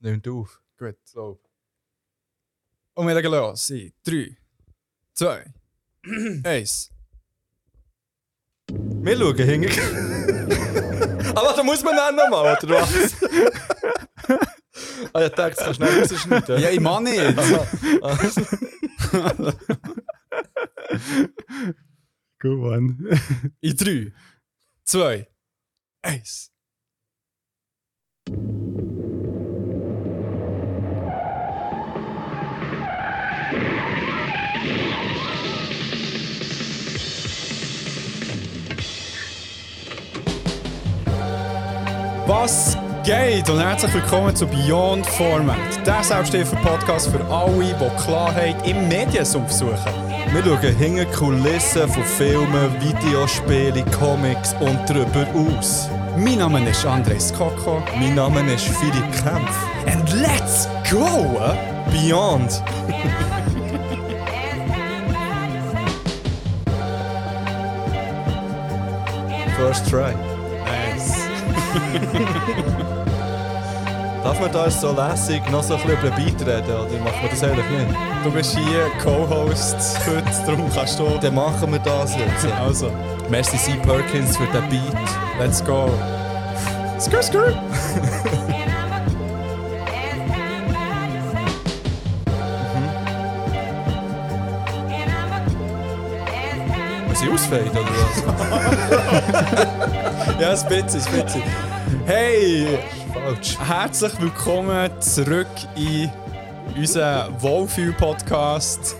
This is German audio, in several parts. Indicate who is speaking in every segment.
Speaker 1: nimmt auf. Gut, so. Und wir legen los. In 3, 2, 1.
Speaker 2: Wir schauen hinten. Aber da muss man dann nochmal, oder was? ah, ich dachte, das kannst du nicht rausschneiden.
Speaker 1: Ja, ich mag nicht.
Speaker 2: Aha. Also,
Speaker 3: Gut, Mann.
Speaker 1: In 3, 2, 1. Was geht? Und herzlich willkommen zu Beyond Format, der Selbsthilfe-Podcast für alle, die Klarheit im Mediensumpf suchen.
Speaker 2: wir schauen hinter die Kulissen von Filmen, Videospielen, Comics und darüber aus.
Speaker 1: Mein Name ist Andres Koko.
Speaker 2: Mein Name ist Philipp Kempf.
Speaker 1: And let's go! eh?
Speaker 2: Beyond. First try.
Speaker 1: Nice.
Speaker 2: Darf man da so lässig noch so ein bisschen beitreten oder macht man das eigentlich nicht?
Speaker 1: Du bist hier Co-Host heute, darum kannst du...
Speaker 2: Dann machen wir das jetzt.
Speaker 1: Also,
Speaker 2: Merci C. Perkins für den Beat.
Speaker 1: let's go. Skrr, skrr.
Speaker 2: Mhm. Muss ich ausfaden oder was?
Speaker 1: Ja, spitze, spitze. Hey,
Speaker 2: Falsch.
Speaker 1: herzlich willkommen zurück in unseren Wohlfühl-Podcast.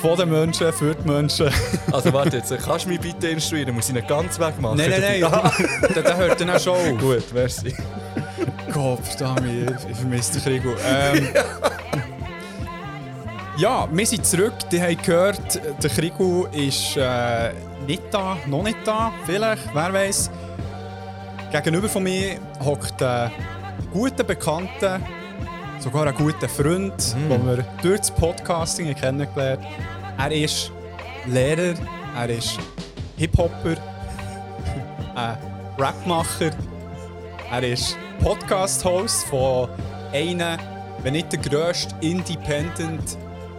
Speaker 1: Von den Menschen, für die Menschen.
Speaker 2: Also warte jetzt, kannst du mich bitte instruieren? Muss ich ihn ganz wegmachen?
Speaker 1: der, der hört dann auch schon auf.
Speaker 2: Gut, merci.
Speaker 1: Gott, Dami, ich- ich vermisse dich Rigo. Ähm, ja, wir sind zurück. Die haben gehört, der Krigo ist äh, nicht da, noch nicht da, vielleicht, wer weiß. Gegenüber von mir hockt ein guter Bekannter, eh, sogar ein guter Freund, den wir durch das Podcasting haben kennengelernt haben. Er ist Lehrer, er ist Hip-Hopper, ein Rapmacher. Er ist Podcast-Host von einem, wenn nicht der grösste Independent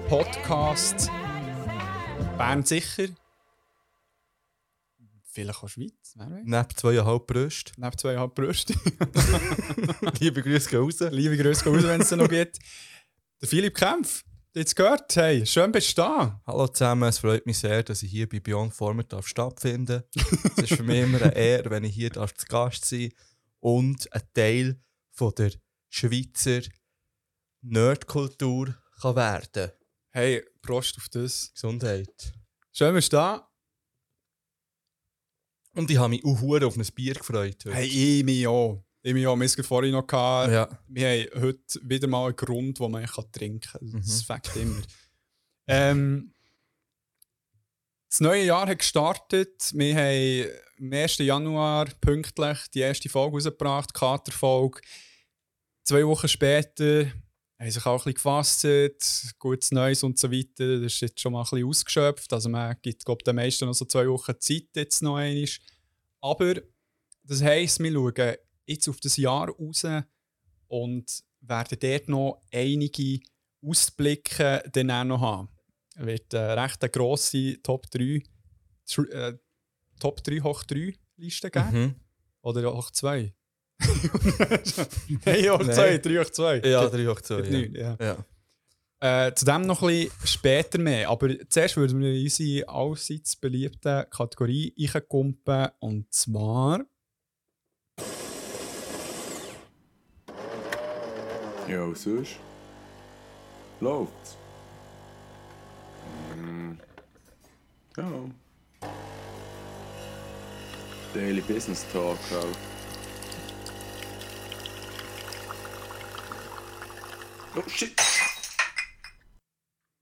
Speaker 1: Podcast Bern sicher. Vielleicht auch Schweiz, wer weiß.
Speaker 2: Neben zweieinhalb Brüste.
Speaker 1: Neben zweieinhalb Brüste.
Speaker 2: Liebe Grüße gehen raus.
Speaker 1: Liebe Grüße gehen raus, wenn es noch gibt. Der Philipp Kempf, jetzt gehört, hey, schön bist du da.
Speaker 2: Hallo zusammen, es freut mich sehr, dass ich hier bei Beyond Format darf stattfinden Es ist für mich immer eine Ehre, wenn ich hier darf zu Gast sein und ein Teil von der Schweizer Nerdkultur kann werden
Speaker 1: Hey, Prost auf das.
Speaker 2: Gesundheit.
Speaker 1: Schön bist du da.
Speaker 2: Und ich habe mich auch verdammt auf ein Bier gefreut. heute.
Speaker 1: Hey, ich mich auch. Ich mich auch. Wir hatten es vorhin noch. Gehabt.
Speaker 2: Ja.
Speaker 1: wir haben heute wieder mal einen Grund, wo man kann trinken kann. Das
Speaker 2: Mhm.
Speaker 1: fängt immer. ähm, das neue Jahr hat gestartet. Wir haben am 1. Januar pünktlich die erste Folge rausgebracht, Katerfolge. Zwei Wochen später haben sich auch ein bisschen gefasst, gutes Neues und so weiter. Das ist jetzt schon mal ein bisschen ausgeschöpft. Also man gibt, glaube ich, den meisten noch so zwei Wochen Zeit jetzt noch einmal. Aber das heisst, wir schauen jetzt auf das Jahr raus, und werden dort noch einige Ausblicke dann auch noch haben. Es wird äh, recht eine grosse Top 3, tr- äh, Top 3 hoch 3 Liste geben.
Speaker 2: Mhm.
Speaker 1: Oder hoch 2. hey, hoch
Speaker 2: Nein.
Speaker 1: 2, 3 hoch 2.
Speaker 2: Ja, 3 hoch 2. Ja.
Speaker 1: Neun, ja.
Speaker 2: Ja.
Speaker 1: Äh, zu dem noch ein bisschen später mehr. Aber zuerst würden wir in unsere allseits beliebte Kategorie reinkumpen. Und zwar.
Speaker 4: Ja, und sonst? Läuft's? Mm. Ja. Daily Business Talk halt. Oh shit!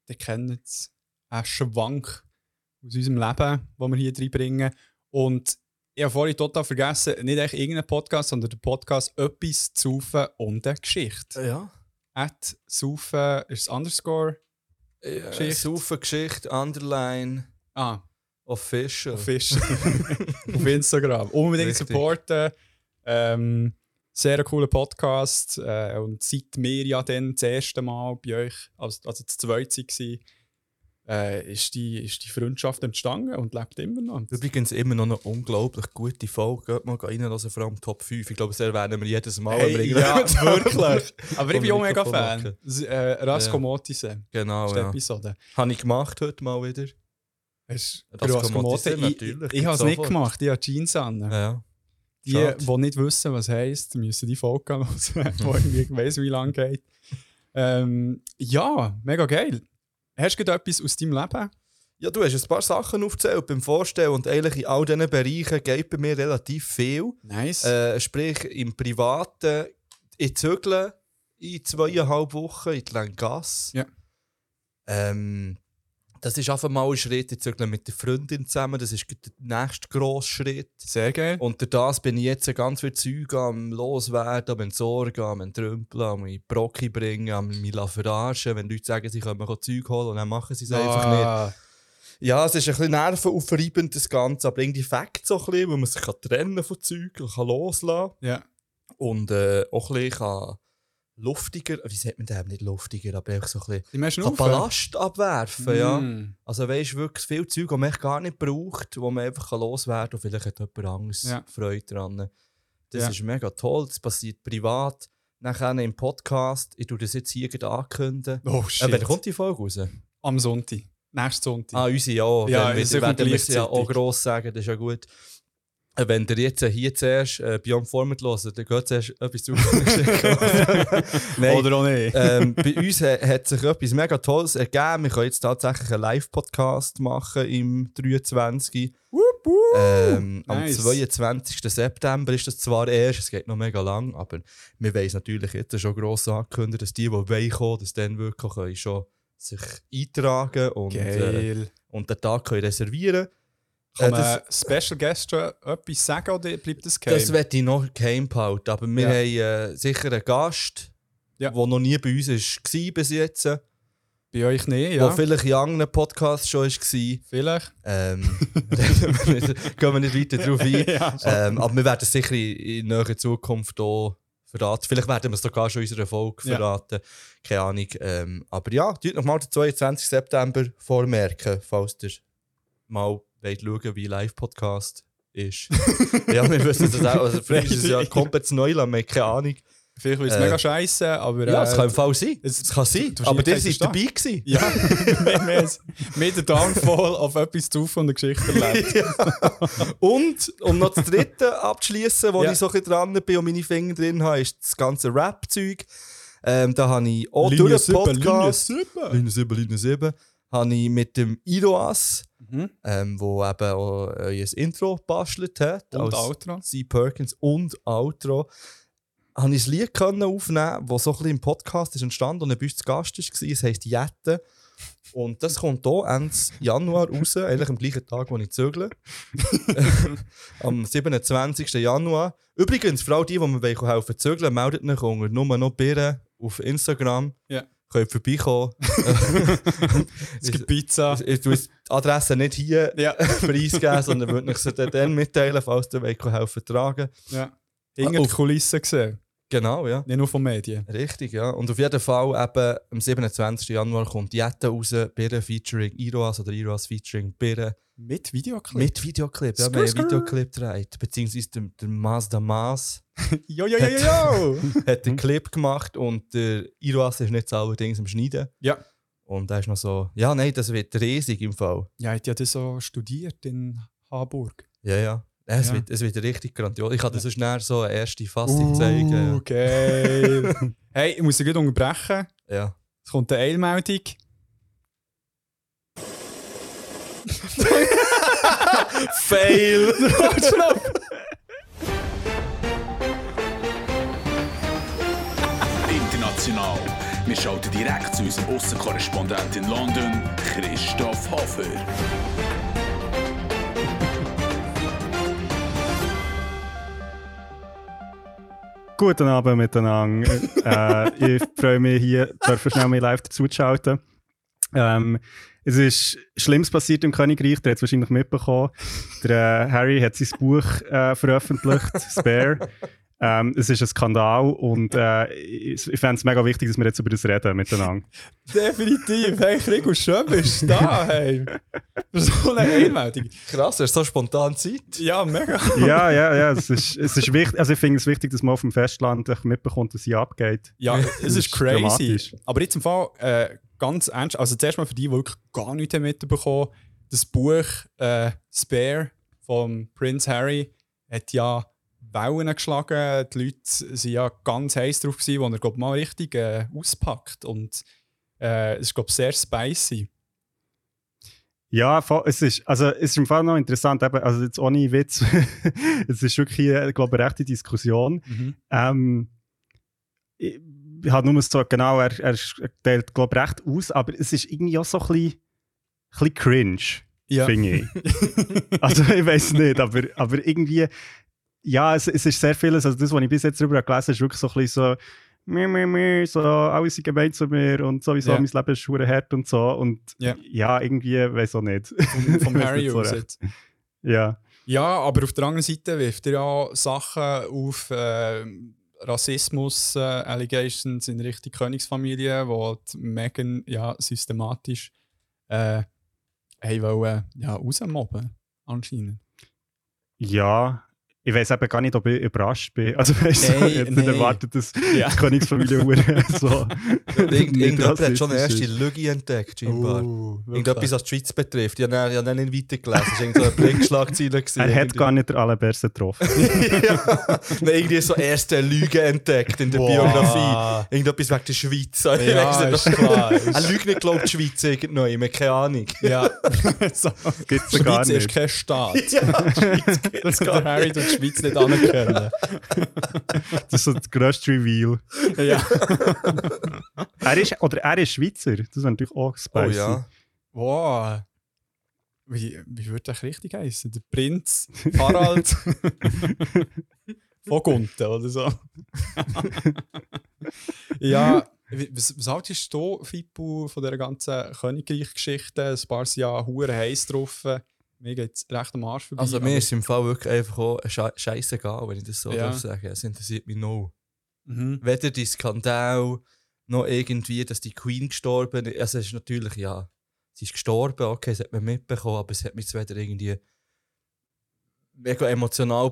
Speaker 1: ihr kennt es, einen Schwank aus unserem Leben, den wir hier reinbringen. Und ich habe vorhin total vergessen, nicht echt irgendeinen Podcast, sondern den Podcast «Etwas zu saufen und eine Geschichte».
Speaker 2: ja.
Speaker 1: At saufen ist das Underscore.
Speaker 2: Geschichte.
Speaker 1: Geschichte.
Speaker 2: Saufen Geschichte, Underline,
Speaker 1: Ah,
Speaker 2: Official.
Speaker 1: auf Fisch. auf Instagram. Unbedingt
Speaker 2: Richtig.
Speaker 1: supporten. Ähm, Sehr cooler Podcast. Äh, und seit wir ja dann das erste Mal bei euch, also, also das zweite waren, äh, ist, die, ist die Freundschaft entstanden und lebt immer noch.
Speaker 2: Übrigens immer noch eine unglaublich gute Folge. Geht mal reinlassen, vor allem Top 5. Ich glaube, das erwähnen wir jedes Mal. wenn wir
Speaker 1: Hey, ja,
Speaker 2: irgendeinen Top-
Speaker 1: wirklich. Aber ich bin auch
Speaker 2: Vom
Speaker 1: mega
Speaker 2: Mikrofon
Speaker 1: Fan.
Speaker 2: hocken.
Speaker 1: S- Äh, Rasko
Speaker 2: Ja.
Speaker 1: Motise,
Speaker 2: Genau,
Speaker 1: ist die
Speaker 2: ja.
Speaker 1: Episode.
Speaker 2: Habe ich gemacht heute mal wieder.
Speaker 1: Hast du
Speaker 2: Rasko
Speaker 1: Rasko
Speaker 2: Motise,
Speaker 1: Motise, ich, ich,
Speaker 2: natürlich,
Speaker 1: ich habe es
Speaker 2: sofort.
Speaker 1: nicht gemacht, ich habe Jeans an.
Speaker 2: Ja.
Speaker 1: Die, äh,
Speaker 2: Schade.
Speaker 1: die nicht wissen, was heisst, müssen die Folge hören, die irgendwie weiss, wie lange geht. Ähm, ja, mega geil. Hast du gerade etwas aus deinem Leben?
Speaker 2: Ja, du hast ein paar Sachen aufgezählt beim Vorstellen und eigentlich in all diesen Bereichen geht bei mir relativ viel.
Speaker 1: Nice.
Speaker 2: Äh, sprich, im Privaten, ich zügle in zweieinhalb Wochen in die Langasse.
Speaker 1: Ja.
Speaker 2: Ähm, das ist einfach mal ein Schritt, ich zügle mit der Freundin zusammen, das ist der nächste grosse Schritt.
Speaker 1: Sehr geil.
Speaker 2: Und durch das bin ich jetzt ganz viel Zeug am Loswerden, am Entsorgen, am Entrümpeln, am in die Brocke bringen, am mich lassen verarschen. Wenn Leute sagen, sie können mir Zeug holen und dann machen sie es einfach nicht.
Speaker 1: Ah,
Speaker 2: Ja, es ist ein bisschen nervenaufreibend, das Ganze, aber irgendwie fängt so ein bisschen, weil man sich kann trennen von Zeug, kann loslassen
Speaker 1: Ja.
Speaker 2: und äh, auch ein bisschen kann luftiger, wie sagt man dem nicht luftiger, aber einfach so ein bisschen
Speaker 1: Die Menschen
Speaker 2: kann Ballast abwerfen, ja.
Speaker 1: Mm.
Speaker 2: Also weisst du, wirklich viel Zeug, die man echt gar nicht braucht, wo man einfach kann loswerden kann und vielleicht hat jemand anderes
Speaker 1: Ja.
Speaker 2: Freude dran. Das
Speaker 1: Ja.
Speaker 2: ist mega toll, das passiert privat, nachher im Podcast, ich tue das jetzt hier gerade ankünden.
Speaker 1: Oh
Speaker 2: Äh,
Speaker 1: shit.
Speaker 2: wann kommt die Folge raus?
Speaker 1: Am Sonntag. Nächsten Sonntag.
Speaker 2: Ah, unsere ja.
Speaker 1: Ja,
Speaker 2: dann
Speaker 1: es ist
Speaker 2: wieder, werden wir
Speaker 1: gleichzeitig.
Speaker 2: sie ja auch gross sagen, das ist ja gut. Äh, Wenn ihr jetzt hier zuerst äh, Beyond Format hört, dann geht zuerst etwas zu. Nein,
Speaker 1: Oder auch nicht.
Speaker 2: ähm, bei uns ha- hat sich etwas mega Tolles ergeben. Wir können jetzt tatsächlich einen Live-Podcast machen im 23.
Speaker 1: Wupp, wupp.
Speaker 2: Ähm,
Speaker 1: nice.
Speaker 2: Am 22. September ist das zwar erst, es geht noch mega lang, aber wir wollen es natürlich jetzt schon gross angekündigt, dass die, die wollen kommen, dass dann wirklich können schon sich eintragen und äh,
Speaker 1: geil.
Speaker 2: und den Tag können reservieren
Speaker 1: Kann
Speaker 2: äh,
Speaker 1: man
Speaker 2: das-
Speaker 1: Special Guest schon etwas sagen oder bleibt das geheim?
Speaker 2: Das werde ich noch geheim behalten. Aber wir haben äh, sicher einen Gast,
Speaker 1: Ja.
Speaker 2: der noch nie bei uns war bis jetzt, der
Speaker 1: Bei euch nicht, ja.
Speaker 2: vielleicht in anderen Podcasts schon war.
Speaker 1: Vielleicht.
Speaker 2: Ähm, reden wir nicht- gehen wir nicht weiter darauf ein.
Speaker 1: ja,
Speaker 2: Ähm, aber wir werden es sicher in, in näherer Zukunft auch verraten. Vielleicht werden wir es sogar schon in unserer Folge
Speaker 1: Ja.
Speaker 2: verraten. Keine Ahnung. Ähm, aber ja, tut nochmal den 22. September vormerken, falls ihr mal wollt schauen wie Live-Podcast ist. ja, wir wissen das auch. Also für uns ist es ja
Speaker 1: Nein.
Speaker 2: komplett Neuland, wir haben keine Ahnung.
Speaker 1: Vielleicht wird es
Speaker 2: äh,
Speaker 1: mega scheiße, aber.
Speaker 2: Ja, es
Speaker 1: äh,
Speaker 2: kann im Fall sein.
Speaker 1: es-
Speaker 2: Es kann sein.
Speaker 1: Du- du-
Speaker 2: Aber
Speaker 1: du-
Speaker 2: ihr
Speaker 1: du-
Speaker 2: seid
Speaker 1: du-
Speaker 2: dabei gewesen.
Speaker 1: Ja, mit der Downfall auf etwas zu von der Geschichte erlebt.
Speaker 2: Und, um noch das dritte abzuschließen, wo
Speaker 1: Ja.
Speaker 2: ich so ein bisschen dran bin und meine Finger drin habe, ist das ganze Rap-Zeug. Ähm, da habe ich auch
Speaker 1: Linie
Speaker 2: durch den
Speaker 1: sieben,
Speaker 2: Podcast.
Speaker 1: Linie sieben.
Speaker 2: Linie 7, Linie 7. Habe ich mit dem Iroas,
Speaker 1: Mhm.
Speaker 2: ähm, wo eben auch euer Intro bastelt hat,
Speaker 1: Und Outro.
Speaker 2: C. Perkins und Outro, habe ich ein Lied können aufnehmen, das so ein bisschen im Podcast ist entstanden und er bei uns zu Gast war. Es heisst Jette. Und das kommt hier Ende Januar raus, eigentlich am gleichen Tag, wo ich zügle. am 27. Januar. Übrigens, für all die, die mir helfen wollen zügeln, meldet euch unter Nummer noch Birre auf Instagram.
Speaker 1: Ja.
Speaker 2: Könnt vorbeikommen.
Speaker 1: Es gibt Pizza.
Speaker 2: Ich tue die Adresse nicht hier
Speaker 1: Ja,
Speaker 2: preisgeben, sondern würde euch sie dann- dann mitteilen, falls ihr wollt helfen tragen.
Speaker 1: ja. Hinter die
Speaker 2: Auf-
Speaker 1: Kulissen gesehen.
Speaker 2: Genau, ja.
Speaker 1: Nicht nur von Medien.
Speaker 2: Richtig, ja. Und auf jeden Fall eben am 27. Januar kommt Jette raus, Birre featuring Iroas oder Iroas featuring Birre.
Speaker 1: Mit Videoclip.
Speaker 2: Mit Videoclip, ja, wir haben
Speaker 1: Skrr,
Speaker 2: einen
Speaker 1: skrr.
Speaker 2: Videoclip gedreht. Beziehungsweise der, der Mazda Mas
Speaker 1: Jo, jo, jo, jo, jo.
Speaker 2: hat
Speaker 1: Mhm.
Speaker 2: den Clip gemacht und der Iroas ist nicht allerdings am Schneiden.
Speaker 1: Ja.
Speaker 2: Und da ist noch so, ja, nein, das wird riesig im Fall.
Speaker 1: ja, hat ja das so studiert in Hamburg.
Speaker 2: Ja, ja. Es,
Speaker 1: Ja.
Speaker 2: Wird, es wird richtig grandios. Ich kann dir sonst näher so eine erste Fassung
Speaker 1: Uh,
Speaker 2: zeigen.
Speaker 1: geil. hey, ich muss dich gut unterbrechen.
Speaker 2: Ja. ja.
Speaker 1: Es kommt eine Eilmeldung.
Speaker 2: Fail!
Speaker 4: International. Wir schalten direkt zu unserem Aussenkorrespondent in London, Christoph Hofer.
Speaker 3: Guten Abend miteinander. äh, ich freue mich hier, dürfen schnell mal live dazuschalten. Ähm, es ist Schlimmes passiert im Königreich, der hat es wahrscheinlich mitbekommen. Der äh, Harry hat sein Buch äh, veröffentlicht, Spare. Ähm, es ist ein Skandal und äh, ich, ich fände es mega wichtig, dass wir jetzt über das reden miteinander.
Speaker 1: Definitiv. Hey, Krigo, schön bist du da. Hey. So eine Einmeldung.
Speaker 2: Krass, hast so spontan Zeit.
Speaker 1: Ja, mega.
Speaker 3: ja, ja, ja. Es ist, es ist wichtig. Also ich finde es wichtig, dass man auf dem Festland ein bisschen mitbekommt, was hier abgeht.
Speaker 1: Ja, es ist
Speaker 3: ist
Speaker 1: crazy.
Speaker 3: dramatisch.
Speaker 1: Aber jetzt im Fall äh, ganz ernst. Also zuerst mal für die, die wirklich gar nichts haben mitbekommen Das Buch äh, Spare von Prince Harry hat ja Wellen geschlagen. Die Leute waren ja ganz heiß drauf, gewesen, wo er glaub, mal richtig äh, auspackt. Und äh, es ist glaub, sehr spicy.
Speaker 3: Ja, voll. es ist, also, es ist im Fall noch interessant, eben, also jetzt ohne Witz, es ist wirklich, hier, ich glaube eine rechte Diskussion. Ähm, ich, ich habe nur so, genau, er, er teilt, glaube ich, recht aus, aber es ist irgendwie auch so ein bisschen, ein bisschen cringe.
Speaker 1: Ja.
Speaker 3: finde ich. also ich weiß nicht, aber, aber irgendwie, ja, es, es ist sehr vieles, also das, was ich bis jetzt darüber gelesen habe, ist wirklich so ein bisschen so, mir, mir, mir, so, alle sind gemein zu mir und sowieso,
Speaker 1: Ja.
Speaker 3: mein Leben ist hure hart und so und
Speaker 1: Ja.
Speaker 3: ja, irgendwie, weiß auch nicht.
Speaker 1: Vom, vom
Speaker 3: Ich weiss
Speaker 1: Harry
Speaker 3: nicht so
Speaker 1: aus
Speaker 3: recht.
Speaker 1: jetzt.
Speaker 3: Ja,
Speaker 1: Ja, aber auf der anderen Seite wirft er ja Sachen auf äh, Rassismus-Allegations in Richtung Königsfamilie, wo die Meghan ja systematisch äh, hey, wollen, äh, ja, rausmobben, anscheinend.
Speaker 3: ja. Ich weiß eben gar nicht, ob ich überrascht bin. Also, weißt du,
Speaker 1: Nein,
Speaker 3: ich hätte nicht
Speaker 1: nein.
Speaker 3: erwartet, dass
Speaker 1: Ja.
Speaker 3: die Königsfamilie hure so. nicht
Speaker 2: Irgendjemand hat schon eine
Speaker 3: rassistisch
Speaker 2: erste
Speaker 3: ist.
Speaker 2: Lüge entdeckt, scheinbar. Irgendetwas,
Speaker 1: Oh, wirklich.
Speaker 2: was die Schweiz betrifft. Ich habe dann- ich habe dann nicht weitergelesen. Es war irgendeine Blickschlagzeile.
Speaker 3: Er hat gar nicht den allerbesten getroffen.
Speaker 2: ja. Nein, irgendwie so erste Lüge entdeckt in der
Speaker 1: Boah.
Speaker 2: Biografie. Irgendetwas wegen der Schweiz. Ich weiss
Speaker 1: Ja,
Speaker 2: nicht,
Speaker 1: ist klar.
Speaker 2: Er lügt nicht, glaubt die Schweiz irgendwo. Ich habe keine Ahnung.
Speaker 1: ja, so.
Speaker 3: Gibt es gar
Speaker 1: Schweiz ist
Speaker 3: nicht.
Speaker 1: kein Staat.
Speaker 2: Ja,
Speaker 1: Das kann Harry und die Schweiz nicht anerkennen.
Speaker 3: Das ist so das grösste Reveal.
Speaker 1: ja.
Speaker 3: Er ist, oder er ist Schweizer. Das wäre natürlich auch
Speaker 2: oh
Speaker 3: spicy.
Speaker 2: ja.
Speaker 1: Wow. Wie, wie würde das richtig heißen? Der Prinz Harald von Gunten oder so. ja, wie- was, was haltest du, Fippo, von dieser ganzen Königreich-Geschichte? Ein paar sind ja hure heiß drauf. Mir geht es recht am Arsch vorbei.
Speaker 2: Also
Speaker 1: aber-
Speaker 2: mir ist im Fall wirklich einfach auch scheißegal, wenn ich das so
Speaker 1: Ja.
Speaker 2: darf sagen Es interessiert mich null.
Speaker 1: Mhm.
Speaker 2: Weder die Skandal, noch irgendwie, dass die Queen gestorben ist. Also es ist natürlich, ja, sie ist gestorben, okay, das hat man mitbekommen, aber es hat mich jetzt weder irgendwie mega emotional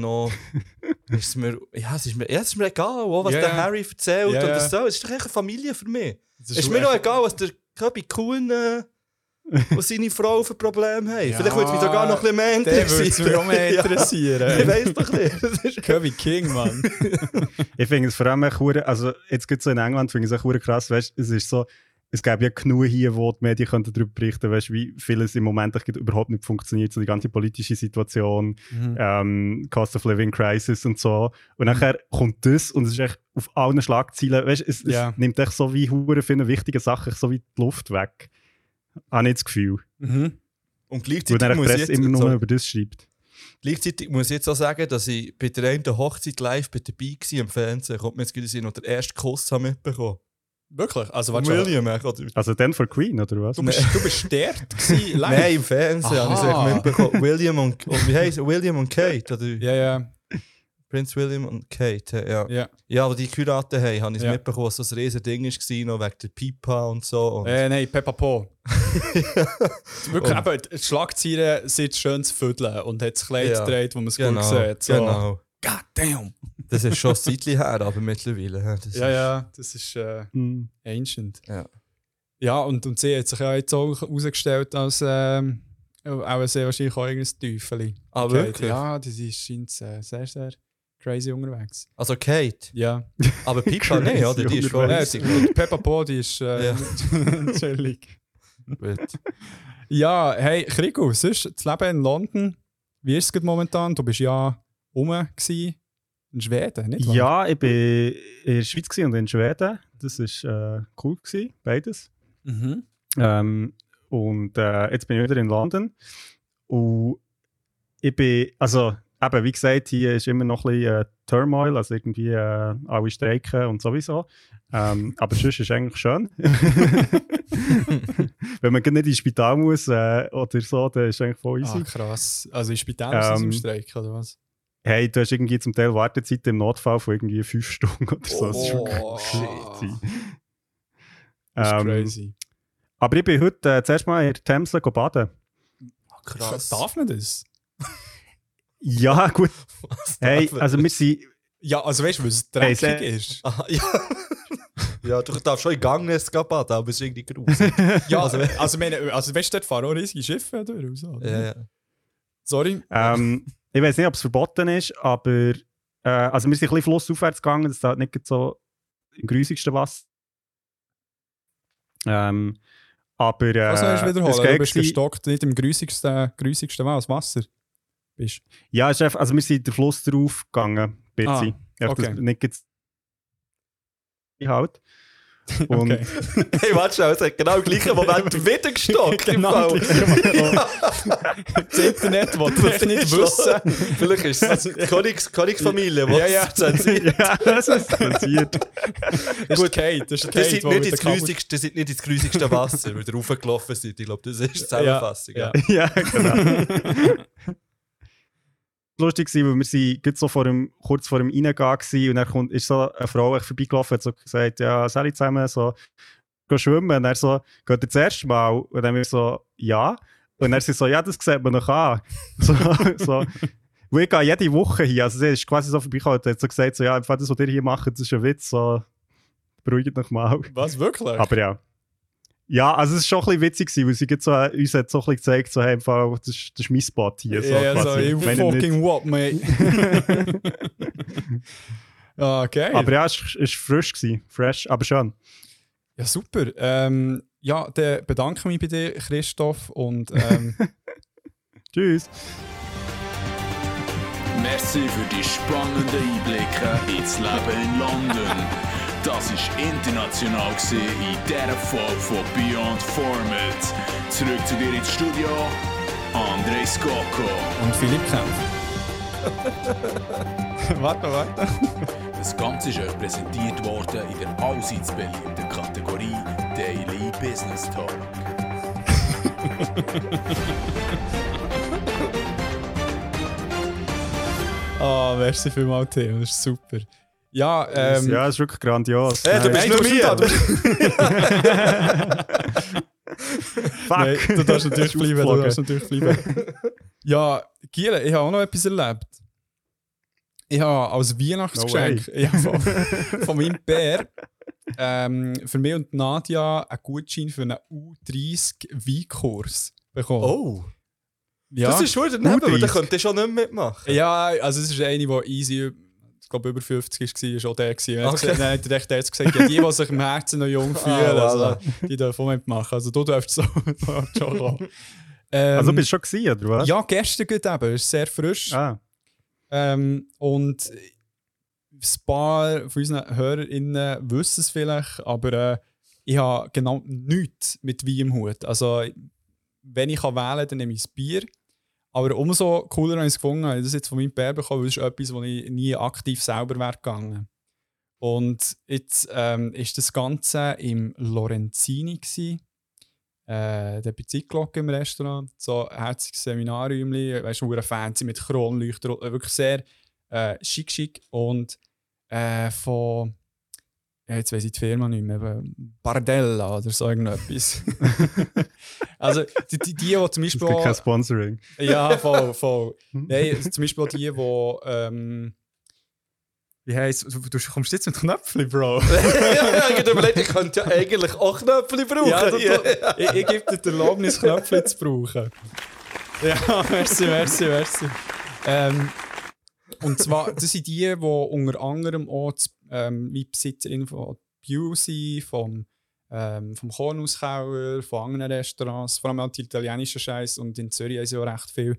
Speaker 2: noch ist es mir, ja, es ist mir, ja, es ist mir egal, auch, was
Speaker 1: Ja,
Speaker 2: der
Speaker 1: ja.
Speaker 2: Harry erzählt
Speaker 1: Ja,
Speaker 2: oder
Speaker 1: ja.
Speaker 2: so. Es ist doch echt eine Familie für mich.
Speaker 1: Das
Speaker 2: Es ist mir noch
Speaker 1: echt-
Speaker 2: egal, was der Köbi Kuhn äh, und seine Frau für Probleme haben.
Speaker 1: Ja,
Speaker 2: Vielleicht würde es mich sogar noch ein bisschen mehr
Speaker 1: Der würde es mich auch mehr
Speaker 2: Ja, Ich
Speaker 1: interessieren.
Speaker 2: weiß doch nicht. Das ist-
Speaker 1: Kevin King, Mann.
Speaker 3: Ich finde es vor allem echt hure- also jetzt gibt es so in England, finde ich es auch hure krass, weißt, es ist so, es gäbe ja genug hier, wo die Medien könnten darüber berichten, weißt, wie vieles im Moment echt überhaupt nicht funktioniert, so die ganze politische Situation,
Speaker 1: Mhm.
Speaker 3: ähm, Cost of Living Crisis und so. Und nachher kommt das und es ist echt auf allen Schlagzeilen, weißt, es, es
Speaker 1: Ja.
Speaker 3: nimmt echt so wie hure viele wichtige Sachen, so wie die Luft weg. Habe ich das Gefühl,
Speaker 1: Mhm.
Speaker 2: Und
Speaker 3: weil
Speaker 2: gleichzeitig
Speaker 3: dann die
Speaker 2: muss, ich
Speaker 3: Presse
Speaker 2: jetzt,
Speaker 3: immer nur
Speaker 2: so,
Speaker 3: über das schreibt.
Speaker 2: gleichzeitig muss ich jetzt auch sagen, dass ich bei der einen Hochzeit live bei dabei war im Fernsehen. Kommt mir jetzt gerade sein, und den ersten Kuss habe ich mitbekommen.
Speaker 1: Wirklich? Also,
Speaker 2: Von
Speaker 1: warte schon.
Speaker 2: William, ich oder?
Speaker 3: Also dann für Queen, oder was?
Speaker 1: Du bist, du bist dort gewesen, live.
Speaker 2: Nein, im Fernsehen habe ich es
Speaker 1: Aha.
Speaker 2: echt mitbekommen. William und, und wie heisst er? William und Kate, oder?
Speaker 1: Ja, ja.
Speaker 2: Prince William und Kate, ja.
Speaker 1: ja.
Speaker 2: Ja, aber die Kurate haben, habe ich
Speaker 1: Ja.
Speaker 2: mitbekommen, dass das ein riesen Ding war, noch wegen der Pipa und so. Und
Speaker 1: Äh, nein, Peppa Po. Wirklich,
Speaker 2: Und-
Speaker 1: eben, die Schlagzeilen sind schön zu füdeln und hat das Kleid
Speaker 2: Ja.
Speaker 1: gedreht, wo man es gut
Speaker 2: genau,
Speaker 1: sieht. So.
Speaker 2: genau.
Speaker 1: God damn.
Speaker 2: Das ist schon ein Zeitchen her, aber mittlerweile. hä, Das
Speaker 1: Ja,
Speaker 2: ist-
Speaker 1: ja, das ist äh,
Speaker 3: Hm.
Speaker 1: ancient.
Speaker 2: Ja.
Speaker 1: Ja, und, und sie hat sich ja jetzt auch herausgestellt als ähm, auch sehr wahrscheinlich auch irgendein Teufel.
Speaker 2: Ah,
Speaker 1: Kate,
Speaker 2: wirklich?
Speaker 1: Ja, das ist, scheint äh, sehr, sehr crazy unterwegs.
Speaker 2: Also Kate.
Speaker 1: Ja.
Speaker 2: Aber Pipa nicht, oder? Die ist schon
Speaker 1: Nein,
Speaker 2: riesig.
Speaker 1: die Peppa Po, die ist äh,
Speaker 2: Ja.
Speaker 1: chillig.
Speaker 2: Gut.
Speaker 1: Ja, hey, Krigo, sonst das Leben in London, wie ist es gerade momentan? Du bist ja rum gsi in Schweden, nicht wahr?
Speaker 3: Ja, ich bin in der Schweiz gewesen und in Schweden. Das war äh, cool, gewesen, beides.
Speaker 1: Mhm.
Speaker 3: Ähm, und äh, jetzt bin ich wieder in London. Und ich bin, also eben, wie gesagt, hier ist immer noch ein bisschen äh, Turmoil, also irgendwie äh, alle streiken und sowieso. Ähm, aber sonst ist es eigentlich schön. Wenn man gerade nicht ins Spital muss äh, oder so, dann ist es eigentlich voll easy.
Speaker 1: Ah, krass. Also in Spitälern sind sie
Speaker 3: Ähm,
Speaker 1: im Streik, oder was?
Speaker 3: hey, du hast irgendwie zum Teil Wartezeit im Notfall von irgendwie fünf Stunden oder so. Das ist schon
Speaker 1: Oh,
Speaker 3: crazy.
Speaker 1: Das ist
Speaker 3: Ähm,
Speaker 1: crazy.
Speaker 3: Aber ich bin heute äh, zuerst mal in der Themse go baden.
Speaker 2: Ah, Krass.
Speaker 1: Darf man das?
Speaker 3: Ja, gut.
Speaker 2: Was
Speaker 3: Hey,
Speaker 2: darf man?
Speaker 3: also wir sind...
Speaker 1: Ja, also weißt du, weil es
Speaker 3: Hey,
Speaker 1: dreckig
Speaker 3: sehr-
Speaker 1: ist.
Speaker 2: Aha, Ah, ja. ja, du darfst schon in Gangness gehen baden, aber es ist irgendwie gruselig.
Speaker 1: Ja, also, also, meine, also weißt du, dort fahren auch riesige Schiffe durch. und So.
Speaker 2: ja, ja.
Speaker 1: Sorry.
Speaker 3: Ähm, ich weiß nicht, ob es verboten ist, aber äh, also wir sind ein bisschen flussaufwärts gegangen, das ist halt nicht gerade so im grusigsten Wasser. Ähm, aber äh,
Speaker 1: Was soll ich wiederholen?
Speaker 3: es
Speaker 1: Du
Speaker 3: geht
Speaker 1: bist
Speaker 3: gewesen-
Speaker 1: gestockt, nicht im grüssigsten, grüssigsten Mal, als Wasser. Bist.
Speaker 3: Ja, ist einfach, also wir sind den Fluss drauf gegangen, Birzi. Ah,
Speaker 1: okay.
Speaker 3: okay. Nicht gerade halt. Und
Speaker 1: Okay.
Speaker 2: Hey, warte schnell, es hat genau im gleichen Moment wieder gestockt. im
Speaker 1: Genau
Speaker 2: Fall.
Speaker 1: im gleichen Das Internet, das
Speaker 2: Das
Speaker 1: du nicht wissen.
Speaker 2: Vielleicht ist es die Königs, Königsfamilie, die
Speaker 1: Ja, ja.
Speaker 2: es zensiert.
Speaker 3: ja, das ist passiert.
Speaker 1: Das ist Kate, das ist Kate,
Speaker 2: Die sind,
Speaker 1: die
Speaker 2: nicht
Speaker 1: mit
Speaker 2: ins
Speaker 1: der Kabel-
Speaker 2: grusigste- die sind nicht ins grusigste Wasser, weil die raufgelaufen sind. Ich glaube, das ist die Zusammenfassung.
Speaker 1: Ja,
Speaker 2: Ja,
Speaker 1: ja.
Speaker 3: ja, genau. Lustig war, weil wir sind gerade so vor dem, kurz vor dem Reingehen waren und dann kommt, ist so eine Frau echt vorbeigelaufen und so gesagt, ja, Sally zusammen, so, geh schwimmen. Und er so, geht ihr das erste Mal? Und dann haben wir so, ja. Und dann sie so, ja, das sieht man noch an. So, so. Und ich gehe jede Woche hier, also sie ist quasi so vorbeigekommen und hat so gesagt, so, ja, im Fall, das, was ihr hier macht, das ist ein Witz, so, beruhigt noch mal.
Speaker 1: Was, wirklich?
Speaker 3: Aber ja. Ja, also es war schon ein bisschen witzig, gewesen, weil sie gerade so, äh, uns hat so ein bisschen gezeigt, so, hey, im Fall, das, ist, das ist mein Spot hier. So,
Speaker 1: Ja, ja, so,
Speaker 3: quasi.
Speaker 1: you
Speaker 3: Wenn ihr nicht-
Speaker 1: fucking what, mate? okay.
Speaker 3: Aber ja, es war frisch, gewesen, fresh, aber schön.
Speaker 1: ja, super. Ähm, ja, dann bedanke ich mich bei dir, Christoph, und ähm,
Speaker 3: Tschüss.
Speaker 4: Merci für die spannenden Einblicke ins Leben in London. Das ist international gewesen in dieser Folge von Beyond Format. Zurück zu dir ins Studio, André Skoko.
Speaker 1: und Philipp Kempf. warte, warte.
Speaker 4: Das Ganze ist euch präsentiert worden in der allseits beliebten Kategorie Daily Business Talk.
Speaker 1: Ah, merci vielmals, Theo, das ist super. Ja, ähm,
Speaker 3: ja, es ist wirklich grandios.
Speaker 2: Hey, du
Speaker 1: nein,
Speaker 2: bist
Speaker 3: Nein,
Speaker 2: nur
Speaker 1: du bist
Speaker 2: mir.
Speaker 1: da, du bist-
Speaker 3: fuck.
Speaker 1: Nein, du darfst natürlich
Speaker 3: Das ist
Speaker 1: bleiben, du
Speaker 3: aufgeflogen.
Speaker 1: darfst natürlich bleiben. ja, Giele, ich habe auch noch etwas erlebt. Ich habe als Weihnachtsgeschenk ja, von, von meinem Bär ähm, für mich und Nadia einen Gutschein für einen U30 Weinkurs bekommen.
Speaker 2: Oh,
Speaker 1: ja.
Speaker 2: das ist schon daneben,
Speaker 3: Mutig.
Speaker 2: weil da könnt ihr schon nicht mehr mitmachen.
Speaker 1: ja, also es ist eine, die easy, ich glaube über 50 war, ist auch der. Gewesen. Er hat
Speaker 2: Okay.
Speaker 1: gesagt- Nein, der hat der hat gesagt, ja, die, die sich im Herzen noch jung fühlen,
Speaker 2: Ah, voilà.
Speaker 1: also, dus, eh, die dürfen auch mitmachen. Also du darfst so schon kommen. Ähm,
Speaker 3: Also, bist du schon gewesen, oder was?
Speaker 1: Ja, gestern geht eben, ist sehr frisch.
Speaker 3: Ah,
Speaker 1: Ähm, und ein paar von unseren HörerInnen wissen es vielleicht, aber äh, ich habe genau nichts mit Wein im Hut. Also, wenn ich kann wählen kann, dann nehme ich ein Bier. Aber umso cooler habe ich es gefunden, habe ich das jetzt von meinem Bär bekommen, weil das ist etwas, wo ich nie aktiv selber wäre gegangen. Und jetzt ähm, ist das Ganze im Lorenzini. Gewesen äh, der Bezirksglocke im Restaurant. So ein herziges Seminarräumchen, weißt du, ein fancy mit Kronleuchter, äh, wirklich sehr äh, schick, schick. Und äh, von, ja, jetzt weiß ich die Firma nicht mehr, eben Bardella oder so irgendetwas. also die, die, die, die zum
Speaker 3: es
Speaker 1: Beispiel.
Speaker 3: gibt kein
Speaker 1: auch-
Speaker 3: Sponsoring. Hm?
Speaker 1: ja, voll, voll. Nein, also zum Beispiel auch die, die. Ähm, wie heisst du, du kommst jetzt mit Knöpfchen, Bro.
Speaker 2: ja, nou, ich habe überlegt, ich könnte ja eigentlich auch Knöpfe brauchen.
Speaker 1: Ja, du,
Speaker 2: hier.
Speaker 1: du, ich, ich gebe dir die Erlaubnis, Knöpfe zu brauchen. Ja, merci, merci, merci. Ähm, und zwar, das sind die, die unter anderem auch die, ähm, wie Besitzerin von Pew sind, vom, ähm, vom Kornhauskauer, von anderen Restaurants, vor allem auch die italienischen Scheiß und in Zürich haben sie auch recht viel.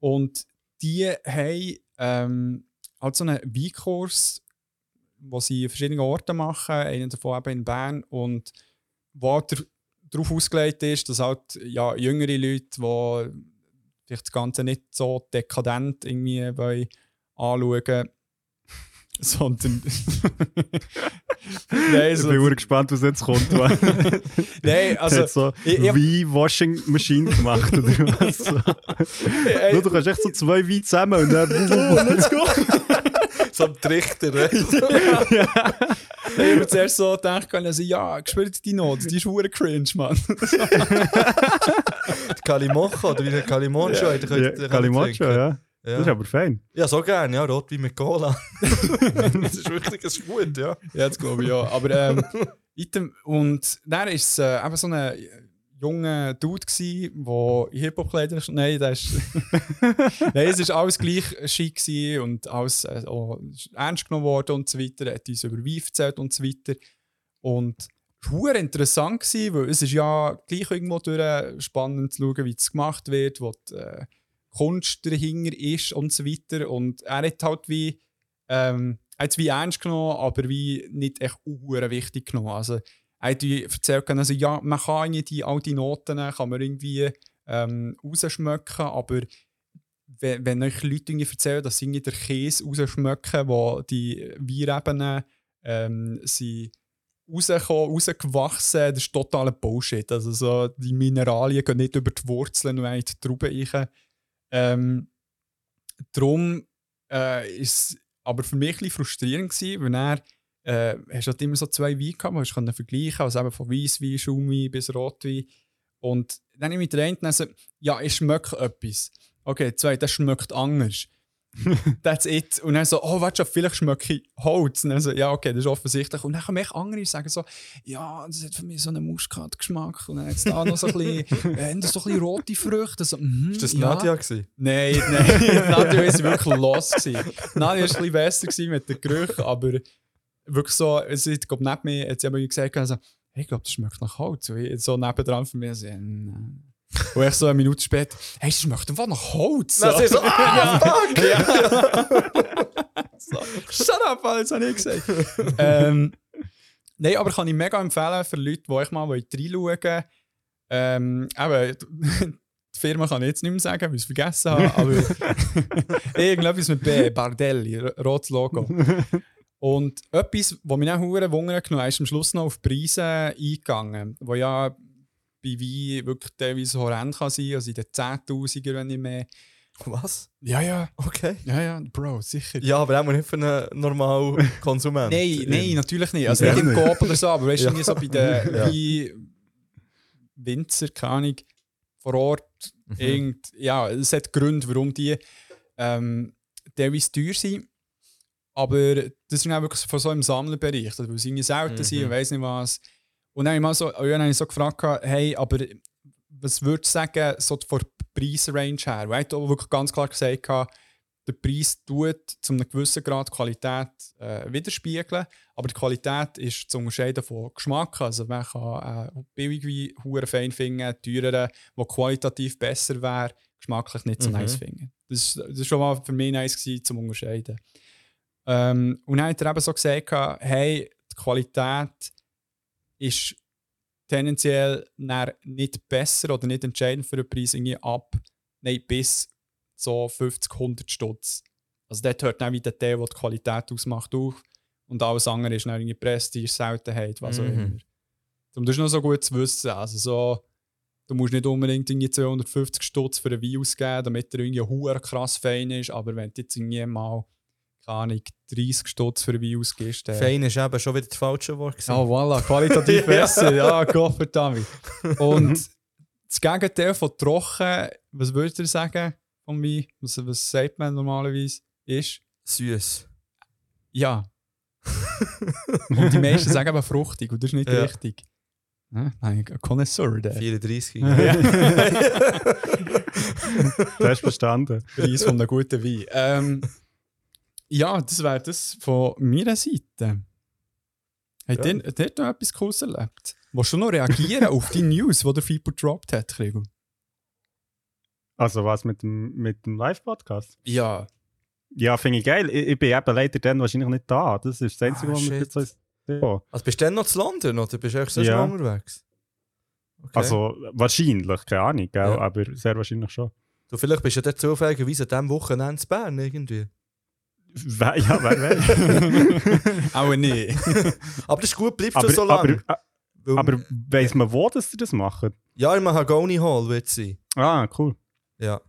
Speaker 1: Und die haben ähm, halt so einen Weinkurs, den sie an verschiedenen Orten machen, einen davon eben in Bern und wo halt der- darauf ausgelegt ist, dass halt ja, jüngere Leute, die vielleicht das Ganze nicht so dekadent irgendwie wollen anschauen sondern Nein,
Speaker 3: Ich
Speaker 1: so,
Speaker 3: bin sehr gespannt, was jetzt kommt. Man
Speaker 1: nein also,
Speaker 3: hat so
Speaker 1: ich- ich-
Speaker 3: Washing Machine gemacht oder was? So.
Speaker 1: ey, Oh,
Speaker 3: Nur, du kannst echt so zwei Wein zusammen und dann.
Speaker 2: Let's go! so am Trichter. ne?
Speaker 1: ich habe mir zuerst so gedacht, also, ja, gespürt die Not, die ist hure cringe, Mann.
Speaker 2: Die Kalimocho oder wie der Kalimoncho. den könnt- den könnt ihr
Speaker 3: Ja, Calimocho,
Speaker 2: trinken.
Speaker 3: ja. Das ist
Speaker 2: Ja.
Speaker 3: aber fein.
Speaker 2: ja, so gerne, ja, rot wie mit Cola. das ist wirklich das ist gut, ja.
Speaker 1: Ja, das glaube ich ja. Aber ähm, item, und dann war es äh, eben so ein junger Dude, gewesen, der in Hip-Hop-Kleidern stand. Nein, das ist. Nein, es war alles gleich schick gewesen und alles äh, auch ernst genommen worden und so weiter. Er hat uns über Weif erzählt und so weiter. Und es war verdammt interessant, gewesen, weil es ist ja gleich irgendwo durch spannend zu schauen, wie es gemacht wird, wo die äh, Kunst dahinter ist und so weiter. Und er hat halt wie ähm, er hat es wie ernst genommen, aber wie nicht echt hure wichtig genommen. Also er hat wie erzählt, also ja, man kann irgendwie die, all die Noten kann man irgendwie ähm, rausschmecken, aber wenn, wenn euch Leute irgendwie erzählen, dass sie irgendwie den Käse rausschmecken, wo die Weinreben ähm, sind rausgekommen, rausgewachsen, das ist totaler Bullshit. Also so, die Mineralien gehen nicht über die Wurzeln und auch nicht drüber rein. Ähm, darum äh, ist es aber für mich ein bisschen frustrierend gewesen, weil er äh, hast halt immer so zwei Weine gehabt, die du konntest vergleichen also eben von Weisswein, Schaumwein bis Rotwein. Und dann habe ich mit der einen also, ja, ich schmecke etwas. Okay, zwei, das schmeckt anders. That's it. Und dann so, oh, warte schon, vielleicht schmecke ich Holz. Und dann so, ja, okay, das ist offensichtlich. Und dann kommen echt andere und sagen so, ja, das hat für mich so einen Muskatgeschmack. Und dann hat es da noch so ein bisschen, äh, das so ein bisschen rote Früchte. So, mhm,
Speaker 2: Ist das
Speaker 1: ja.
Speaker 2: Nadja gewesen?
Speaker 1: Nein, nein, Nadja war wirklich los. gewesen. Nadja war ein bisschen besser gewesen mit den Gerüchen, aber wirklich so, es ist, glaube neben mir, jetzt haben wir gesagt, also, hey, ich glaube, das schmeckt nach Holz. Und ich, so nebendran von mir, so, ja, nein. Und ich so eine Minute später, hey, das schmeckt einfach nach Holz. So.
Speaker 2: Das ist so, ah, fuck!
Speaker 1: so, shut up, alles habe ich gesagt. ähm, nein, aber kann ich mega empfehlen für Leute, die ich mal reinschauen wollen. Ähm, eben, die Firma kann ich jetzt nicht mehr sagen, weil ich es vergessen habe, aber irgendetwas mit B, Bardelli, r- rotes Logo. Und etwas, was mich auch sehr wundern genommen hat, ist am Schluss noch auf die Preise eingegangen, wo ja bei Wein wirklich teilweise horrend kann sein, also in den 10'000er, wenn nicht mehr.
Speaker 2: Was?
Speaker 1: Ja, ja,
Speaker 2: Okay.
Speaker 1: ja, ja, Bro, sicher.
Speaker 2: Ja, aber auch mal nicht für einen normalen Konsumenten.
Speaker 1: Nein, nein, natürlich nicht. Also
Speaker 3: Ja,
Speaker 1: nicht im
Speaker 3: nicht.
Speaker 1: Coop oder so, aber weißt du,
Speaker 2: Ja.
Speaker 1: irgendwie so bei den
Speaker 2: Ja.
Speaker 1: wie Winzer, keine Ahnung, vor Ort,
Speaker 2: Mhm.
Speaker 1: irgend, ja, es hat Gründe, warum die ähm, teilweise teuer sind. Aber das sind auch wirklich von so im Sammlerbereich, also, weil sie irgendwie selten sind
Speaker 2: Mhm.
Speaker 1: und weiss nicht was. Und dann habe ich mal so, oh ja, dann habe ich so gefragt, gehabt, hey, aber was würdest du sagen, so von der Preisrange her? Weil er hat auch wirklich ganz klar gesagt, gehabt, der Preis tut zu einem gewissen Grad die Qualität äh, widerspiegeln, aber die Qualität ist zu unterscheiden von Geschmack. Also man kann äh, billig wie hure fein finden, teurere, wo qualitativ besser wäre, geschmacklich nicht so
Speaker 2: Mhm.
Speaker 1: nice finden. Das war das ist schon mal für mich nice gewesen, zum unterscheiden. Ähm, und dann hat er eben so gesagt, gehabt, hey, die Qualität ist tendenziell dann nicht besser oder nicht entscheidend für den Preis irgendwie ab, nein, bis so 50, 100 Stutz. Also dort hört dann wieder der, der die Qualität ausmacht, auf und alles andere ist dann irgendwie Prestige, Seltenheit, was auch
Speaker 2: Mhm.
Speaker 1: immer. Darum, das ist noch so gut zu wissen. Also so, du musst nicht unbedingt irgendwie 250 Stutz für einen Wein ausgeben, damit er irgendwie hure krass fein ist, aber wenn du jetzt irgendwie mal, keine Ahnung, 30 Stutz für einen Wein ausgibst, dann...
Speaker 2: Fein ist eben schon wieder das falsche Wort. gewesen.
Speaker 1: Ja, Oh, voilà, qualitativ
Speaker 2: Ja. Mhm.
Speaker 1: besser. Ja, Gottverdammt. Und das Gegenteil von trocken, was würdet ihr sagen von mir? Was, was sagt man normalerweise? Ist
Speaker 2: Süß.
Speaker 1: ja. und die meisten sagen aber fruchtig und das ist nicht
Speaker 2: Ja.
Speaker 1: richtig. Ja, nein, ein Connoisseur, der
Speaker 2: 34.
Speaker 3: Das hast du verstanden.
Speaker 1: Preis von einem guten Wein. Ähm, ja, das wäre das von meiner Seite. Hat
Speaker 2: Ja.
Speaker 1: ihr hat ihr noch etwas Cooles erlebt? Willst du noch reagieren auf die News, die der Fibo gedroppt hat, Gregor?
Speaker 3: Also was mit dem, mit dem Live-Podcast?
Speaker 1: Ja.
Speaker 3: Ja, finde ich geil. Ich, ich bin eben leider dann wahrscheinlich nicht da. Das ist das Einzige,
Speaker 2: Ah,
Speaker 3: was mir
Speaker 2: shit.
Speaker 3: jetzt so ist. Ja.
Speaker 2: Also bist du denn noch zu London oder bist du echt so
Speaker 3: Ja.
Speaker 2: schon unterwegs? Okay.
Speaker 3: Also wahrscheinlich, keine Ahnung, gell?
Speaker 2: Ja.
Speaker 3: aber sehr wahrscheinlich schon.
Speaker 2: du, vielleicht bist du ja dort zufälligerweise an diesem Wochenende in Bern irgendwie.
Speaker 3: We- Ja, wer weiß.
Speaker 1: Auch nicht.
Speaker 2: Aber das ist gut, bleibt schon
Speaker 3: aber,
Speaker 2: so
Speaker 3: aber,
Speaker 2: lange. Weil-
Speaker 3: aber weiss man, wo dass die das machen?
Speaker 2: ja, im Mahagoni Hall wird es sein.
Speaker 3: Ah, cool.
Speaker 2: Ja.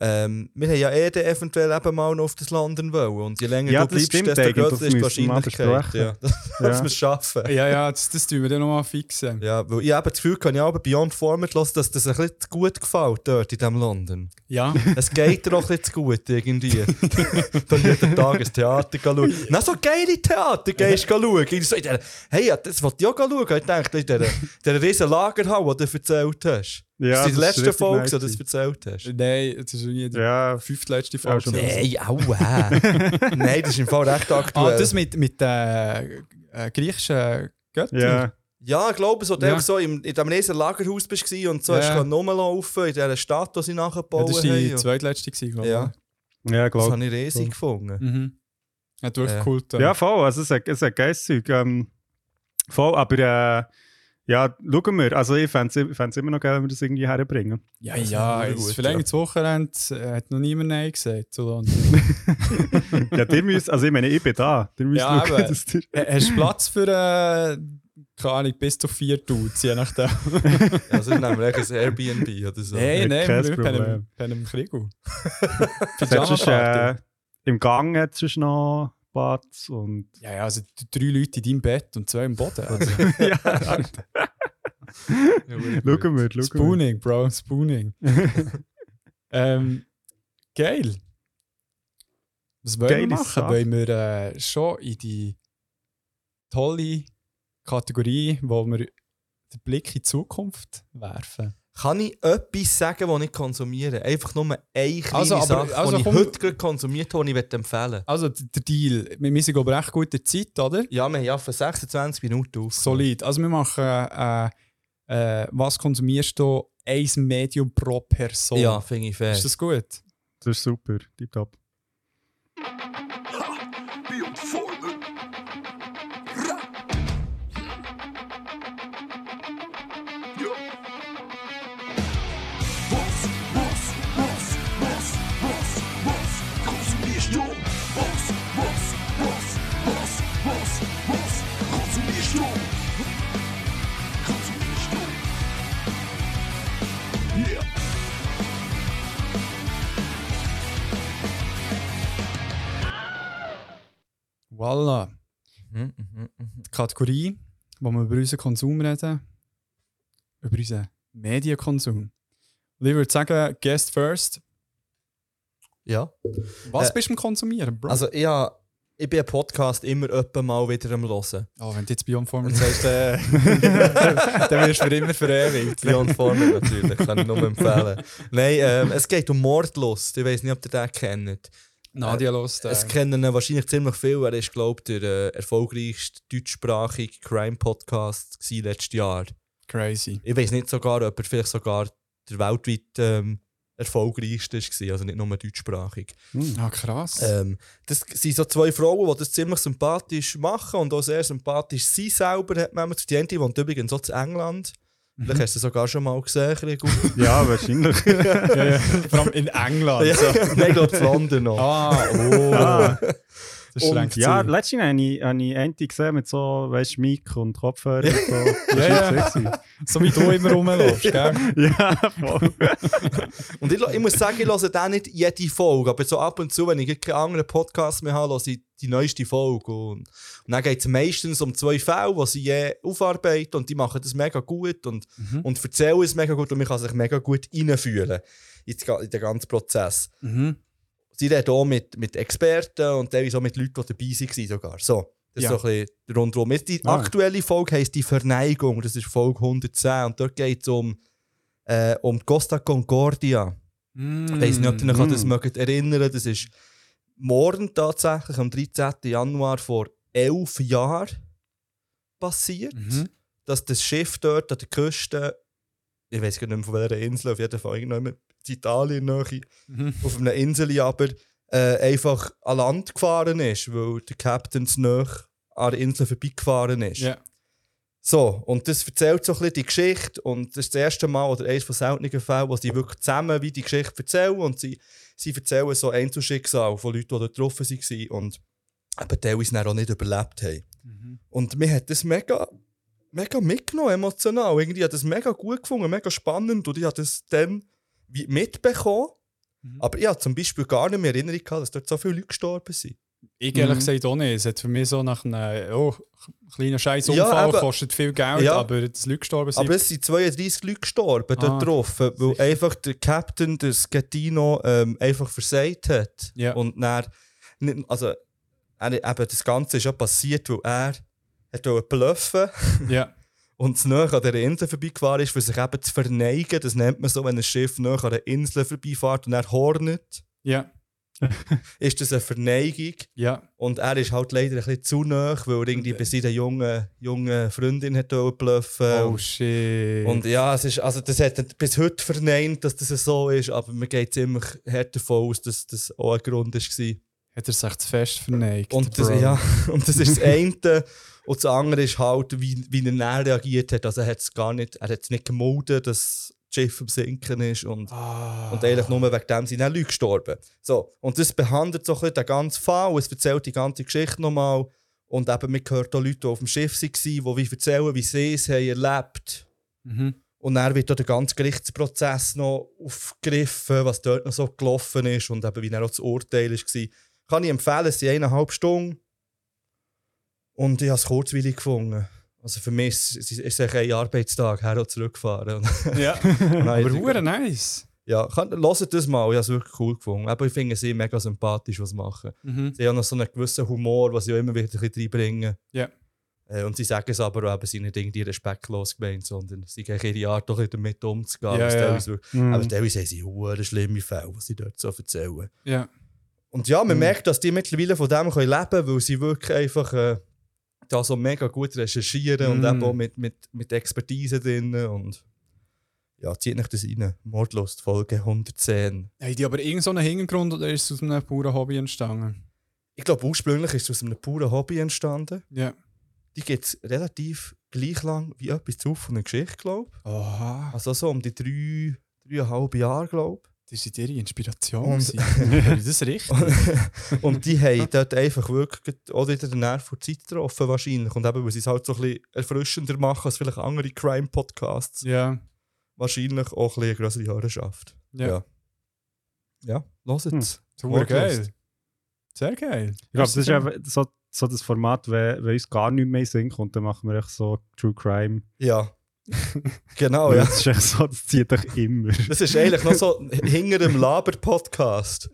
Speaker 2: Ähm, wir haben ja eh dann eventuell eben mal noch auf das Landen wollen. Und je länger
Speaker 3: Ja,
Speaker 2: du
Speaker 3: das
Speaker 2: bleibst,
Speaker 3: stimmt
Speaker 2: desto
Speaker 3: eigentlich. Das
Speaker 2: größer ist die
Speaker 3: müssen wir mal
Speaker 2: Wahrscheinlichkeit, ja,
Speaker 3: besprechen.
Speaker 2: dass
Speaker 3: Ja.
Speaker 2: wir es schaffen.
Speaker 1: ja, ja, das, das tun wir dann nochmal fixen.
Speaker 2: Ja, weil ich eben das Gefühl hatte, ja, aber Beyond Format lasse, dass das ein bisschen zu gut gefällt dort in diesem London.
Speaker 1: Ja.
Speaker 2: Es geht dir auch ein bisschen zu gut irgendwie. Dann jeden Tag ins Theater schauen. Na, so geile Theater gehst du schauen. Ich so in der, hey, ja, das wollte ich auch schauen. Ich dachte, in dieser, dieser riesen Lagerhalle, die du erzählt hast.
Speaker 3: Ja,
Speaker 2: das ist die
Speaker 3: das ist
Speaker 2: letzte
Speaker 3: richtig
Speaker 2: Folge,
Speaker 3: nice
Speaker 2: die du das erzählt hast.
Speaker 1: Nein, das ist irgendwie die
Speaker 3: Ja,
Speaker 1: fünftletzte
Speaker 3: Ja,
Speaker 1: Folge.
Speaker 3: schon.
Speaker 1: gewesen.
Speaker 2: Nein, aua. Nein, das ist im Fall recht aktuell.
Speaker 1: Ah, das mit, mit den äh, griechischen Göttern?
Speaker 3: ja.
Speaker 2: Ja, ich glaube, so,
Speaker 1: Ja.
Speaker 2: ja. so im, in diesem riesen Lagerhaus bist du und so
Speaker 1: Ja.
Speaker 2: hast du können rumlaufen in dieser Stadt, die sie
Speaker 1: Ja,
Speaker 2: nachgebaut
Speaker 1: das war
Speaker 2: haben.
Speaker 1: die zweitletzte, gewesen, glaube ich.
Speaker 2: Ja.
Speaker 3: Ja,
Speaker 2: Das
Speaker 3: glaub.
Speaker 2: habe ich riesig gefunden.
Speaker 1: Mhm. Hat wirklich
Speaker 2: Ja.
Speaker 1: cool. getan.
Speaker 3: Ja, voll. Also, es ist, es ist geiles Zeug. Ähm, voll, aber äh, ja, schauen wir. Also, ich fände es immer noch geil, wenn wir das irgendwie herbringen.
Speaker 1: ja,
Speaker 2: Das
Speaker 1: ja.
Speaker 2: ist
Speaker 1: Jetzt
Speaker 2: gut,
Speaker 1: verlängertes Wochenende äh, hat noch niemand Nein gesagt. Zu London.
Speaker 3: ja, ihr müsst, also ich meine, ich bin da. Ihr müsst
Speaker 1: Ja,
Speaker 3: schauen,
Speaker 1: eben.
Speaker 3: dass ihr,
Speaker 1: H- Hast du Platz für, äh, keine Ahnung, bis zu vier Dudes, je nachdem?
Speaker 2: Also ich nehme eigentlich ein Airbnb oder so.
Speaker 1: Nein, nein,
Speaker 3: kein
Speaker 1: wir
Speaker 3: Problem.
Speaker 1: haben einen Kriegel.
Speaker 3: das ist,
Speaker 1: Pyjama-Party.
Speaker 3: äh, im Gang hat es noch Bad und
Speaker 1: Ja, ja, also d- drei Leute in deinem Bett und zwei im Boden. Also,
Speaker 3: ja, schauen wir, schauen wir.
Speaker 1: Spooning, Bro, Spooning. ähm, geil. Was wollen wir
Speaker 3: Geile
Speaker 1: machen?
Speaker 3: Sache.
Speaker 1: Wollen wir äh, schon in die tolle Kategorie, wo wir den Blick in die Zukunft werfen?
Speaker 2: Kann ich etwas sagen, das ich konsumiere? Einfach nur eine kleine
Speaker 1: Also, aber-
Speaker 2: Sache,
Speaker 1: also
Speaker 2: die ich
Speaker 1: komm-
Speaker 2: heute gerade konsumiert habe, die ich möchte empfehlen
Speaker 1: Also, d- der Deal. Wir wir sind aber recht gut in der Zeit, oder?
Speaker 2: Ja, wir haben ja für 26 Minuten auf.
Speaker 1: Solid. Also wir machen, äh, äh, was konsumierst du? Ein Medium pro Person.
Speaker 2: Ja, finde ich fair.
Speaker 1: Ist das gut?
Speaker 3: Das ist super, tipptopp.
Speaker 4: Beyond Format. Ra. Ja. Was, was, was, was, was, was konsumierst du? Was, was, was, was, was, was konsumierst du? Konsumierst du? Yeah.
Speaker 1: Voilà.
Speaker 2: Mhm, mhm, mhm.
Speaker 1: Die Kategorie, wo wir über unseren Konsum reden. Über unseren Medienkonsum. Und ich würde sagen, Guest first.
Speaker 2: Ja.
Speaker 1: Was
Speaker 2: Äh,
Speaker 1: bist du am Konsumieren, Bro?
Speaker 2: Also ich, habe, ich bin einen Podcast immer öppe mal wieder am Hören.
Speaker 1: oh, wenn du jetzt Beyond Format sagst, äh, dann wirst du mir immer verewigt.
Speaker 2: Beyond Format natürlich, kann ich nur empfehlen. Nein, ähm, es geht um Mordlust. Ich weiß nicht, ob ihr den kennt.
Speaker 1: Nadia lost.
Speaker 2: Es
Speaker 1: Äh,
Speaker 2: kennen ihn wahrscheinlich ziemlich viel. Er ist, glaube ich, der äh, erfolgreichste deutschsprachige Crime-Podcast gewesen letztes Jahr.
Speaker 1: crazy.
Speaker 2: Ich weiß nicht sogar, ob er vielleicht sogar der weltweit ähm, erfolgreichste war, also nicht nur deutschsprachig.
Speaker 1: Ah, krass.
Speaker 2: Ähm, das sind so zwei Frauen, die das ziemlich sympathisch machen und auch sehr sympathisch sie selber hat man zu die eine wohnt übrigens auch in England. Vielleicht hast du das sogar schon mal gesehen, Rigo.
Speaker 3: Ja, wahrscheinlich.
Speaker 1: ja, ja. Vor allem in England.
Speaker 2: ja. Nein, ich glaube, in London noch.
Speaker 1: Ah, oh.
Speaker 3: Ah.
Speaker 1: Das
Speaker 2: Und-
Speaker 1: schränkt
Speaker 3: ja,
Speaker 1: zu.
Speaker 3: letztens habe ich, habe ich Ente gesehen mit so, weißt du, Mic und Kopfhörer und so. Das
Speaker 1: Ja,
Speaker 3: ist
Speaker 1: ja.
Speaker 3: echt sexy.
Speaker 1: So wie du immer rumläufst, gell?
Speaker 3: Ja, voll.
Speaker 2: Und ich, lo- ich muss sagen, ich höre den nicht jede Folge, aber so ab und zu, wenn ich keinen anderen Podcast mehr habe, höre ich die neueste Folge. Und, und dann geht es meistens um zwei Fälle, die sie je aufarbeiten und die machen das mega gut und,
Speaker 1: Mhm.
Speaker 2: und erzählen es mega gut und man kann sich mega gut reinfühlen in, die ga- in den ganzen Prozess.
Speaker 1: Mhm.
Speaker 2: Sie reden auch mit, mit Experten und teilweise auch mit Leuten, die dabei waren sogar. So, das
Speaker 1: Ja.
Speaker 2: ist so ein bisschen rundherum. Jetzt Die
Speaker 3: Ah.
Speaker 2: aktuelle Folge heisst «Die Verneigung», das ist Folge 110 und dort geht es um, äh, um Costa Concordia.
Speaker 1: Mhm.
Speaker 2: Ich weiss nicht, ob ihr euch an das
Speaker 3: Mm.
Speaker 2: mögt erinnern Das ist morgen tatsächlich, am 13. Januar vor elf Jahren passiert,
Speaker 1: Mhm.
Speaker 2: dass das Schiff dort an der Küste, ich weiß gar nicht mehr von welcher Insel, auf jeden Fall irgendwo in Italien nahe,
Speaker 1: Mhm.
Speaker 2: auf einer Insel aber, äh, einfach an Land gefahren ist, weil der Captain zu nahe an der Insel vorbeigefahren ist.
Speaker 1: Ja.
Speaker 2: So, und das erzählt so ein bisschen die Geschichte. Und das ist das erste Mal oder eines von seltenen Fällen, wo sie wirklich zusammen wie die Geschichte erzählen. Und sie sie erzählen so Einzelschicksal von Leuten, die dort getroffen waren und eben teilweise dann auch nicht überlebt haben. Und mir hat das mega, mega mitgenommen, emotional. Irgendwie hat das mega gut gefunden, mega spannend und ich habe das dann wie mitbekommen.
Speaker 1: Mhm.
Speaker 2: Aber ich habe zum Beispiel gar nicht mehr Erinnerung gehabt, dass dort so viele Leute gestorben sind.
Speaker 1: Ich
Speaker 3: Mhm.
Speaker 1: ehrlich gesagt auch nicht. Es hat für mich so nach einem oh, kleinen
Speaker 2: Ja,
Speaker 1: Scheißunfall
Speaker 2: eben.
Speaker 1: kostet viel Geld,
Speaker 2: Ja.
Speaker 1: aber dass Leute gestorben sind.
Speaker 2: Aber es sind 32 Leute gestorben
Speaker 1: Ah.
Speaker 2: dort drauf, weil einfach der Captain, der Schettino, ähm, einfach versagt hat.
Speaker 1: Ja.
Speaker 2: Und dann, nicht- also, er, eben, das Ganze ist ja passiert, weil er hat wollte bluffen
Speaker 1: ja.
Speaker 2: und zu nahe an der Insel vorbeigefahren ist, weil sich eben zu verneigen, das nennt man so, wenn ein Schiff nahe an der Insel vorbeifährt und er hornet,
Speaker 1: ja,
Speaker 2: ist das eine Verneigung.
Speaker 1: ja,
Speaker 2: Und er ist halt leider ein bisschen zu nah, weil er irgendwie
Speaker 1: äh,
Speaker 2: bei seiner jungen, jungen Freundin hat wollte bluffen
Speaker 1: Oh shit.
Speaker 2: Ähm, Und ja, es ist, also das hat er bis heute verneint, dass das so ist, aber man geht ziemlich hart davon aus, dass das auch ein Grund war.
Speaker 1: hat er sich zu fest verneigt.
Speaker 2: Und das,
Speaker 1: Bro.
Speaker 2: ja, und das ist das eine. Und das andere ist halt, wie, wie er dann reagiert hat. Also er hat es gar nicht, er hat es nicht gemolden, dass das Schiff am Sinken ist und,
Speaker 1: Ah.
Speaker 2: und eigentlich nur wegen dem sind dann Leute gestorben. So, und das behandelt so ein bisschen den ganzen Fall, es erzählt die ganze Geschichte nochmal. Und eben, man hört auch Leute, die auf dem Schiff waren, die wie erzählen, wie sie es haben erlebt
Speaker 1: Mhm.
Speaker 2: Und dann wird auch der ganze Gerichtsprozess noch aufgegriffen, was dort noch so gelaufen ist und eben wie dann auch das Urteil war. Kann ich empfehlen, es sind eineinhalb Stunden. Und ich habe es kurzweilig gefunden. Also für mich ist es ist es ein Arbeitstag, her und zurückfahren. Und
Speaker 1: ja.
Speaker 2: dann
Speaker 1: aber
Speaker 2: habe ich-
Speaker 1: hure nice.
Speaker 2: Ja, kann- hört das mal, ich habe es wirklich cool gefunden. Aber ich finde sie mega sympathisch, was sie machen.
Speaker 1: Mhm.
Speaker 2: Sie haben noch so einen gewissen Humor, was sie auch immer wieder ein bisschen reinbringen.
Speaker 1: Ja.
Speaker 2: Äh, Und sie sagen es aber auch, eben, sie sind nicht irgendwie respektlos gemeint, sondern sie gehen ihre Art doch ein bisschen damit umzugehen.
Speaker 1: Ja,
Speaker 2: was
Speaker 1: ja.
Speaker 2: teilweise wirklich-
Speaker 3: Mhm.
Speaker 2: Aber teilweise haben sie hure schlimme Fälle, die sie dort so erzählen.
Speaker 1: Ja.
Speaker 2: Und ja, man
Speaker 3: Mhm.
Speaker 2: merkt, dass die mittlerweile von dem können leben können, weil sie wirklich einfach äh, da so mega gut recherchieren und
Speaker 1: Mhm.
Speaker 2: eben auch mit, mit, mit Expertise drin. Und ja, zieht euch das rein. Mordlust, Folge 110.
Speaker 1: Haben die aber irgendeinen so einen Hintergrund oder ist es aus einem puren Hobby entstanden?
Speaker 2: Ich glaube, ursprünglich ist es aus einem puren Hobby entstanden.
Speaker 1: Ja.
Speaker 2: die gibt es relativ gleich lang wie etwas zu von der Geschichte, glaube ich.
Speaker 1: Oha,
Speaker 2: Also so um die drei, dreieinhalb Jahre, glaube
Speaker 1: Ah, das sind ihre Inspiration.
Speaker 2: Und-
Speaker 1: gewesen. Habe ich das richtig?
Speaker 2: ich. Und die haben dort einfach wirklich auch wieder den Nerv vor die Zeit getroffen, wahrscheinlich. Und eben, weil sie es halt so ein bisschen erfrischender machen als vielleicht andere Crime-Podcasts,
Speaker 1: ja.
Speaker 2: wahrscheinlich auch ein bisschen eine größere Hörerschaft.
Speaker 1: Ja.
Speaker 2: Ja, ja hört es.
Speaker 1: Super
Speaker 2: Wortlos.
Speaker 1: geil. Sehr geil.
Speaker 3: Ich glaube, das ist einfach so, so das Format, wenn, wenn uns gar nichts mehr in den Sinn kommt, dann machen wir echt so True Crime.
Speaker 2: Ja. genau,
Speaker 3: Weil
Speaker 2: ja.
Speaker 3: Das ist echt so, das zieht dich immer.
Speaker 2: Das ist eigentlich noch so hinter dem Laber-Podcast.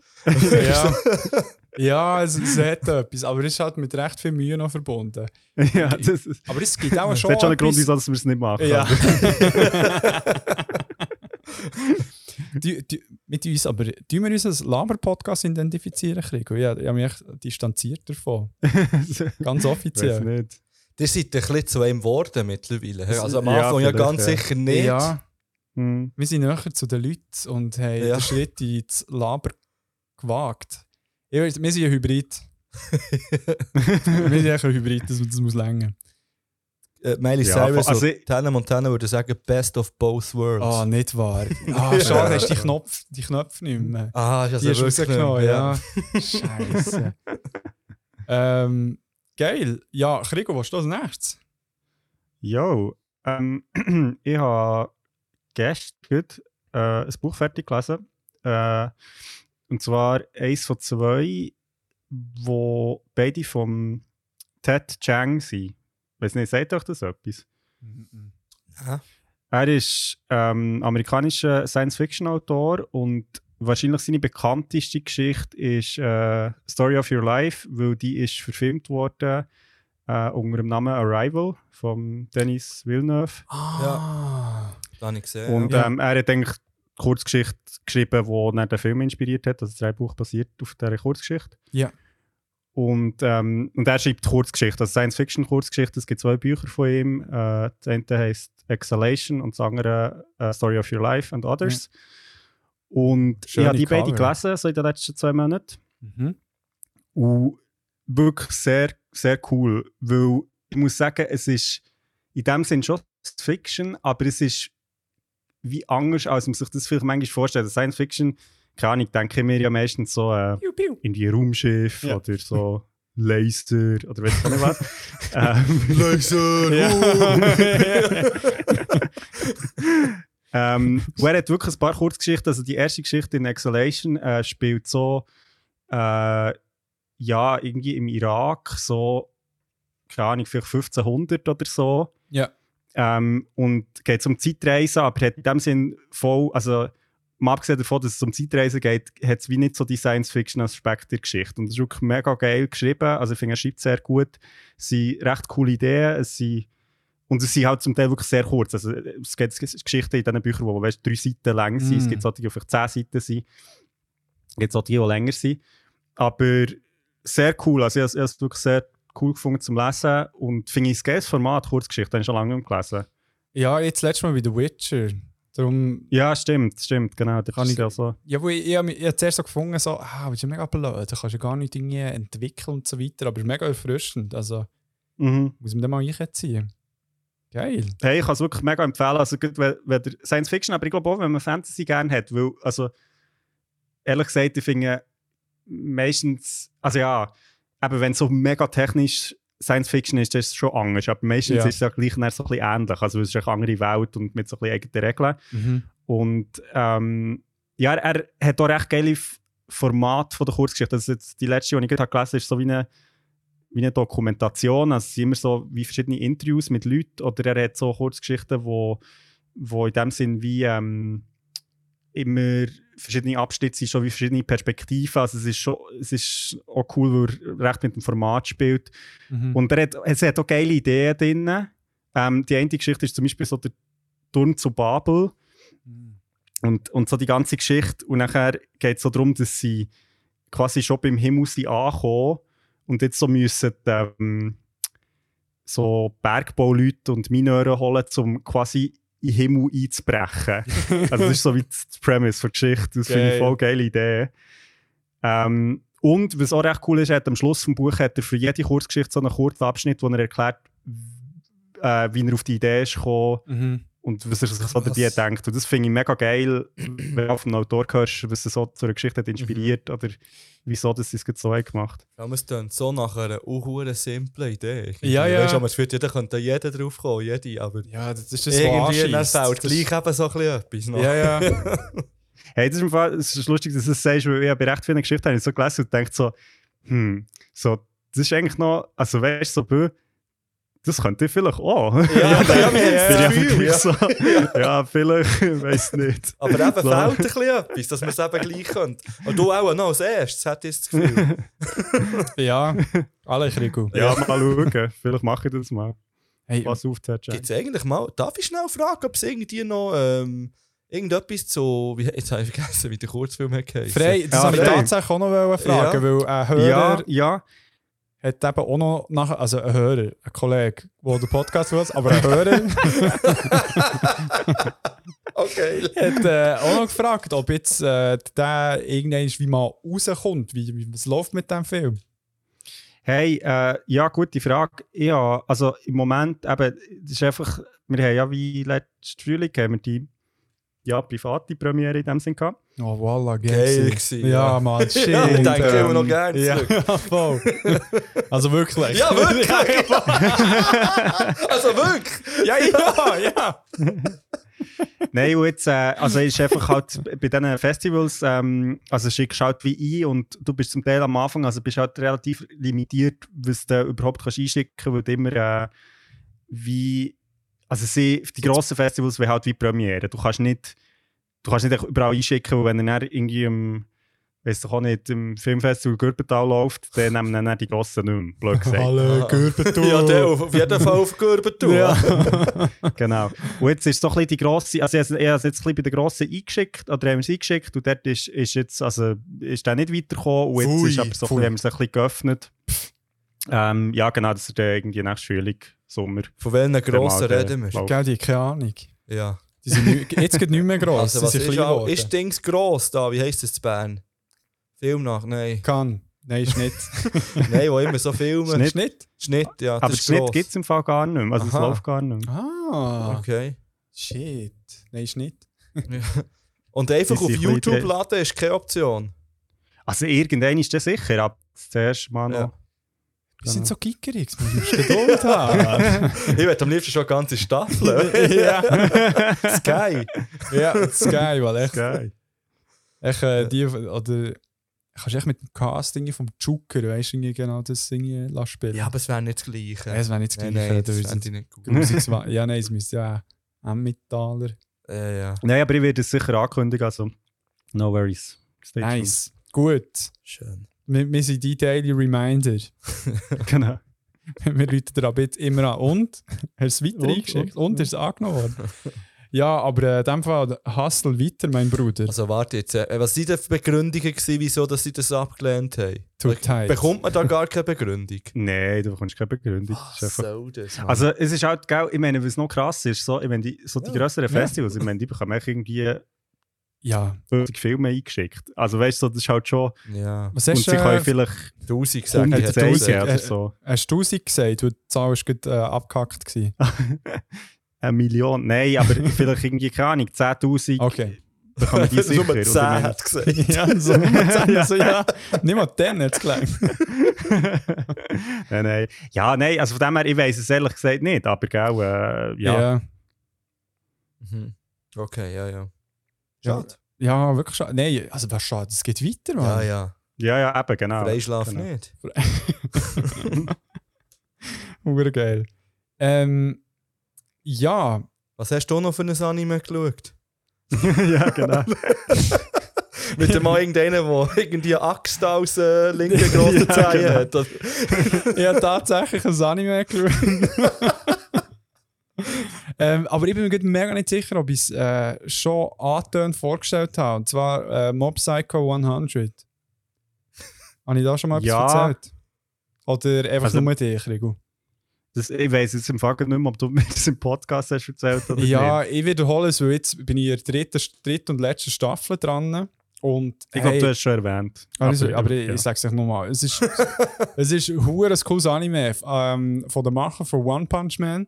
Speaker 1: Ja, ja es, es hat etwas, aber es ist halt mit recht viel Mühe noch verbunden.
Speaker 3: ja, das, ist- das
Speaker 1: Aber es gibt auch
Speaker 3: hat
Speaker 1: schon.
Speaker 3: schon einen Grund,
Speaker 1: etwas-
Speaker 3: wieso dass wir es nicht machen.
Speaker 1: Ja.
Speaker 3: aber-
Speaker 1: du, du, mit uns, aber tun wir uns als Laber-Podcast identifizieren, Krieg? Ich, habe- ich habe mich echt distanziert davon.
Speaker 3: Ich
Speaker 1: Ganz
Speaker 3: weiß
Speaker 1: offiziell.
Speaker 3: nicht.
Speaker 2: Ihr seid ein bisschen zu einem Worten mittlerweile. hä?
Speaker 3: Das-
Speaker 2: Also am
Speaker 3: ja,
Speaker 2: Anfang ja,
Speaker 3: vielleicht,
Speaker 2: ganz
Speaker 3: ja.
Speaker 2: sicher nicht.
Speaker 1: Ja,
Speaker 3: Hm.
Speaker 1: wir sind näher zu den Leuten und haben
Speaker 2: Ja.
Speaker 1: den Schritt ins Laber gewagt. Ich weiß, wir sind ein Hybrid. wir sind echt ein Hybrid, das, das muss länger.
Speaker 2: Äh, Miley
Speaker 3: Ja,
Speaker 2: Cyrus
Speaker 3: also
Speaker 2: und
Speaker 3: ich-
Speaker 2: Tana Montana würde sagen Best of Both Worlds.
Speaker 1: Ah, nicht wahr. Ah, schade, hast du die, Knopf, die Knöpfe nicht mehr.
Speaker 2: Ah, ist
Speaker 1: Die
Speaker 2: also
Speaker 1: hast du
Speaker 2: wirklich
Speaker 1: rausgenommen,
Speaker 2: nicht,
Speaker 1: ja. Scheiße. ähm, geil. Ja, Krigo, was ist das nächstes?
Speaker 3: Jo, ähm, ich habe gestern äh, ein Buch fertig gelesen. Äh, und zwar eins von zwei, wo beide vom Ted Chang sind. Weiß nicht, sagt euch das etwas? Er ist ähm, amerikanischer Science-Fiction-Autor und wahrscheinlich seine bekannteste Geschichte ist äh, Story of Your Life, weil die ist verfilmt worden äh, unter dem Namen Arrival von Denis Villeneuve.
Speaker 1: Ah.
Speaker 2: Das habe ich gesehen.
Speaker 3: Und
Speaker 1: Ja.
Speaker 3: ähm, er hat eigentlich die Kurzgeschichte geschrieben, die dann den Film inspiriert hat. Also das Drehbuch basiert auf dieser Kurzgeschichte.
Speaker 1: Ja.
Speaker 3: Und, ähm, und er schreibt Kurzgeschichte, also Science-Fiction-Kurzgeschichte. Es gibt zwei Bücher von ihm. Äh, das eine heisst Exhalation und das andere äh, Story of Your Life and Others. Und
Speaker 1: Schöne
Speaker 3: ich habe die beiden
Speaker 1: Cover.
Speaker 3: gelesen, so in den letzten zwei Monaten.
Speaker 1: Mhm.
Speaker 3: Und wirklich sehr, sehr cool. Weil ich muss sagen, es ist in dem Sinn schon Fiction, aber es ist wie anders, als man sich das vielleicht manchmal vorstellt. Science Fiction keine Ahnung, denke ich mir ja meistens so äh, in die Raumschiff
Speaker 1: Ja.
Speaker 3: oder so Laser oder weiß ich nicht was. ähm,
Speaker 2: Laser!
Speaker 3: uh. ähm, und er hat wirklich ein paar Kurzgeschichten. Also die erste Geschichte in Exhalation äh, spielt so, äh, ja, irgendwie im Irak, so, keine Ahnung, vielleicht 1500 oder so.
Speaker 1: Ja.
Speaker 3: Ähm, und geht um Zeitreisen, aber hat in dem Sinn voll, also mal abgesehen davon, dass es um Zeitreisen geht, hat es wie nicht so die Science-Fiction-Aspekte der Geschichte. Und es ist wirklich mega geil geschrieben. Also ich finde, er schreibt sehr gut. Es sind recht coole Ideen. Es sind, und es sind halt zum Teil wirklich sehr kurz. Also es gibt Geschichten in diesen Büchern, die weißt, drei Seiten lang sind. Es
Speaker 1: Mm.
Speaker 3: gibt solche, die vielleicht zehn Seiten sind. Es gibt solche, die länger sind. Aber sehr cool. Also ich habe es- ich habe es wirklich sehr cool gefunden zum Lesen. Und finde ich ein geiles Format, Kurzgeschichte, habe ich schon lange nicht mehr gelesen.
Speaker 1: Ja, jetzt letztes Mal bei The Witcher. Darum,
Speaker 3: Ja, stimmt, stimmt, genau. Das
Speaker 1: Kann
Speaker 3: ist
Speaker 1: ich-
Speaker 3: ja so.
Speaker 1: ja, wo ich, ich, hab mich- ich habe zuerst so gefunden, so, ah, das ist ja mega blöd, da kannst du gar nicht Dinge entwickeln und so weiter, aber es ist mega erfrischend. Also
Speaker 3: Mhm.
Speaker 1: muss man den mal einziehen. Geil.
Speaker 3: Hey, ich kann es wirklich mega empfehlen. Also, gut, wenn, wenn der Science Fiction, aber ich glaube auch, wenn man Fantasy gerne hat, weil, also, ehrlich gesagt, ich finde meistens, also ja, eben wenn es so mega technisch Science Fiction ist, das ist es schon anders. Aber meistens
Speaker 1: Ja.
Speaker 3: ist es ja gleich dann so ein bisschen ähnlich. Also, es ist eine andere Welt und mit so ein bisschen eigenen Regeln.
Speaker 1: Mhm.
Speaker 3: Und ähm, ja, er, er hat auch recht geile F- Formate von der Kurzgeschichte. Also jetzt die letzte, die ich gerade gelesen habe, ist so wie eine, wie eine Dokumentation. Also es sind immer so wie verschiedene Interviews mit Leuten. Oder er hat so Kurzgeschichten, wo, wo in dem Sinn wie ähm, immer verschiedene Abschnitte sind, schon wie verschiedene Perspektiven. Also es ist, schon, es ist auch cool, weil er recht mit dem Format spielt.
Speaker 1: Mhm.
Speaker 3: Und er hat, es hat auch geile Ideen drin. Ähm, die eine Geschichte ist zum Beispiel so der Turm zu Babel und, und so die ganze Geschichte. Und nachher geht es so darum, dass sie quasi schon beim Himmel sind angekommen und jetzt so müssen ähm, so Bergbauleute und Mineure holen, um quasi in den Himmel einzubrechen. also das ist so wie die die Premise der Geschichte. Das finde
Speaker 1: Geil.
Speaker 3: ich voll geile Idee. Ähm, und was auch recht cool ist, er hat am Schluss vom Buch hat er für jede Kurzgeschichte so einen kurzen Abschnitt, wo er erklärt, w- äh, wie er auf die Idee ist gekommen
Speaker 1: Mhm.
Speaker 3: und was er sich so
Speaker 2: Krass.
Speaker 3: dabei denkt. Und das finde ich mega geil, wenn du auf einen Autor hörst, was er so zu einer Geschichte hat
Speaker 2: Mhm.
Speaker 3: inspiriert oder wieso das sie es gerade so haben gemacht
Speaker 2: Ja, aber es klingt so nach einer unhure simplen Idee.
Speaker 1: Ja, ja.
Speaker 2: Weißt du, aber es wird jeder, könnte jeder drauf kommen, jede, aber
Speaker 1: Ja, das ist das
Speaker 2: irgendwie dann
Speaker 1: was
Speaker 2: fehlt
Speaker 1: anschießt. Das-
Speaker 2: gleich eben so ein bisschen etwas noch.
Speaker 1: Ja, ja.
Speaker 3: Hey, das ist, im Fall, es ist lustig, dass du das sagst, weil ich bei recht vielen Geschichten habe ich so gelesen und denkt so, hm, so, das ist eigentlich noch, also weißt du, so, bö, das könnte ich vielleicht auch.
Speaker 2: ja, ja, ja,
Speaker 3: Bin ich
Speaker 2: ja,
Speaker 3: einfach
Speaker 2: ja,
Speaker 3: gleich so, ja, vielleicht, ich weiß nicht.
Speaker 2: Aber eben
Speaker 3: So.
Speaker 2: fehlt ein bisschen etwas, dass man es eben gleich könnte. Und du auch noch als erstes, hättest du das Gefühl.
Speaker 1: ja, alle Kriegel.
Speaker 3: Ja, mal schauen, vielleicht mache ich das mal.
Speaker 1: Hey,
Speaker 3: Pass auf, Ted Jack.
Speaker 2: Gibt es eigentlich mal, darf ich schnell fragen, ob es irgendwie noch ähm, irgendetwas zu, wie, jetzt habe ich vergessen, wie der Kurzfilm hat geheißen.
Speaker 1: Frei, das
Speaker 3: Ja,
Speaker 1: habe ich
Speaker 3: Frey.
Speaker 1: tatsächlich auch noch wollen fragen, weil ein Hörer
Speaker 3: Ja, ja,
Speaker 1: hat eben auch noch, nachher, also ein Hörer, ein Kollege, der den Podcast hört, aber ein Hörer
Speaker 2: Okay.
Speaker 1: hat äh, auch noch gefragt, ob jetzt äh, der irgendwann wie mal rauskommt, wie, wie es läuft mit dem Film.
Speaker 3: Hey, äh, ja, gute Frage. Ja, also im Moment, eben, das ist einfach, wir haben ja wie letztes Frühling haben wir die ja, private Premiere in dem Sinn gehabt.
Speaker 1: Oh, voilà,
Speaker 2: Geil
Speaker 1: gewesen.
Speaker 2: gewesen,
Speaker 1: Ja,
Speaker 2: ja.
Speaker 1: Mann, shit.
Speaker 2: Ja, ich denke
Speaker 1: Und,
Speaker 2: immer noch gerne
Speaker 1: Ja,
Speaker 2: zurück.
Speaker 1: voll. Also wirklich.
Speaker 2: Ja, wirklich! also wirklich!
Speaker 1: ja, ja, ja.
Speaker 3: Nein, und jetzt, äh, also es ist einfach halt bei diesen Festivals, ähm, also schickst halt wie ein und du bist zum Teil am Anfang, also bist halt relativ limitiert, was du überhaupt kannst einschicken kannst, weil du immer äh, wie, also sie, die grossen Festivals wie halt wie Premiere. Du kannst nicht, du kannst nicht echt überall einschicken, weil wenn er dann irgendwie im, weiss doch auch nicht, im Filmfestival Gürbetal läuft, dann nehmen dann die grossen nicht mehr, blöd gesagt.
Speaker 1: Alle Gürbetur.
Speaker 2: Ja, der auf, auf jeden Fall auf Gürbentour.
Speaker 1: Ja.
Speaker 3: genau. Und jetzt ist so ein bisschen die grosse, also ich habe es- ich habe es jetzt ein bisschen bei der grossen eingeschickt, oder haben wir es eingeschickt und dort ist, ist jetzt, also ist der nicht weitergekommen und jetzt
Speaker 1: Pfui,
Speaker 3: ist aber so ein
Speaker 1: pfui.
Speaker 3: bisschen, haben wir es ein bisschen geöffnet. Ähm, ja genau, das ist dann irgendwie nächstes Frühling,
Speaker 1: Ah,
Speaker 3: Sommer.
Speaker 2: Von welchen grossen
Speaker 3: Mal, der-
Speaker 2: reden wir?
Speaker 3: mal.
Speaker 1: Gell, die, keine Ahnung.
Speaker 2: Ja.
Speaker 1: Die sind nicht- jetzt geht nicht mehr gross.
Speaker 2: Also, was
Speaker 1: die sind
Speaker 2: ist,
Speaker 1: klein
Speaker 2: auch,
Speaker 1: geworden.
Speaker 2: ist Dings gross da? Wie heisst das in Bern? Film nach? Nein.
Speaker 1: Kann. Nein, ist nicht.
Speaker 2: Nein, wo immer so Filme.
Speaker 3: Schnitt?
Speaker 1: Ist nicht?
Speaker 2: Schnitt, ja. Das
Speaker 3: aber
Speaker 2: ist
Speaker 3: Schnitt
Speaker 2: gross.
Speaker 3: gibt es im Fall gar nicht mehr, also es
Speaker 2: Aha.
Speaker 3: läuft gar nicht mehr.
Speaker 1: Ah.
Speaker 2: Okay.
Speaker 1: Shit. Nein, ist nicht.
Speaker 2: Und einfach
Speaker 3: Die
Speaker 2: auf
Speaker 3: sind ein bisschen-
Speaker 2: YouTube laden ist keine Option.
Speaker 3: Also irgendein ist das sicher, aber zuerst mal noch.
Speaker 2: Ja.
Speaker 1: Wir sind so gickerig, man muss Geduld haben.
Speaker 2: ich werde am liebsten schon eine ganze Staffel.
Speaker 1: ja,
Speaker 2: Sky.
Speaker 1: ja, das ist geil, weil echt,
Speaker 3: Geil.
Speaker 1: echt äh, die, oder kannst du echt mit dem Casting vom Joker, weißt du, irgendwie genau das Ding lassen spielen.
Speaker 2: Ja, aber es wäre nicht das Gleiche.
Speaker 1: Ja, es wäre nicht das
Speaker 2: Nein,
Speaker 1: Gleiche.
Speaker 2: nein,
Speaker 1: da
Speaker 2: das
Speaker 1: würde
Speaker 2: fände ich nicht gut.
Speaker 1: ich grusiges Wa- ja, nein, es müsste ja auch Emmentaler.
Speaker 2: Ja, ja.
Speaker 3: Nein, aber ich werde es sicher ankündigen, also no worries. Stay tuned.
Speaker 1: Nice. Gut.
Speaker 2: Schön.
Speaker 1: Wir, wir sind die Daily Reminder.
Speaker 3: Genau.
Speaker 1: wir rufen dir ab jetzt immer an. Und? Hast du es weiter
Speaker 3: Und,
Speaker 1: eingeschickt?
Speaker 3: und,
Speaker 1: Und, ist es angenommen worden? ja, aber äh, in dem Fall, hustle weiter, mein Bruder.
Speaker 2: Also warte jetzt, äh, was waren denn die Begründungen, gewesen, wieso dass sie das abgelehnt haben?
Speaker 1: Too tight.
Speaker 2: Bekommt man da gar keine Begründung?
Speaker 3: Nein, du bekommst keine Begründung. Das ist einfach-
Speaker 2: soll das? Mann?
Speaker 3: Also es ist halt, gell, ich meine, was noch krass ist, so, ich meine, die, so die
Speaker 2: Ja.
Speaker 3: grösseren Festivals, ich meine, die bekommen echt irgendwie
Speaker 1: ja.
Speaker 3: 50 Filme eingeschickt. Also weißt du, so, das ist halt schon...
Speaker 2: ja,
Speaker 1: Was
Speaker 3: Und
Speaker 1: hast,
Speaker 3: sie können
Speaker 1: äh,
Speaker 3: vielleicht
Speaker 2: 1000 sagen.
Speaker 3: 100
Speaker 2: hat er
Speaker 1: tausend.
Speaker 3: zeigen
Speaker 2: gesagt.
Speaker 3: oder so.
Speaker 1: hast du sie gesagt? Weil Die Zahl war gerade äh, abgehackt. Gewesen.
Speaker 3: Eine Million, nein, aber vielleicht irgendwie, keine Ahnung, 10'000
Speaker 1: Okay.
Speaker 3: bekommen die sicher.
Speaker 2: Nummer
Speaker 3: Und ich
Speaker 2: 10
Speaker 3: meine-
Speaker 2: hat gesagt.
Speaker 1: ja, so, ja. so, ja. Niemand den hat es gelangt.
Speaker 3: nein, nein. Ja, nein, also von dem her, ich weiß es ehrlich gesagt nicht, aber gell, äh, ja.
Speaker 1: ja.
Speaker 2: Mhm. Okay, ja, ja.
Speaker 1: Ja.
Speaker 2: Schade.
Speaker 1: Ja, wirklich schade. Nein, also was schade, es geht weiter, Mann.
Speaker 2: Ja, ja.
Speaker 3: Ja, ja, eben, genau.
Speaker 2: Freischlaf
Speaker 3: genau.
Speaker 2: nicht.
Speaker 1: Hure geil. Ähm, ja,
Speaker 2: Was hast du noch für ein Anime geschaut?
Speaker 3: ja, genau.
Speaker 2: Mit dem Mann irgendeinen, der irgendwie eine Axt aus äh, linken grossen
Speaker 3: Ja,
Speaker 2: Zeichen
Speaker 3: genau.
Speaker 2: hat. Das-
Speaker 1: ich habe tatsächlich ein Anime geschaut. ähm, aber ich bin mir gerade mega nicht sicher, ob ich es äh, schon angetönt vorgestellt habe. Und zwar äh, Mob Psycho 100. habe ich da schon mal etwas
Speaker 3: Ja.
Speaker 1: erzählt? Oder einfach
Speaker 3: Also-
Speaker 1: nur dich, Rigo?
Speaker 3: Das, ich weiß jetzt im Fall nicht mehr, ob du mir das im Podcast hast erzählt oder nicht.
Speaker 1: Ja, ich wiederhole es, weil jetzt bin ich in der dritten, dritten und letzten Staffel dran. Und,
Speaker 3: Ich glaube,
Speaker 1: hey, Oh,
Speaker 3: du hast es schon erwähnt.
Speaker 1: Also, aber, ich,
Speaker 3: ja.
Speaker 1: ich sag's euch nochmal. Es ist, es ist ein hure cooles Anime ähm, von der Macher von One Punch Man.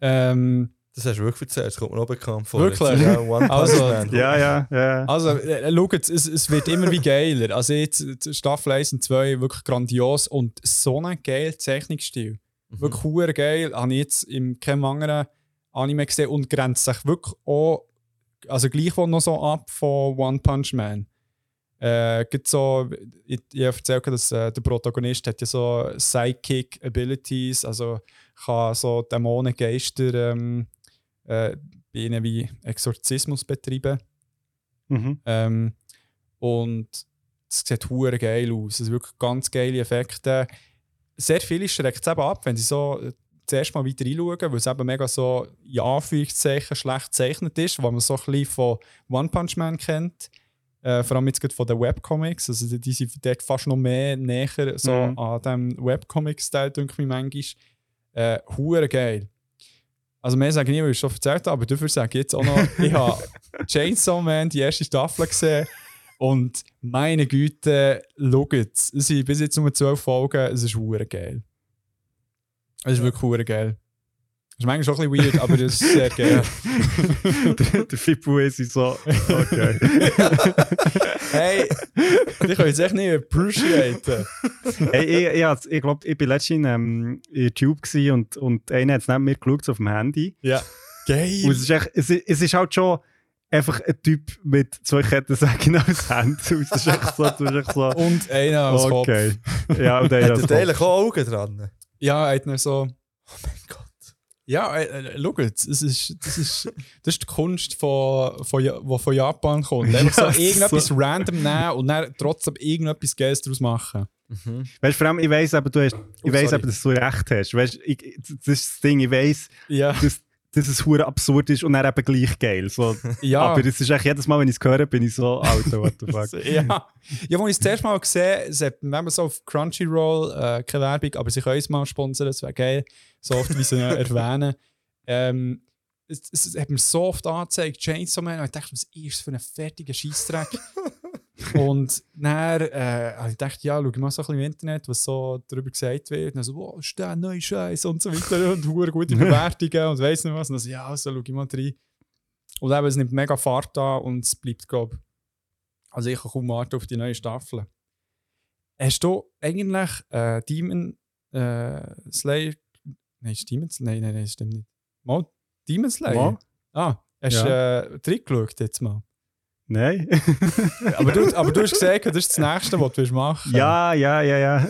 Speaker 1: Ähm,
Speaker 2: Das hast du wirklich erzählt, das kommt mir noch bekannt vor.
Speaker 1: Wirklich?
Speaker 2: Jetzt, Ja, One Punch
Speaker 1: Also-
Speaker 2: Man.
Speaker 3: ja, ja, ja.
Speaker 1: also, äh, äh, schaut, es, es wird immer wie geiler. Also, jetzt jetzt Staffel 1 und 2 wirklich grandios und so ein geiler Technikstil.
Speaker 2: Mhm.
Speaker 1: Wirklich hure geil. Habe ich jetzt in keinem anderen Anime gesehen und grenzt sich wirklich auch, also gleichwohl noch so ab von One Punch Man. Äh, gibt so, ich, ich erzähle, dass äh, der Protagonist hat ja so Psychic Abilities, also kann so Dämonen, Geister ähm, äh, bei ihnen wie Exorzismus betreiben.
Speaker 3: Mhm.
Speaker 1: Ähm, und es sieht hure geil aus. Es sind wirklich ganz geile Effekte. Sehr viele schreckt es eben ab, wenn sie so äh, zuerst mal weiter reinschauen, weil es eben mega so in Anführungszeichen schlecht gezeichnet ist, was man so ein bisschen von One Punch Man kennt. Äh, vor allem jetzt gerade von den Webcomics. Also die, die sind dort fast noch mehr näher so
Speaker 3: Mhm.
Speaker 1: an dem Webcomics-Teil, denke ich mir manchmal. Äh, hure geil. Also mehr sage ich nicht, weil ich es schon erzählt habe, aber dafür sage ich jetzt auch noch, ich habe Chainsaw Man, die erste Staffel gesehen und meine Güte, schaut es. Es sind bis jetzt nur 12 Folgen, es ist hure geil. Es ist wirklich hure geil. Es ist manchmal schon ein bisschen weird, aber es ist sehr geil.
Speaker 3: der der Fipu ist so, okay.
Speaker 1: Hey, die können es echt nicht appreciaten.
Speaker 3: Hey, ich, ich, hat's- ich glaube, ich war letztens ähm, in Tube gewesen und, und einer hat es neben mir geschaut so auf dem Handy.
Speaker 1: Ja.
Speaker 3: Und es
Speaker 1: Geil.
Speaker 3: ist, echt, es, ist- es ist halt schon einfach ein Typ mit zwei Kettensägen als Handy. Und Es ist echt so, du bist echt so,
Speaker 1: Und einer am Kopf.
Speaker 3: okay. Ja, und einer
Speaker 2: Hat
Speaker 3: als
Speaker 2: er
Speaker 3: Kopf.
Speaker 2: eigentlich auch Augen dran?
Speaker 1: Ja, er hat noch so...
Speaker 2: Oh mein Gott.
Speaker 1: Ja, äh, äh, schaut, es ist, das, ist, das ist die Kunst, von, von, Ja- wo von Japan kommt. Einfach
Speaker 3: Ja,
Speaker 1: so irgendetwas
Speaker 3: so.
Speaker 1: random nehmen und dann trotzdem irgendetwas Geiles daraus machen.
Speaker 2: Mhm.
Speaker 3: Weißt du, vor allem, ich weiss aber, du hast, ich
Speaker 1: Oh,
Speaker 3: weiss
Speaker 1: sorry.
Speaker 3: aber, dass du recht hast. Weißt, ich, das ist das Ding, ich weiss,
Speaker 1: Ja,
Speaker 3: dass, dass es hure absurd ist und dann eben gleich geil. So.
Speaker 1: ja.
Speaker 3: Aber es ist echt jedes Mal, wenn ich es höre, bin ich so, ah, Alter, what the fuck.
Speaker 1: ja. ja, wo ich es zuerst mal gesehen es hat nehmen wir so auf Crunchyroll, äh, keine Werbung, aber sie können es mal sponsern, das wäre geil, so oft wie sie ihn erwähnen. Ähm, es, es, es hat mir so oft angezeigt, Chainsaw Man, und ich dachte, was ist das für ein fertiger Scheißdreck? und dann äh, habe ich gedacht, ja, schau ich mal so ein bisschen im Internet, was so darüber gesagt wird. Und dann so, wow, ist der neue Scheiß und so weiter und hure gute Bewertungen und weiss nicht was. Und dann so, ja, also schau ich mal rein. Und eben, es nimmt mega Fahrt an und es bleibt, glaube ich. Also ich kann kaum warten auf die neue Staffel. Hast du eigentlich äh, Demon äh, Slayer... Nein, ist Demon Slayer? Nein, nein, nein, stimmt nicht. Mal Demon Slayer?
Speaker 3: Mal.
Speaker 1: Ah, hast du äh, reingeschaut jetzt mal?
Speaker 3: Nein?
Speaker 1: Aber du, aber du hast gesagt, das ist das Nächste, was du willst machen
Speaker 3: ja, ja, ja, ja.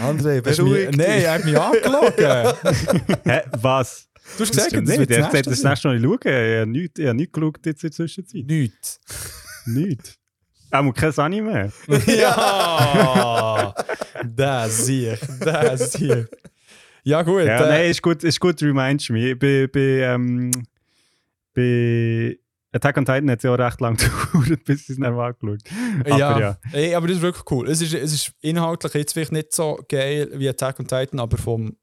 Speaker 2: André,
Speaker 1: Hast du mich,
Speaker 2: beruhig
Speaker 1: nein,
Speaker 2: dich.
Speaker 1: er hat mich angelogen.
Speaker 3: Hä, was?
Speaker 1: Du hast gesagt, das,
Speaker 3: nicht.
Speaker 1: wird
Speaker 3: Ich
Speaker 1: das
Speaker 3: habe das
Speaker 1: Nächste sein.
Speaker 3: nächste Mal schauen. Ich habe nichts, ich habe nichts geschaut jetzt in der Zwischenzeit.
Speaker 1: Nichts.
Speaker 3: Nicht. Auch kein Anime.
Speaker 1: Ja! das hier, das hier. Ja, gut.
Speaker 3: Ja,
Speaker 1: äh,
Speaker 3: nein, ist gut, ist gut, remindest du mich. Bei, bei, ähm, bei Attack on Titan hat es ja auch recht lange gedauert, bis ich es dann mal angeschaut habe.
Speaker 1: ja,
Speaker 3: Aber
Speaker 1: aber,
Speaker 3: ja.
Speaker 1: Ey, aber das ist wirklich cool. Es ist, es ist inhaltlich jetzt vielleicht nicht so geil wie Attack on Titan, aber vom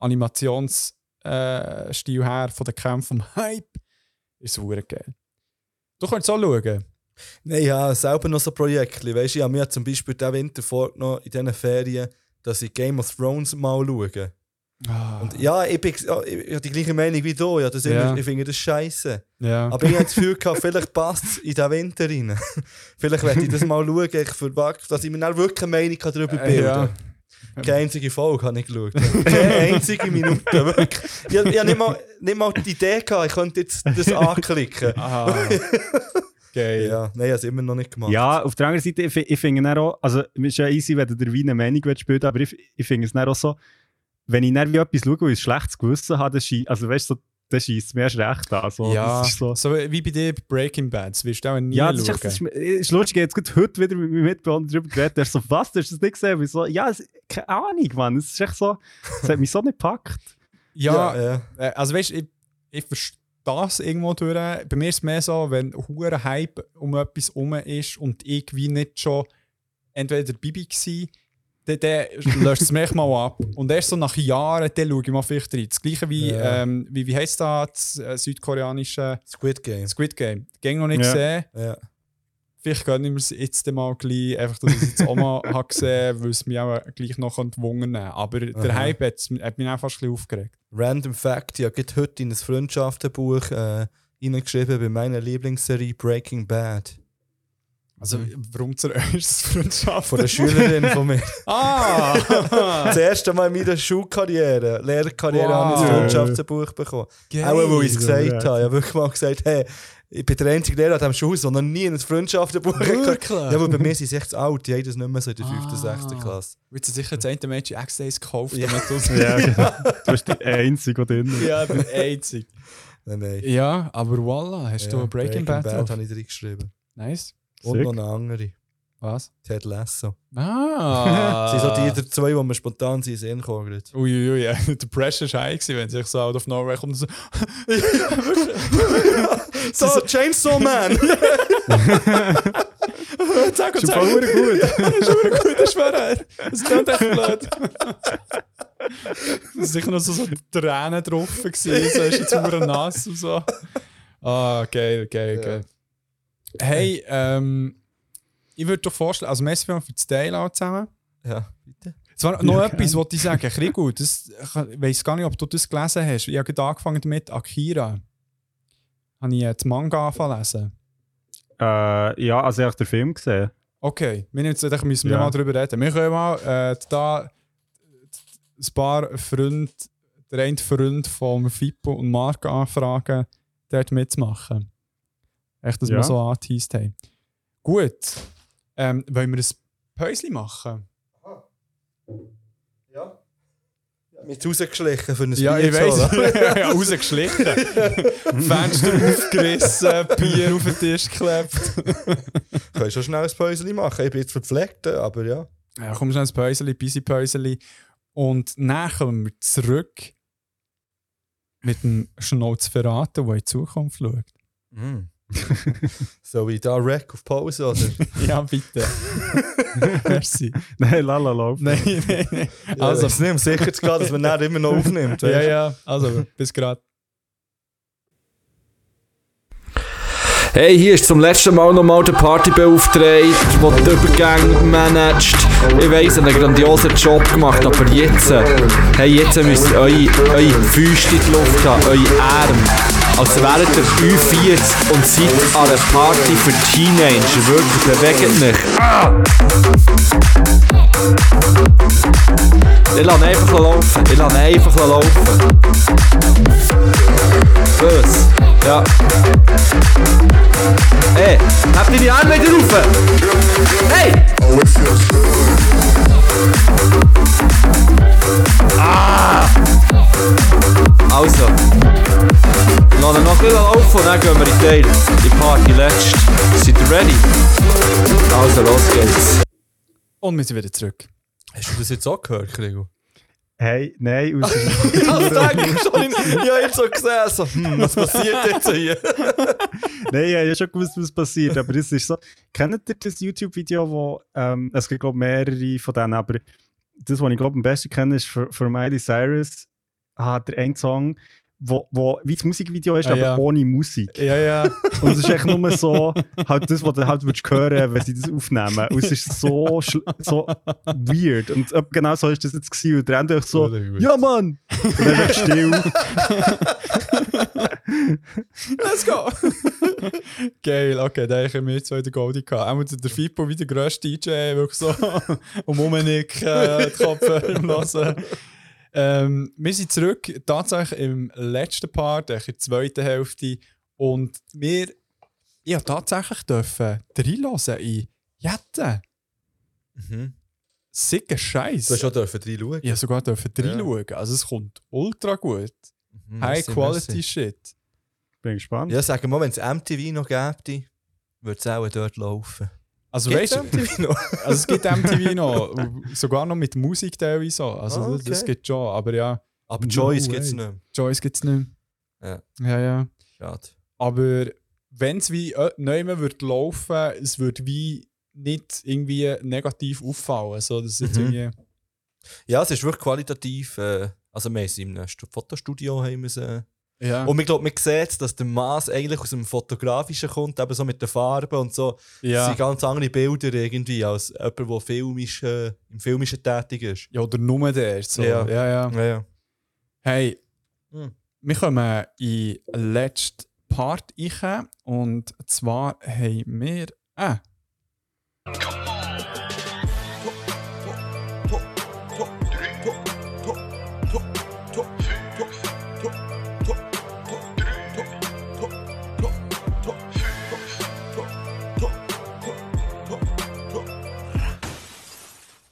Speaker 1: Animationsstil äh, Stil her, von den Kämpfen, vom Hype, ist es verdammt geil. Du kannst auch schauen.
Speaker 2: Nein, ja, selber noch so Projekte. Weißt du, ich habe mir zum Beispiel diesen Winter vorgenommen, in diesen Ferien, dass ich Game of Thrones mal schaue.
Speaker 3: Ah.
Speaker 2: Und ja, ich, bin, ja, ich, ich habe die gleiche Meinung wie du. Ja, das
Speaker 1: Ja.
Speaker 2: Immer, ich finde das scheiße.
Speaker 1: ja.
Speaker 2: Aber ich habe das Gefühl, gehabt, vielleicht passt es in den Winter rein. vielleicht werde ich das mal schauen, ich verwag, dass ich mir dann wirklich eine Meinung darüber
Speaker 1: Äh,
Speaker 2: bilden
Speaker 1: ja.
Speaker 2: kann. Keine einzige Folge habe ich geschaut. Keine einzige Minute, wirklich. Ich, habe- ich habe nicht mal, nicht mal die Idee gehabt, ich könnte jetzt das anklicken.
Speaker 1: Aha. geil.
Speaker 2: Ja, nein, ich habe es immer noch nicht gemacht.
Speaker 3: ja, auf der anderen Seite, ich, fi- ich finde dann auch, also es ist ja easy, wenn du der Wein eine Meinung spielen willst, aber ich, ich finde es dann auch so, wenn ich dann wie etwas schaue, wo ich ein schlechtes Gewissen habe, dann schei- also weißt du, so, dann schießt es mir erst recht an. So.
Speaker 1: ja,
Speaker 3: Das ist so,
Speaker 1: so. wie bei dir bei Breaking Bad, das wirst du auch nie
Speaker 3: Ja, das
Speaker 1: schauen.
Speaker 3: ist, echt- das ist, ist lustig, ich habe jetzt gerade heute wieder mit meinem Mitbewohner darüber geredet. Der ist so, was, du hast das nicht gesehen? Ich so, ja, es, keine Ahnung, Mann. Es ist echt so, es hat mich so nicht gepackt.
Speaker 1: ja,
Speaker 2: ja.
Speaker 1: Äh, Also weißt ich, ich verstehe das irgendwo durch. Bei mir ist es mehr so, wenn hoher Hype um etwas herum ist und ich wie nicht schon entweder Bibi war, dann, dann löscht es mich mal ab. Und erst so nach Jahren, dann schaue ich mal vielleicht rein. Das gleiche wie,
Speaker 2: Ja.
Speaker 1: ähm, wie, wie heisst das, das äh, südkoreanische
Speaker 2: Squid Game.
Speaker 1: Squid Game. Gang noch nicht
Speaker 3: Ja.
Speaker 1: gesehen.
Speaker 2: Ja.
Speaker 1: Vielleicht gönne ich mir es jetzt dann mal gleich, einfach, dass ich es jetzt auch mal habe gesehen weil es mich auch gleich noch gewungen nehmen könnte. Aber der
Speaker 2: Aha.
Speaker 1: Hype hat's- hat mich auch fast ein bisschen aufgeregt.
Speaker 2: Random Fact, ich habe gerade heute in ein Freundschaftenbuch äh, hineingeschrieben bei meiner Lieblingsserie Breaking Bad.
Speaker 1: Also, warum zuerst Freundschaft?
Speaker 2: Von der Schülerin von mir.
Speaker 1: Ah!
Speaker 2: Das erste Mal in meiner Schulkarriere, Lehrerkarriere,
Speaker 1: Wow.
Speaker 2: habe ich ein Freundschaftenbuch bekommen. Auch wo ich es gesagt
Speaker 3: Ja.
Speaker 2: habe. Ich habe wirklich mal gesagt, hey, ich bin der einzige Lehrer an diesem Schulhaus, der noch nie ein Freundschaftenbuch hatte.
Speaker 1: Wirklich?
Speaker 2: Ja, aber bei mir sind sie echt zu alt, die haben das nicht mehr so in der 5. und
Speaker 1: Ah.
Speaker 2: 6. Klasse.
Speaker 1: Wird sicher das eine Mädchen extra eins gekauft,
Speaker 2: Ja.
Speaker 1: damit du
Speaker 3: Ja, genau. Du bist der Einzige, der drin ist.
Speaker 1: Ja, der Einzige.
Speaker 2: Nein, nein.
Speaker 1: Ja, aber voilà, hast du
Speaker 2: Ja,
Speaker 1: ein Breaking, Bad, drauf?
Speaker 2: habe ich reingeschrieben.
Speaker 1: Nice.
Speaker 2: Und
Speaker 3: Sick.
Speaker 2: noch eine andere,
Speaker 1: Was?
Speaker 2: Ted Lasso.
Speaker 1: Ah!
Speaker 2: Das sind so die der zwei, die mir spontan in den Sinn kommen. gerade.
Speaker 1: Uiuiui, ja. der Pressure war high, gewesen, wenn sich so out of nowhere kommt und so.
Speaker 2: So, Chainsaw Man!
Speaker 1: Zack und
Speaker 3: Schon
Speaker 1: zack.
Speaker 3: voll gut.
Speaker 1: Das ist aber gut, ich schwöre. Das klingt echt blöd. Es waren sicher noch so, so Tränen drauf. Gewesen. So ist jetzt immer nass und so. Ah, geil, geil,
Speaker 2: Ja.
Speaker 1: geil. Hey, ähm, ich würde doch vorstellen, also merci vielmals für das Teil auch zusammen.
Speaker 2: ja, bitte.
Speaker 1: Es war noch
Speaker 3: Ja,
Speaker 1: etwas, was ich sagen Krigu, das, ich weiß gar nicht, ob du das gelesen hast. Ich habe gerade angefangen mit Akira. Habe ich äh, die Manga angefangen zu lesen.
Speaker 3: äh, ja, also ich habe den Film gesehen.
Speaker 1: Okay, wir müssen, dann müssen wir
Speaker 3: Ja.
Speaker 1: mal drüber reden. Wir können mal äh, da ein paar Freunde, der eine Freund von Fippo und Marc anfragen, dort mitzumachen. Echt, dass wir
Speaker 3: Ja.
Speaker 1: so angeteased haben. Gut, ähm, wollen wir ein Päuschen machen?
Speaker 2: Ja. Mit rausgeschlichen für ein
Speaker 1: Ja,
Speaker 2: Bier
Speaker 1: ich
Speaker 2: zu
Speaker 1: weiß.
Speaker 2: holen.
Speaker 1: ja, rausgeschlichen. Fenster aufgerissen, Bier auf den Tisch geklebt.
Speaker 2: Du kannst schon schnell ein Päuschen machen. Ich bin jetzt verpflegt, aber ja.
Speaker 1: Ja, komm schnell ins Päuseli, busy Päuseli. Und dann kommen wir zurück mit dem Schnauzverraten, der in die Zukunft schaut. Mm.
Speaker 2: so wie da Rack auf Pause, oder?
Speaker 1: Ja, bitte. Merci.
Speaker 3: Nein, lala, lauf.
Speaker 1: Nein, nein, nein. Also,
Speaker 2: es nimmt sicher zu gehen, dass man dann immer noch aufnimmt.
Speaker 1: ja,
Speaker 2: weißt du?
Speaker 1: ja, also, bis gerade.
Speaker 5: Hey, hier ist zum letzten Mal nochmal der Partybeauftragte, der die Übergänge managt. Ich weiss, er hat einen grandiosen Job gemacht, aber jetzt, äh, hey, jetzt müsst ihr eure, eure Füße in die Luft haben, eure Arme. als wären ihr 45 und seid an einer Party für Teenager. Wirklich, bewegt euch. Ah! Ich lasse einfach laufen. Ich lasse einfach laufen. Bös. Ja. Ey, habt ihr die Arme wieder rauf? Hey! Ah! Also. Lassen wir noch ein bisschen laufen und dann gehen wir in die Teile. Die Party letzt. Seid ihr ready? Also, los geht's.
Speaker 1: Und wir sind wieder zurück.
Speaker 2: Hast du das jetzt auch gehört, Krigo?
Speaker 3: Hey, nein, aus
Speaker 2: Das denke ich schon. Ich habe jetzt so gesehen, so, hm, was passiert jetzt hier?
Speaker 3: Nein, ich habe ja schon gewusst, was passiert, aber es ist so. Kennt ihr das YouTube-Video, wo ähm, es gibt, glaube mehrere von denen, aber das, was ich glaube am besten kenne, ist für, für Miley Cyrus hat der einen Song, wo, wo wie das Musikvideo ist,
Speaker 1: Ah,
Speaker 3: aber
Speaker 1: ja.
Speaker 3: ohne Musik.
Speaker 1: Ja, ja.
Speaker 3: Und es ist echt nur so, halt das, was du halt würdest hören, wenn sie das aufnehmen. Und es ist so, schl- so weird. Und äh, genau so ist das jetzt gewesen. Und der Ende ist so, ja Mann! Und dann wird still.
Speaker 1: Let's go! Geil, okay, da haben wir zwei den Goldie gehabt. Auch mit der Fippo wie der grösste DJ, wirklich so um rumnicken, äh, die Kopfhörer am hören. Ähm, wir sind zurück, tatsächlich im letzten Part, eigentlich in der zweiten Hälfte. Und wir, ich ja, tatsächlich dürfen reinhören in Jette. Sicker Scheiß.
Speaker 2: Mhm. Du hast schon dürfen reinschauen.
Speaker 1: Ich sogar dürfen reinschauen. Also es kommt ultra gut.
Speaker 2: Mhm,
Speaker 1: High
Speaker 2: merci,
Speaker 1: Quality
Speaker 2: merci.
Speaker 1: Shit.
Speaker 3: Bin gespannt.
Speaker 2: Ja, sagen wir mal, wenn es MTV noch gäbe, würde es auch dort laufen.
Speaker 1: Also
Speaker 2: Gibt's
Speaker 1: weißt du,
Speaker 2: MTV noch?
Speaker 1: Also es gibt MTV noch, sogar noch mit Musik teilweise. auch. Also
Speaker 2: Ah,
Speaker 1: das- das
Speaker 2: okay.
Speaker 1: gibt schon, aber ja,
Speaker 2: Aber
Speaker 1: No
Speaker 2: Joyce
Speaker 1: way.
Speaker 2: gibt es nicht mehr.
Speaker 1: Joyce gibt es nicht.
Speaker 2: Ja.
Speaker 1: ja, ja.
Speaker 2: Schade.
Speaker 1: Aber wenn es wie äh, neu mehr wird laufen, es wird wie nicht irgendwie negativ auffallen. So, das ist jetzt
Speaker 2: Mhm.
Speaker 1: irgendwie,
Speaker 2: Ja, es ist wirklich qualitativ. Äh, also wir haben es im Fotostudio haben wir es, äh,
Speaker 1: ja.
Speaker 2: Und ich glaube, man sieht, dass der Maß eigentlich aus dem Fotografischen kommt, eben so mit den Farben und so. Das
Speaker 1: ja.
Speaker 2: sind ganz andere Bilder irgendwie, als jemand, der filmisch, äh, im Filmischen tätig ist.
Speaker 1: ja, oder nur der. So.
Speaker 2: Ja.
Speaker 1: Ja, ja.
Speaker 2: Ja, ja.
Speaker 1: Hey,
Speaker 2: Hm.
Speaker 1: wir kommen in den letzten Part rein. Und zwar haben wir. Ah,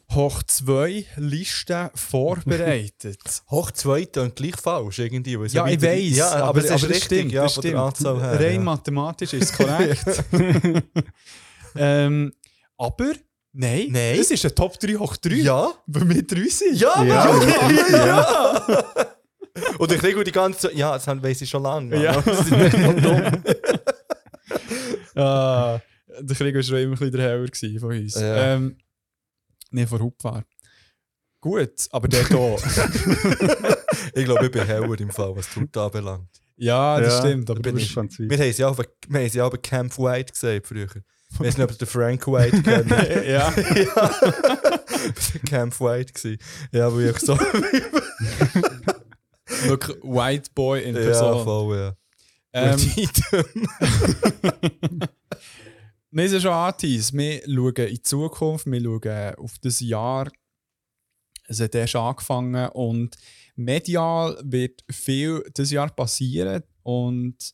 Speaker 1: hoch zwei Listen vorbereitet.
Speaker 2: Hoch 2 und gleich falsch irgendwie. weil es
Speaker 1: Ja, ich
Speaker 2: weiter-
Speaker 1: weiß.
Speaker 2: Ja, aber, es ist
Speaker 1: das
Speaker 2: richtig, ja,
Speaker 1: das
Speaker 2: von der Anzahl her.
Speaker 1: Rein
Speaker 2: ja.
Speaker 1: mathematisch ist es korrekt. ähm, aber, nein,
Speaker 2: Nein.
Speaker 1: das ist ein Dus Top 3 hoch 3,
Speaker 2: Ja?
Speaker 1: weil wir 3 sind.
Speaker 2: Ja, Mann!
Speaker 3: Ja.
Speaker 2: Und ich kriege die ganze Zeit, ja, das weiss ich schon lange. Mann.
Speaker 1: Ja.
Speaker 2: Das ist nicht so dumm.
Speaker 1: Ah, der Krieg war schon immer ein bisschen der Heller gewesen von uns.
Speaker 2: Ja.
Speaker 1: Ähm, Nein, von Hubfahr. Gut, aber der hier.
Speaker 2: Ich glaube, ich bin heller im Fall, was die Haut anbelangt.
Speaker 1: ja, das
Speaker 3: Ja,
Speaker 1: stimmt. Aber du
Speaker 2: da bin
Speaker 1: bist,
Speaker 2: ich.
Speaker 3: Französisch.
Speaker 2: Wir haben sie auch, wir haben sie auch bei Camp White gesagt früher. Ich weiß nicht, ob ihr den Frank White kennt.
Speaker 1: ja.
Speaker 2: ja. Camp White gewesen. Ja, weil ich so.
Speaker 1: Wirklich White Boy in
Speaker 2: ja,
Speaker 1: Person.
Speaker 2: voll, ja.
Speaker 1: ähm,
Speaker 2: Item.
Speaker 1: Wir sind schon Artis. Wir schauen in die Zukunft, wir schauen auf das Jahr. Es hat erst angefangen und medial wird viel dieses Jahr passieren. Und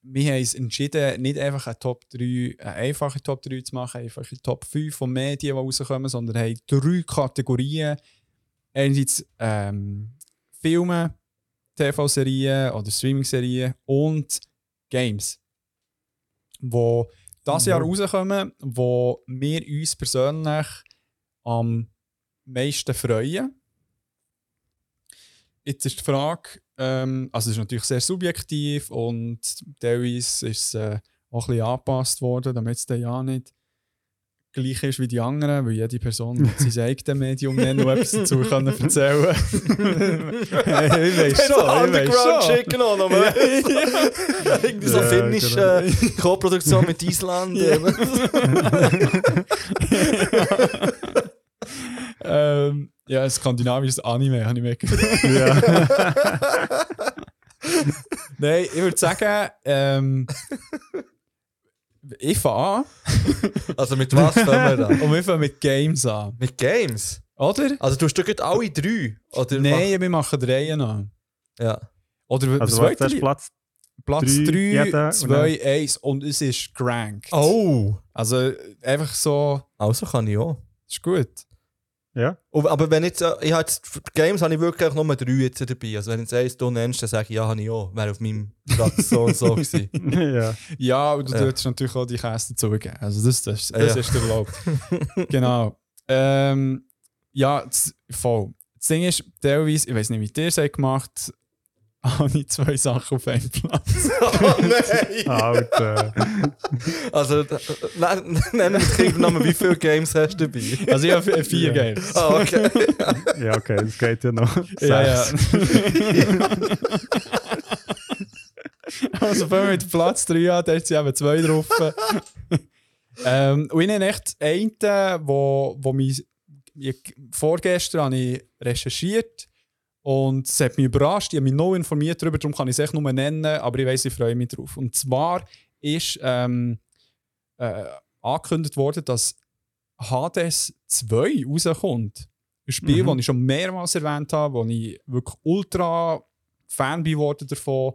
Speaker 1: wir haben uns entschieden, nicht einfach eine Top eh, 3, eine einfache Top 3 zu machen, einfach eine Top 5 von Medien, die rauskommen, sondern haben drei Kategorien. Einerseits ähm, Filme, TV-Serien oder Streaming-Serien und Games. Wo das Jahr rauskommen, wo wir uns persönlich am meisten freuen. Jetzt ist die Frage, ähm, also es ist natürlich sehr subjektiv und teilweise ist es äh, auch ein bisschen angepasst worden, damit es dann ja nicht gleich ist wie die anderen, weil jede Person will sein eigenes Medium nennen und etwas dazu können erzählen hey, Ich weiss schon, ich weiss
Speaker 2: Underground
Speaker 1: schon.
Speaker 2: Chicken auch noch, man. Irgendwie so
Speaker 3: Ja,
Speaker 2: finnische äh, Co-Produktion mit Island.
Speaker 1: Ja.
Speaker 2: eben.
Speaker 1: ähm, ja, ein skandinavisches Anime habe ich mir
Speaker 3: Ja.
Speaker 1: Nein, ich würde sagen, ähm, ich fange an
Speaker 2: Also mit was fangen wir an?
Speaker 1: und wir fangen mit Games an.
Speaker 2: Mit Games?
Speaker 1: Oder?
Speaker 2: Also tust du gerade alle drei? Oder
Speaker 1: Nein, wir machen drei an.
Speaker 2: mach- Ja.
Speaker 1: Oder
Speaker 3: Also,
Speaker 1: was
Speaker 3: was,
Speaker 1: wollt
Speaker 3: das ist
Speaker 1: ihr?
Speaker 3: Platz.
Speaker 1: Platz
Speaker 3: drei,
Speaker 1: 3,
Speaker 3: jeder,
Speaker 1: 2, 1 und es ist cranked.
Speaker 2: Oh!
Speaker 1: Also äh, einfach so,
Speaker 2: Also kann ich auch.
Speaker 1: ist gut.
Speaker 3: Ja.
Speaker 2: Und- Aber wenn jetzt, äh, ich hab jetzt, für die Games habe ich wirklich einfach nur drei jetzt dabei. Also wenn jetzt eins du nennst, dann sage ich, ja, habe ich auch. Wäre auf meinem Platz so und so gewesen.
Speaker 3: ja.
Speaker 1: Ja, aber du
Speaker 2: Ja.
Speaker 1: würdest natürlich auch die Käse dazugeben. Also das, das, das
Speaker 2: Ja.
Speaker 1: ist erlaubt. genau. Ähm, ja, das, voll. Das Ding ist, teilweise, ich weiß nicht, wie ihr es habt gemacht habe ich zwei Sachen auf einem Platz.
Speaker 2: oh nein!
Speaker 3: Ah, Alter.
Speaker 2: Also, äh, nenn nenn mir den Namen, wie viele Games hast du dabei?
Speaker 1: Also ich habe vier Games.
Speaker 2: Ah, okay.
Speaker 3: ja, okay, das geht ja noch.
Speaker 1: Ja, ja.
Speaker 3: Sechs.
Speaker 1: also fangen wir mit Platz 3 an, da sind eben zwei drauf. ähm, und ich nenne echt einen, wo, wo mich, ich, vorgestern habe ich recherchiert und es hat mich überrascht, ich habe mich noch informiert darüber, darum kann ich es echt nur nennen, aber ich weiß, ich freue mich drauf. Und zwar ist ähm, äh, angekündigt worden, dass Hades 2 rauskommt. Ein Spiel,
Speaker 3: Mhm.
Speaker 1: das ich schon mehrmals erwähnt habe, wo ich wirklich ultra Fan bin worden davon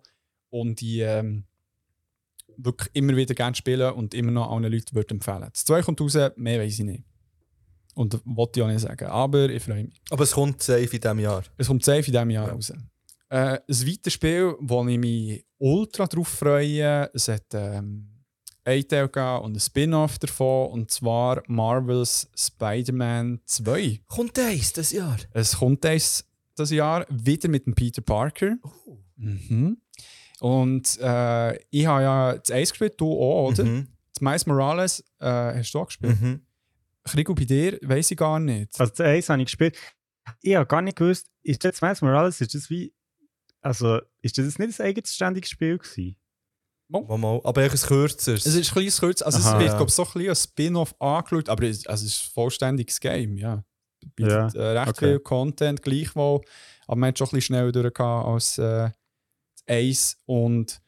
Speaker 1: und ich ähm, wirklich immer wieder gerne spiele und immer noch allen Leuten würde empfehlen. Das 2 kommt raus, mehr weiß ich nicht. Und wollte ich auch nicht sagen. Aber ich freue mich.
Speaker 2: Aber es kommt safe in diesem Jahr.
Speaker 1: Es kommt safe in diesem Jahr raus. Äh, ein weiteres Spiel, wo ich mich ultra drauf freue, es hat ähm, ein Teil gegeben und ein Spin-off davon, und zwar Marvel's Spider-Man 2.
Speaker 2: Kommt eins dieses Jahr?
Speaker 1: Es kommt das, das Jahr wieder mit dem Peter Parker. Mhm. Und äh, ich habe ja das Eis gespielt, du auch, oder?
Speaker 2: Mhm.
Speaker 1: Das Miles Morales äh, hast du auch gespielt.
Speaker 2: Mhm.
Speaker 1: Krieg bei dir, weiß ich gar nicht.
Speaker 3: Also, das Eis habe ich gespielt. Ich habe gar nicht gewusst, ist das Miles Morales, ist das wie. Also, ist das jetzt nicht ein eigenständiges Spiel gewesen?
Speaker 2: Mal, mal. Aber ich ein kürzeres.
Speaker 1: Es ist ein kleines Kürz, also
Speaker 3: Aha,
Speaker 1: es wird
Speaker 2: ja.
Speaker 1: glaub, ich, so ein bisschen als Spin-off angeschaut, aber es, also es ist ein vollständiges Game, ja. Bietet äh, recht
Speaker 3: okay.
Speaker 1: viel Content, gleichwohl, aber man hat schon ein bisschen schneller durch gehabt als äh, Ace und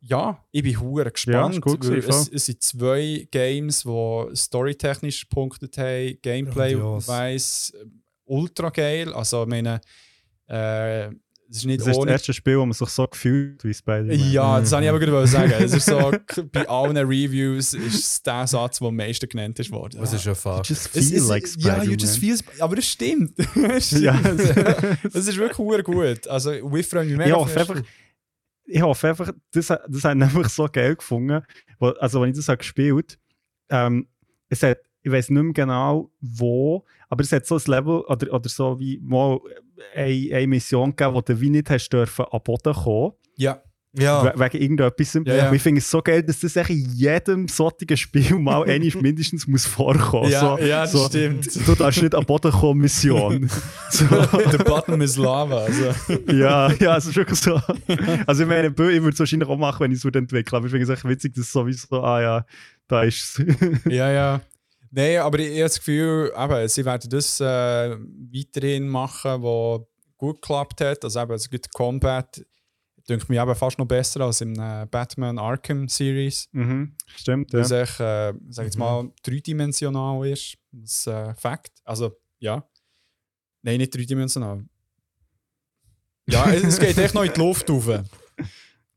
Speaker 1: ja, ich bin hure gespannt.
Speaker 3: ist gut
Speaker 1: weil
Speaker 3: gewesen,
Speaker 1: es, es sind zwei Games, die storytechnisch punktet haben, Gameplay
Speaker 2: Grandios.
Speaker 1: weiss, äh, ultra geil, also ich meine, äh, es ist nicht
Speaker 3: Das ist das
Speaker 1: ohne
Speaker 3: erste Spiel, wo man sich so gefühlt wie Spider-Man.
Speaker 1: ja, das
Speaker 2: Mhm.
Speaker 1: wollte ich aber gerade sagen. Es ist so, k- bei allen Reviews ist es der Satz, der am meisten genannt ist worden.
Speaker 2: Das ist ein Fakt.
Speaker 3: Just
Speaker 1: Es
Speaker 3: feel
Speaker 1: ist-
Speaker 3: like
Speaker 1: ja,
Speaker 3: Spider-Man.
Speaker 1: you just feel Sp- Aber das stimmt. Das stimmt.
Speaker 3: Ja.
Speaker 1: das ist wirklich hure gut. Also, wir freuen mich mega.
Speaker 3: ich
Speaker 1: auf
Speaker 3: hoffe
Speaker 1: das
Speaker 3: einfach, ich hoffe einfach, das, das hat nämlich so geil gefunden, wo, also wenn ich das habe gespielt, ähm, es hat, ich weiß nicht mehr genau wo, aber es hat so ein Level oder, oder so wie mal eine, eine Mission gegeben, wo du wie nicht hast dürfen an den Boden kommen,
Speaker 1: Spiel. Ja,
Speaker 2: Ja.
Speaker 3: we- wegen irgendetwas.
Speaker 1: Ah. Ja, ja.
Speaker 3: Und Ich finde es so geil, dass das echt in jedem solchen Spiel mal einiges mindestens muss vorkommen.
Speaker 1: ja,
Speaker 3: so,
Speaker 1: ja, das
Speaker 3: so,
Speaker 1: stimmt.
Speaker 3: Du darfst nicht an den Boden kommen, Mission. so.
Speaker 1: The bottom is lava. Also.
Speaker 3: ja, ja, es ist wirklich so. Also ich meine, ich würde es wahrscheinlich auch machen, wenn ich es würde entwickeln. Aber ich finde es echt witzig, dass sowieso, ah ja, da ist es.
Speaker 1: Ja, ja. Nein, aber ich, ich habe das Gefühl, eben, sie werden das äh, weiterhin machen, was gut geklappt hat. Also eben, es gibt Combat, denke mir eben fast noch besser als in äh, Batman Arkham Series,
Speaker 3: mhm, stimmt,
Speaker 1: weil
Speaker 3: ja.
Speaker 1: es echt, äh, sag jetzt
Speaker 2: Mhm.
Speaker 1: mal, dreidimensional ist. Das ist äh, Fakt. Also, ja. Nein, nicht dreidimensional. Ja, es, es geht echt noch in die Luft rauf.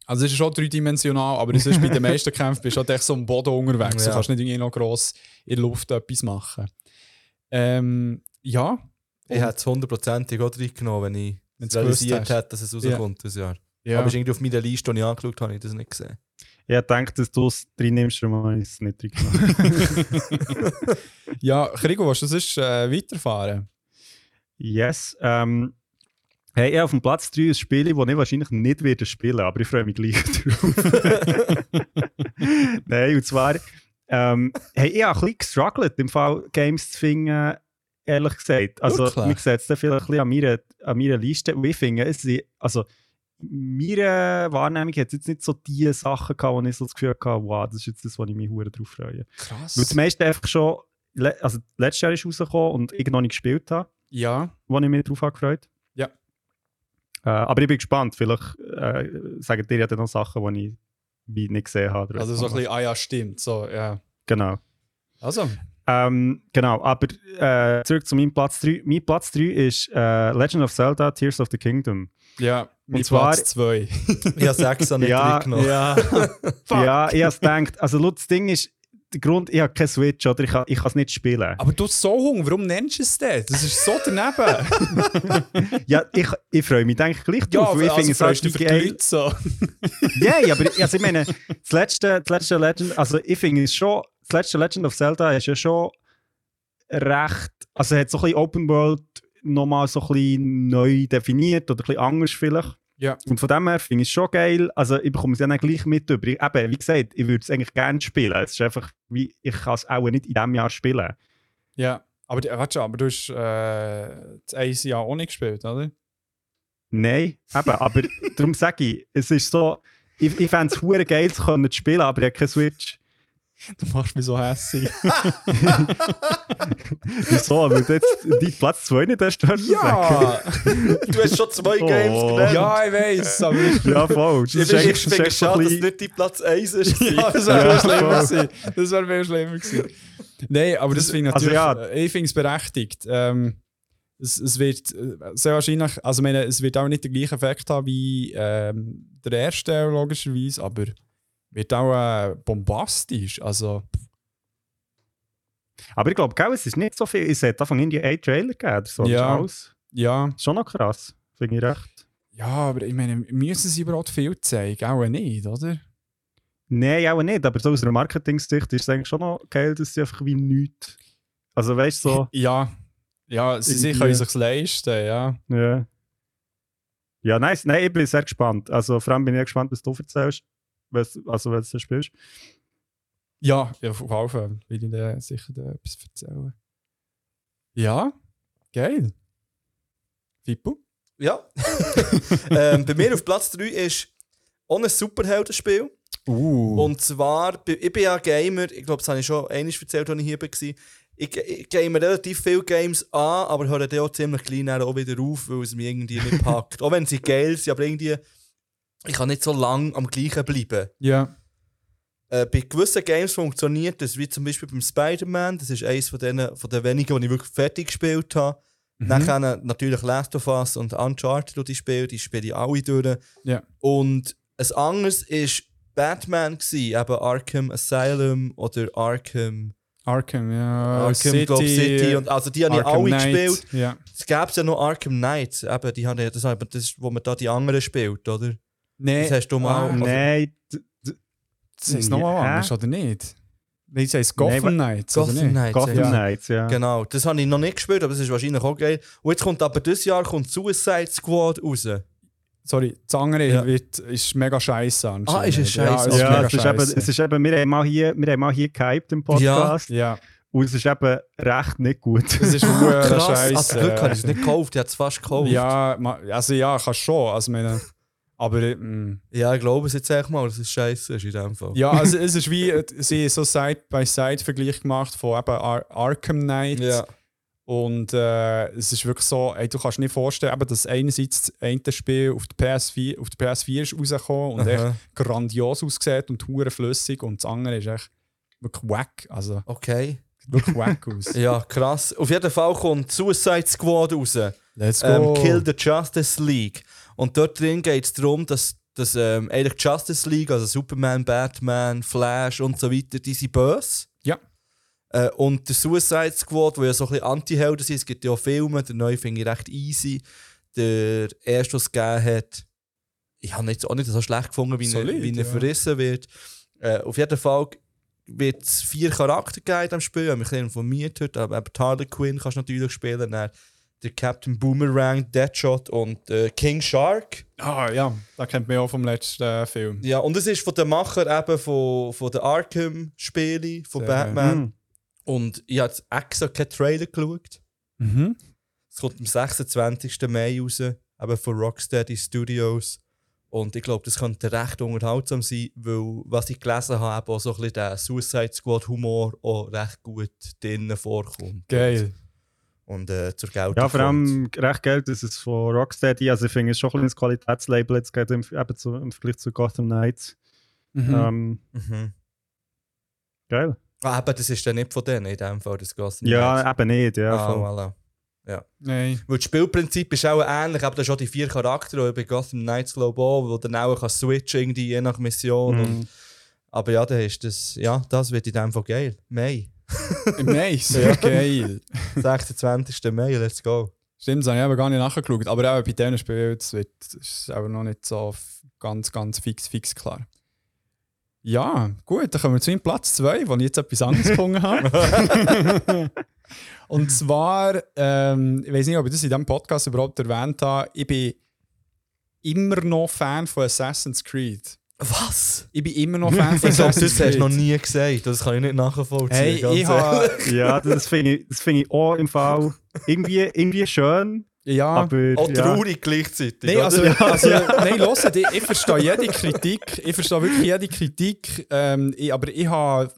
Speaker 1: Also es ist schon dreidimensional, aber es ist bei den meisten Kämpfen bist du halt echt so am Boden unterwegs.
Speaker 2: Ja.
Speaker 1: Du kannst nicht irgendwie noch gross in der Luft etwas machen. Ähm, ja,
Speaker 2: Ich hätte es hundertprozentig auch reingenommen, wenn ich
Speaker 1: Wenn's
Speaker 2: realisiert
Speaker 1: gewusst hast.
Speaker 2: hätte, dass es rauskommt dieses Jahr.
Speaker 1: ja.
Speaker 2: Aber es ist irgendwie auf meiner Liste, die ich angeschaut habe, habe ich das nicht gesehen.
Speaker 3: Ich denke, dass du es drin nimmst, darum habe ich es nicht drin gemacht.
Speaker 1: ja, Krigo, was das ist, äh, weiterfahren.
Speaker 3: Yes. Ähm, hey, ich habe auf dem Platz 3 ein Spiel, das ich wahrscheinlich nicht werde spielen aber ich freue mich gleich drauf. Nein, und zwar, ähm, hey, ich habe ein bisschen gestruggelt, im Fall Games zu finden, ehrlich gesagt. Also,
Speaker 1: Wirklich?
Speaker 3: mir sieht es dann vielleicht ein bisschen an meiner, an meiner Liste. Und ich finde, es sind, also, meine Wahrnehmung hat jetzt nicht so die Sachen gehabt, wo ich so das Gefühl hatte, wow, das ist jetzt das, wo ich mich hure drauf freue. Weil das
Speaker 1: Krass.
Speaker 3: meiste einfach schon, le- also, letztes Jahr ist rausgekommen und ich noch nicht gespielt habe
Speaker 1: Ja,
Speaker 3: wo ich mich drauf habe gefreut
Speaker 1: Ja.
Speaker 3: Äh, aber ich bin gespannt. Vielleicht äh, sagen dir ja dann noch Sachen, die ich wie nicht gesehen habe. oder
Speaker 1: Also so ein bisschen, ah ja, stimmt. So, ja.
Speaker 3: Genau.
Speaker 1: Also,
Speaker 3: Ähm, genau, aber äh, zurück zu meinem Platz 3. Mein Platz 3 ist äh, Legend of Zelda Tears of the Kingdom.
Speaker 1: ja, mein
Speaker 3: zwar-
Speaker 1: Platz 2.
Speaker 2: Ich habe sechs an nicht
Speaker 3: Ja,
Speaker 2: genommen.
Speaker 1: ja.
Speaker 3: Ja, ich habe gedacht. Also, Lutz, das Ding ist, der Grund, ich habe keine Switch oder ich kann ich kann es nicht spielen.
Speaker 1: Aber du hast so Hunger, warum nennst du es das? Das ist so daneben.
Speaker 3: Ja, ich, ich freue mich eigentlich gleich drauf. weil ich finde es
Speaker 1: also, freust du
Speaker 3: halt
Speaker 1: für die
Speaker 3: geil.
Speaker 1: Leute so.
Speaker 3: Nein, aber ich- also ich meine, das letzte, das letzte Legend, also ich finde es schon, das letzte Legend of Zelda ist ja schon recht, also hat so ein bisschen Open World nochmal so ein bisschen neu definiert oder ein bisschen anders vielleicht.
Speaker 1: Ja.
Speaker 3: Und von dem her finde ich es schon geil, also ich bekomme es ja dann gleich mit über. Ich- Eben, wie gesagt, ich würde es eigentlich gerne spielen. Es ist einfach, wie, ich kann es auch nicht in diesem Jahr spielen.
Speaker 1: Ja, aber, die- warte, schon, aber du hast äh, das eine Jahr auch nicht gespielt, oder?
Speaker 3: Nein, eben, aber darum sage ich, es ist so, ich, ich fände es hure geil, es können zu spielen, aber ich habe keine Switch.
Speaker 1: Du machst mich so hässlich.
Speaker 3: Wieso? Weil du jetzt deinen Platz 2 nicht hast, du sagen.
Speaker 1: ja!
Speaker 2: Du hast schon zwei
Speaker 3: Oh.
Speaker 2: Games genannt.
Speaker 1: ja, ich weiß, aber ich
Speaker 3: Ja, voll. Das
Speaker 2: Ich
Speaker 3: ist eigentlich-
Speaker 2: finde
Speaker 3: das ist
Speaker 2: es
Speaker 3: echt so
Speaker 2: schade,
Speaker 3: ein
Speaker 2: dass
Speaker 3: bisschen-
Speaker 2: nicht dein Platz 1 ist.
Speaker 1: Ja, das wäre viel
Speaker 3: Ja,
Speaker 1: schlimmer
Speaker 3: voll.
Speaker 1: gewesen. Das wäre viel schlimmer gewesen. Nein, aber das finde ich
Speaker 3: Also
Speaker 1: natürlich,
Speaker 3: ja.
Speaker 1: äh, ich finde es berechtigt. Ähm, es, es wird äh, sehr wahrscheinlich, also ich meine, es wird auch nicht den gleichen Effekt haben wie ähm, der erste, logischerweise, aber wird auch äh, bombastisch. Also,
Speaker 3: Aber ich glaube, gell, es ist nicht so viel. Es hat Anfang Indien einen Trailer gegeben. oder So. Das ist
Speaker 1: Ja.
Speaker 3: alles-
Speaker 1: ja.
Speaker 3: Schon noch krass. Finde ich recht.
Speaker 1: Ja, aber ich meine, müssen sie überhaupt viel zeigen? Auch nicht, oder?
Speaker 3: Nein, auch nicht. Aber so aus einer Marketing-Sicht ist es eigentlich schon noch geil, dass sie einfach wie nichts. Also weißt du, so.
Speaker 1: Ja. Ja, sie, sie
Speaker 3: Irgendwie.
Speaker 1: können sich leisten, ja.
Speaker 3: ja. Ja, nice. Nein, ich bin sehr gespannt. Also vor allem bin ich gespannt, was du erzählst. Was, also, was du spielst.
Speaker 1: Ja, ja auf jeden Fall will ich dir sicher da etwas erzählen. Ja, geil. Fippo?
Speaker 2: Ja. ähm, bei mir auf Platz 3 ist auch ein Superheldenspiel.
Speaker 1: Uh.
Speaker 2: Und zwar, bin- ich bin ja Gamer, ich glaube, das habe ich schon einmal erzählt, als ich hier war. Ich, ich game relativ viele Games an, aber höre dann auch ziemlich klein dann auch wieder auf, weil es mich irgendwie nicht packt. auch wenn sie geil sind, aber irgendwie, ich kann nicht so lange am gleichen bleiben.
Speaker 1: ja.
Speaker 2: Äh, bei gewissen Games funktioniert das, wie zum Beispiel beim Spider-Man. Das ist eines von, denen, von den wenigen, die ich wirklich fertig gespielt habe.
Speaker 1: Mhm.
Speaker 2: Nachher natürlich Last of Us und Uncharted, die ich spiele, die spiele ich alle durch.
Speaker 1: Ja.
Speaker 2: Und ein anderes war Batman, gewesen, eben Arkham Asylum oder Arkham,
Speaker 1: Arkham, ja.
Speaker 2: Arkham glaub, City. Und, also die habe ich alle gespielt.
Speaker 1: Ja.
Speaker 2: Es gab ja noch Arkham Knight, eben, die habe ich, das, habe ich- das ist, wo man da die anderen spielt, oder?
Speaker 1: Nee,
Speaker 2: Das hast du mal.
Speaker 1: Ah,
Speaker 2: also-
Speaker 3: Nein. d- d-
Speaker 1: das ist nochmal
Speaker 3: Ja.
Speaker 1: anders, oder nicht? Nein, das heisst
Speaker 3: Nein,
Speaker 1: Gotham Knights, oder
Speaker 2: Gotham
Speaker 1: nicht?
Speaker 2: Knight.
Speaker 3: Gotham
Speaker 2: ja.
Speaker 3: Knights, ja.
Speaker 2: Genau, das habe ich noch nicht gespielt, aber es ist wahrscheinlich auch geil. Und jetzt kommt aber dieses Jahr kommt Suicide Squad raus.
Speaker 1: Sorry, das andere
Speaker 2: Ja.
Speaker 1: wird, ist mega scheiße anscheinend.
Speaker 2: Ah, ist es scheisse?
Speaker 1: Ja,
Speaker 3: Ja,
Speaker 1: mega
Speaker 3: es ist, eben,
Speaker 1: scheisse.
Speaker 3: es ist eben, wir haben mal hier, wir haben mal hier gehypt im Podcast.
Speaker 1: Ja,
Speaker 3: Und es ist eben recht nicht gut.
Speaker 1: es ist mega scheiße.
Speaker 2: Also Glück habe ich es nicht gekauft, ich habe es fast gekauft.
Speaker 1: äh, Ja, ma- also ja, kannst schon. Also meine, aber mm,
Speaker 2: ja ich glaube es jetzt echt mal, dass es scheiße ist in dem Fall.
Speaker 1: ja, also es ist wie, äh, sie haben so Side-by-Side-Vergleich gemacht von eben Ar Arkham Knight.
Speaker 2: Ja.
Speaker 1: Und äh, es ist wirklich so, ey, du kannst dir nicht vorstellen, eben, dass einerseits das eine Spiel auf der PS4, auf der PS4 ist rausgekommen und echt
Speaker 2: Aha.
Speaker 1: grandios aussieht und hure flüssig und das andere ist echt wirklich wack. Also
Speaker 2: Okay.
Speaker 1: sieht wirklich wack aus.
Speaker 2: Ja, krass. Auf jeden Fall kommt Suicide Squad raus.
Speaker 1: Let's
Speaker 2: Ähm, Kill the Justice League. Und dort drin geht es darum, dass, dass ähm, eigentlich die Justice League, also Superman, Batman, Flash und so weiter, die sind böse.
Speaker 1: Ja.
Speaker 2: Äh, und der Suicide Squad, wo ja so ein bisschen Anti-Helden sind, es gibt ja auch Filme, der neue finde ich recht easy. Der erste, was es gegeben hat, ich habe ihn jetzt auch nicht so schlecht gefunden, wie er,
Speaker 1: Solid,
Speaker 2: wie
Speaker 1: ja.
Speaker 2: er verrissen wird. Äh, auf jeden Fall wird es vier Charakter geben in diesem Spiel, ich habe mich ein bisschen informiert heute, aber eben die Harley Quinn kannst du natürlich spielen, dann der Captain Boomerang, Deadshot und äh, King Shark.
Speaker 1: Ah ja, da kennt man ja auch vom letzten äh, Film.
Speaker 2: Ja, und es ist von den Macher eben von, von den Arkham-Spielen, von
Speaker 1: Sehr
Speaker 2: Batman.
Speaker 3: Hm.
Speaker 2: Und ich habe jetzt extra keinen Trailer geschaut.
Speaker 1: Mhm.
Speaker 2: Es kommt am 26. Mai raus, eben von Rocksteady Studios. Und ich glaube, das könnte recht unterhaltsam sein, weil, was ich gelesen habe, eben auch so ein bisschen der Suicide Squad-Humor auch recht gut drinnen vorkommt.
Speaker 1: Geil.
Speaker 2: und äh, zur Geltung
Speaker 3: Ja, vor
Speaker 2: kommt.
Speaker 3: allem recht geil, dass es von Rocksteady, also ich finde es ist schon ein bisschen das Qualitätslabel jetzt gerade im, eben zu, im Vergleich zu Gotham Knights. Ähm,
Speaker 2: Mhm.
Speaker 3: geil.
Speaker 2: Ah, aber das ist ja nicht von denen in dem Fall, das Gossen.
Speaker 3: Ja, eben nicht, ja.
Speaker 2: ah,
Speaker 3: voll.
Speaker 2: voilà.
Speaker 1: Nein.
Speaker 2: Weil das Spielprinzip ist auch ähnlich, aber da schon die vier Charaktere die bei Gotham Knights glaube ich, auch, wo dann auch kann switchen irgendwie je nach Mission.
Speaker 3: Mhm.
Speaker 2: Und, aber ja, da ist das, ja, das wird in dem Fall geil. Mai.
Speaker 1: nice,
Speaker 2: Ja.
Speaker 1: geil.
Speaker 2: 26. Mai, let's go.
Speaker 1: Stimmt, das habe ich aber gar nicht nachgeschaut. Aber auch bei diesen Spielen das wird, das ist es aber noch nicht so f- ganz, ganz fix, fix klar. Ja, gut, dann kommen wir zu meinem Platz 2, wo ich jetzt etwas anderes gefunden habe. Und zwar, ähm, ich weiß nicht, ob ich das in diesem Podcast überhaupt erwähnt habe, ich bin immer noch Fan von Assassin's Creed.
Speaker 2: Was?
Speaker 1: Ich bin immer noch Fan von
Speaker 2: Ich glaube, das
Speaker 1: Assassin's
Speaker 2: hast du
Speaker 1: Creed.
Speaker 2: noch nie gesagt. Das kann ich nicht nachvollziehen.
Speaker 1: hey,
Speaker 2: ganz
Speaker 1: ich habe.
Speaker 3: Ja, das finde ich, das find ich auch im Fall irgendwie, irgendwie schön,
Speaker 1: Ja.
Speaker 3: aber.
Speaker 2: Auch
Speaker 3: ja.
Speaker 2: traurig gleichzeitig.
Speaker 1: Nein,
Speaker 2: oder?
Speaker 1: also, also nein, hört, ich, ich verstehe jede Kritik. Ich verstehe wirklich jede Kritik. Ähm, ich, aber ich habe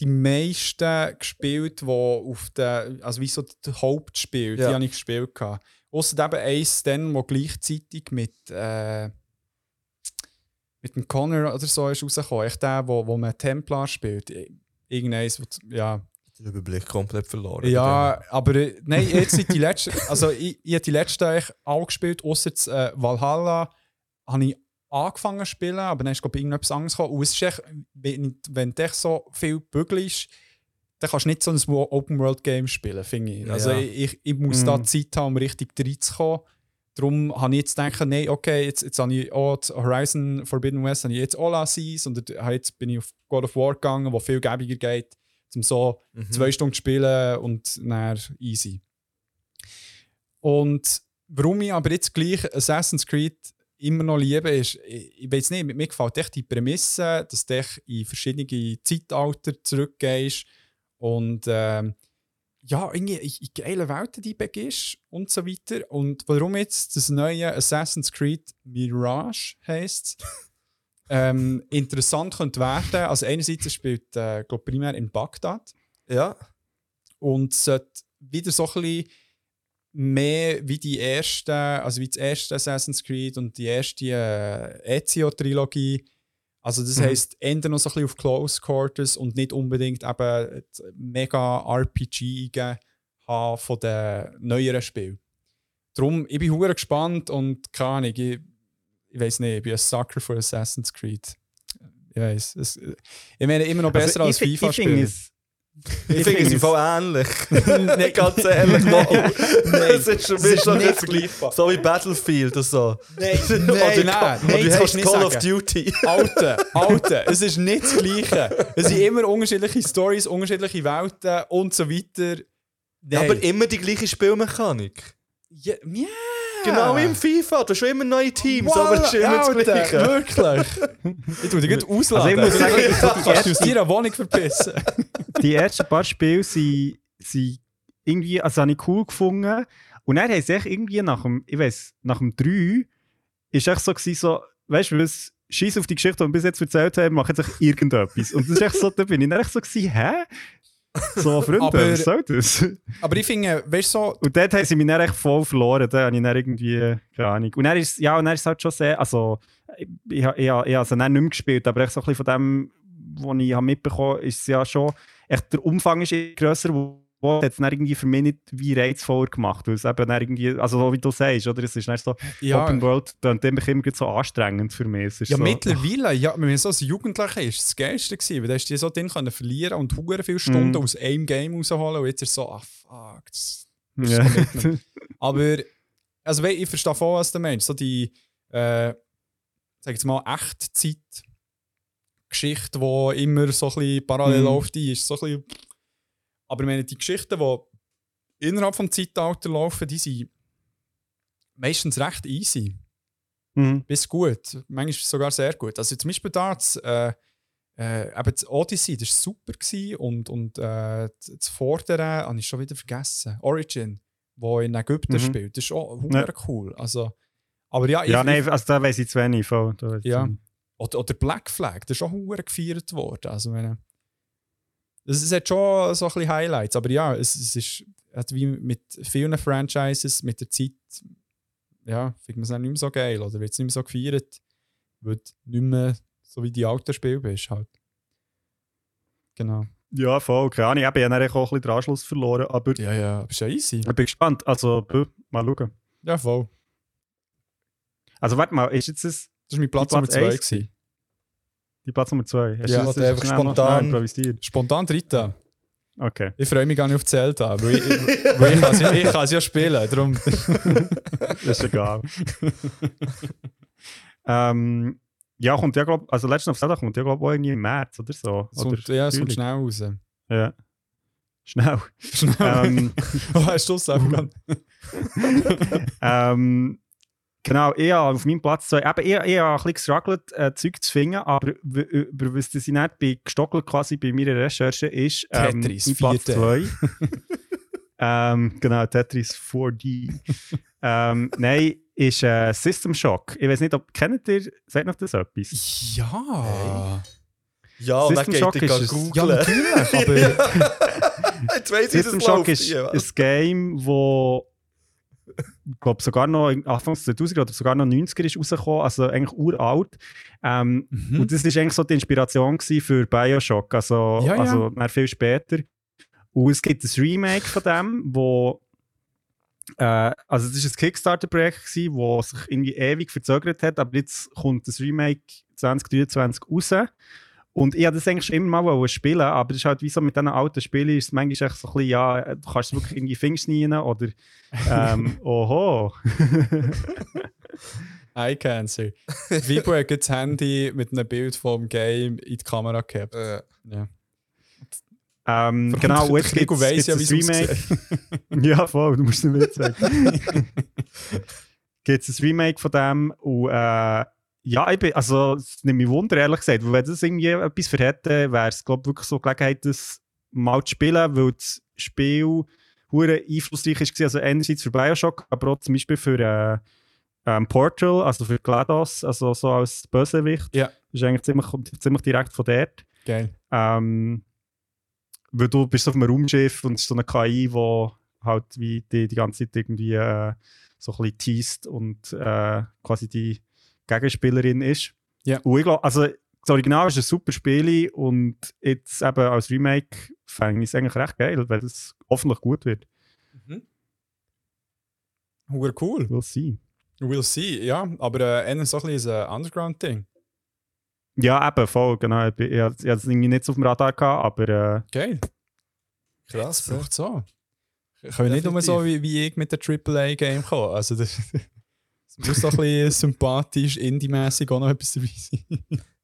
Speaker 1: die meisten gespielt, die auf den, also wie so die Hauptspiel,
Speaker 2: Ja.
Speaker 1: die habe ich gespielt. gehabt. Ausser eben eins dann, wo gleichzeitig mit, äh, mit dem Connor oder so ist rausgekommen. Echt der, wo, wo man Templar spielt. Irgendeins, wo, ja.
Speaker 2: den Überblick komplett verloren.
Speaker 1: Ja, aber äh, nein, jetzt sind die letzten, also ich, ich habe die letzten eigentlich alle gespielt, außer das äh, Valhalla habe ich angefangen zu spielen, aber dann ist glaube ich irgendetwas anderes gekommen. Und es ist echt, wenn, wenn du echt so viel bügelst, dann kannst du nicht so ein Wo- Open-World-Game spielen, finde ich. Also
Speaker 2: Ja.
Speaker 1: ich, ich, ich muss
Speaker 3: Mhm.
Speaker 1: da Zeit haben, um richtig reinzukommen. Darum habe ich jetzt gedacht, nein, okay, jetzt, jetzt habe ich auch das Horizon Forbidden West, habe ich jetzt all Seas und äh, jetzt bin ich auf God of War gegangen, wo viel gäbiger geht, um so
Speaker 2: Mhm.
Speaker 1: zwei Stunden spielen und dann easy. Und warum ich aber jetzt gleich Assassin's Creed immer noch liebe, ist, ich, ich weiß nicht, mir gefällt echt die Prämisse, dass du echt in verschiedene Zeitalter zurückgehst und ähm, ja, irgendwie in, in geile Welten die begehst und so weiter. Und warum jetzt das neue Assassin's Creed Mirage heisst, ähm, interessant könnte werden. Also einerseits es spielt, äh, glaube primär in Bagdad
Speaker 2: Mhm. Ja.
Speaker 1: und sollte wieder so ein bisschen mehr wie die ersten, also wie das erste Assassin's Creed und die erste äh, Ezio-Trilogie. Also das
Speaker 3: Mhm.
Speaker 1: heisst, ändern noch so ein bisschen auf Close Quarters und nicht unbedingt eben das mega RPG geben haben von den neueren Spielen. Darum, ich bin hure gespannt und keine Ahnung, ich, ich weiß nicht, ich bin ein Sucker für Assassin's Creed. Ich weiß, es- ich meine immer noch
Speaker 3: Also
Speaker 1: besser als
Speaker 3: ich fi- Ich finde
Speaker 1: FIFA-Spiel.
Speaker 3: es,
Speaker 2: Ich, finde es im Fall ähnlich.
Speaker 1: Nein,
Speaker 2: Nicht ganz ehrlich, Noel. Es ist für
Speaker 1: es
Speaker 2: mich
Speaker 1: ist
Speaker 2: schon
Speaker 1: nicht
Speaker 2: nicht vergleichbar. So wie Battlefield oder so.
Speaker 1: Nein,
Speaker 2: Oder
Speaker 1: nein, nein,
Speaker 2: Ca- oder
Speaker 1: nein,
Speaker 2: du
Speaker 1: das kannst
Speaker 2: hast
Speaker 1: du nicht
Speaker 2: Call of
Speaker 1: sagen.
Speaker 2: Duty.
Speaker 1: Alte, alte, es ist nicht das Gleiche. Es sind immer unterschiedliche Stories, unterschiedliche Welten und so weiter. Nein.
Speaker 2: Aber immer die gleiche Spielmechanik.
Speaker 1: ja, ja.
Speaker 2: Genau wie im FIFA. Du hast schon immer neue Teams,
Speaker 1: Voilà,
Speaker 2: aber es ist immer das
Speaker 1: Alter,
Speaker 2: Gleiche.
Speaker 1: Wirklich. Ich tu dich gut
Speaker 3: also ich
Speaker 1: ausladen.
Speaker 3: muss sagen,
Speaker 1: kannst du aus deiner Wohnung verpissen.
Speaker 3: die ersten paar Spiele sind, sind irgendwie, also habe ich cool gefunden. Und dann haben sie echt irgendwie nach dem, ich weiss, nach dem 3 ist echt so gewesen, so, weißt du, was, scheiß auf die Geschichte, die wir bis jetzt erzählt haben, mach jetzt echt irgendetwas. Und das ist echt so, da bin ich dann echt so gewesen, hä? So, Freunde,
Speaker 1: Aber-
Speaker 3: was soll das?
Speaker 1: Aber ich finde, weißt du, so,
Speaker 3: Und dort haben sie mich dann echt voll verloren. Da habe ich dann irgendwie, keine Ahnung. Und dann ist, ja, und dann ist es halt schon sehr, also, ich, ich, ich, ich habe es dann nicht mehr gespielt, aber echt so ein bisschen von dem, was ich habe mitbekommen habe, ist es ja schon, echt der Umfang ist eh grösser, wo wo hat es dann irgendwie für mich nicht wie reizvoller gemacht, weil es eben dann irgendwie, also so wie du sagst, oder? Es ist nicht so,
Speaker 1: ja,
Speaker 3: Open World, dann bin ich immer gerade so anstrengend für mich. Es ist
Speaker 1: ja
Speaker 3: so,
Speaker 1: mittlerweile, ja, wenn man so als Jugendlicher ist, das Geilste gewesen, weil du hast die so drin können verlieren und hure viele Stunden
Speaker 3: Mhm.
Speaker 1: aus einem Game rausholen und jetzt ist es so, ah fuck, das
Speaker 3: ja.
Speaker 1: Aber also, we- ich verstehe voll, was du meinst. So die, äh, sag jetzt mal, Echtzeit-Geschichte, die immer so ein bisschen parallel
Speaker 3: Mhm.
Speaker 1: läuft, die ist so ein bisschen. Aber ich meine, die Geschichten, die innerhalb des Zeitalters laufen, die sind meistens recht easy.
Speaker 3: Mhm.
Speaker 1: Bis gut. Manchmal sogar sehr gut. Also zum Beispiel da, das, äh, äh, eben das Odyssey, das war super. Gewesen und und äh, das das Vordere habe ich schon wieder vergessen. Origin, wo in Ägypten
Speaker 3: Mhm.
Speaker 1: spielt. Das ist auch super cool. Also, aber ja, ich-
Speaker 3: ja,
Speaker 1: ich-
Speaker 3: nein, also da weiss ich zu wenig. Voll, da weiss ich
Speaker 1: Ja.
Speaker 3: zu wenig.
Speaker 1: oder, oder Black Flag, das ist auch super gefeiert worden. Also, ich meine, äh, Es, es hat schon so ein bisschen Highlights, aber ja, es, es ist hat wie mit vielen Franchises mit der Zeit, ja, findet man es dann nicht mehr so geil oder wird es nicht mehr so gefeiert, weil du nicht mehr so wie die alten Spiele bist halt. Genau.
Speaker 3: Ja, voll, keine Ahnung. Eben, Ich habe dann auch ein bisschen den Anschluss verloren, aber
Speaker 1: Ja, ja, aber ist ja easy.
Speaker 3: ich bin gespannt. Also, bö, mal schauen.
Speaker 1: Ja, voll.
Speaker 3: Also, warte mal, ist jetzt das
Speaker 1: Das war mein Platz
Speaker 3: Platz
Speaker 1: Nummer 2
Speaker 3: eins?
Speaker 1: gewesen.
Speaker 3: die Platz Nummer 2?
Speaker 1: Ja,
Speaker 3: das
Speaker 2: also einfach
Speaker 3: schnell noch-
Speaker 2: spontan.
Speaker 3: schnell improvisiert?
Speaker 1: Spontan dritter.
Speaker 3: Okay.
Speaker 1: Ich freue mich gar nicht auf Zelda, weil ich, weil ich, kann es ja- ich kann es ja spielen. Darum.
Speaker 3: Ist egal. ähm, ja, kommt ja, glaub, also Legend of Zelda kommt ja, glaube ich, auch irgendwie im März oder so.
Speaker 1: Es kommt,
Speaker 3: oder
Speaker 1: ja, es kommt
Speaker 3: Frühling.
Speaker 1: schnell raus.
Speaker 3: Ja. Schnell.
Speaker 1: Schnell.
Speaker 3: ähm,
Speaker 1: oh, hast du es auch gerade?
Speaker 3: ähm, genau, ich habe auf meinem Platz zwei. Eben, ich, ich habe ein bisschen gestruggelt, äh, Zeug zu finden, aber w- über was das ich nicht bin gestockelt quasi bei meiner Recherche ist ähm,
Speaker 1: Tetris,
Speaker 3: mein Platz
Speaker 1: vierte.
Speaker 3: 2. ähm, genau, Tetris 4D. ähm, nein, ist äh, System Shock. Ich weiß nicht, ob kennt ihr, sagt noch das etwas?
Speaker 1: Ja.
Speaker 2: Ja, und dann
Speaker 3: System
Speaker 2: geht er
Speaker 3: Shock ist
Speaker 2: gleich
Speaker 3: es-
Speaker 2: googeln.
Speaker 1: Ja, natürlich, aber.
Speaker 2: Jetzt weiss ich,
Speaker 3: System
Speaker 2: das
Speaker 3: Shock
Speaker 2: läuft.
Speaker 3: ist
Speaker 2: Ja,
Speaker 3: ein Game, wo ich glaube sogar noch in- Anfangs 2000 oder sogar noch 90er ist rausgekommen, also eigentlich uralt. Ähm,
Speaker 1: Mhm.
Speaker 3: Und das war eigentlich so die Inspiration gewesen für Bioshock, also,
Speaker 1: Ja, ja.
Speaker 3: also dann viel später. Und es gibt ein Remake von dem, wo äh, also es war ein Kickstarter-Projekt, gewesen, wo sich irgendwie ewig verzögert hat, aber jetzt kommt das Remake 2023 raus. Und ich wollte das eigentlich schon immer mal wollen spielen, aber es ist halt wie so mit diesen alten Spielen, ist es manchmal echt so ein bisschen, ja, du kannst es wirklich irgendwie fingschneiden oder ähm, oho.
Speaker 1: Eye Cancer. Vibo hat gerade das Handy mit einem Bild vom Game in die Kamera gehabt.
Speaker 2: Äh,
Speaker 1: Ja.
Speaker 3: Ähm, genau, und jetzt
Speaker 1: Der Krigo
Speaker 3: gibt's-
Speaker 1: weiss ja,
Speaker 3: gibt's
Speaker 1: wie's
Speaker 3: ein Remake. ja, voll, du musst nicht mitsagen. gibt es ein Remake von dem und äh, ja, ich bin, also es nimmt mich Wunder, ehrlich gesagt, weil wenn das irgendwie etwas für hätte, wäre es, glaube ich, wirklich so eine Gelegenheit, das mal zu spielen, weil das Spiel hure einflussreich war, also einerseits für Bioshock, aber auch zum Beispiel für äh, ähm, Portal, also für GLaDOS, also so als Bösewicht.
Speaker 1: Ja.
Speaker 3: Das ist eigentlich ziemlich, ziemlich direkt von dort.
Speaker 1: Geil.
Speaker 3: Ähm, weil du bist auf einem Raumschiff und es ist so eine KI, die halt wie die, die ganze Zeit irgendwie äh, so ein bisschen teast und äh, quasi die Gegenspielerin ist.
Speaker 1: Ja.
Speaker 3: Und ich glaub, also das Original ist ein super Spiel und jetzt eben als Remake fände ich es eigentlich recht geil, weil es hoffentlich gut wird.
Speaker 1: Huer cool.
Speaker 3: We'll see.
Speaker 1: We'll see, ja. Aber äh, eher so ein bisschen ein Underground-Ding.
Speaker 3: Ja, eben, voll, genau. Ich, bin- ich, hatte- ich hatte es irgendwie nicht so auf dem Radar, gehabt, aber äh,
Speaker 1: Geil.
Speaker 2: krass.
Speaker 1: braucht es auch. Können nicht nur so wie, wie ich mit der AAA-Game kommen. Also, das, es muss so ein bisschen sympathisch, indie-mässig auch noch etwas dabei sein.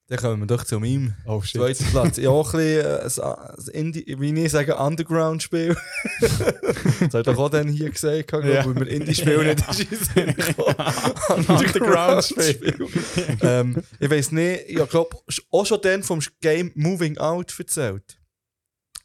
Speaker 2: Dann kommen wir doch zu meinem
Speaker 1: Oh shit.
Speaker 2: zweiten Platz. Ja, auch ein bisschen, äh, ein- ein Indie, wie ich sage, Underground-Spiel. das hat doch auch dann hier gesagt, glaub,
Speaker 1: Ja.
Speaker 2: weil wir Indie-Spiel nicht in den Sinn gekommen.
Speaker 1: Underground-Spiel.
Speaker 2: ähm, ich weiß nicht, ich glaube, auch schon dann vom Game Moving Out erzählt.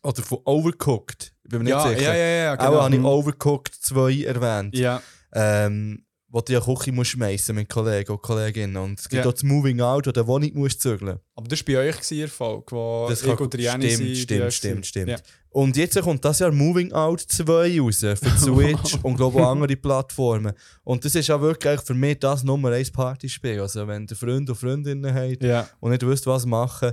Speaker 2: Oder von Overcooked. Ich bin mir nicht
Speaker 1: ja,
Speaker 2: sicher.
Speaker 1: ja, ja, ja.
Speaker 2: Auch habe ich
Speaker 1: Mhm.
Speaker 2: Overcooked 2 erwähnt.
Speaker 1: Ja,
Speaker 2: ähm, wo du ja Küche musst schmeissen mit Kollegen und Kolleginnen. Und es gibt
Speaker 1: Ja.
Speaker 2: auch das Moving Out, wo du Wohnung musst zügeln.
Speaker 1: aber das war bei euch gewesen, Erfolg, wo
Speaker 2: Das
Speaker 1: das
Speaker 2: kann-
Speaker 1: ich und Riani
Speaker 2: stimmt,
Speaker 1: sind,
Speaker 2: stimmt,
Speaker 1: die euch
Speaker 2: stimmt,
Speaker 1: sind.
Speaker 2: stimmt. Und jetzt kommt das Jahr Moving Out 2 raus für die Switch und glaube auch andere Plattformen. Und das ist ja wirklich eigentlich für mich das Nummer 1 Partyspiel. Also wenn ihr Freunde und Freundinnen habt
Speaker 1: Ja. ja.
Speaker 2: und nicht wisst, was machen,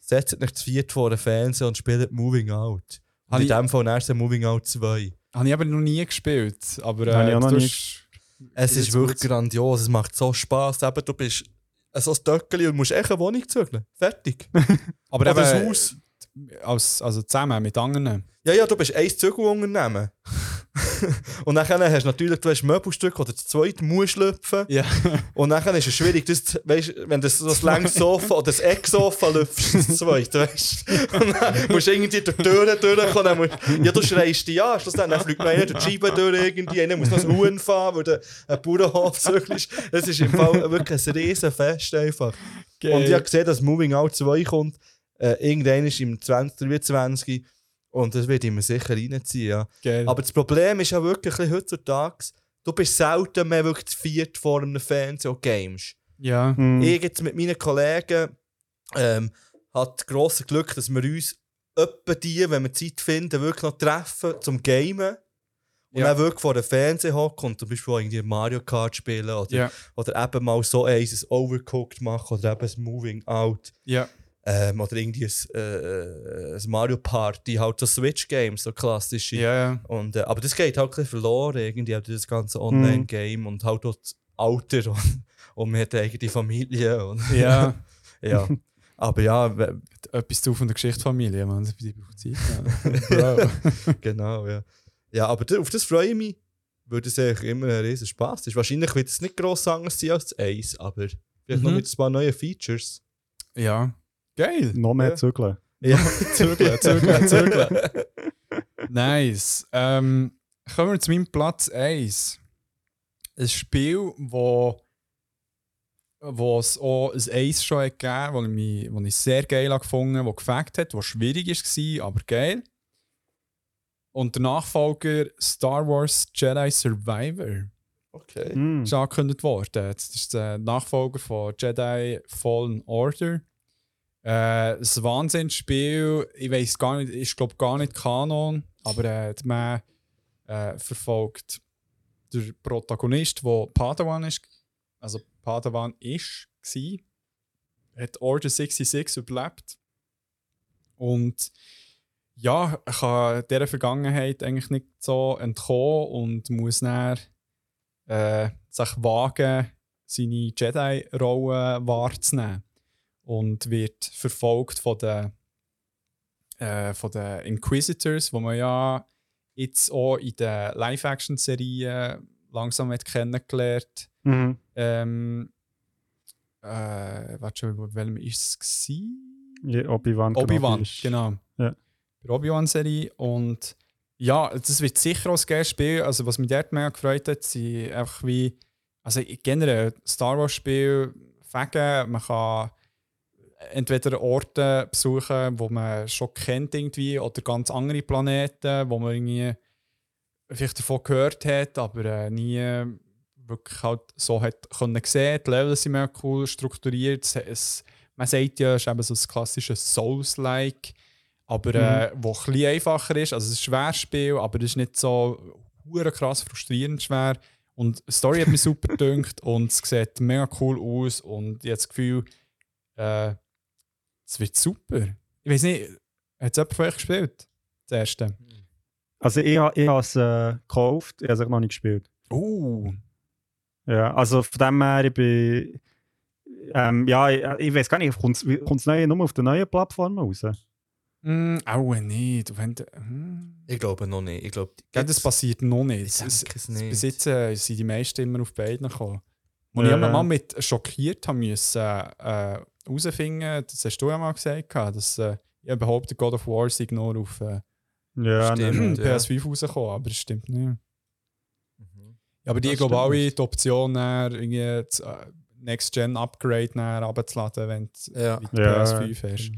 Speaker 2: setzt euch zu viert vor den Fernseher und spielt Moving Out. Und
Speaker 1: Habe
Speaker 2: in
Speaker 1: ich-
Speaker 2: dem Fall erst Moving Out 2.
Speaker 1: Habe ich aber noch nie gespielt. Aber
Speaker 3: Habe ich
Speaker 1: äh,
Speaker 3: auch noch
Speaker 1: du
Speaker 3: nie
Speaker 1: hast-
Speaker 2: Es
Speaker 1: Jetzt
Speaker 2: ist wirklich
Speaker 1: wird's-
Speaker 2: grandios, es macht so Spass. Eben, du bist so ein Döckeli und musst echt eine Wohnung zügeln. Fertig.
Speaker 1: aber
Speaker 2: Oder ein
Speaker 1: eben,
Speaker 2: Haus.
Speaker 1: als, also zusammen mit anderen.
Speaker 2: Ja, ja, du bist ein Zügelunternehmen. und dann hast du natürlich du hast Möbelstücke, oder das zweite musst schlüpfen.
Speaker 1: Ja.
Speaker 2: Und dann ist es schwierig, das, zu- weisst, wenn du so das lange Sofa oder das Ecksofa lüpfst, das zweite, weißt Und dann musst du irgendwie durch die Türen durchkommen. Dann musst, ja, du schreist dich an, schlussendlich dann fliegt noch einer durch die Scheibe durch irgendwie, einer muss noch das Huhn fahren, weil du einen Bauernhof zügelst. Es ist im Fall wirklich ein riesen Fest einfach. Und ich habe gesehen, dass Moving Out 2 kommt. Äh, irgendwann ist im 2023. Und das wird ich mir sicher reinziehen. Ja.
Speaker 1: Geil.
Speaker 2: Aber das Problem ist ja wirklich ein bisschen heutzutage, du bist selten mehr wirklich zu viert vor einem Fernseher und games.
Speaker 1: ja.
Speaker 3: mh,
Speaker 2: Ich jetzt mit meinen Kollegen ähm, hat große Glück, dass wir uns etwa die, wenn wir Zeit finden, wirklich noch treffen zum Gamen. Und
Speaker 1: Ja.
Speaker 2: dann wirklich vor dem Fernseher hocken und zum Beispiel auch irgendwie Mario Kart spielen oder,
Speaker 1: Ja,
Speaker 2: oder eben mal so eins, ein Overcooked machen oder eben ein Moving Out.
Speaker 1: ja,
Speaker 2: Ähm, oder irgendwie ein, äh, ein Mario Party, halt so Switch-Games, so klassische.
Speaker 1: ja, ja.
Speaker 2: Und, äh, aber das geht halt ein bisschen verloren, irgendwie, halt das ganze
Speaker 1: Mhm.
Speaker 2: Online-Game und halt auch das Alter und, und man hat eine eigene Familie. Und,
Speaker 1: ja.
Speaker 2: ja. Aber ja, we-
Speaker 1: Etwas zu von der Geschichte der Familie, man. Die braucht Zeit. Ja. Bro.
Speaker 2: genau, ja. Ja, aber da- auf das freue ich mich, weil das eigentlich immer ein riesen Spass ist. Wahrscheinlich wird es nicht gross anders sein als das Eis, aber vielleicht noch
Speaker 1: Mhm.
Speaker 2: mit ein paar neuen Features.
Speaker 1: ja. Geil.
Speaker 3: Noch mehr
Speaker 2: Ja.
Speaker 3: zügeln.
Speaker 2: Ja, zögeln, zögeln, zögeln.
Speaker 1: Nice. Ähm, kommen wir zu meinem Platz 1. Ein Spiel, wo, wo es auch ein Ace schon hat gegeben hat, das ich, mich- wo ich sehr geil habe gefunden das gefackt hat, das schwierig war, aber geil. Und der Nachfolger Star Wars Jedi Survivor
Speaker 2: Okay.
Speaker 3: Mm.
Speaker 1: ist angekündigt worden. Das ist der Nachfolger von Jedi Fallen Order. Äh, das Wahnsinnsspiel, ich weiß gar nicht, ist glaube gar nicht Kanon, aber äh, der Mann äh, verfolgt der Protagonist, der Padawan ist, also Padawan ist, war, hat Order 66 überlebt und ja, kann dieser Vergangenheit eigentlich nicht so entkommen und muss dann äh, sich wagen, seine Jedi-Rolle wahrzunehmen. Und wird verfolgt von den, äh, von den Inquisitors, wo man ja jetzt auch in den Live-Action-Serien langsam hat kennengelernt.
Speaker 3: Mhm.
Speaker 1: Ähm, äh, warte schon, bei welchem ist es? Gewesen?
Speaker 3: Ja, Obi-Wan.
Speaker 1: Obi-Wan,
Speaker 3: Kenobi ist-
Speaker 1: genau.
Speaker 3: Ja.
Speaker 1: Die Obi-Wan-Serie. Und ja, das wird sicher auch ein geiles Spiel. Also, was mich dort mehr gefreut hat, sind einfach wie, also generell, Star Wars-Spiel, Fegen, man kann entweder Orte besuchen, wo man schon kennt irgendwie, oder ganz andere Planeten, wo man irgendwie vielleicht davon gehört hat, aber äh, nie wirklich halt so hat können sehen. Die Level sind mehr cool strukturiert. Es, es, man sagt ja, es ist eben so das klassische Souls-like, aber äh, wo ein bisschen einfacher ist. Also es ist ein schweres Spiel, aber es ist nicht so hure krass frustrierend schwer. Und die Story hat mich super gedüngt und es sieht mega cool aus und ich habe das Gefühl, äh, es wird super. Ich weiß nicht, hat es jemand von euch gespielt? Das erste?
Speaker 3: Also ich, ha- ich habe es äh, gekauft, ich habe es noch nicht gespielt.
Speaker 1: Uh,
Speaker 3: Ja, also von dem her, ich bin... Ähm, ja, ich, ich weiß gar nicht, kommt es neue nur auf den neuen Plattformen raus?
Speaker 1: mm, auch nicht. Wenn, du- hm.
Speaker 2: Ich glaube noch nicht. Ich glaube,
Speaker 1: Ja, das passiert noch nicht.
Speaker 2: Ich
Speaker 1: Es-
Speaker 2: denke es
Speaker 1: es-
Speaker 2: nicht.
Speaker 1: Bis jetzt äh, sind die meisten immer auf beiden gekommen. Und
Speaker 3: Ja.
Speaker 1: ich habe mal mit schockiert haben müssen, äh, äh, herausfinden, das hast du ja mal gesagt, gehabt, dass äh, ich behaupte, God of War sei nur auf äh,
Speaker 3: Ja,
Speaker 2: Stimmt.
Speaker 3: nein.
Speaker 2: Ja.
Speaker 1: PS5 rausgekommen, aber das stimmt nicht.
Speaker 2: Mhm.
Speaker 1: Ja, aber die
Speaker 3: Das
Speaker 1: glaube
Speaker 3: stimmt
Speaker 1: alle
Speaker 3: nicht.
Speaker 1: die Option, nachher irgendwie das äh, Next-Gen-Upgrade nachher runterzuladen, wenn du
Speaker 2: Ja.
Speaker 1: die
Speaker 3: Ja.
Speaker 1: PS5 hast.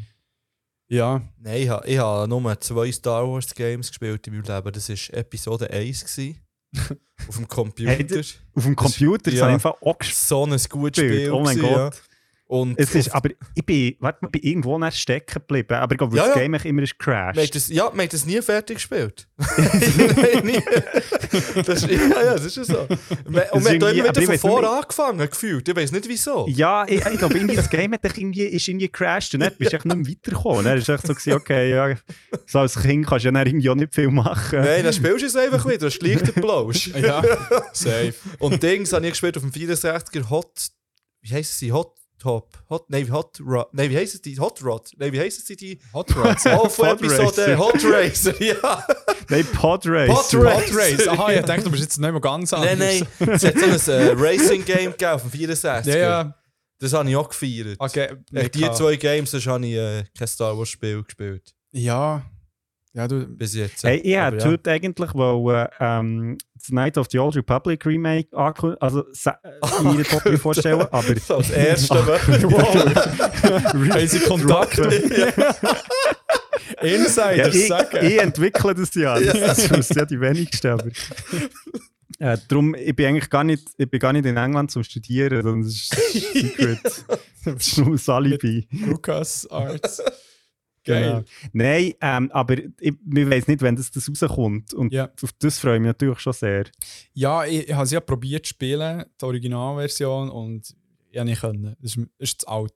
Speaker 1: Ja,
Speaker 2: Nein, ich habe ich ha nur zwei Star Wars Games gespielt in meinem Leben. Das war Episode 1 gewesen, auf dem Computer.
Speaker 3: Auf dem Computer ist es
Speaker 2: Ja.
Speaker 3: einfach auch gespielt.
Speaker 2: so ein gutes Spiel.
Speaker 3: oh mein
Speaker 2: gewesen,
Speaker 3: Gott.
Speaker 2: Ja. Und
Speaker 3: Es ist,
Speaker 2: auf-
Speaker 3: aber ich bin, warte, mal, ich bin irgendwo erst stecken geblieben. Aber ich glaube, weil
Speaker 2: Ja,
Speaker 3: das
Speaker 2: ja.
Speaker 3: Game eigentlich immer ist
Speaker 2: wir haben
Speaker 3: crashed.
Speaker 2: das, ja, wir haben das nie fertig gespielt. Nein, nie. Das, ist- ja, ja, das ist ja so. Und wir
Speaker 3: Das
Speaker 2: und wir haben
Speaker 3: ist
Speaker 2: da
Speaker 3: irgendwie-
Speaker 2: immer wieder
Speaker 3: aber ich
Speaker 2: von
Speaker 3: weiss nicht,
Speaker 2: vorne angefangen, gefühlt. Ich weiß nicht wieso.
Speaker 3: Ja, ich, ich glaube, irgendwie das Game hat dich irgendwie, ist irgendwie crashed und dann bist du echt nicht mehr weitergekommen. Dann ist echt so, gewesen, okay, ja, so als Kind kannst du ja dann irgendwie auch nicht viel machen.
Speaker 2: Nein, dann spielst du es einfach wieder, dann schlägt der Blausch.
Speaker 1: ja, safe.
Speaker 2: Und Dings habe ich gespielt auf dem 64er Hot. Wie heisst sie? Hot Top? Hot, nein, Hot Rod. Nein, wie heisst die? Hot Rod. Nein, wie heisst sie? Die
Speaker 1: Hot Rods.
Speaker 2: Oh, von
Speaker 3: Pod
Speaker 2: Episode
Speaker 3: Racer.
Speaker 2: Hot Racer. Ja.
Speaker 3: Nein, Podrace.
Speaker 2: Podrace.
Speaker 1: Hot Race. Aha, ich dachte, du bist jetzt nicht mehr ganz anders.
Speaker 2: Nein, nein. Es hat so ein äh, Racing-Game gegeben auf dem 64er.
Speaker 1: Ja, ja.
Speaker 2: Das habe ich auch gefeiert.
Speaker 1: Okay.
Speaker 2: Echt die
Speaker 1: mega.
Speaker 2: zwei Games, sonst habe ich äh, kein Star Wars Spiel gespielt.
Speaker 1: Ja. Ja, du.
Speaker 2: Bis jetzt.
Speaker 3: Hey, ich
Speaker 1: Oh,
Speaker 2: Aber
Speaker 3: hätte
Speaker 2: Äh, ja.
Speaker 3: heute Äh, eigentlich wollen, ähm, das Night of the Old Republic Remake ankündigen, also sa- äh, mir das Copy vorstellen, aber
Speaker 2: Oh, So, als erste.
Speaker 1: Crazy Kontakte.
Speaker 3: ja,
Speaker 1: Insider,
Speaker 3: ich,
Speaker 1: sagen.
Speaker 3: ich entwickle das ja, das wissen ja die wenigsten, aber äh, darum, ich bin eigentlich gar nicht, ich bin gar nicht in England zum Studieren, sondern das ist secret. Das ist nur ein Alibi. Genau.
Speaker 1: Lucas Arts. Geil.
Speaker 3: Nein, ähm, aber ich, wir weiß nicht, wenn das, das rauskommt. Und
Speaker 1: Ja.
Speaker 3: auf das freue ich mich natürlich schon sehr.
Speaker 1: Ja, ich, ich habe es ja probiert zu spielen, die Originalversion, und ich konnte nicht. Können. Das ist, ist zu alt.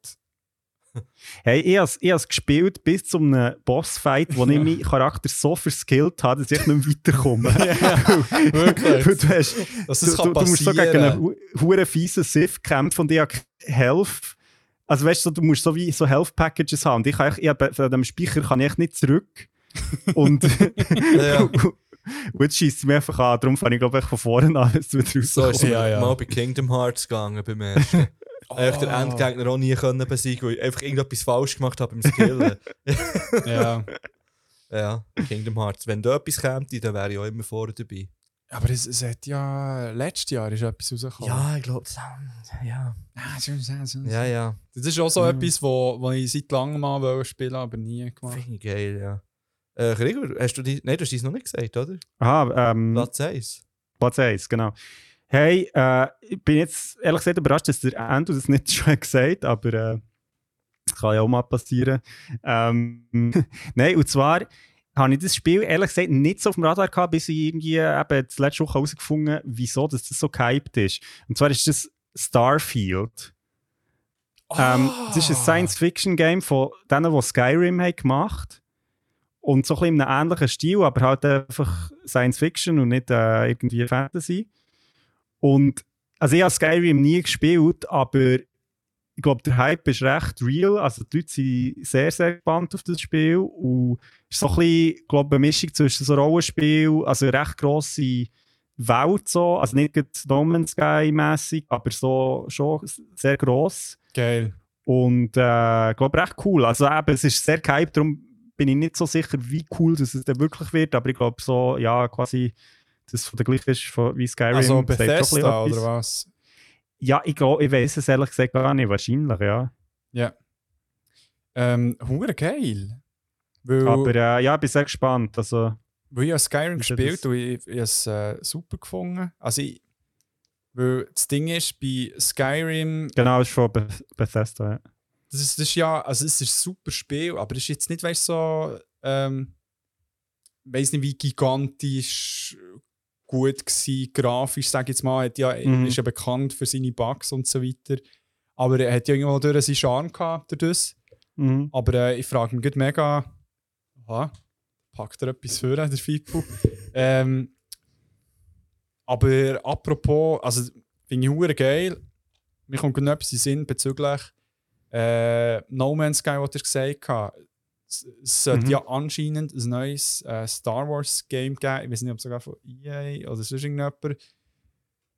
Speaker 3: Hey, ich habe es gespielt bis zu einem Bossfight, wo ich meinen Charakter so verskillt habe, dass ich nicht mehr weiterkomme.
Speaker 1: wirklich.
Speaker 3: Weil du, hast,
Speaker 1: Dass
Speaker 3: du,
Speaker 1: das
Speaker 3: du,
Speaker 1: kann
Speaker 3: du musst so
Speaker 1: passieren.
Speaker 3: gegen einen hu- huren fiesen Sith kämpfen und ich habe keine Health. Also weißt du, du musst so wie so Health Packages haben. Und ich, kann, echt- ich habe- von dem Speicher kann ich echt nicht zurück. Und,
Speaker 2: Ja.
Speaker 3: und jetzt schießt es mich einfach an. Darum fange ich, glaube ich, von vorne an, wenn es wieder
Speaker 2: So ist
Speaker 3: rauskommt.
Speaker 2: es
Speaker 1: Ja, ja.
Speaker 2: mal bei Kingdom Hearts gegangen beim ersten. Ich habe den Endgegner auch nie können besiegen, weil ich einfach irgendetwas falsch gemacht habe beim Skillen.
Speaker 1: ja.
Speaker 2: ja, Kingdom Hearts. Wenn da etwas käme, dann wäre ich auch immer vorne dabei.
Speaker 1: Aber es, es hat ja. Letztes Jahr ist etwas rausgekommen.
Speaker 2: ich glaube, ja.
Speaker 1: Ah, so- so- so-
Speaker 2: Ja, ja.
Speaker 1: Das ist auch so
Speaker 3: Mhm.
Speaker 1: etwas, wo, wo ich seit langem mal wollte spielen aber nie gemacht
Speaker 2: Finde ich geil, ja. Äh, Gregor, hast du die. Nein, du hast dies noch nicht gesagt, oder?
Speaker 3: Aha, ähm,
Speaker 2: Platz 1.
Speaker 3: Platz 1, genau. Hey, äh, ich bin jetzt ehrlich gesagt überrascht, dass der Andrew das nicht schon gesagt hat, aber äh, das kann ja auch mal passieren. Ähm, Nein, und zwar habe ich das Spiel ehrlich gesagt nicht so auf dem Radar gehabt, bis ich irgendwie äh, eben das letzte Woche herausgefunden habe, wieso dass das so gehypt ist. Und zwar ist das Starfield. Ähm, das ist ein Science-Fiction-Game von denen, die Skyrim haben gemacht Und so ein bisschen in einem ähnlichen Stil, aber halt einfach Science-Fiction und nicht äh, irgendwie Fantasy. Und also ich habe Skyrim nie gespielt, aber ich glaube, der Hype ist recht real. Also die Leute sind sehr, sehr gespannt auf das Spiel. Und es ist so ein bisschen, glaube eine Mischung zwischen so Rollenspiel, also eine recht grosse Welt so. Also nicht gerade No Man's Sky-mässig, aber so schon sehr gross.
Speaker 1: Geil.
Speaker 3: Und äh, ich glaube, recht cool. Also eben, es ist sehr gehypt, darum bin ich nicht so sicher, wie cool das es dann wirklich wird. Aber ich glaube so, ja, quasi, das von der gleichen ist von, wie Skyrim.
Speaker 1: Also
Speaker 3: sagt schon ein bisschen
Speaker 1: Bethesda
Speaker 3: etwas.
Speaker 1: oder was?
Speaker 3: Ja, ich glaube, ich weiß es ehrlich gesagt gar nicht. Wahrscheinlich, ja.
Speaker 1: Ähm, Hunger geil. Weil,
Speaker 3: Aber äh, ja, ich bin sehr gespannt. Also,
Speaker 1: weil ich habe Skyrim
Speaker 3: Ist ja
Speaker 1: gespielt
Speaker 3: das-
Speaker 1: und ich, ich habe es äh, super gefunden. Also ich, weil das Ding ist, bei Skyrim
Speaker 3: genau, ist von Beth Bethesda. Ja.
Speaker 1: Das ist, das ist ja, also es ist ein super Spiel, aber es ist jetzt nicht, weißt du, so, ähm, weiß nicht, wie gigantisch gut gsi grafisch, sag ich jetzt mal, hat ja,
Speaker 3: Mhm.
Speaker 1: ist ja bekannt für seine Bugs und so weiter. Aber er hat ja irgendwo durch seinen Charme gehabt, durch das.
Speaker 3: Mhm.
Speaker 1: Aber äh, ich frage mich grad mega, aha, packt er etwas vor, der Fipu? ähm, aber apropos, also finde ich hure geil. Mir kommt gerade noch etwas in den Sinn bezüglich äh, No Man's Sky, was ihr gesagt habt. Es es sollte
Speaker 3: Mhm.
Speaker 1: ja anscheinend ein neues äh, Star Wars Game geben. Ich weiß nicht, ob sogar von EA oder sonst irgendjemand,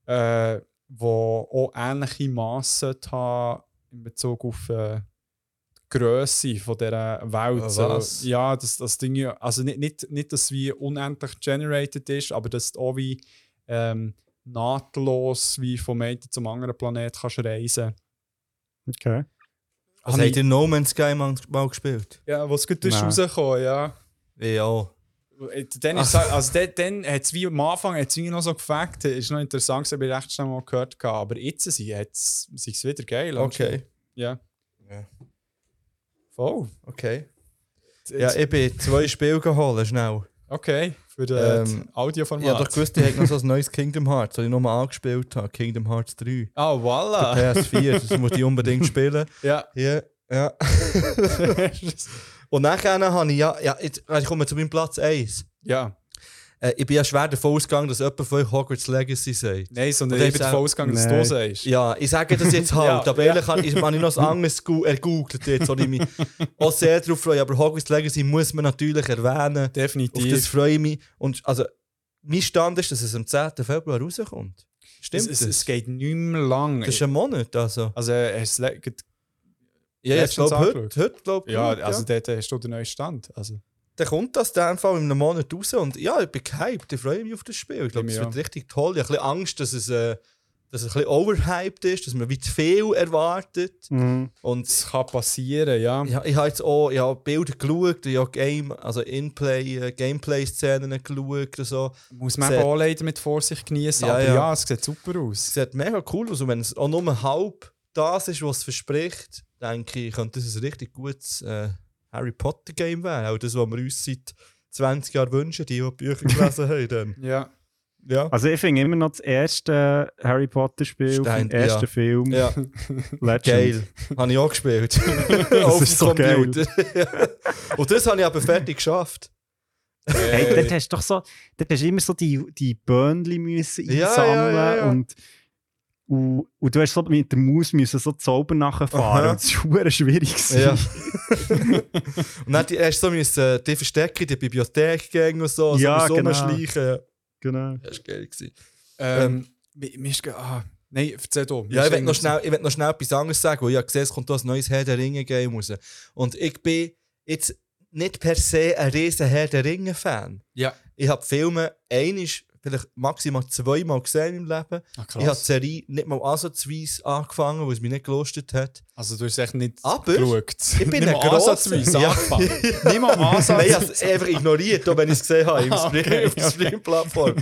Speaker 1: äh, wo auch ähnliche Massen hat in Bezug auf äh, die Grösse von dieser Welt.
Speaker 2: Äh,
Speaker 1: So,
Speaker 2: was?
Speaker 1: ja, das, das Ding, ja- also nicht, nicht, nicht, dass es wie unendlich generated ist, aber dass du auch wie ähm, nahtlos wie vom einen zum anderen Planeten kannst reisen. Also
Speaker 3: Okay.
Speaker 2: Was
Speaker 1: Habe
Speaker 2: Also habt ihr No Man's Sky mal, mal gespielt?
Speaker 1: Ja, was gut ist
Speaker 3: Nein.
Speaker 1: rausgekommen, ja.
Speaker 2: Ja.
Speaker 1: Dann, ist, halt- also dann, dann hat es wie am Anfang hat's irgendwie noch so gefackt, ist noch interessant, das habe ich recht schnell mal gehört, gehabt. aber jetzt sind es wieder geil.
Speaker 2: Okay.
Speaker 1: Ja.
Speaker 2: Ja.
Speaker 1: Voll.
Speaker 2: Okay. Ja,
Speaker 1: Jetzt-
Speaker 2: ich bin zwei Spiele geholt, schnell.
Speaker 1: okay, für äh,
Speaker 2: Ähm,
Speaker 1: das Audioformat.
Speaker 2: Ich habe doch gewusst, ich hätte noch so ein neues Kingdom Hearts, das ich nochmal angespielt habe. Kingdom Hearts 3.
Speaker 1: Ah, voilà.
Speaker 2: PS4, das muss ich unbedingt spielen.
Speaker 1: Ja.
Speaker 2: Ja, ja. Und nachher habe ich, ja, ja jetzt, ich komme zu meinem Platz 1.
Speaker 1: ja.
Speaker 2: Äh, ich bin ja schwer davon ausgegangen, dass jemand von euch Hogwarts Legacy sagt.
Speaker 1: Nein, sondern
Speaker 2: Und
Speaker 1: ich bin
Speaker 2: jetzt
Speaker 1: davon ausgegangen, dass du
Speaker 3: Nein.
Speaker 1: das sagst.
Speaker 2: Ja, ich sage das jetzt halt,
Speaker 1: Ja,
Speaker 2: aber ehrlich habe ich, habe ich noch ein anderes gu- ergoogelt, jetzt, wo ich mich auch sehr darauf freue. Aber Hogwarts Legacy muss man natürlich erwähnen. Auf das
Speaker 1: Definitiv.
Speaker 2: freue ich mich. Und also, mein Stand ist, dass es am 10. Februar rauskommt. Stimmt
Speaker 1: Es,
Speaker 2: das?
Speaker 1: es, es geht nicht mehr lang.
Speaker 2: das ist ein Monat, also.
Speaker 1: also, hast du le-
Speaker 2: Ja, ich
Speaker 1: letztens
Speaker 2: glaube, heute,
Speaker 1: angeschaut.
Speaker 2: heute glaube ich.
Speaker 1: ja,
Speaker 2: heute,
Speaker 1: also dort hast du den neuen Stand. Also,
Speaker 2: dann kommt das dann Fall in einem Monat raus und ja, ich bin gehypt, ich freue mich auf das Spiel. Ich glaube,
Speaker 1: Ich
Speaker 2: es
Speaker 1: mich
Speaker 2: wird richtig toll. Ich habe ein bisschen Angst, dass es, äh, dass es ein bisschen overhyped ist, dass man wie zu viel erwartet.
Speaker 3: Mhm.
Speaker 2: Und
Speaker 1: es kann passieren, ja.
Speaker 2: ich, ich habe jetzt auch ich habe Bilder geschaut, ich habe Game, also In-Play, äh, Gameplay-Szenen geschaut und so.
Speaker 1: Muss man
Speaker 2: Sehr-
Speaker 1: eben auch leider mit Vorsicht genießen.
Speaker 2: Ja,
Speaker 1: aber ja.
Speaker 2: ja.
Speaker 1: es sieht super
Speaker 2: Es
Speaker 1: aus.
Speaker 2: sieht mega cool aus und wenn es auch nur halb das ist, was es verspricht, denke ich, könnte das ein richtig gutes äh, Harry Potter Game wäre. Auch das, was wir uns seit 20 Jahren wünschen, die, die Bücher gelesen haben. Dann.
Speaker 1: Ja.
Speaker 2: Ja.
Speaker 3: Also ich finde immer noch das erste Harry Potter Spiel, vom
Speaker 2: Stein-
Speaker 3: ersten
Speaker 2: ja.
Speaker 3: Film,
Speaker 2: ja.
Speaker 3: Legend.
Speaker 2: Geil. habe ich auch gespielt. Auf
Speaker 3: ist
Speaker 2: dem
Speaker 3: so geil.
Speaker 2: Und das habe ich aber fertig geschafft.
Speaker 3: Hey, dort hast du doch so, dort hast du immer so die, die Böhnchen müssen
Speaker 2: Ja, ja,
Speaker 3: einsammeln
Speaker 2: ja, ja.
Speaker 3: Und, und, und du hast so mit der Maus müssen so Zauber nachfahren
Speaker 2: Aha.
Speaker 3: und das war verdammt schwierig.
Speaker 2: Ja.
Speaker 3: gewesen.
Speaker 2: und dann die- hast du so müssen, äh, die verstecken in die Bibliothek gehen und so,
Speaker 3: Ja,
Speaker 2: so
Speaker 3: genau.
Speaker 2: schleichen.
Speaker 3: Genau.
Speaker 2: Das war geil. Gewesen.
Speaker 1: Ähm, mi- mir ist ge- ah, nein, erzähl du. Mir
Speaker 2: Ja,
Speaker 1: ist
Speaker 2: ich will, noch
Speaker 1: irgendwas-
Speaker 2: schnell, ich will noch schnell etwas anderes sagen, weil ich habe gesehen, es kommt da ein neues Herr der Ringe-Game raus. Und ich bin jetzt nicht per se ein riesen Herr der Ringe-Fan.
Speaker 1: Ja,
Speaker 2: Ich habe die Filme einisch, vielleicht maximal zweimal gesehen im Leben.
Speaker 1: ah,
Speaker 2: Ich habe die
Speaker 1: krass.
Speaker 2: Serie nicht mal ansatzweise angefangen, weil es mich nicht gelustet hat.
Speaker 1: Also du hast echt nicht
Speaker 2: Aber
Speaker 1: geschaut.
Speaker 2: Ich bin
Speaker 1: Nicht
Speaker 2: ein
Speaker 1: mal
Speaker 2: grosser-
Speaker 1: ansatzweise
Speaker 2: Ja.
Speaker 1: angefangen. Nicht mal
Speaker 2: Nein, ich
Speaker 1: ansatzweise.
Speaker 2: habe es einfach ignoriert, auch wenn ich es gesehen habe, im
Speaker 1: Ah, okay,
Speaker 2: Stream, auf der
Speaker 1: okay.
Speaker 2: Stream-Plattform.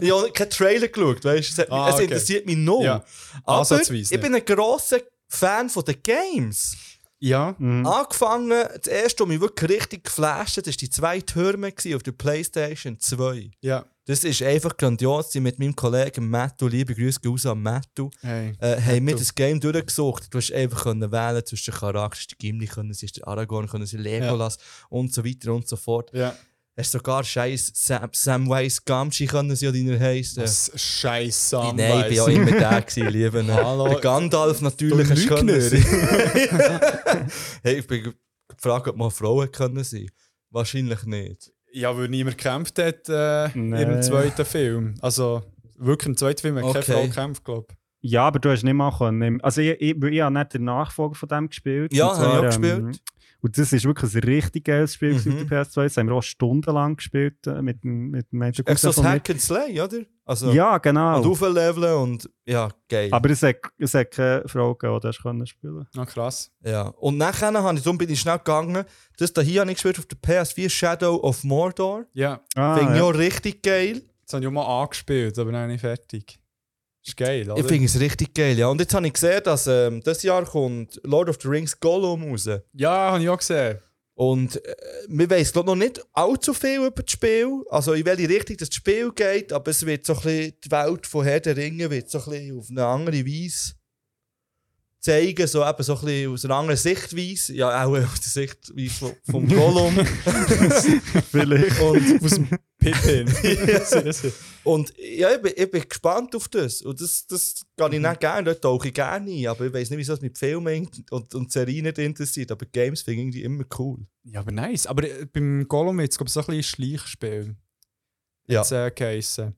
Speaker 2: ich habe keinen Trailer geschaut, weißt du? Es, hat-
Speaker 1: Ah,
Speaker 2: es
Speaker 1: okay.
Speaker 2: interessiert mich null.
Speaker 1: Ja.
Speaker 2: Aber
Speaker 1: Ansatzweise
Speaker 2: ich
Speaker 1: nicht.
Speaker 2: bin ein grosser Fan von den Games.
Speaker 1: Ja.
Speaker 3: Mhm.
Speaker 2: Angefangen, das erste, was mich wirklich richtig geflasht hat, war die zwei Türme gewesen auf der PlayStation 2.
Speaker 1: Ja.
Speaker 2: Das ist einfach grandios. Ich mit meinem Kollegen Mattu, liebe Grüße gehen raus an Mattu,
Speaker 1: Hey.
Speaker 2: äh, haben wir
Speaker 1: Mattu.
Speaker 2: das Game durchgesucht. Du hast einfach können wählen zwischen Charakter, die Gimli können, es ist der Aragorn, können sie Legolas und so weiter und so fort.
Speaker 1: Ja.
Speaker 2: Hast sogar scheiß Sam, Samwise Gamgee können sie ja deiner heißen.
Speaker 1: Das scheiß
Speaker 2: Nein, ich war ja immer der, gewesen, liebe
Speaker 1: Hallo.
Speaker 2: Der Gandalf natürlich.
Speaker 1: Du
Speaker 2: hast können
Speaker 1: Lügner.
Speaker 2: sein. hey, ich bin ge- gefragt, ob man Frauen können sein Wahrscheinlich nicht.
Speaker 1: Ja, weil niemand gekämpft hat äh,
Speaker 3: Nee.
Speaker 1: im zweiten Film. Also wirklich im zweiten Film hat
Speaker 2: Okay.
Speaker 1: keine Frau gekämpft, glaube ich.
Speaker 3: Ja, aber du hast nicht mal können. Also ich, ich, weil ich habe nicht den Nachfolger von dem gespielt.
Speaker 2: Ja,
Speaker 3: Und
Speaker 2: habe ich auch
Speaker 3: ähm,
Speaker 2: gespielt.
Speaker 3: Und das ist wirklich ein richtig geiles Spiel gewesen
Speaker 2: Mhm.
Speaker 3: auf der PS2. Das haben wir auch stundenlang gespielt äh, mit, dem- mit dem Menschen.
Speaker 2: Echt so das
Speaker 3: Kumpel von mir.
Speaker 2: Hack and Slay, oder? Also,
Speaker 3: Ja, genau.
Speaker 2: Und aufleveln und ja, geil.
Speaker 3: Aber es hat, es hat keine Frau gegeben, die das können spielen
Speaker 1: Ah, krass.
Speaker 2: ja. Und nachher habe ich, darum bin ich schnell gegangen. Das da hier habe ich gespielt auf der PS4 Shadow of Mordor.
Speaker 1: Ja,
Speaker 3: Ah,
Speaker 2: Finde ich
Speaker 3: ja.
Speaker 2: auch richtig geil.
Speaker 1: das habe ich auch mal angespielt, aber dann nicht fertig. Ist geil, oder?
Speaker 2: Ich finde es richtig geil, ja. Und jetzt habe ich gesehen, dass ähm, das Jahr kommt Lord of the Rings Gollum raus.
Speaker 1: ja, habe ich auch gesehen.
Speaker 2: Und äh, wir wissen glaub, noch nicht allzu viel über das Spiel. Also in welche Richtung das Spiel geht, aber es wird so ein bisschen, die Welt von Herr der Ringe wird so ein bisschen auf eine andere Weise zeigen, so eben so ein bisschen aus einer anderen Sichtweise. Ja, auch aus der Sichtweise von- vom Gollum.
Speaker 3: Vielleicht.
Speaker 2: und,
Speaker 1: Aus dem Pippin.
Speaker 2: und ja, ich bin, ich bin gespannt auf das. Und das, das kann
Speaker 1: Mhm.
Speaker 2: ich nicht gerne, dort tauche ich gerne ein. Aber ich weiß nicht, wieso es mit Filmen und, und Serien nicht interessiert. Aber Games finde ich irgendwie immer cool.
Speaker 1: ja, aber nice. Aber äh, beim Gollum jetzt, glaube ich, so ein bisschen Schleichspiel.
Speaker 2: Ja.
Speaker 1: Hat's, äh, geheissen.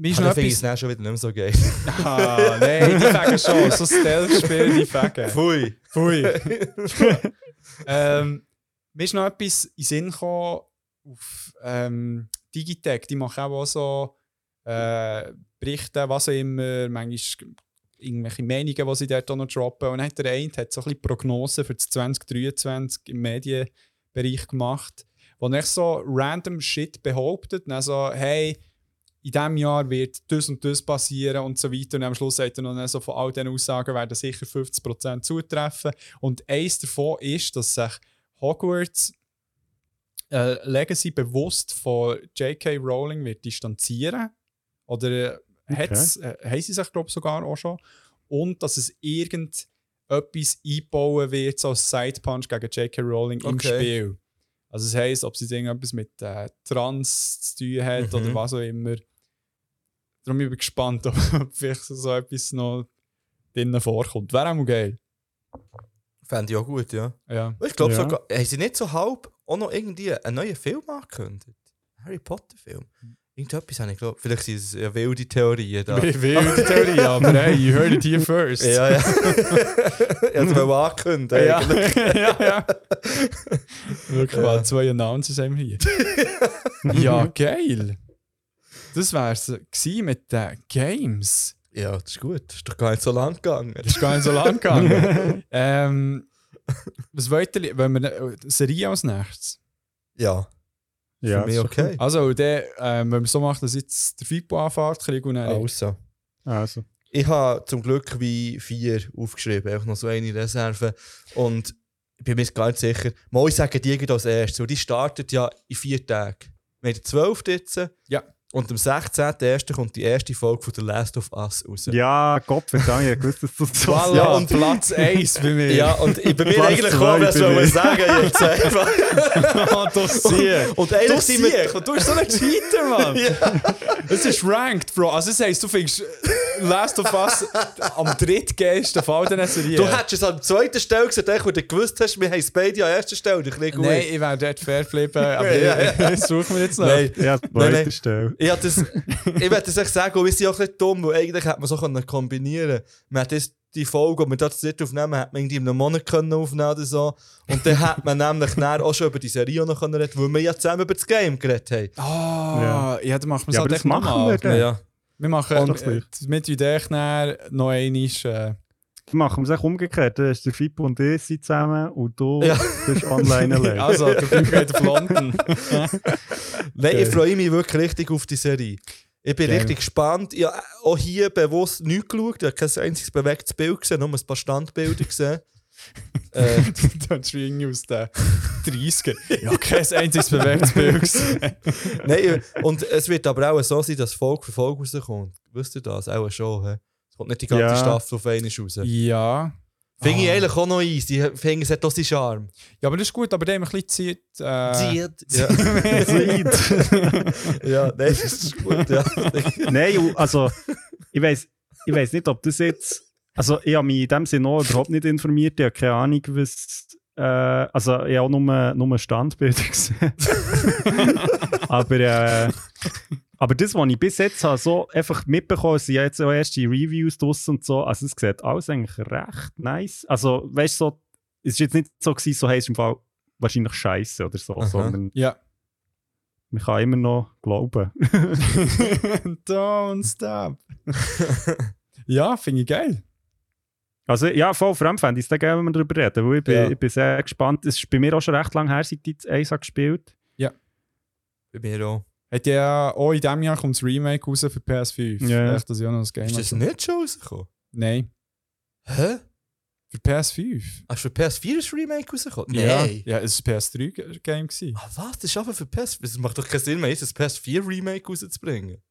Speaker 1: Mir ist
Speaker 2: Aber
Speaker 1: noch
Speaker 2: dann finde ich es
Speaker 1: etwas...
Speaker 2: dann schon wieder nicht mehr so geil.
Speaker 1: Ah, nein, die fegen schon. So Stealth-Spiel, die fegen.
Speaker 2: Pfui.
Speaker 1: Pfui. ähm, mir ist noch etwas in den Sinn gekommen auf ähm, Digitech. Die machen auch so äh, Berichte, was auch immer, manchmal irgendwelche Meinungen, die sie dort auch noch droppen. Und dann hat der eine hat so ein bisschen Prognosen für das 2023 im Medienbereich gemacht, wo er echt so random Shit behauptet. Und dann so, hey, in diesem Jahr wird das und das passieren und so weiter. Und am Schluss sagt er noch so, von all diesen Aussagen werden sicher 50% zutreffen. Und eins davon ist, dass sich Hogwarts äh, Legacy bewusst von J.K. Rowling wird distanzieren. Oder okay.
Speaker 3: Okay.
Speaker 1: hat's, äh, haben sie sich, glaube ich, sogar auch schon. Und dass es irgendetwas einbauen wird, so als Sidepunch gegen J.K. Rowling im
Speaker 2: Okay.
Speaker 1: Spiel. Also das heisst, ob sie jetzt irgendetwas mit äh, Trans zu tun hat
Speaker 2: Mhm.
Speaker 1: oder was auch immer. Darum bin ich gespannt, ob vielleicht so- so etwas noch drinnen vorkommt. Wäre auch mal geil.
Speaker 2: Fände ich auch gut, ja.
Speaker 1: Ja.
Speaker 2: Und Ich glaube
Speaker 3: Ja.
Speaker 2: sogar, haben sie nicht so halb auch noch irgendwie einen neuen Film angekündigt? Harry Potter-Film?
Speaker 1: Hm.
Speaker 2: Irgendetwas habe ich glaube, vielleicht sind es ja wilde Theorien da.
Speaker 1: Wie- Wilde Theorie, aber hey, you heard it here first.
Speaker 2: ja, ja. ich wollte es mal ankündigen.
Speaker 1: ja.
Speaker 2: eigentlich.
Speaker 1: ja, ja. Wirklich, mal, zwei Announcers haben wir hier. ja, geil. Das wär's gewesen mit den Games.
Speaker 2: ja, das ist gut. Ist doch gar nicht so lang gegangen.
Speaker 1: Das ist gar nicht so lang gegangen. ähm, was wollt ihr, wenn wir äh, Serie als nächstes?
Speaker 2: Ja,
Speaker 3: Ja,
Speaker 2: für mich
Speaker 3: ist doch Ah,
Speaker 2: okay.
Speaker 1: Also, der, ähm, wenn wir so machen, dass jetzt der Fippo anfährt, kriege ich und dann-
Speaker 2: Also.
Speaker 3: cool. Also.
Speaker 2: Ich habe zum Glück wie vier aufgeschrieben, einfach noch so eine Reserve. Und ich bin mir jetzt gar nicht sicher. Mal sagen die irgendwie als erstes, weil die startet ja in vier Tagen. Wir haben den 12. jetzt.
Speaker 1: Ja.
Speaker 2: Und am 16.01. kommt die erste Folge von The Last of Us raus.
Speaker 3: Ja, Gott verdammt, ich wusste, dass das so
Speaker 2: Voilà,
Speaker 3: Ja.
Speaker 2: und Platz 1.
Speaker 1: Eins bei mir.
Speaker 2: Ja, und ich bin mir
Speaker 3: Platz
Speaker 2: eigentlich
Speaker 3: zwei
Speaker 2: gekommen, dass
Speaker 3: bei
Speaker 2: wir
Speaker 3: mir.
Speaker 2: sagen jetzt einfach.
Speaker 1: Oh, Dossier.
Speaker 2: Und eigentlich sind wir.
Speaker 1: Du bist so ein Cheater, Mann. Es ist ranked, Bro. Also, das heisst, du findest eh, Last of Us am drittgeilsten von all diesen Serien.
Speaker 2: Du hättest es an der zweiten Stelle gesagt, weil du gewusst hast, wir haben es beide an erster Stelle. Ich liege
Speaker 1: Nein, ich wäre dort fair flippen, aber
Speaker 2: Ja,
Speaker 1: ich suche mir jetzt noch.
Speaker 2: Nein.
Speaker 3: Ja, an
Speaker 2: Nein,
Speaker 3: zweiter
Speaker 2: nein.
Speaker 3: Stelle.
Speaker 2: Ich, hab das, ich werde das echt sagen, und wir sind auch nicht dumm, weil eigentlich hätte man so können kombinieren können. Man hätte jetzt die Folge, die wir dort nicht aufnehmen, hätte man irgendwie in einem Monat können aufnehmen oder so. Und dann hätte man nämlich nachher auch schon über die Serie auch noch können reden weil wir ja zusammen über das Game geredet haben.
Speaker 1: Ah, ja, dann machen wir es
Speaker 3: Ja,
Speaker 1: halt
Speaker 3: aber
Speaker 1: echt
Speaker 3: das machen
Speaker 1: nochmal.
Speaker 3: wir dann.
Speaker 2: Ja.
Speaker 1: Wir machen
Speaker 3: Ist doch
Speaker 1: äh,
Speaker 3: gleich.
Speaker 1: mit euch nachher noch einmal... Äh,
Speaker 3: Wir machen es echt umgekehrt. Dann ist der Fippo und ich sind zusammen und du
Speaker 2: Ja.
Speaker 3: bist online allein.
Speaker 1: also, du bist wieder auf London.
Speaker 2: Nein,
Speaker 1: Okay.
Speaker 2: ich freue mich wirklich richtig auf die Serie. Ich bin
Speaker 1: Geil.
Speaker 2: richtig gespannt. Ich habe auch hier bewusst nichts geschaut. Ich habe kein einziges bewegtes Bild gesehen, nur ein paar Standbilder gesehen. äh,
Speaker 1: Dann schwingen aus den 30 Ja, kein einziges bewegtes Bild. gesehen.
Speaker 2: Nein, und es wird aber auch so sein, dass Folge für Folge rauskommt. Wisst ihr das? Auch schon. He? Es kommt nicht die ganze
Speaker 3: Ja.
Speaker 2: Staffel auf einmal raus. Finde
Speaker 1: ja.
Speaker 2: ich
Speaker 1: Ah.
Speaker 2: eigentlich auch noch easy. Finde es hat auch seinen Charme.
Speaker 1: Ja, aber das ist gut, aber dem ein bisschen Zeit. Äh,
Speaker 2: Zieht. Ja, ja nein, das ist gut. Ja.
Speaker 3: Nein, u- also ich weiß ich weiss nicht, ob das jetzt. Also ich habe mich in dem Sinne auch überhaupt nicht informiert. Ich habe keine Ahnung, was. Äh, also ich habe auch nur, nur Standbilder gesehen. aber, äh, aber das, was ich bis jetzt habe, so einfach mitbekommen es sind ja jetzt auch erste Reviews draussen und so. Also es sieht alles eigentlich recht nice. Also weißt du, so, es ist jetzt nicht so, gewesen, so hey, ist im Fall wahrscheinlich scheiße oder so,
Speaker 2: Aha.
Speaker 3: sondern
Speaker 1: ja.
Speaker 3: man kann immer noch glauben.
Speaker 1: Don't stop. ja, finde ich geil.
Speaker 3: Also ja, voll fremd fände ich es dann gerne, wenn wir darüber reden, weil ich bin,
Speaker 2: Ja.
Speaker 3: ich bin sehr gespannt. Es ist bei mir auch schon recht lange her, seit ich 1 habe gespielt
Speaker 2: Bei mir auch.
Speaker 1: Hat ja auch in diesem Jahr kommt das Remake raus für PS5.
Speaker 3: Ja.
Speaker 1: Echt, das ist ja also. noch das Game.
Speaker 2: Ist das nicht schon rausgekommen?
Speaker 1: Nein,
Speaker 2: Hä?
Speaker 1: für PS5.
Speaker 2: Hast du für PS4 das Remake rausgekommen?
Speaker 1: Ja, ja es war ein PS3-Game. gewesen.
Speaker 2: Ah, was? Das ist aber für PS4. Das macht doch keinen Sinn mehr, jetzt ein PS4 Remake rauszubringen.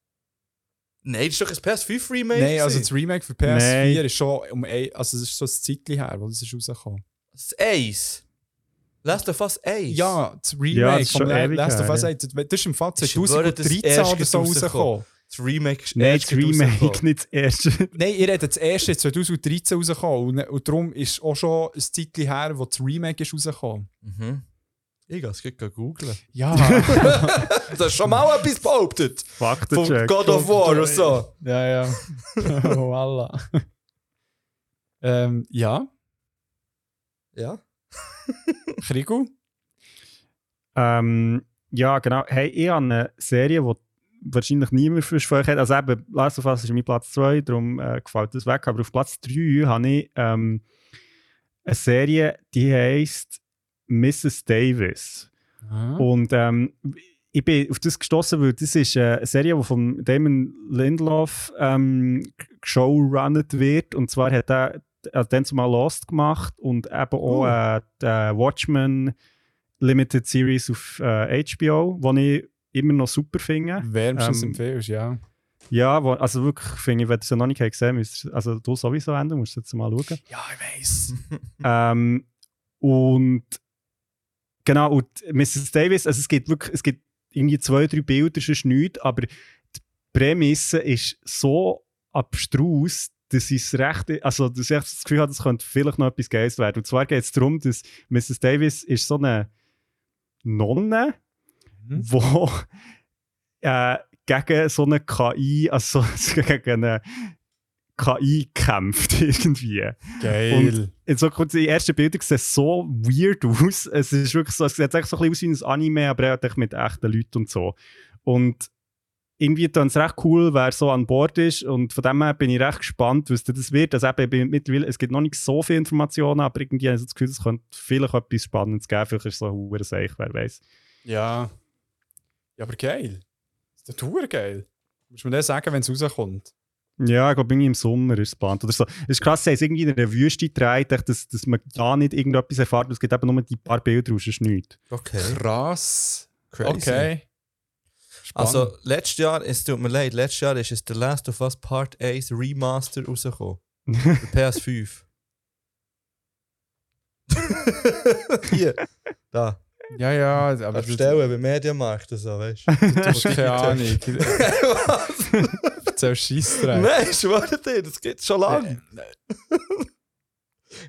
Speaker 2: Nein, das ist doch ein PS5 Remake.
Speaker 1: Nein, also das
Speaker 2: gewesen.
Speaker 1: Remake für PS4
Speaker 3: Nein.
Speaker 1: ist schon um ein, also es ist so ein Zeitchen her, wo es ist rausgekommen
Speaker 2: das Ace. Last of Us Ace.
Speaker 1: Ja, das Remake
Speaker 3: Ja, das ist
Speaker 1: vom
Speaker 3: schon
Speaker 1: La-
Speaker 3: ewig
Speaker 1: Last of
Speaker 3: her,
Speaker 1: Us,
Speaker 3: ja.
Speaker 1: das ist im Fall
Speaker 2: Ich schwöre, das
Speaker 1: 2013
Speaker 2: erst
Speaker 1: oder so
Speaker 2: ist rausgekommen.
Speaker 1: rausgekommen.
Speaker 2: Das Remake ist
Speaker 3: Nein,
Speaker 2: erst
Speaker 3: das Remake,
Speaker 2: rausgekommen.
Speaker 3: nicht das erste.
Speaker 1: Nein, ihr redet das erste 2013 rausgekommen und, und darum ist auch schon ein Zeitchen her, wo das Remake ist rausgekommen.
Speaker 2: Mhm. Ich gehe es gerade googeln.
Speaker 1: Ja,
Speaker 2: Das hast schon mal etwas behauptet. Von
Speaker 3: Faktencheck.
Speaker 2: God of War oder so.
Speaker 1: ja, ja.
Speaker 2: Oh,
Speaker 1: Voila. ähm, ja,
Speaker 2: Ja.
Speaker 1: Krigo?
Speaker 3: Ähm, ja, genau. Hey, ich habe eine Serie, die wahrscheinlich niemand für euch hat. Also eben, Last of Us ist mein Platz 2, darum äh, gefällt das weg. Aber auf Platz 3 habe ich ähm, eine Serie, die heisst Mrs. Davis.
Speaker 2: Ah.
Speaker 3: Und ähm, ich bin auf das gestoßen, weil das ist äh, eine Serie, die von Damon Lindelof ähm, showrunnet wird. Und zwar hat er also dann zumal Lost gemacht und eben auch äh, die äh, Watchmen Limited Series auf äh, HBO, die ich immer noch super finde.
Speaker 1: Wärmstens
Speaker 3: Ähm,
Speaker 1: empfehlst, ja.
Speaker 3: Ja, wo, also wirklich finde ich, wenn ihr es ja noch nicht habt gesehen habt, also du sowieso ändern, musst du jetzt mal schauen.
Speaker 1: Ja, ich weiss.
Speaker 3: Ähm, und genau, und Mrs. Davis, also es gibt wirklich, es gibt irgendwie zwei, drei Bilder, sonst nichts, aber die Prämisse ist so abstrus, dass ich es recht, also dass ich echt das Gefühl habe, es könnte vielleicht noch etwas Geiles werden. Und zwar geht es darum, dass Mrs. Davis ist so eine Nonne,
Speaker 1: Mhm.
Speaker 3: wo äh, gegen so eine KI, also gegen eine KI kämpft irgendwie.
Speaker 1: Geil.
Speaker 3: Jetzt so kurz, die ersten Bilder sehen so weird aus. Es ist wirklich so, es sieht echt so ein bisschen aus wie ein Anime, aber halt echt mit echten Leuten und so. Und irgendwie dann es recht cool, wer so an Bord ist. Und von dem her bin ich recht gespannt, was das wird. Also eben, ich bin mittlerweile, es gibt noch nicht so viele Informationen, aber irgendwie habe ich so das Gefühl, es könnte vielleicht etwas Spannendes geben. Vielleicht ist es so ein hoher Seich, wer weiß.
Speaker 1: Ja. Ja, aber geil. Das ist der Tour geil. Muss man dann sagen, wenn es rauskommt.
Speaker 3: Ja, ich glaube, irgendwie im Sommer ist es geplant oder so. Es ist krass, sie haben es irgendwie in einer Wüste gedreht, echt, dass, dass man da nicht irgendetwas erfährt. Es gibt eben nur die paar Bilder raus, ist nichts.
Speaker 2: Okay.
Speaker 1: Krass.
Speaker 2: Crazy.
Speaker 1: Okay. Spannend.
Speaker 2: Also, letztes Jahr, es tut mir leid, letztes Jahr ist es The Last of Us Part 1 Remaster rausgekommen. Für PS5. Hier. Da.
Speaker 1: ja, ja, aber du,
Speaker 2: Bestellen beim Medienmarkt und so, weißt
Speaker 1: du hast keine Ahnung.
Speaker 2: Was?
Speaker 1: Erzähl Scheiss rein.
Speaker 2: Nein, ich schwöre dir, das geht schon lange.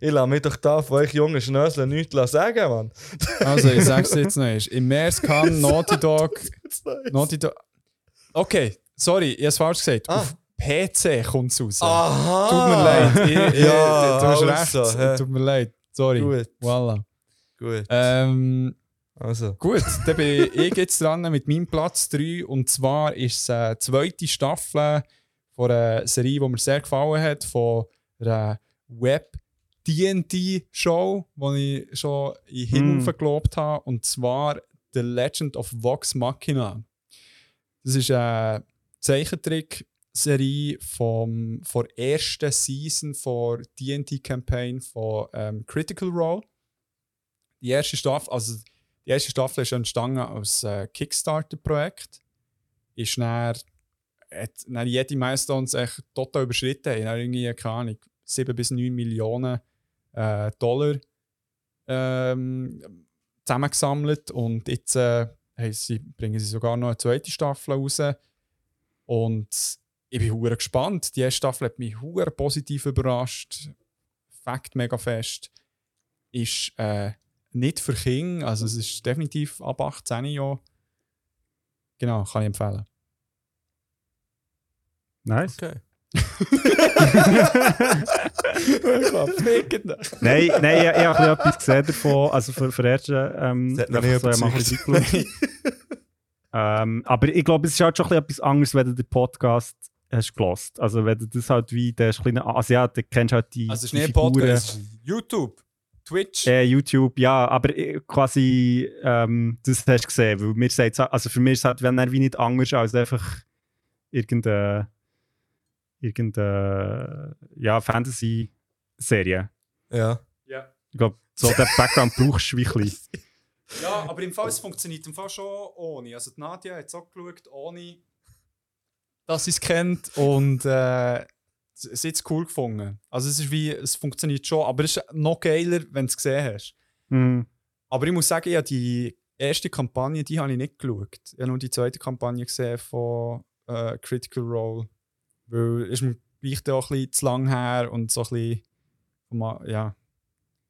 Speaker 2: Ich lasse mich doch da von euch jungen Schnöseln nichts sagen, Mann.
Speaker 1: Also, ich sag's jetzt noch einmal. Im März kann Naughty Dog. Naughty Dog. Okay, sorry, ich hab's falsch gesagt.
Speaker 2: Ah.
Speaker 1: Auf PC kommt es raus.
Speaker 2: Aha!
Speaker 1: Tut mir leid. Ich, ich,
Speaker 2: Ja,
Speaker 1: du hast
Speaker 2: also,
Speaker 1: recht.
Speaker 2: hä?
Speaker 1: Tut mir leid. Sorry.
Speaker 2: Gut.
Speaker 1: Voilà.
Speaker 2: Gut.
Speaker 1: Ähm,
Speaker 2: Also.
Speaker 1: Gut, dann bin ich jetzt dran mit meinem Platz 3. Und zwar ist es eine zweite Staffel von einer Serie, die mir sehr gefallen hat, von einer Web-DD-Show, die ich schon in Hinrufen gelobt habe. Und zwar The Legend of Vox Machina. Das ist eine Zeichentrick-Serie vom, von der ersten Season von DD-Campaign von ähm, Critical Role. Die erste Staffel, also die erste Staffel ist entstanden als äh, Kickstarter-Projekt. Ist dann, hat dann jede Milestones echt total überschritten. Ich habe irgendwie, keine Ahnung, 7 bis 9 Millionen äh, Dollar ähm, zusammengesammelt. Und jetzt äh, haben sie, bringen sie sogar noch eine zweite Staffel raus. Und ich bin hure gespannt. Die erste Staffel hat mich hure positiv überrascht. Fakt mega fest. Ist äh, nicht für Kinder, also es ist definitiv ab 18 Jahren. Genau, kann ich empfehlen.
Speaker 3: Nice.
Speaker 2: Okay.
Speaker 3: Nein, nein, ich, ich habe ein bisschen etwas gesehen davon. Also für, für erste, ähm,
Speaker 2: Das hat mich
Speaker 3: einfach
Speaker 2: nicht
Speaker 3: so, ja, mach ein bisschen Zeitlupe. ähm, aber ich glaube, es ist halt schon ein bisschen etwas anderes, wenn du den Podcast hast gelost. Also wenn du das halt wie, der ist ein bisschen, also ja, du kennst halt die
Speaker 1: Also es ist
Speaker 3: die
Speaker 1: nicht ein
Speaker 3: Figuren.
Speaker 1: Podcast, es ist YouTube, Twitch.
Speaker 3: Äh, YouTube, ja, aber äh, quasi, ähm, das hast du gesehen, weil mir sagt's halt- also für mich ist es halt, wenn er wie nicht anders als einfach irgendeine, irgendeine ja, Fantasy-Serie.
Speaker 2: Ja.
Speaker 1: Ja.
Speaker 3: Ich glaube, so den Background brauchst du wie ein bisschen.
Speaker 1: ja, aber im Fall, es funktioniert im Fall schon ohne. Also die Nadia hat es auch geschaut, ohne dass sie es kennt und äh, sie sie hat es cool gefunden. Also es ist wie, es funktioniert schon, aber es ist noch geiler, wenn du es gesehen hast.
Speaker 3: Mhm.
Speaker 1: Aber ich muss sagen, ja, die erste Kampagne, die habe ich nicht geschaut. Ich habe nur die zweite Kampagne gesehen von äh, Critical Role. Weil es ist mir gleich dann auch ein bisschen zu lang her und so ein bisschen, ma- ja,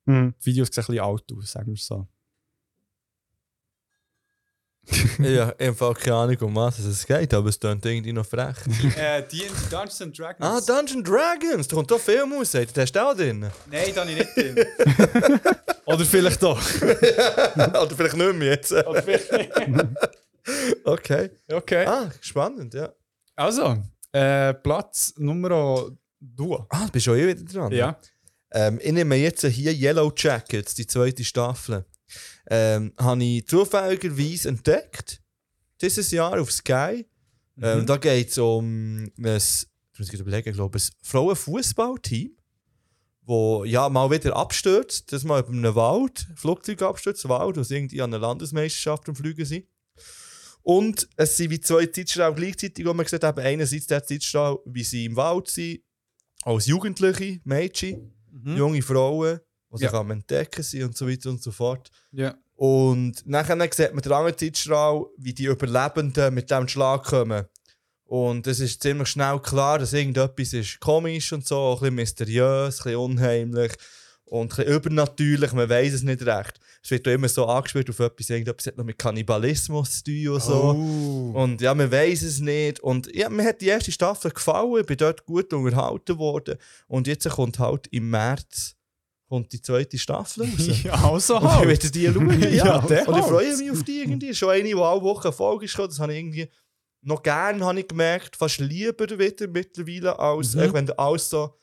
Speaker 3: Mhm.
Speaker 1: die Videos sehen ein bisschen alt aus, sagen wir es so.
Speaker 2: Ich habe im Fall keine Ahnung, um was es geht, aber es klingt irgendwie noch frech.
Speaker 1: äh, die in Dungeons and Dragons?
Speaker 2: ah, Dungeon Dragons! Da kommt doch Film raus, ey. den hast du auch drin.
Speaker 1: Nein, da habe ich nicht drin. Oder vielleicht doch.
Speaker 2: Oder vielleicht nicht mehr jetzt.
Speaker 1: Oder vielleicht-
Speaker 2: Okay.
Speaker 1: okay.
Speaker 2: Ah, spannend, ja.
Speaker 1: Also, äh, Platz Nummer 2.
Speaker 2: Ah, du bist schon eh wieder dran.
Speaker 1: Ja.
Speaker 2: Ähm, ich nehme jetzt hier Yellow Jackets, die zweite Staffel. Ähm, habe ich zufälligerweise entdeckt, dieses Jahr auf Sky. Ähm, Da geht es um ein, ich muss ich überlegen, ich glaube, ein Frauenfußballteam, wo ja mal wieder abstürzt, das mal in einem Wald, Flugzeug abstürzt, Wald, wo sie irgendwie an einer Landesmeisterschaft am Fliegen sind. Und es sind wie zwei Zeitstrahlen gleichzeitig, wo man gesagt hat, eben einerseits der Zeitstrahl, wie sie im Wald sind, als Jugendliche, Mädchen, junge Frauen, die sich
Speaker 1: Mhm. Ja.
Speaker 2: am Entdecken sind und so weiter und so fort.
Speaker 1: ja.
Speaker 2: Und nachher sieht man den anderen Zeitstrahl, wie die Überlebenden mit dem Schlag kommen. Und es ist ziemlich schnell klar, dass irgendetwas ist komisch und so, ein bisschen mysteriös, ein bisschen unheimlich und ein bisschen übernatürlich, man weiß es nicht recht. Es wird auch immer so angespielt auf etwas, irgendetwas hat noch mit Kannibalismus zu tun und so.
Speaker 1: also. Oh. Hm.
Speaker 2: Und ja, man weiß es nicht. Und ja, mir hat die erste Staffel gefallen, ich bin dort gut unterhalten worden. Und jetzt kommt halt im März kommt die zweite Staffel raus.
Speaker 1: ja. Also
Speaker 2: Und ich
Speaker 1: halt.
Speaker 2: werde die schauen. ja,
Speaker 1: Ja,
Speaker 2: und
Speaker 1: der
Speaker 2: ich
Speaker 1: halt.
Speaker 2: freue mich auf die irgendwie. Schon eine, die alle Wochen Folge ist gekommen, das habe ich irgendwie noch gern habe ich gemerkt. Fast lieber wieder mittlerweile, als
Speaker 1: Mhm.
Speaker 2: echt, wenn dir alles so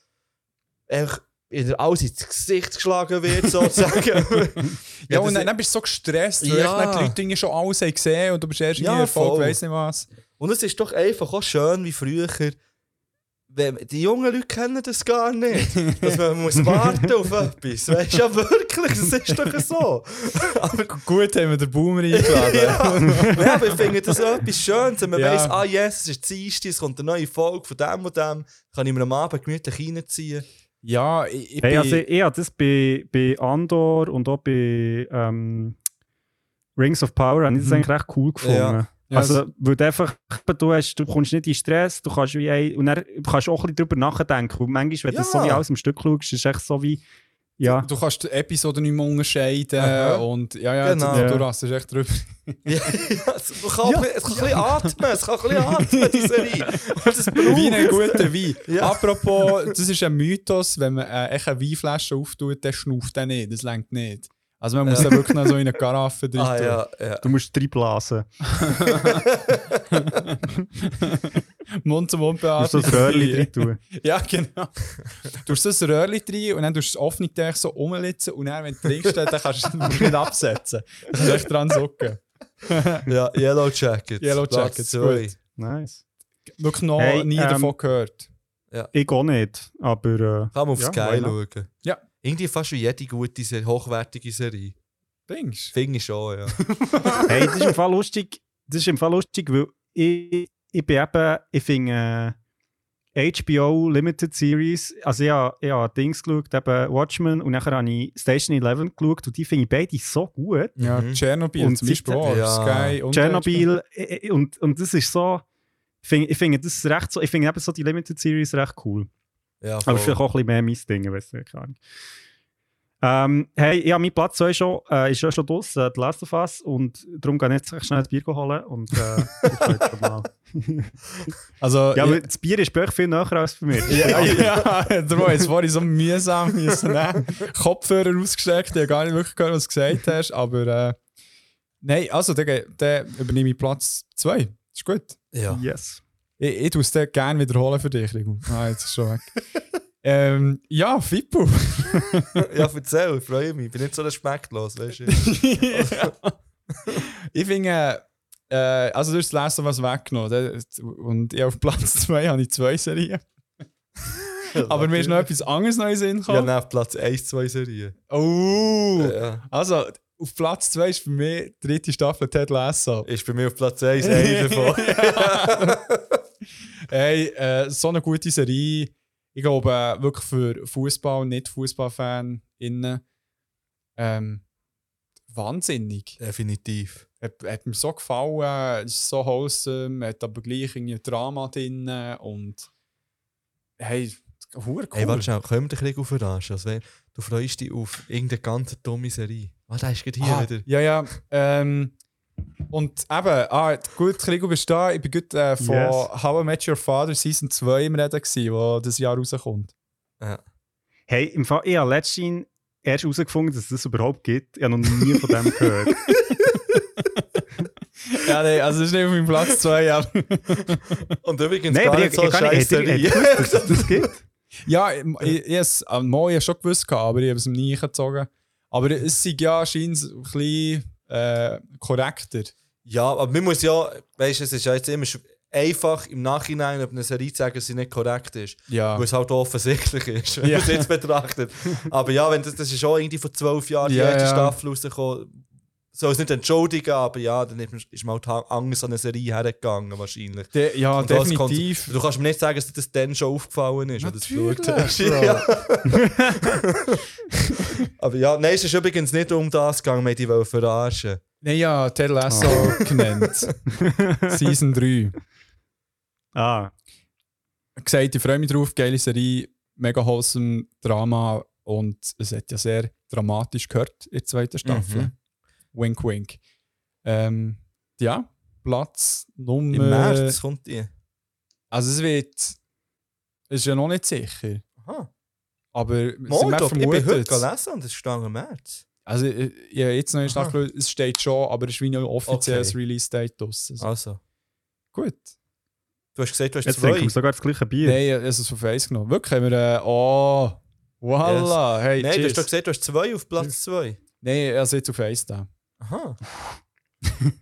Speaker 2: echt, in der- alles ins Gesicht geschlagen wird, sozusagen.
Speaker 1: Ja,
Speaker 2: das
Speaker 1: und dann,
Speaker 2: ist-
Speaker 1: dann bist du so gestresst, weil
Speaker 2: Ja.
Speaker 1: echt dann die Leute irgendwie schon alles haben gesehen und du bist erst
Speaker 2: Ja,
Speaker 1: irgendwie ja, voll,
Speaker 2: voll.
Speaker 1: weiss nicht was.
Speaker 2: Und es ist doch einfach auch schön, wie früher wenn, die jungen Leute kennen das gar nicht. Dass man muss warten auf etwas. Weißt du, ja wirklich, das ist doch so.
Speaker 1: Gut haben wir den Boomer eingeladen.
Speaker 2: ja. Nein, aber ich finde das etwas Schönes, wenn man
Speaker 1: Ja.
Speaker 2: weiss, ah yes, es ist Dienstag, es kommt eine neue Folge von dem und dem, kann ich mir am Abend gemütlich reinziehen.
Speaker 1: Ja, ich, ich
Speaker 3: Hey,
Speaker 1: bin...
Speaker 3: also ich habe das bei, bei Andor und auch bei ähm, Rings of Power habe ich das eigentlich recht cool gefunden.
Speaker 2: Ja.
Speaker 1: Mhm. Ja,
Speaker 3: also, weil du einfach, du, hast, du kommst nicht in Stress, du kannst wie ein, und dann kannst du auch ein bisschen drüber nachdenken. Und manchmal, wenn
Speaker 2: Ja.
Speaker 3: du das so wie alles im Stück schaust, ist es echt so wie, ja,
Speaker 1: Du kannst die Episoden nicht mehr unterscheiden
Speaker 2: Aha.
Speaker 1: und ja, ja,
Speaker 2: Genau.
Speaker 1: du, du
Speaker 3: Ja.
Speaker 1: rastest echt drüber.
Speaker 2: Ja, ja, es kann, ein bisschen- es kann ein bisschen atmen, es kann ein bisschen atmen, die Serie. Ah, Und das braucht
Speaker 1: Wein, ein
Speaker 2: es.
Speaker 1: guter Wein.
Speaker 2: Ja.
Speaker 1: Apropos, das ist ein Mythos, wenn man äh, echt eine Weinflasche auftut, dann schnauft er nicht, das längt nicht. Also man muss
Speaker 2: Ja.
Speaker 1: ja wirklich noch so in eine Karaffe drin
Speaker 2: Ah
Speaker 1: tun.
Speaker 2: ja, ja.
Speaker 3: du musst drei blasen.
Speaker 1: Mund zu Mund
Speaker 3: Du musst so
Speaker 1: beatmen.
Speaker 3: ein Röhrchen drin tun.
Speaker 1: Ja, genau. Du hast so ein Röhrchen drin und dann tust du das offene Teich so rumlitzen und dann, wenn du trinkst, dann kannst du es nicht absetzen. Da kannst du echt dran sucken.
Speaker 2: ja Yellow Jackets.
Speaker 1: Yellow
Speaker 2: Platz
Speaker 1: Jackets,
Speaker 2: zwei.
Speaker 1: gut.
Speaker 3: Nice.
Speaker 1: Wirklich noch
Speaker 3: Hey,
Speaker 1: nie
Speaker 3: ähm,
Speaker 1: davon gehört.
Speaker 3: Ich auch nicht, aber äh,
Speaker 2: Kann man auf
Speaker 3: Ja,
Speaker 2: Sky
Speaker 3: why not?
Speaker 2: schauen.
Speaker 1: Ja.
Speaker 2: Irgendwie fast wie jede gute, Serie, hochwertige Serie.
Speaker 1: Denkst
Speaker 2: Finde ich schon, ja.
Speaker 3: äh, hey, das ist im Fall lustig, das ist im Fall lustig, weil ich, ich bin eben, ich finde äh, HBO Limited Series, also ich habe, ich habe Dings geschaut, eben Watchmen und nachher habe ich Station 11 geschaut und die finde ich beide so gut.
Speaker 1: Ja,
Speaker 2: Mhm.
Speaker 1: Tschernobyl
Speaker 3: Und
Speaker 1: zum Beispiel oh,
Speaker 3: Sitte-
Speaker 1: auch,
Speaker 2: Ja.
Speaker 1: Sky und
Speaker 3: Tschernobyl äh, äh, und, und das ist so, ich finde- ich finde das recht so, ich finde eben so die Limited Series recht cool.
Speaker 2: ja voll.
Speaker 3: Aber vielleicht auch ein bisschen mehr mein Ding, weißt du, keine Ahnung. Ähm, hey, ich habe meinen Platz zwei schon, äh, ist ja schon draussen, äh, The Last of Us, und darum gehe ich jetzt recht schnell ein Bier holen und äh, ich kann jetzt mal.
Speaker 1: Also,
Speaker 3: Ja,
Speaker 1: ich-
Speaker 3: aber das Bier ist bei euch viel näher als bei mir.
Speaker 1: Ja, ja, darum jetzt vorhin so mühsam müssen. nehmen. Kopfhörer ausgesteckt, ich habe gar nicht wirklich gehört, was du gesagt hast, aber äh, nein, also dann, ge- dann übernehme ich Platz 2. Ist gut.
Speaker 2: Ja.
Speaker 3: Yes.
Speaker 1: Ich, ich tue es dann gerne wiederholen für dich, Rigu. Ah, jetzt ist es schon weg. ähm, ja, Fippo.
Speaker 2: ja, erzähl, ich freue mich. Ich bin nicht so respektlos, weißt du.
Speaker 1: ich finde, äh, also du hast das Lesen was weggenommen. da- Und ich auf Platz 2 habe ich zwei Serien. Aber mir ist noch etwas anderes Neues in den Sinn
Speaker 2: Ja,
Speaker 1: gekommen.
Speaker 2: nein, auf Platz 1, 2 Serien.
Speaker 1: Oh!
Speaker 2: Ja.
Speaker 1: Also, auf Platz 2 ist für mich die dritte Staffel Ted Lasso.
Speaker 2: Ist bei mir auf Platz 1 einer davon.
Speaker 1: Hey, äh, so eine gute Serie. Ich glaube, äh, wirklich für Fußball und nicht Fußballfan innen. Ähm, wahnsinnig.
Speaker 2: Definitiv.
Speaker 1: Hat, hat mir so gefallen, ist so wholesome, hat aber gleich irgendwie Drama drin und eh, hey, hure cool.
Speaker 2: Hey, warte schnell, können wir dich ein bisschen verarschen? Also, wenn du freust dich auf irgendeine ganz dumme Serie. Ah, da ist gerade hier
Speaker 1: Ah,
Speaker 2: wieder.
Speaker 1: Ja, ja. Ähm, und eben, ah, gut, Krigo, bist du da? Ich bin gut äh, von
Speaker 3: Yes.
Speaker 1: How I Met Your Father Season 2 im Reden, gewesen, wo das Jahr rauskommt.
Speaker 3: Hey, im Fall, ich habe letztens erst herausgefunden, dass es das überhaupt gibt. Ich habe noch nie von dem gehört.
Speaker 1: ja, nee, also das ist nicht auf meinem Platz 2, aber.
Speaker 2: Und übrigens,
Speaker 3: Nein,
Speaker 2: gar
Speaker 3: aber
Speaker 2: nicht
Speaker 3: ich,
Speaker 2: so
Speaker 3: ich kann
Speaker 2: scheiß
Speaker 3: nicht, hätte ich
Speaker 2: Serie.
Speaker 3: hätte gewusst, dass es das gibt.
Speaker 1: ja, ich, ich, ich, hab's am Morgen ja schon gewusst, gehabt, aber ich habe es ihm nie eingezogen. Aber es sind ja scheint ein bisschen äh, korrekter.
Speaker 2: Ja, aber man muss ja, weißt du, es ist ja jetzt immer sch- einfach im Nachhinein, ob eine Serie zu sagen, dass sie nicht korrekt ist.
Speaker 1: Ja.
Speaker 2: Weil es halt offensichtlich ist, wenn
Speaker 1: Ja.
Speaker 2: man es jetzt betrachtet. aber ja, wenn das, das ist auch irgendwie vor zwölf Jahren die
Speaker 1: Ja,
Speaker 2: erste
Speaker 1: ja.
Speaker 2: Staffel rausgekommen. Soll es nicht entschuldigen, aber ja, dann ist man- ist man halt ha- anders an eine Serie hergegangen, wahrscheinlich.
Speaker 1: De, ja,
Speaker 2: Und das kommt-
Speaker 1: Ah, definitiv.
Speaker 2: Du kannst mir nicht sagen, dass dir das dann schon aufgefallen ist. Oder
Speaker 1: Natürlich,
Speaker 2: du es geschaut hast.
Speaker 1: Bro.
Speaker 2: aber ja, nein, es ist übrigens nicht um das gegangen, wir wollten dich verarschen.
Speaker 1: Nein, ja, Ted Lasso genannt. Season 3.
Speaker 3: Ah,
Speaker 1: gesagt, ich freue mich drauf, geile Serie, mega wholesome Drama und es hat ja sehr dramatisch gehört in der zweiten Staffel.
Speaker 2: Mhm.
Speaker 1: Wink, wink. Ähm, ja, Platz Nummer...
Speaker 2: Im März kommt die.
Speaker 1: Also es wird... Es ist ja noch nicht sicher,
Speaker 2: Aha.
Speaker 1: aber sie
Speaker 2: Mal, ich bin heute
Speaker 1: vermutet.
Speaker 2: gelesen und es ist im März.
Speaker 1: Also ich, ich habe jetzt noch nicht
Speaker 2: Aha.
Speaker 1: nachgeschaut, es steht schon, aber es ist wie noch offizielles
Speaker 2: Okay.
Speaker 1: Release-Date draussen. Also,
Speaker 2: Also,
Speaker 1: Gut.
Speaker 2: du hast gesagt, du hast
Speaker 3: jetzt
Speaker 2: zwei.
Speaker 3: trinken wir sogar das gleiche Bier.
Speaker 1: Nein, es ist es von Face genommen. Wirklich haben wir... Äh, oh, voila, hey,
Speaker 2: Nein, du
Speaker 1: cheers.
Speaker 2: hast doch gesagt, du hast zwei auf Platz zwei.
Speaker 1: Nein, also jetzt auf Face da.
Speaker 2: Aha.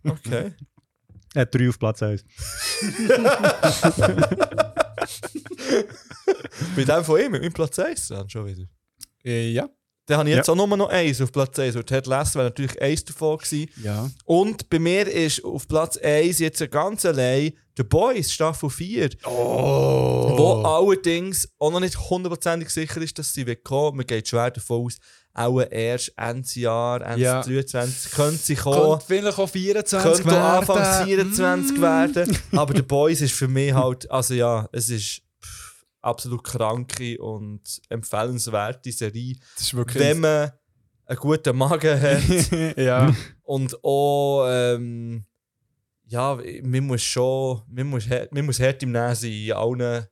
Speaker 2: Okay.
Speaker 3: Äh, drei auf Platz 1.
Speaker 2: Mit dem von ihm, mit meinem Platz 1 dann schon wieder.
Speaker 1: Äh, ja.
Speaker 2: Dann habe ich jetzt
Speaker 3: Ja.
Speaker 2: auch nur noch eins auf Platz 1. Und Ted Lasso wäre natürlich eins davon gewesen.
Speaker 1: Ja.
Speaker 2: Und bei mir ist auf Platz 1 jetzt ganz allein The Boys, Staffel 4.
Speaker 1: Oh.
Speaker 2: Wo allerdings auch noch nicht hundertprozentig sicher ist, dass sie wird kommen. Man geht schwer davon aus, auch erst Ende Jahr, Ende
Speaker 1: Ja.
Speaker 2: 23 könnte sie kommen.
Speaker 1: Könnte vielleicht auch 24
Speaker 2: Könnte
Speaker 1: werden.
Speaker 2: auch Anfang
Speaker 1: Mm.
Speaker 2: 24 werden. Aber The Boys ist für mich halt, also ja, es ist pff, absolut kranke und empfehlenswerte Serie.
Speaker 1: Das ist wirklich...
Speaker 2: Wenn man einen guten Magen hat,
Speaker 1: ja.
Speaker 2: und auch, ähm, ja, man muss schon, man muss, hä- man muss hart im Nehmen sein in allen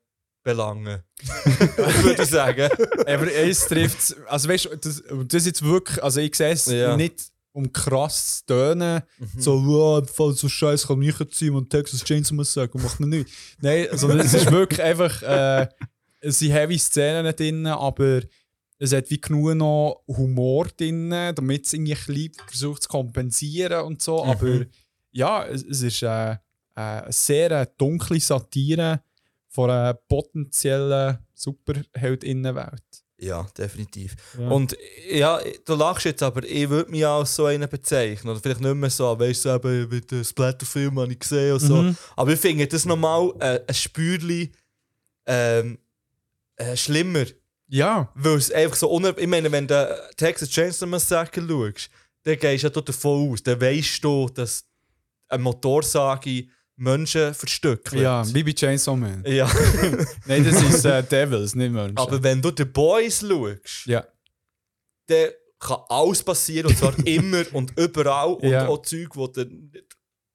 Speaker 2: Belangen. Würde ich sagen.
Speaker 1: Aber eins trifft Also weißt du, das, und das jetzt wirklich... Also ich sehe es
Speaker 2: Ja.
Speaker 1: nicht, um krass zu tönen. So, wow, im Fall so scheiße kann mich jetzt sein und Texas Chainsaw Massacre macht man nicht. Nein, sondern es ist wirklich einfach... Äh, es sind heavy Szenen drin, aber... Es hat wie genug noch Humor drin, damit es irgendwie ein bisschen versucht zu kompensieren und so. Aber ja, es, es ist äh, äh, eine sehr äh, dunkle Satire von einer potenziellen Superheldinnenwelt.
Speaker 2: Ja, definitiv.
Speaker 1: Ja.
Speaker 2: Und ja, du lachst jetzt, aber ich würde mich auch als so einen bezeichnen. Oder vielleicht nicht mehr so, weißt du, eben mit dem Splatterfilm habe ich gesehen und so.
Speaker 1: Mhm.
Speaker 2: Aber ich finde das nochmal äh, ein Spürchen ähm, äh, schlimmer.
Speaker 1: Ja,
Speaker 2: Weil es einfach so uner... Ich meine, wenn du Texas Chainsaw Massacre schaust, dann gehst du ja dort davon aus, dann weißt du, dass eine Motorsage Menschen verstückelt.
Speaker 1: ja, wie bei Chainsaw Man.
Speaker 2: Ja.
Speaker 1: Nein, das ist äh, Devils, nicht Menschen.
Speaker 2: Aber wenn du The Boys schaust,
Speaker 1: ja.
Speaker 2: dann kann alles passieren, und zwar immer und überall. Und
Speaker 1: Ja.
Speaker 2: auch Zeug, wo du nicht,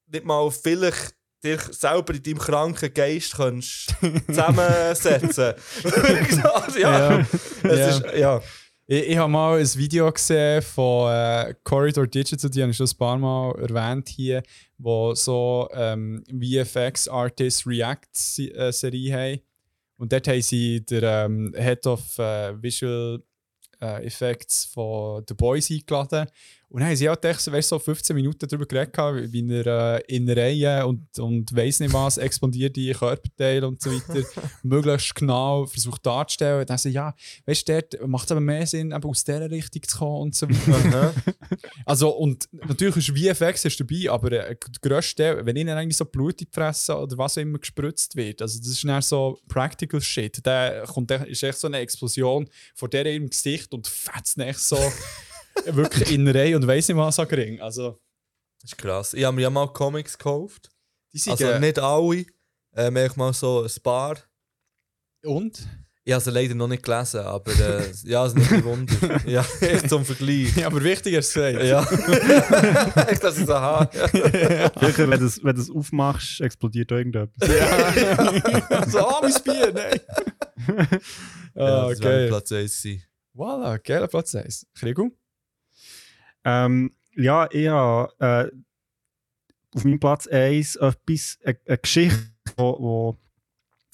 Speaker 2: nicht mal vielleicht dich selber in deinem kranken Geist kannst zusammensetzen kannst. ja.
Speaker 1: Ja.
Speaker 2: Es
Speaker 1: Ja.
Speaker 2: ist... Ja.
Speaker 1: Ich, ich habe mal ein Video gesehen von äh, Corridor Digital, die habe ich schon ein paar Mal erwähnt hier, wo so ähm, VFX Artist React Si- äh, Serie haben. Und dort haben sie der ähm, Head of äh, Visual äh, Effects von The Boys eingeladen. Und dann haben sie auch gedacht, weißt, so 15 Minuten darüber geredet, gehabt, wie er äh, in Reihen und, und weiss nicht was, expandierte Körperteile und so weiter, möglichst genau versucht darzustellen. Und dann sie, ja, weißt du, dort macht es aber mehr Sinn, eben aus dieser Richtung zu kommen und so weiter.
Speaker 2: Aha.
Speaker 1: Also, und natürlich ist VFX ist dabei, aber äh, der grösste Teil, wenn ihnen eigentlich so Blut in die Fresse oder was auch immer gespritzt wird, also das ist dann so Practical Shit. Da kommt echt- ist echt so eine Explosion von der im Gesicht und fetzt nicht so wirklich in Reihe und weiss nicht was an Ring. Also,
Speaker 2: Das ist krass. Ich habe mir ja mal Comics gekauft.
Speaker 1: die sind
Speaker 2: Also
Speaker 1: ja-
Speaker 2: nicht alle. Äh, manchmal so ein paar.
Speaker 1: Und?
Speaker 2: Ich habe sie leider noch nicht gelesen, aber äh, ja, es ist nicht ein Wunder. ja, echt zum Vergleich.
Speaker 1: Ja, aber wichtig hast du gesagt.
Speaker 2: Ja. ich lasse es aha. Ah.
Speaker 3: Sicher, wenn du es wenn du es aufmachst, explodiert auch irgendetwas.
Speaker 1: so, ah, mein Bier, nein.
Speaker 2: Ja,
Speaker 1: Ah,
Speaker 2: das wäre
Speaker 1: geil.
Speaker 2: Platz 1 gewesen.
Speaker 1: Voilà, geiler Platz 1. Kriegung?
Speaker 3: Ähm, ja, ich habe äh, auf meinem Platz 1 etwas, eine, eine Geschichte, wo,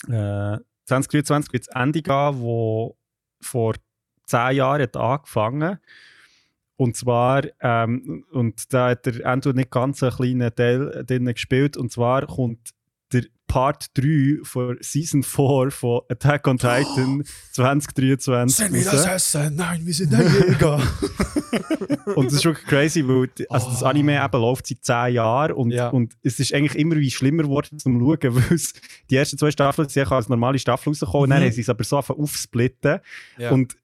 Speaker 3: wo äh, 2023 wird zu Ende gehen, wo vor 10 Jahren hat angefangen und zwar, ähm, und da hat der Andrew nicht ganz einen kleinen Teil drin gespielt, und zwar kommt der Part 3 von Season 4 von Attack on Titan 2023 raus.
Speaker 1: Essen? Nein, wir sind ein Jäger.
Speaker 3: Und das ist wirklich crazy, weil die- also das Anime eben läuft seit 10 Jahren und,
Speaker 1: Oh. Ja.
Speaker 3: und es ist eigentlich immer wie schlimmer geworden zum Schauen, weil es, die ersten zwei Staffeln sind als normale Staffel rausgekommen und dann
Speaker 1: Mhm.
Speaker 3: haben sie es aber so angefangen aufsplitten.
Speaker 1: Ja.
Speaker 3: Und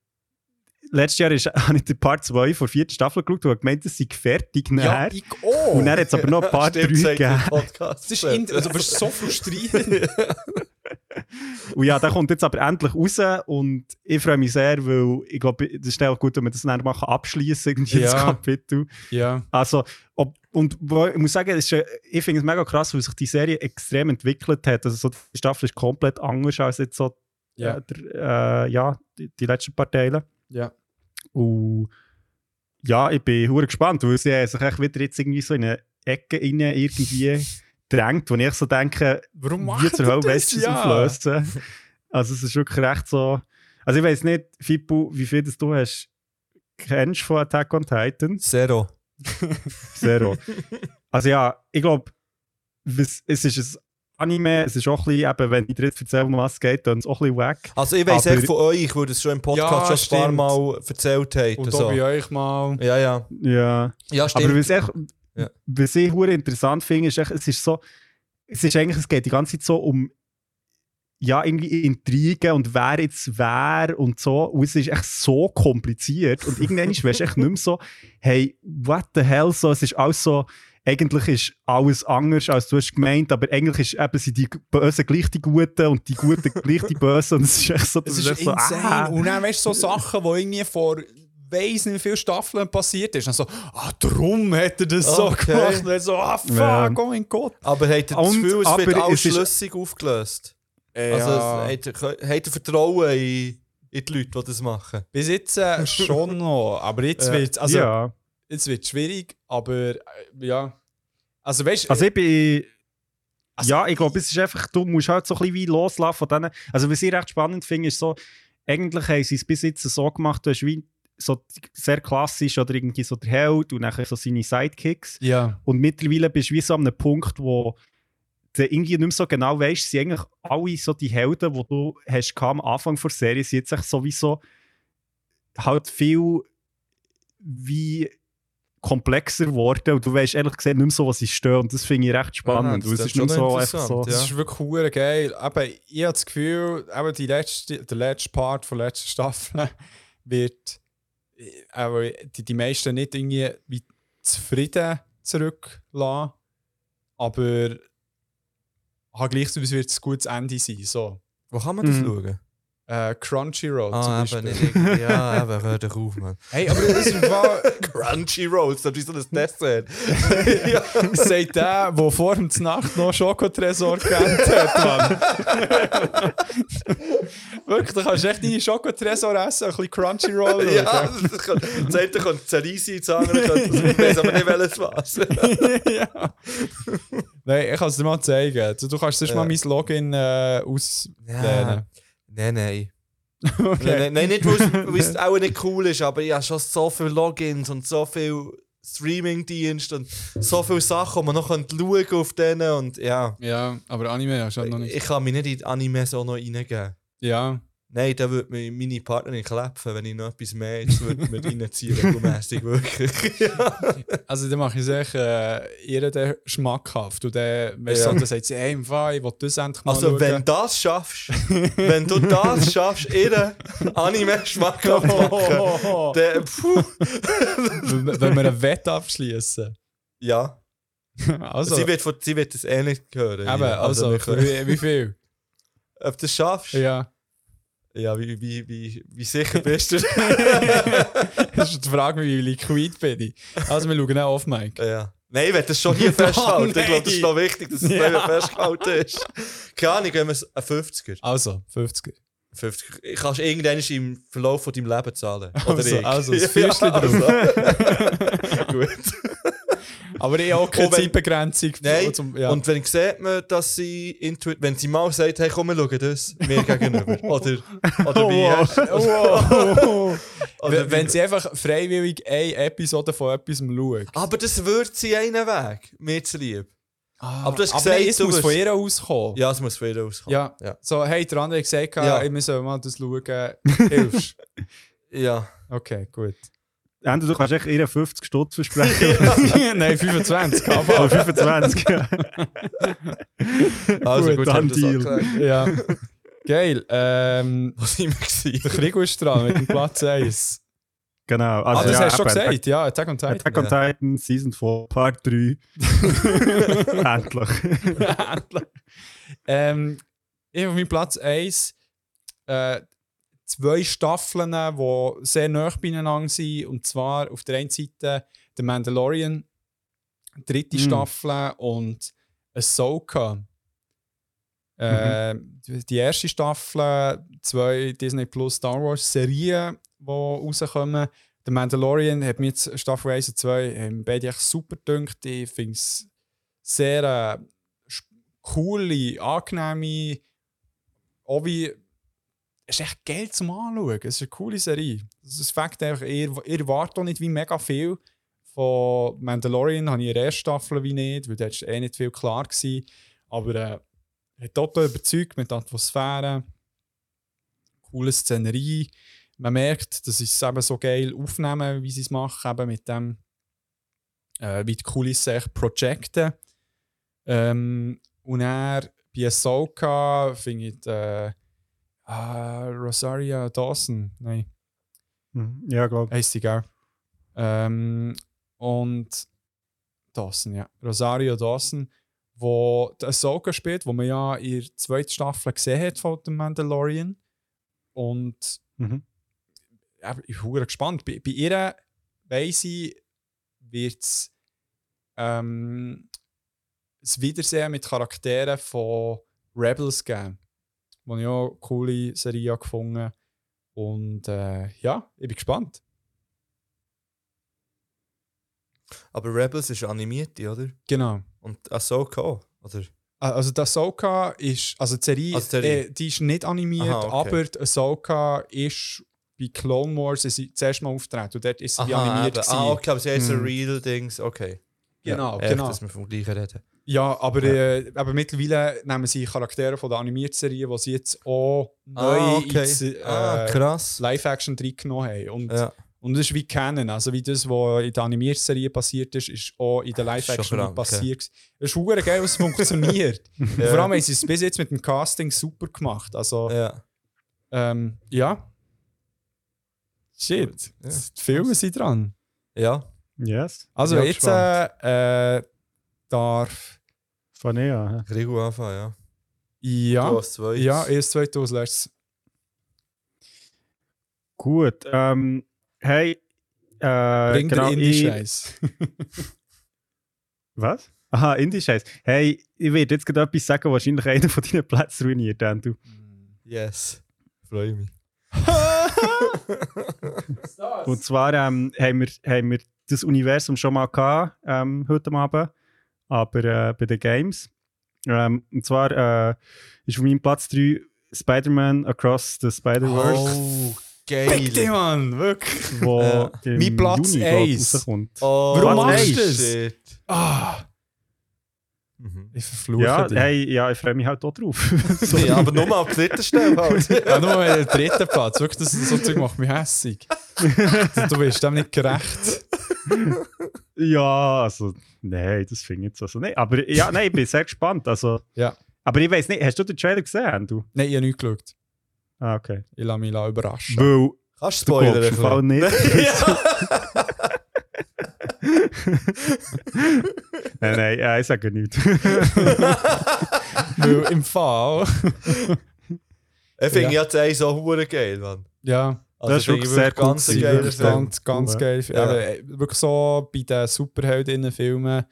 Speaker 3: letztes Jahr ist, habe ich den Part 2 von vierten Staffel geschaut und habe gemeint, es sei fertig. nachher.
Speaker 1: ich auch.
Speaker 3: und dann hat es aber noch ein paar drei
Speaker 2: Stimmt, sagt der
Speaker 3: gegeben.
Speaker 2: Podcast.
Speaker 1: Das ist in, also, du bist so frustrierend.
Speaker 3: Und ja, der kommt jetzt aber endlich raus und ich freue mich sehr, weil ich glaube, das ist auch gut, wenn wir das dann machen, abschließen, irgendwie das
Speaker 1: Ja.
Speaker 3: Kapitel.
Speaker 1: ja.
Speaker 3: Also, ob, und wo, ich muss sagen, es ist, äh, ich finde es mega krass, weil sich die Serie extrem entwickelt hat. Also, so die Staffel ist komplett anders als jetzt so
Speaker 1: Ja.
Speaker 3: äh, der, äh, ja, die, die letzten paar Teile.
Speaker 1: Ja.
Speaker 3: Und ja, ich bin hure gespannt, weil sie haben sich echt wieder jetzt irgendwie so in eine Ecke rein irgendwie drängt, wo ich so denke,
Speaker 1: Warum
Speaker 3: wie zur Hölle willst du das auflösen? Also es ist wirklich recht so... Also ich weiß nicht, Fippo, wie viel das du hast, kennst von Attack on Titan?
Speaker 2: Zero.
Speaker 3: Zero. also ja, ich glaube, es es ist ein Anime, es ist auch ein bisschen, eben, wenn ich dir jetzt erzähle, um was es geht, dann ist es auch ein bisschen wack.
Speaker 2: Also ich weiss
Speaker 3: Aber-
Speaker 2: echt von euch, weil das schon im
Speaker 1: Ja,
Speaker 2: Podcast schon ein paar
Speaker 1: stimmt.
Speaker 2: Mal erzählt habt.
Speaker 1: Und
Speaker 2: Und
Speaker 1: da
Speaker 2: so.
Speaker 1: bei euch mal.
Speaker 2: Ja, ja.
Speaker 3: Ja.
Speaker 2: Ja,
Speaker 3: Aber
Speaker 2: stimmt.
Speaker 3: was ich,
Speaker 2: Ja.
Speaker 3: was ich hure interessant finde, ist, echt, es ist so, es ist eigentlich, es geht die ganze Zeit so um ja, irgendwie Intrigen und wer jetzt wer und so. Und es ist echt so kompliziert. Und irgendwann ist- weisst du echt nicht mehr so, hey, what the hell, so, es ist alles so, eigentlich ist alles anders, als du hast gemeint, aber eigentlich ist eben, sind die Bösen gleich die Guten und die Guten gleich die Bösen. Und es ist echt so,
Speaker 1: Das es
Speaker 3: das ist echt
Speaker 1: ist
Speaker 3: so,
Speaker 1: insane.
Speaker 3: ah.
Speaker 1: Und dann weißt du so Sachen, die irgendwie vor weiss nicht wie vielen Staffeln passiert ist. Dann so, ah, drum hat er das
Speaker 2: Okay.
Speaker 1: so gemacht. Und dann so, ah, fuck,
Speaker 3: Ja.
Speaker 1: oh mein Gott.
Speaker 2: Aber habt ihr das
Speaker 3: Und-
Speaker 2: Gefühl, es wird
Speaker 3: aber
Speaker 2: alles
Speaker 3: es ist-
Speaker 2: schlüssig aufgelöst? Also es- habt ihr, kö- habt ihr Vertrauen in, in die Leute, die das machen?
Speaker 1: bis jetzt äh, schon noch. Aber jetzt
Speaker 2: Ja.
Speaker 1: wird es also,
Speaker 3: ja.
Speaker 1: jetzt wird's schwierig. Aber äh, ja. Also weißt du,
Speaker 3: Also ich bin...
Speaker 1: Also-
Speaker 3: ja, ich glaube, es ist einfach, du musst halt so ein bisschen wie loslassen von denen. Also was ich recht spannend finde, ist so, eigentlich haben sie es bis jetzt so gemacht, du hast wie so sehr klassisch oder irgendwie so der Held und nachher so seine Sidekicks.
Speaker 1: ja.
Speaker 3: Und mittlerweile bist du wie so an einem Punkt, wo du irgendwie nicht mehr so genau weißt, sind eigentlich alle so die Helden, die du hast gehabt am Anfang der Serie, sind jetzt echt sowieso halt viel wie komplexer geworden und du weißt ehrlich gesagt nicht mehr so, was sie stehen und das finde ich recht
Speaker 2: Ah,
Speaker 3: spannend.
Speaker 2: das
Speaker 3: weil es
Speaker 2: ist
Speaker 3: ist nicht mehr
Speaker 2: schon
Speaker 3: so einfach so.
Speaker 2: interessant,
Speaker 1: Das ist wirklich hure geil. Aber ich habe das Gefühl, eben die letzte, der letzte Part von der letzten Staffel wird äh, aber die, die meisten nicht irgendwie wie zufrieden zurücklassen. Aber habe gleichzeitig wird es ein gutes Ende sein. So.
Speaker 2: Wo kann man das
Speaker 3: Mhm.
Speaker 2: schauen?
Speaker 1: Äh, Crunchyroll zum
Speaker 2: Ah,
Speaker 1: Beispiel.
Speaker 2: eben nicht. irgendwie. Ja, eben, hör doch auf, Mann.
Speaker 1: Hey, aber das ist im Fall,
Speaker 2: Crunchyroll, das ist natürlich so ein Dessert. ja.
Speaker 1: sagt der, der vor dem Znacht noch Schokotresor gekannt hat, Mann. Wirklich, du kannst echt deine Schokotresor essen, ein bisschen Crunchyroll. schauen.
Speaker 2: Ja, das kann, das eine kann Zerri sein, das andere kann, ich weiß aber nicht, welches was.
Speaker 1: ja. Nein, ich kann es dir mal zeigen. Du, du kannst sonst
Speaker 2: Ja.
Speaker 1: mal mein Login äh, auswählen.
Speaker 2: Ja. Nein, nein.
Speaker 1: Okay.
Speaker 2: Nein, nein, nein, nicht, weil es auch nicht cool ist, aber ich habe schon so viele Logins und so viel Streaming-Dienste und so viele Sachen, die man noch schauen könnte auf denen und ja.
Speaker 1: Ja, aber Anime hast du halt noch nicht.
Speaker 2: Ich kann mich nicht in die Anime so noch reingeben.
Speaker 1: Ja.
Speaker 2: Nein, da würde mir meine Partnerin klepfen, wenn ich noch etwas mehr jetzt würde mit reinziehen, regelmässig wirklich. ja.
Speaker 1: Also dann mache ich es echt äh, ihr dann schmackhaft. Und dann, weißt du,
Speaker 2: Ja.
Speaker 1: so, dann sagt sie, hey, im Fall, ich will das endlich mal
Speaker 2: Also
Speaker 1: schauen.
Speaker 2: wenn du das schaffst, wenn du das schaffst, ihre Anime schmackhaft machen,
Speaker 1: Oh, oh, oh.
Speaker 2: dann puh,
Speaker 1: Wenn wenn wir eine Wette abschließen.
Speaker 2: ja.
Speaker 1: Also,
Speaker 2: sie, wird von, sie wird das eh nicht hören.
Speaker 1: eben,
Speaker 2: hier.
Speaker 1: also,
Speaker 2: wir können-
Speaker 1: wie, wie viel?
Speaker 2: ob du das schaffst, ja,
Speaker 1: Ja.
Speaker 2: wie, wie, wie, wie sicher bist du?
Speaker 1: Das ist die Frage, wie liquid bin ich. Also, wir schauen auch auf, Mike.
Speaker 2: ja. Nein, ich will das schon hier festhalten. ich glaube, das ist
Speaker 1: Oh, nein.
Speaker 2: noch wichtig, dass es
Speaker 1: Ja.
Speaker 2: ja. festgehalten ist. Keine Ahnung, wenn wir es ein 50er.
Speaker 1: Also, 50.
Speaker 2: 50. Ich kannst irgendwann im Verlauf von deinem Leben zahlen. Oder
Speaker 1: Also-
Speaker 2: ich.
Speaker 1: also ein Fürstchen
Speaker 2: also. Gut.
Speaker 1: Aber ich habe auch keine
Speaker 2: Und wenn-
Speaker 1: Zeitbegrenzung.
Speaker 2: Nein,
Speaker 1: zum- ja.
Speaker 2: und wenn sieht man, dass sie Intuit, wenn sie mal sagt, hey komm, wir schauen das, mir gegenüber. oder, oder wie
Speaker 3: Wow.
Speaker 2: hast
Speaker 1: Oh,
Speaker 2: Oh,
Speaker 1: wow.
Speaker 2: oder
Speaker 1: wenn,
Speaker 2: wie-
Speaker 1: wenn sie einfach freiwillig eine Episode von etwas schauen.
Speaker 2: Aber das wird sie einen Weg, mir zu lieb.
Speaker 1: Ah,
Speaker 2: aber du hast gesagt,
Speaker 1: nein, es
Speaker 2: du
Speaker 1: muss
Speaker 2: wirst-
Speaker 1: von ihr auskommen.
Speaker 2: Ja, es muss von ihr auskommen.
Speaker 1: Ja.
Speaker 2: Ja.
Speaker 1: So, hey, der andere hat gesagt,
Speaker 2: Ja.
Speaker 1: ja. wir sollen mal das schauen. Hilfst
Speaker 2: Ja.
Speaker 1: Okay, gut.
Speaker 3: Entweder du kannst echt ihre 50 Stutz versprechen
Speaker 1: nein, 25, aber.
Speaker 3: oder 25.
Speaker 2: Also gut,
Speaker 3: dann
Speaker 2: haben wir
Speaker 3: Deal.
Speaker 2: das auch
Speaker 1: ja. Geil. Ähm,
Speaker 2: Was sind wir
Speaker 1: der
Speaker 2: gewesen?
Speaker 1: Krieg ist dran mit dem Platz 1.
Speaker 3: genau.
Speaker 1: Ah,
Speaker 3: Also,
Speaker 1: das
Speaker 3: ja,
Speaker 1: hast du schon
Speaker 3: eben,
Speaker 1: gesagt. Ja, Attack on Titan.
Speaker 3: Attack on Titan Season 4 Part 3. Endlich.
Speaker 1: ähm, ich auf meinem Platz 1 äh, zwei Staffeln, die sehr nah beieinander sind. Und zwar auf der einen Seite The Mandalorian, dritte
Speaker 3: Mm.
Speaker 1: Staffel und Ahsoka. Äh, die- Die erste Staffel, zwei Disney Plus Star Wars Serien, die rauskommen. The Mandalorian hat mir jetzt Staffel 1 und 2 haben beide echt super gedünkt. Ich finde es sehr äh, sp- coole, angenehme, auch wie es ist echt geil zum Anschauen. Es ist eine coole Serie. Das fängt einfach, ihr, ihr wartet auch nicht wie mega viel. Von Mandalorian habe ich in der ersten Staffel wie nicht, weil dort war eh nicht viel klar. Gewesen. Aber äh, hat Toto überzeugt mit Atmosphäre, coole Szenerie. Man merkt, dass sie es eben so geil aufnehmen, wie sie es machen, eben mit dem, äh, wie die Kulisse echt projecten. Ähm, und er bei Ahsoka finde ich äh, ah, Rosaria Dawson, nein,
Speaker 3: Mhm. Ja, glaube
Speaker 1: heisst sie, gell? Ähm, und Dawson, ja. Rosario Dawson, wo die Ahsoka spielt, wo man ja in der zweiten Staffel gesehen hat von The Mandalorian. Und
Speaker 3: ich. Mhm.
Speaker 1: ja, ich bin verdammt gespannt. Bei, bei ihr, weiss ich, wird es ähm, das Wiedersehen mit Charakteren von Rebels geben. Die ich auch eine coole Serie habe gefunden Und äh, ja, ich bin gespannt.
Speaker 2: Aber Rebels ist animierte, oder?
Speaker 1: Genau.
Speaker 2: Und Ahsoka auch, oder?
Speaker 1: Ah, Also die Ahsoka ist, also die Serie,
Speaker 2: Also die Serie.
Speaker 1: Äh, die ist nicht animiert,
Speaker 2: Aha, okay.
Speaker 1: aber die Ahsoka ist bei Clone Wars ist sie zuerst mal auftreten und dort ist sie animiert
Speaker 2: eben.
Speaker 1: gewesen.
Speaker 2: ah, okay, aber sie heißt
Speaker 1: Hm.
Speaker 2: Real Dings, okay.
Speaker 1: Genau,
Speaker 2: Ja, echt,
Speaker 1: genau.
Speaker 2: dass wir vom gleichen reden.
Speaker 1: Ja, aber, Äh, aber mittlerweile nehmen sie Charaktere von der animierten Serie, die sie jetzt auch neu
Speaker 2: ah,
Speaker 1: ins
Speaker 2: okay.
Speaker 1: äh,
Speaker 2: ah, krass.
Speaker 1: Live-Action reingenommen haben. Und,
Speaker 2: Ja,
Speaker 1: und das ist wie Canon, also wie das, was in der animierten Serie passiert ist, ist auch in der
Speaker 2: Ah, Schon
Speaker 1: Live-Action
Speaker 2: krank,
Speaker 1: passiert. Es ist verdammt geil, es funktioniert. Und
Speaker 2: Ja.
Speaker 1: Vor allem haben sie es bis jetzt mit dem Casting super gemacht. Also,
Speaker 2: ja.
Speaker 1: ähm, ja. Shit,
Speaker 2: Ja.
Speaker 1: die Filme sind dran.
Speaker 2: ja.
Speaker 3: Yes.
Speaker 1: Also
Speaker 3: Ja,
Speaker 1: jetzt
Speaker 3: gespannt.
Speaker 1: äh, äh, darf...
Speaker 3: Fanea.
Speaker 2: Gregor anfangen, ja.
Speaker 1: Ja.
Speaker 2: Du hast zwei.
Speaker 1: Ja, eh. erst 2000 letztes.
Speaker 3: Gut. Ähm, hey. Äh,
Speaker 1: Bring
Speaker 3: genau,
Speaker 1: den
Speaker 3: ich-
Speaker 1: Indie-Scheiß.
Speaker 3: Was? Aha, Indie-Scheiß. Hey, ich werde jetzt gerade etwas sagen, wahrscheinlich einer von deinen Plätzen ruiniert, dann du.
Speaker 2: Yes. Freue mich.
Speaker 3: Und zwar ähm, haben, wir, haben wir das Universum schon mal gehabt, ähm, heute Abend, aber äh, bei den Games. Ähm, und zwar äh, ist auf meinem Platz 3 Spider-Man Across the Spider-Verse,
Speaker 2: Oh,
Speaker 1: Pick dich,
Speaker 2: geil.
Speaker 1: Mann, wirklich.
Speaker 3: wo
Speaker 2: Äh,
Speaker 3: im
Speaker 1: mein Platz
Speaker 3: Juni, glaub,
Speaker 1: eins.
Speaker 3: rauskommt.
Speaker 2: Oh,
Speaker 1: Warum
Speaker 3: machst
Speaker 1: du das?
Speaker 2: Shit.
Speaker 1: Ah,
Speaker 2: Mhm.
Speaker 1: ich verfluche
Speaker 3: Ja,
Speaker 1: dich.
Speaker 3: hey, ja, ich freue mich halt auch drauf. so,
Speaker 2: Ja, aber nur mal auf dritter Stelle halt.
Speaker 1: Ja, nur mal den dritten Platz. Wirklich, das, so Zeug macht mich hässig. Also, du bist dem nicht gerecht.
Speaker 3: ja, also, nein, das finde ich jetzt also nicht. Aber ja, nein, ich bin sehr gespannt. Also,
Speaker 1: Ja.
Speaker 3: Aber ich weiß nicht, hast du den Trailer gesehen, du?
Speaker 1: Nein, ich habe nicht geschaut.
Speaker 3: Ah, okay.
Speaker 1: Ich lasse mich überraschen.
Speaker 3: Weil
Speaker 2: Kannst du
Speaker 3: Du
Speaker 2: spoilern?
Speaker 3: glaubst im Fall
Speaker 2: ein bisschen?
Speaker 3: Nein, nein, ja, ich sage nichts.
Speaker 1: Weil im Fall.
Speaker 2: Ich finde
Speaker 1: Ja.
Speaker 2: ja zwei so hure geil, Mann.
Speaker 1: Ja,
Speaker 2: Also
Speaker 3: Das ist
Speaker 2: finde ich
Speaker 3: wirklich sehr
Speaker 2: wirklich ganz
Speaker 3: gut
Speaker 2: ein
Speaker 3: gewesen.
Speaker 2: geiler
Speaker 3: Das ist
Speaker 2: Film.
Speaker 1: ganz, ganz
Speaker 3: cool,
Speaker 1: geil.
Speaker 2: ja.
Speaker 1: Aber, äh, wirklich so bei den Superheldinnen-Filmen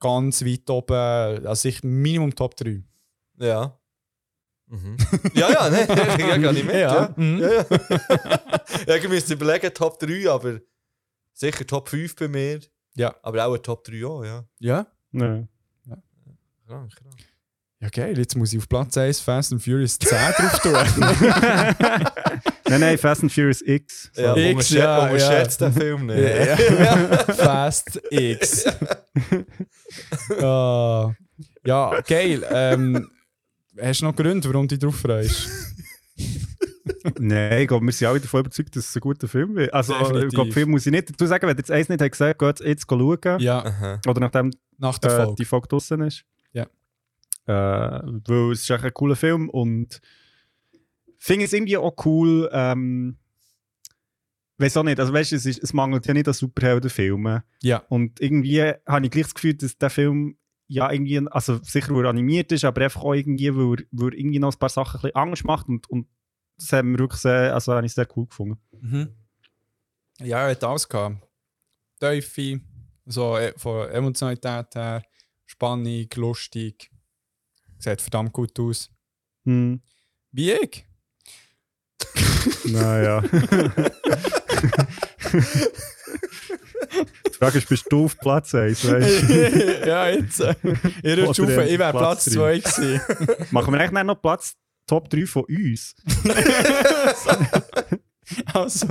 Speaker 1: ganz weit oben. Also ich Minimum Top 3.
Speaker 2: Ja. Mhm. Ja, ja, ne, ja, gar nicht mit. Ja.
Speaker 1: Mhm.
Speaker 2: Ja, ja. ja ich müsste überlegen, Top 3, aber sicher Top 5 bei mir.
Speaker 1: Ja.
Speaker 2: Aber auch ein Top 3 auch, ja.
Speaker 1: ja.
Speaker 3: Nein.
Speaker 2: Krank, krank.
Speaker 1: Ja, geil, jetzt muss ich auf Platz 1 Fast and Furious 10 drauf tun.
Speaker 3: nein, nein, Fast and Furious X. So.
Speaker 2: Ja,
Speaker 1: Ich-
Speaker 2: unterschätzt,
Speaker 1: ja, ja.
Speaker 2: unterschätzt den Film ne? nicht.
Speaker 1: Ja, Fast X. Ah. ja, geil. Ähm, hast du noch Gründe, warum du dich drauf freust?
Speaker 3: Nein, ich glaube, wir sind alle davon überzeugt, dass es ein guter Film wird. Also,
Speaker 1: Definitiv.
Speaker 3: ich glaube, viel muss ich nicht dazu sagen. Wenn ihr jetzt eins nicht habt gesagt habt, geht jetzt schauen.
Speaker 1: Ja,
Speaker 2: Aha.
Speaker 3: Oder nachdem
Speaker 1: nach der
Speaker 3: äh,
Speaker 1: Folge.
Speaker 3: die Folge draußen ist.
Speaker 1: Ja.
Speaker 3: Äh, weil es ist echt ein cooler Film und finde es irgendwie auch cool. Ähm, weiß auch nicht, also weißt du, es, ist, es mangelt ja nicht an Superheldenfilmen.
Speaker 1: Ja.
Speaker 3: Und irgendwie habe ich gleich das Gefühl, dass der Film ja irgendwie, also sicher, wo er animiert ist, aber einfach auch irgendwie, wo er, wo er irgendwie noch ein paar Sachen ein bisschen anders macht und, und das haben wir wirklich sehr, also habe ich sehr cool gefunden.
Speaker 1: Mhm. Ja, er hat alles gehabt. Teufel, so äh, von Emotionalität her, Spannung, lustig. Sieht verdammt gut aus.
Speaker 3: Hm,
Speaker 1: Wie ich?
Speaker 3: naja. Die Frage ist, bist du auf Platz 1, weißt du?
Speaker 1: ja, jetzt. Äh, ich rutsche auf,
Speaker 3: Oder
Speaker 1: ich wäre Platz
Speaker 3: Platz
Speaker 1: 2 gewesen.
Speaker 3: Machen wir eigentlich nachher noch Platz Top 3 von uns?
Speaker 1: Also,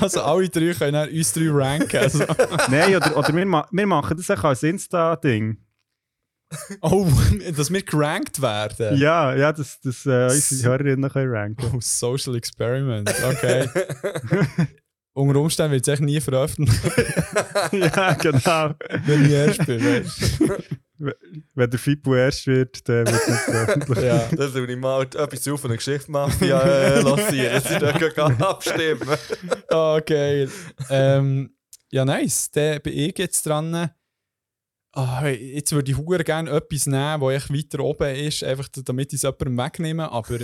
Speaker 1: also alle drei können dann uns drei ranken. Also,
Speaker 3: Nein, oder, oder wir, ma wir machen das auch als Insta-Ding.
Speaker 1: Oh, dass wir gerankt werden.
Speaker 3: Ja, ja, das, das äh, unsere Hörerinnen können ranken.
Speaker 1: Oh, Social Experiment, okay. Unter Umständen wird es echt nie veröffentlicht,
Speaker 3: ja, genau.
Speaker 1: wenn ich erst bin. Weißt?
Speaker 3: Wenn der Fibu erst wird, dann wird es veröffentlicht.
Speaker 1: du? Ja.
Speaker 2: Das will ich mal etwas auf eine Geschichtsmafia äh, lancieren. Dass ich da gerade abstimmen
Speaker 1: Oh, geil. Ähm, ja, nice. Dann bin ich jetzt dran. eh. Ah, jetzt würde ich hure gerne etwas nehmen, wo ich weiter oben ist, einfach damit ich es jemandem wegnehme, aber.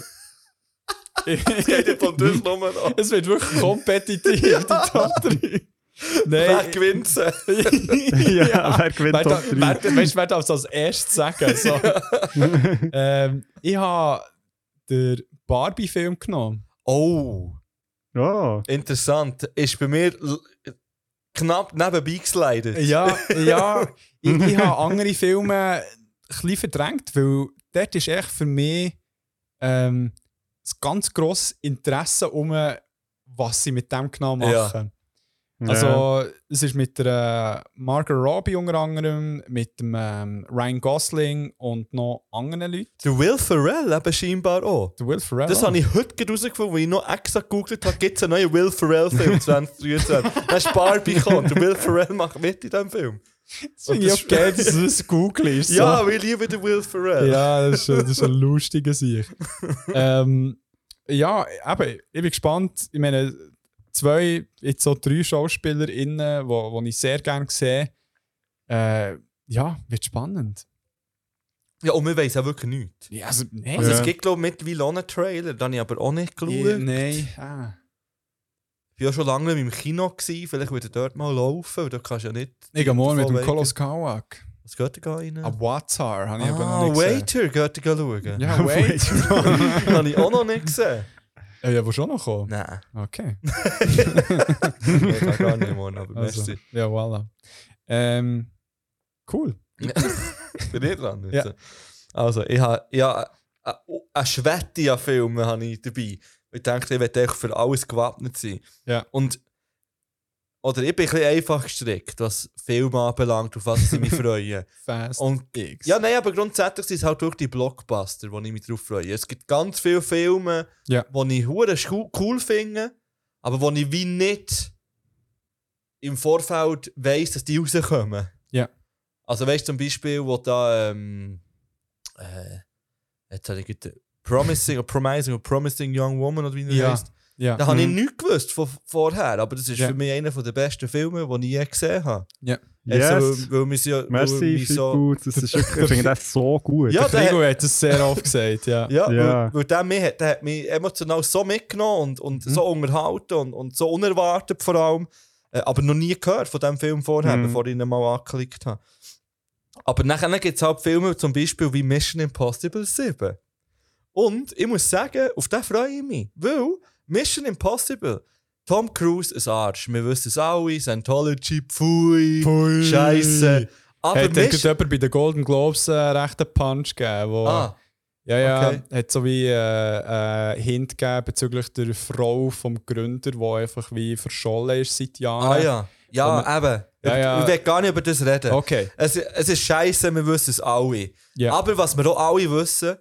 Speaker 2: Geht vom Tisch rum. noch.
Speaker 1: es wird wirklich kompetitiv, die Top 3.
Speaker 2: Wer
Speaker 1: Nein.
Speaker 2: gewinnt sie?
Speaker 3: ja, wer gewinnt
Speaker 1: Wer
Speaker 3: Top
Speaker 1: da-
Speaker 3: 3?
Speaker 1: wer- Weißt du, wer darf es als erstes sagen? So. ähm, ich habe den Barbie-Film genommen.
Speaker 2: Oh,
Speaker 3: Oh,
Speaker 2: interessant. Ist bei mir l- knapp nebenbei geslidet.
Speaker 1: Ja, ja. ich, ich habe andere Filme ein bisschen verdrängt, weil dort ist echt für mich ähm, ein ganz grosses Interesse um, was sie mit dem genau machen.
Speaker 2: Ja.
Speaker 3: ja.
Speaker 1: Also, es ist mit der äh, Margot Robbie unter anderem, mit dem ähm, Ryan Gosling und noch anderen Leuten.
Speaker 2: Der Will Ferrell eben scheinbar auch.
Speaker 1: Der Will Ferrell.
Speaker 2: Das habe ich heute gerade rausgefunden, weil ich noch extra gegoogelt habe, gibt es einen neuen Will Ferrell-Film 2023. Dann ist Barbie gekommen. Der Will Ferrell macht mit in diesem Film.
Speaker 1: Das finde ich
Speaker 2: Und das-
Speaker 1: auch geil, dass du das googelst. so.
Speaker 2: Ja, wir lieben den Will Ferrell.
Speaker 1: ja, das ist, das ist ein lustiger Sieg. ähm, ja, eben, ich bin gespannt. Ich meine, zwei, jetzt so drei SchauspielerInnen, wo, wo ich sehr gerne sehe. Äh, ja, wird spannend.
Speaker 2: ja, und wir wissen auch wirklich nichts.
Speaker 1: Ja, also, nee.
Speaker 2: Also
Speaker 3: Ja.
Speaker 2: es gibt glaube ich mittlerweile auch einen Trailer, den habe ich aber auch nicht geschaut.
Speaker 1: Ich- Nein. Ah.
Speaker 2: Ich war ja schon lange nicht mehr im Kino, gewesen. vielleicht würde ich dort mal laufen, weil da kannst du ja nicht...
Speaker 1: Ich gehe morgen mit
Speaker 2: davon
Speaker 1: dem
Speaker 2: wegen.
Speaker 1: Kolos Kawak.
Speaker 2: Was geht da gar rein?
Speaker 1: Ein Watar habe ich aber
Speaker 2: ah,
Speaker 1: noch nicht gesehen.
Speaker 2: Waiter, geht da gehen schauen.
Speaker 1: Ja, Wait.
Speaker 2: Den habe ich auch noch nicht gesehen.
Speaker 1: ja, ja, wo schon noch kommen?
Speaker 2: Nein,
Speaker 1: Okay.
Speaker 2: ich kann gar nicht morgen, aber
Speaker 1: Also,
Speaker 2: merci.
Speaker 1: ja, voilà. Ähm, cool.
Speaker 2: Bin ich dran jetzt?
Speaker 1: Ja.
Speaker 2: Also, ich habe ja, eine Schwette an Filmen habe ich dabei. Ich denke, ich werde echt für alles gewappnet sein.
Speaker 1: Ja.
Speaker 2: Und oder ich bin ein bisschen einfach gestrickt, was Filme anbelangt, auf was ich mich freue.
Speaker 1: Fast.
Speaker 2: Und
Speaker 1: X.
Speaker 2: ja, nein, aber grundsätzlich sind es halt durch die Blockbuster, wo ich mich drauf freue. Es gibt ganz viele Filme,
Speaker 1: Ja.
Speaker 2: die ich hure schu- cool finde, aber wo ich wie nicht im Vorfeld weiss, dass die rauskommen.
Speaker 1: Ja.
Speaker 2: Also weißt du zum Beispiel, wo da ähm, äh, jetzt habe ich gerade Promising oder Promising oder Promising Young Woman oder wie der
Speaker 1: Ja.
Speaker 2: heißt.
Speaker 1: ja.
Speaker 2: Da habe ich nichts gewusst von vorher, aber das ist
Speaker 1: Ja.
Speaker 2: für mich einer der besten Filme, die ich je gesehen habe.
Speaker 3: yes.
Speaker 2: Also, weil, weil wir sie ja, weil
Speaker 3: Merci,
Speaker 2: wir
Speaker 3: Fibu.
Speaker 2: so,
Speaker 3: das ist wirklich, ich finde das so gut.
Speaker 2: Ja, der-
Speaker 1: Gregor hat es sehr oft gesagt, ja.
Speaker 2: ja,
Speaker 3: Ja.
Speaker 2: Weil, weil der, mich, hat- der hat mich emotional so mitgenommen und, und so unterhalten und, und so unerwartet vor allem, äh, aber noch nie gehört von dem Film vorher,
Speaker 3: Mhm.
Speaker 2: bevor ich ihn mal angeklickt habe. Aber nachher gibt es halt Filme, zum Beispiel wie Mission Impossible 7. Und ich muss sagen, auf den freue ich mich, weil Mission Impossible, Tom Cruise ist Arsch, wir wissen es alle, Scientology, pfui, Scheiße. Aber
Speaker 1: Hat dann
Speaker 2: Mission...
Speaker 1: jemand bei den Golden Globes äh, recht einen Punch gegeben, wo,
Speaker 2: Ah,
Speaker 1: ja, ja,
Speaker 2: okay.
Speaker 1: hat so wie äh, äh, Hint gegeben bezüglich der Frau vom Gründer, die einfach wie verschollen ist seit Jahren.
Speaker 2: ah ja. Ja, eben.
Speaker 1: Ja, ja.
Speaker 2: Ich will gar nicht über das reden.
Speaker 1: Okay,
Speaker 2: Es, es ist scheiße, wir wissen es alle.
Speaker 1: ja.
Speaker 2: Aber was wir auch alle wissen,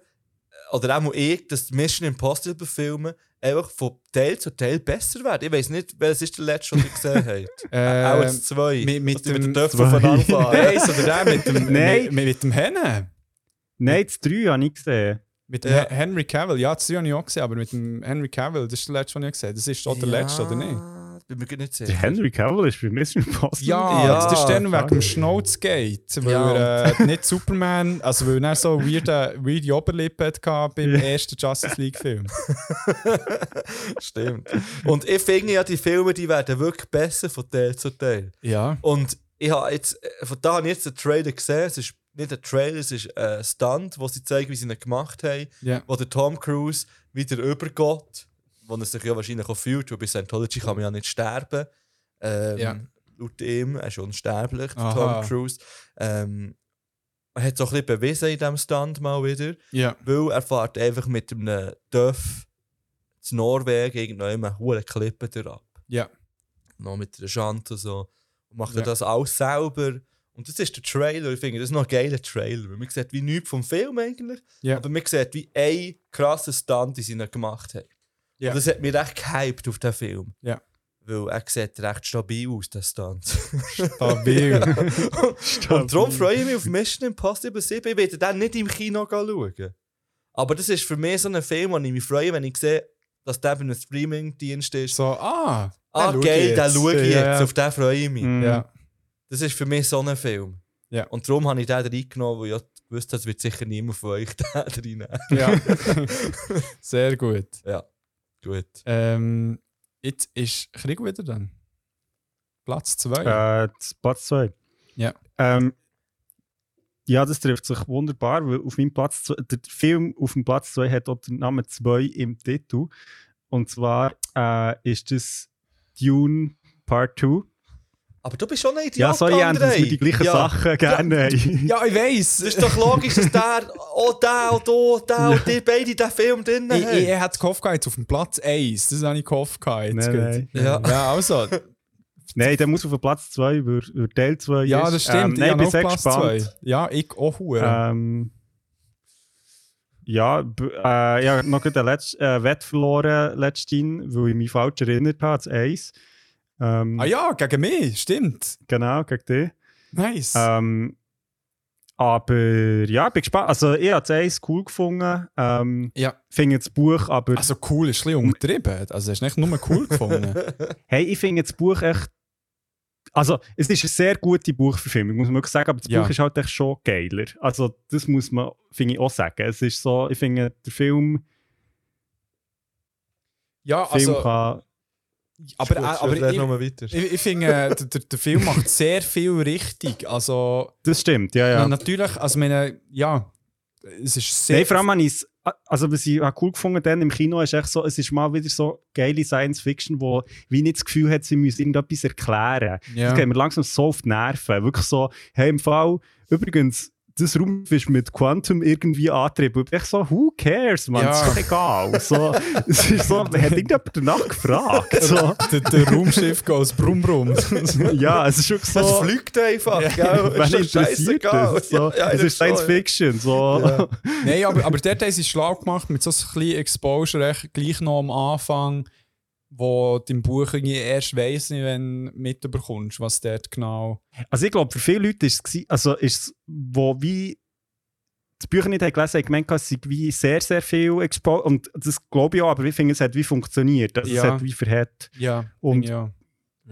Speaker 2: oder auch ich, dass die Mission Impossible Filme einfach von Teil zu Teil besser werden. Ich weiß nicht, welches ist der letzte, den ich gesehen habe. auch
Speaker 1: Ähm,
Speaker 2: jetzt zwei.
Speaker 1: mit- mit
Speaker 2: Dass die mit
Speaker 1: dem-
Speaker 2: den Töpfen
Speaker 3: Zwei.
Speaker 2: von fahren.
Speaker 1: Nein, so der mit dem,
Speaker 3: Nein.
Speaker 1: mit, mit dem Hennen.
Speaker 3: Nein, das 3 habe ich gesehen.
Speaker 1: Mit dem
Speaker 2: Ja.
Speaker 1: Hen- Henry Cavill. Ja, das habe ich auch gesehen, aber mit dem Henry Cavill, das ist der letzte, den ich gesehen habe. Das ist auch der letzte, oder nicht?
Speaker 2: Bin mir gar nicht
Speaker 3: Der
Speaker 2: sicher.
Speaker 3: Henry Cavill ist für mich Impossible.
Speaker 1: Ja,
Speaker 2: Ja,
Speaker 1: das ist dann
Speaker 3: klar.
Speaker 1: wegen dem Schnauzgate, weil
Speaker 2: Ja.
Speaker 1: er, äh, nicht Superman, also weil er so weird, äh, weird Oberlippe hatte beim
Speaker 3: Ja.
Speaker 1: ersten Justice League Film.
Speaker 2: Stimmt. Und ich finde ja, die Filme die werden wirklich besser von Teil zu Teil.
Speaker 1: Ja.
Speaker 2: Und ich habe jetzt, äh, von da habe ich jetzt den Trailer gesehen. Es ist nicht ein Trailer, es ist ein Stunt, wo sie zeigen, wie sie ihn gemacht haben.
Speaker 1: Ja.
Speaker 2: Wo der Tom Cruise wieder übergeht, wo er sich ja wahrscheinlich auch fühlt, weil bei Scientology kann man ja nicht sterben. Ähm,
Speaker 1: Ja.
Speaker 2: Laut ihm, er ist unsterblich, der
Speaker 1: Aha.
Speaker 2: Tom Cruise. Ähm, er hat so ein bisschen bewiesen in diesem Stunt mal wieder,
Speaker 1: Ja.
Speaker 2: weil er fährt einfach mit einem Dörf zu Norwegen irgendwann eine hohe Klippe ab
Speaker 1: Ja.
Speaker 2: noch mit der Schande und so. Und macht
Speaker 1: Ja.
Speaker 2: er das alles selber Und das ist der Trailer, ich finde, das ist noch ein geiler Trailer. weil Man sieht wie nichts vom Film eigentlich,
Speaker 1: Ja.
Speaker 2: aber man sieht wie ein krasser Stunt, den sie noch gemacht haben.
Speaker 1: Ja.
Speaker 2: Und das hat mich recht gehypt auf den Film.
Speaker 1: Ja.
Speaker 2: Weil er sieht recht stabil aus, der Stunt.
Speaker 1: Stabil.
Speaker 2: Und darum freue ich mich auf Mission Impossible 7. Ich werde den nicht im Kino schauen. Aber das ist für mich so ein Film, wo ich mich freue, wenn ich sehe, dass der bei einem Streaming-Dienst ist.
Speaker 1: so, ah, den
Speaker 2: ah,
Speaker 1: schau ich
Speaker 2: geil, den
Speaker 1: jetzt.
Speaker 2: schaue ich
Speaker 1: Ja,
Speaker 2: jetzt.
Speaker 1: ja.
Speaker 2: Auf den freue ich mich.
Speaker 3: Mhm.
Speaker 1: Ja.
Speaker 2: Das ist für mich so ein Film.
Speaker 1: Ja.
Speaker 2: Und darum habe ich den reingenommen, weil ich ja gewusst habe, es wird sicher niemand von euch den reinnehmen.
Speaker 1: ja. Sehr gut.
Speaker 2: Gut.
Speaker 1: Ähm, jetzt ist Krieg wieder dann. Platz 2.
Speaker 3: Äh, Platz 2.
Speaker 1: Ja.
Speaker 3: Ähm, ja, das trifft sich wunderbar, weil auf meinem Platz zwei- der Film auf dem Platz 2 hat auch den Namen 2 im Titel. Und zwar äh, ist das Dune Part 2.
Speaker 2: Aber du bist schon ein Idiot,
Speaker 3: Ja, sorry, Jens, dass wir die gleichen
Speaker 2: ja.
Speaker 3: Sachen gerne haben.
Speaker 1: Ja, ich weiß.
Speaker 2: Es ist doch logisch, dass der, oh, der und oh, der und die beide den Film drin
Speaker 1: Ich, ich,
Speaker 2: haben.
Speaker 1: ich hatte gehofft, jetzt auf dem Platz 1. Das habe ich gehofft. Jetzt
Speaker 3: Nein,
Speaker 1: gut.
Speaker 3: nein.
Speaker 2: Ja.
Speaker 1: ja, also.
Speaker 3: Nein, der muss auf den Platz 2, weil, weil Teil 2
Speaker 1: Ja, das
Speaker 3: ist. Ähm,
Speaker 1: stimmt.
Speaker 3: nein,
Speaker 1: ich
Speaker 3: ich bin
Speaker 1: habe
Speaker 3: sehr
Speaker 1: noch Platz
Speaker 3: gespannt.
Speaker 1: zwei. Ja, ich auch. hure.
Speaker 3: Ähm, ja, b- äh, ich habe noch den letzten äh, Wett verloren, letztens, weil ich mich falsch erinnert habe, das Eis. Ähm,
Speaker 1: ah ja, gegen mich. Stimmt.
Speaker 3: Genau, gegen dich.
Speaker 1: Nice.
Speaker 3: Ähm, aber ja, ich bin gespannt. Also, ich habe das Eis cool gefunden. Ähm,
Speaker 1: Ja.
Speaker 3: Finde das Buch, aber
Speaker 1: also cool ist ein bisschen untertrieben. Also hast du nicht nur cool gefunden.
Speaker 3: hey, ich finde das Buch echt. Also, es ist eine sehr gute Buchverfilmung, muss man wirklich sagen, aber das
Speaker 1: Ja.
Speaker 3: Buch ist halt echt schon geiler. Also, das muss man, finde ich, auch sagen. Es ist so, ich finde, der Film,
Speaker 1: Ja,
Speaker 3: Film
Speaker 1: also.
Speaker 3: kann.
Speaker 1: Aber, äh,
Speaker 2: Gut,
Speaker 1: aber
Speaker 2: ich rede
Speaker 1: ich,
Speaker 2: nochmal weiter.
Speaker 1: ich, ich finde, äh, der, der, der Film macht sehr viel richtig. Also.
Speaker 3: Das stimmt, ja, ja.
Speaker 1: Na, natürlich, also meine, ja, es ist sehr.
Speaker 3: Nein, vor allem habe ich's- also was ich auch cool gefunden dann im Kino ist echt so, es ist mal wieder so geile Science Fiction, wo wie nicht das Gefühl hat, sie müssen irgendetwas erklären.
Speaker 1: Ja.
Speaker 3: Das geht mir langsam so auf die Nerven. Wirklich so, hey, im Fall, übrigens, das Rumpf ist mit Quantum irgendwie antrieben. Und ich so, who cares, man,
Speaker 1: Ja.
Speaker 3: ist doch egal. So, es ist so, hat irgendjemand danach gefragt. So,
Speaker 1: der, der Raumschiff geht aus Brumm Brumm.
Speaker 3: ja, es ist wirklich so.
Speaker 2: Das fliegt einfach, gell?
Speaker 3: Wen
Speaker 2: doch
Speaker 3: interessiert
Speaker 2: scheissegal.
Speaker 3: das? So,
Speaker 2: Ja, ja,
Speaker 3: es ist
Speaker 2: schon,
Speaker 3: Science Fiction. So.
Speaker 2: Ja.
Speaker 1: Nein, aber, aber dort haben sie es schlau gemacht mit so ein bisschen Exposure, echt gleich noch am Anfang, wo du im Buch irgendwie erst weiss nicht, wenn du mitbekommst, was dort genau.
Speaker 3: Also ich glaube, für viele Leute ist es, gsi- also ist es, wo wie die Bücher nicht haben gelesen haben, gemerkt, es sei wie sehr, sehr viel Expo und das glaube ich auch, aber ich finde, es hat wie funktioniert, also es
Speaker 1: Ja.
Speaker 3: hat wie verhört.
Speaker 1: Ja,
Speaker 3: Und-
Speaker 1: finde ich auch.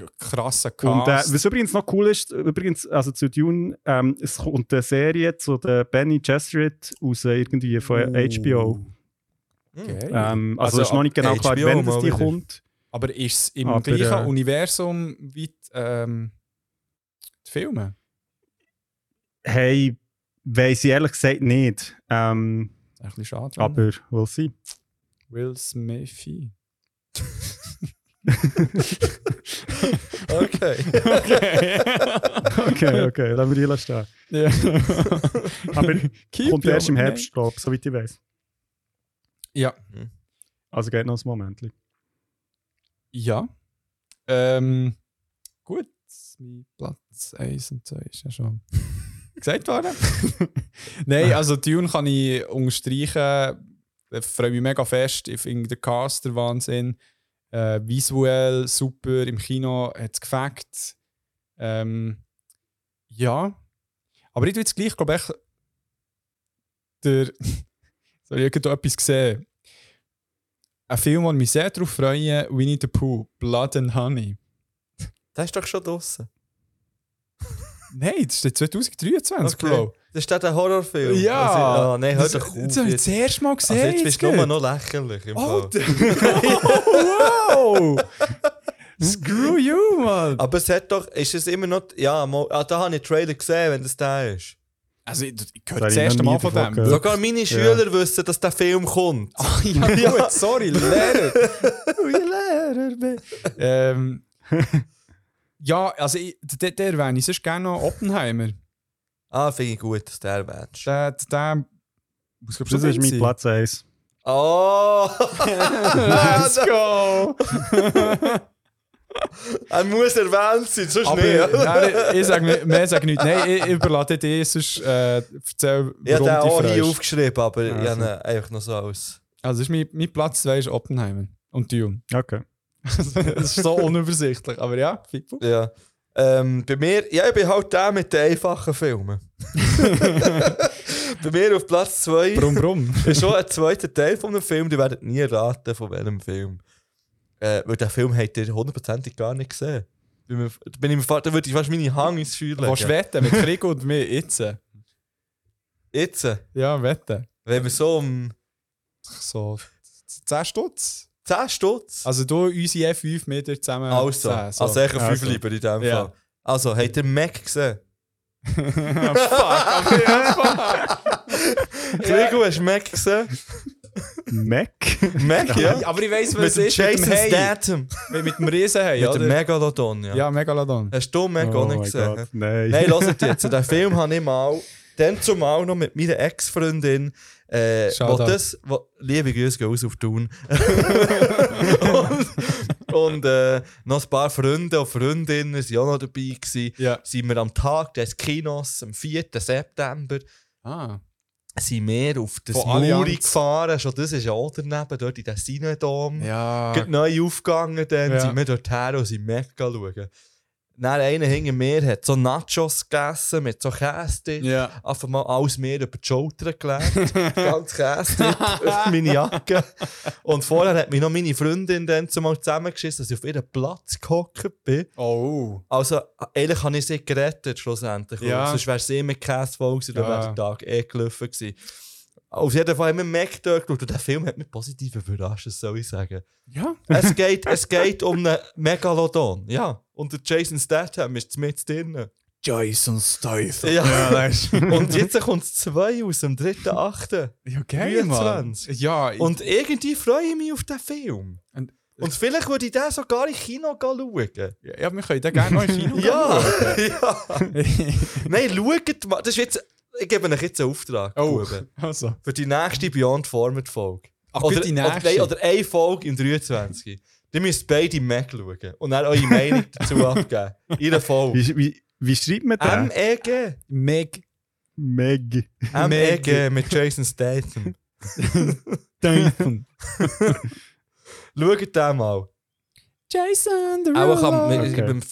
Speaker 1: ja. Krasser
Speaker 3: Und äh,
Speaker 1: Cast.
Speaker 3: was übrigens noch cool ist, übrigens, also zu Dune, ähm, es kommt eine Serie zu der Benny Gesserit aus äh, irgendwie von HBO.
Speaker 1: Oh. Okay.
Speaker 3: Ähm, also,
Speaker 2: Also,
Speaker 3: es ist noch nicht genau
Speaker 2: HBO
Speaker 3: klar, wenn das
Speaker 2: mal
Speaker 3: die
Speaker 1: dus.
Speaker 2: wieder.
Speaker 3: kommt.
Speaker 1: aber ist es im
Speaker 3: aber,
Speaker 1: gleichen
Speaker 3: äh,
Speaker 1: Universum wie die, ähm, die Filme?
Speaker 3: Hey, weiß ich ehrlich gesagt nicht. Ähm,
Speaker 1: Das ist ein bisschen schade.
Speaker 3: Aber we'll see.
Speaker 1: Will Smithy.
Speaker 2: Okay.
Speaker 3: Okay, okay, lassen wir die lassen. stehen.
Speaker 1: Ja.
Speaker 3: Aber
Speaker 1: Keep
Speaker 3: kommt erst im
Speaker 1: your-
Speaker 3: Herbst, glaube ich, soweit ich weiß.
Speaker 1: Ja.
Speaker 3: Hm. Also geht noch ein Moment.
Speaker 1: Ja. Ähm, gut, mein Platz 1 und 2 ist ja schon gesagt worden. Nein, also Dune kann ich unterstreichen. Ich freue mich mega fest. Ich finde den Cast der Wahnsinn. Äh, visuell super, im Kino hat es gefackt. Ähm, ja. Aber ich tue jetzt gleich, glaube ich, der. Sorry, ich habe da etwas gesehen. Ein Film, den ich mich sehr darauf freue, Winnie the Pooh, Blood and Honey.
Speaker 2: Der ist doch schon draußen.
Speaker 1: Nein, das ist der 2023,
Speaker 2: Okay.
Speaker 1: Bro.
Speaker 2: Das ist doch der Horrorfilm.
Speaker 1: genau. Ja. Dus
Speaker 2: Also, oh, nein, hör
Speaker 1: Das,
Speaker 2: doch auf.
Speaker 1: das habe ich das
Speaker 2: jetzt,
Speaker 1: erste Mal gesehen.
Speaker 2: also jetzt bist du
Speaker 1: gerade.
Speaker 2: nur noch lächerlich. Im
Speaker 1: Oh,
Speaker 2: Fall.
Speaker 1: d- wow! Screw you, Mann!
Speaker 2: Aber es hat doch, ist es immer noch, ja, mal, ah, da habe ich den Trailer gesehen, wenn das der ist. Ah,
Speaker 1: Also, ich, ich höre
Speaker 3: hab
Speaker 1: das
Speaker 3: ich noch
Speaker 1: erste
Speaker 3: nie
Speaker 1: Mal von
Speaker 3: davon
Speaker 1: dem.
Speaker 3: gehört.
Speaker 2: Sogar meine Schüler wissen, dass der Film kommt.
Speaker 1: Ah, ja, gut, sorry, Lehrer. Ui, Lehrer. bin- ähm, ja, also, ich- der, der erwähne ich sonst gerne noch Oppenheimer.
Speaker 2: Ah, finde ich gut, dass der erwähnst.
Speaker 1: Der, der muss, glaub, ich, schon
Speaker 3: Das ist
Speaker 1: drin
Speaker 3: mein
Speaker 1: sein.
Speaker 3: Platz 1.
Speaker 2: Oh!
Speaker 1: Ah, Let's go!
Speaker 2: Er muss erwähnt sein, sonst
Speaker 1: Aber
Speaker 2: nicht.
Speaker 1: nein, ich sage mir- mehr sage nichts. Nein, ich überlade dir, sonst äh, erzähl,
Speaker 2: Ich habe den
Speaker 1: warum
Speaker 2: auch
Speaker 1: du
Speaker 2: hier
Speaker 1: dich freust.
Speaker 2: aufgeschrieben, aber ich
Speaker 3: Also.
Speaker 2: habe ihn einfach noch so als.
Speaker 1: Also ist mein, mein Platz 2 ist Oppenheimer und Dune.
Speaker 3: Okay.
Speaker 1: das ist so unübersichtlich, aber Ah, ja, Fippo.
Speaker 2: Ja. Ähm, bei mir, ja, ich bin halt der mit den einfachen Filmen. bei mir auf Platz 2
Speaker 1: Brumm, brumm.
Speaker 2: ist schon ein zweiter Teil von einem Film, die werdet nie raten, von welchem Film. Äh, weil den Film habt ihr hundertprozentig gar nicht gesehen. Bin mir- Bin ich mir, fa- da würde ich fast meine Hang ins Feuer legen.
Speaker 1: Willst du wetten mit Krieg und mir jetzt?
Speaker 2: Jetzt, äh,
Speaker 1: Ja, wetten.
Speaker 2: wenn wir so um
Speaker 1: So 10 Stutz.
Speaker 2: 10 Stutz.
Speaker 1: Also du, unsere F5 mit dir zusammen.
Speaker 2: Also,
Speaker 1: 10, so.
Speaker 2: also echt ein
Speaker 3: Also.
Speaker 2: Fünfliber in dem
Speaker 1: Ja. Oh,
Speaker 2: Fall. Also, habt ihr Mac gesehen? Rico, hast du Mac gesehen?
Speaker 3: Mac?
Speaker 2: Mac, ja?
Speaker 1: Ja, aber ich weiss, was
Speaker 2: Mit
Speaker 1: es
Speaker 2: dem
Speaker 1: ist.
Speaker 2: Jason
Speaker 1: mit dem Hai.
Speaker 2: Statham.
Speaker 1: Mit, mit dem Riesenhai,
Speaker 2: Mit
Speaker 1: oder?
Speaker 2: dem Megalodon, ja.
Speaker 1: ja, Oh Megalodon.
Speaker 2: Hast du Mac auch nicht
Speaker 3: mein
Speaker 2: gesehen?
Speaker 3: Gott, Nein.
Speaker 2: Nein, hört jetzt, den Film habe ich mal, dann zumal noch mit meiner Ex-Freundin, äh, wo
Speaker 1: Shoutout.
Speaker 2: das, wo, liebe Grüße gehen aus auf Tun. und und äh, noch ein paar Freunde und Freundinnen waren auch noch dabei. Gewesen.
Speaker 1: Ja.
Speaker 2: Sind wir am Tag des Kinos, am 4. September,
Speaker 1: Ah.
Speaker 2: sind wir auf das
Speaker 1: Von
Speaker 2: Muri
Speaker 1: Allianz.
Speaker 2: gefahren. Schon das ist ja auch daneben, dort in den Sinedom.
Speaker 1: Ja.
Speaker 2: Gerade neu aufgegangen, dann
Speaker 1: Ja.
Speaker 2: sind wir dort her und sind Mac schauen. Dann einer hinter mir hat so Nachos gegessen mit so Käse.
Speaker 1: Ja.
Speaker 2: Einfach mal alles mehr über die Schulter gelegt. Ganz Käse auf meine Jacke. Und vorher hat mich noch meine Freundin dann zumal zusammengeschissen, dass ich auf ihren Platz gehockt bin.
Speaker 1: Oh.
Speaker 2: Also, eigentlich habe ich sie gerettet, schlussendlich.
Speaker 1: Ja.
Speaker 2: Ja. Sonst wäre sie immer Käse voll gewesen, dann
Speaker 1: Ja.
Speaker 2: wäre der Tag eh gelaufen gewesen. Auf jeden Fall haben wir Mac dort geschaut und der Film hat mich positiv überrascht, das soll ich sagen.
Speaker 1: Ja.
Speaker 2: Es geht, es geht um einen Megalodon, ja. Und der Jason Statham ist mit drin.
Speaker 1: Jason Statham.
Speaker 2: Ja.
Speaker 1: ja weißt du.
Speaker 2: Und jetzt kommt es zwei aus, am 3.8.
Speaker 1: Ja, geil, Mann.
Speaker 2: 23.
Speaker 1: Ja, ich-
Speaker 2: Und irgendwie freue ich mich auf den Film.
Speaker 1: Und-
Speaker 2: Und vielleicht würde ich den sogar in Kino schauen.
Speaker 1: ja, wir können den gerne noch in Kino
Speaker 2: Ja, ja.
Speaker 1: gehen.
Speaker 2: Nein, schaut mal. Das ist jetzt, ich gebe euch jetzt einen Auftrag,
Speaker 1: oh,
Speaker 2: Buben.
Speaker 1: also.
Speaker 2: Für die nächste Beyond Format Folge.
Speaker 1: Ach,
Speaker 2: oder,
Speaker 1: gut, die
Speaker 2: Oder, nein,
Speaker 1: nächste.
Speaker 2: oder eine Folge im 23. Ihr müsst beide Mac schauen und dann eure Meinung dazu abgeben. In der Folge.
Speaker 3: Wie, wie, wie schreibt man den?
Speaker 2: MEG.
Speaker 1: Meg.
Speaker 3: Meg.
Speaker 2: MEG mit Jason Statham.
Speaker 1: Statham.
Speaker 2: Schaut den mal.
Speaker 1: Jason the
Speaker 2: Auch kann man, ich,
Speaker 3: Okay.
Speaker 2: bin,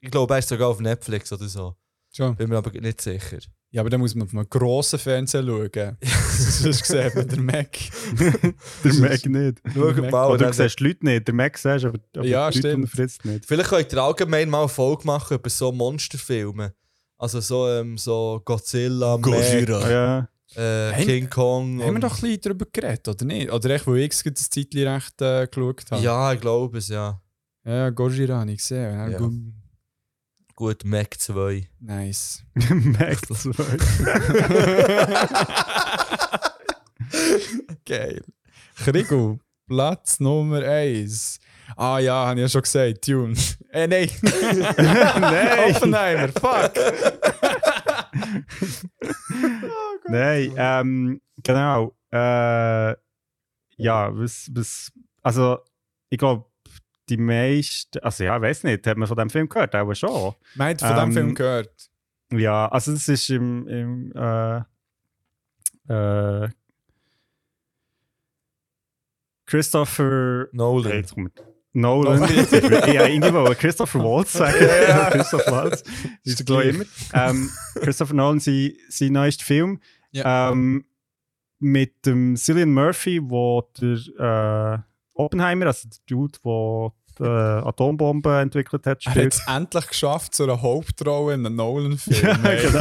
Speaker 2: ich glaube, er ist sogar auf Netflix oder so.
Speaker 1: Schon.
Speaker 2: Bin mir aber nicht sicher.
Speaker 1: Ja, aber dann muss man auf einem grossen Fernseher schauen. Sonst sieht man den Meg.
Speaker 3: Der Meg nicht.
Speaker 2: Schaut
Speaker 1: Mac-
Speaker 2: mal.
Speaker 3: Oder
Speaker 2: und
Speaker 3: du
Speaker 2: dann-
Speaker 3: siehst die Leute nicht. Der Meg siehst, aber, aber
Speaker 1: Oh, Ja,
Speaker 3: die Leute
Speaker 1: stimmt.
Speaker 3: und Fritz nicht.
Speaker 2: Vielleicht könnt ihr allgemein mal eine Folge machen über so Monsterfilme. Also so, ähm, so Godzilla, Godzilla.
Speaker 3: Ja.
Speaker 2: Äh,
Speaker 1: Haben-
Speaker 2: King Kong.
Speaker 1: Haben wir
Speaker 2: und-
Speaker 1: doch ein bisschen darüber geredet, oder nicht? Oder echt, wo ich es gerade ein Zeitchen recht äh, geschaut habe.
Speaker 2: Ja, ich glaube es, ja.
Speaker 1: Ja, Gojira habe ich gesehen. Ja.
Speaker 2: Ja.
Speaker 1: gut.
Speaker 2: Gut, Mac 2.
Speaker 1: Nice.
Speaker 3: Meg
Speaker 1: Oh
Speaker 3: 2.
Speaker 1: Geil. Krigo, Platz Nummer 1. Ah ja, habe ich ja schon gesagt, Tune. Äh, nein. nein. Oppenheimer, fuck.
Speaker 3: Nein, ähm, genau. Äh, ja, was, was, also ich glaube, die meisten, also ja, ich weiß nicht, hat man von dem Film gehört, auch schon.
Speaker 1: Man hat von
Speaker 3: Ähm,
Speaker 1: dem Film gehört.
Speaker 3: Ja, also es ist im, im äh, äh, Christopher Hey,
Speaker 2: Nolan.
Speaker 3: jetzt kommt Nolan. ja, irgendwie wollte Christopher Waltz sagen. Christopher Waltz. Ist der Chloe immer. Ähm, Christopher Nolan, sein, sein neuester Film.
Speaker 1: Ja.
Speaker 3: Ähm, mit dem Cillian Murphy, wo der äh, Oppenheimer, also der Dude, der die äh, Atombombe entwickelt hat,
Speaker 1: Er hat
Speaker 3: spielt.
Speaker 1: es endlich geschafft, zu einer Hauptrolle in einem Nolan-Film.
Speaker 3: Ja,
Speaker 1: Hey.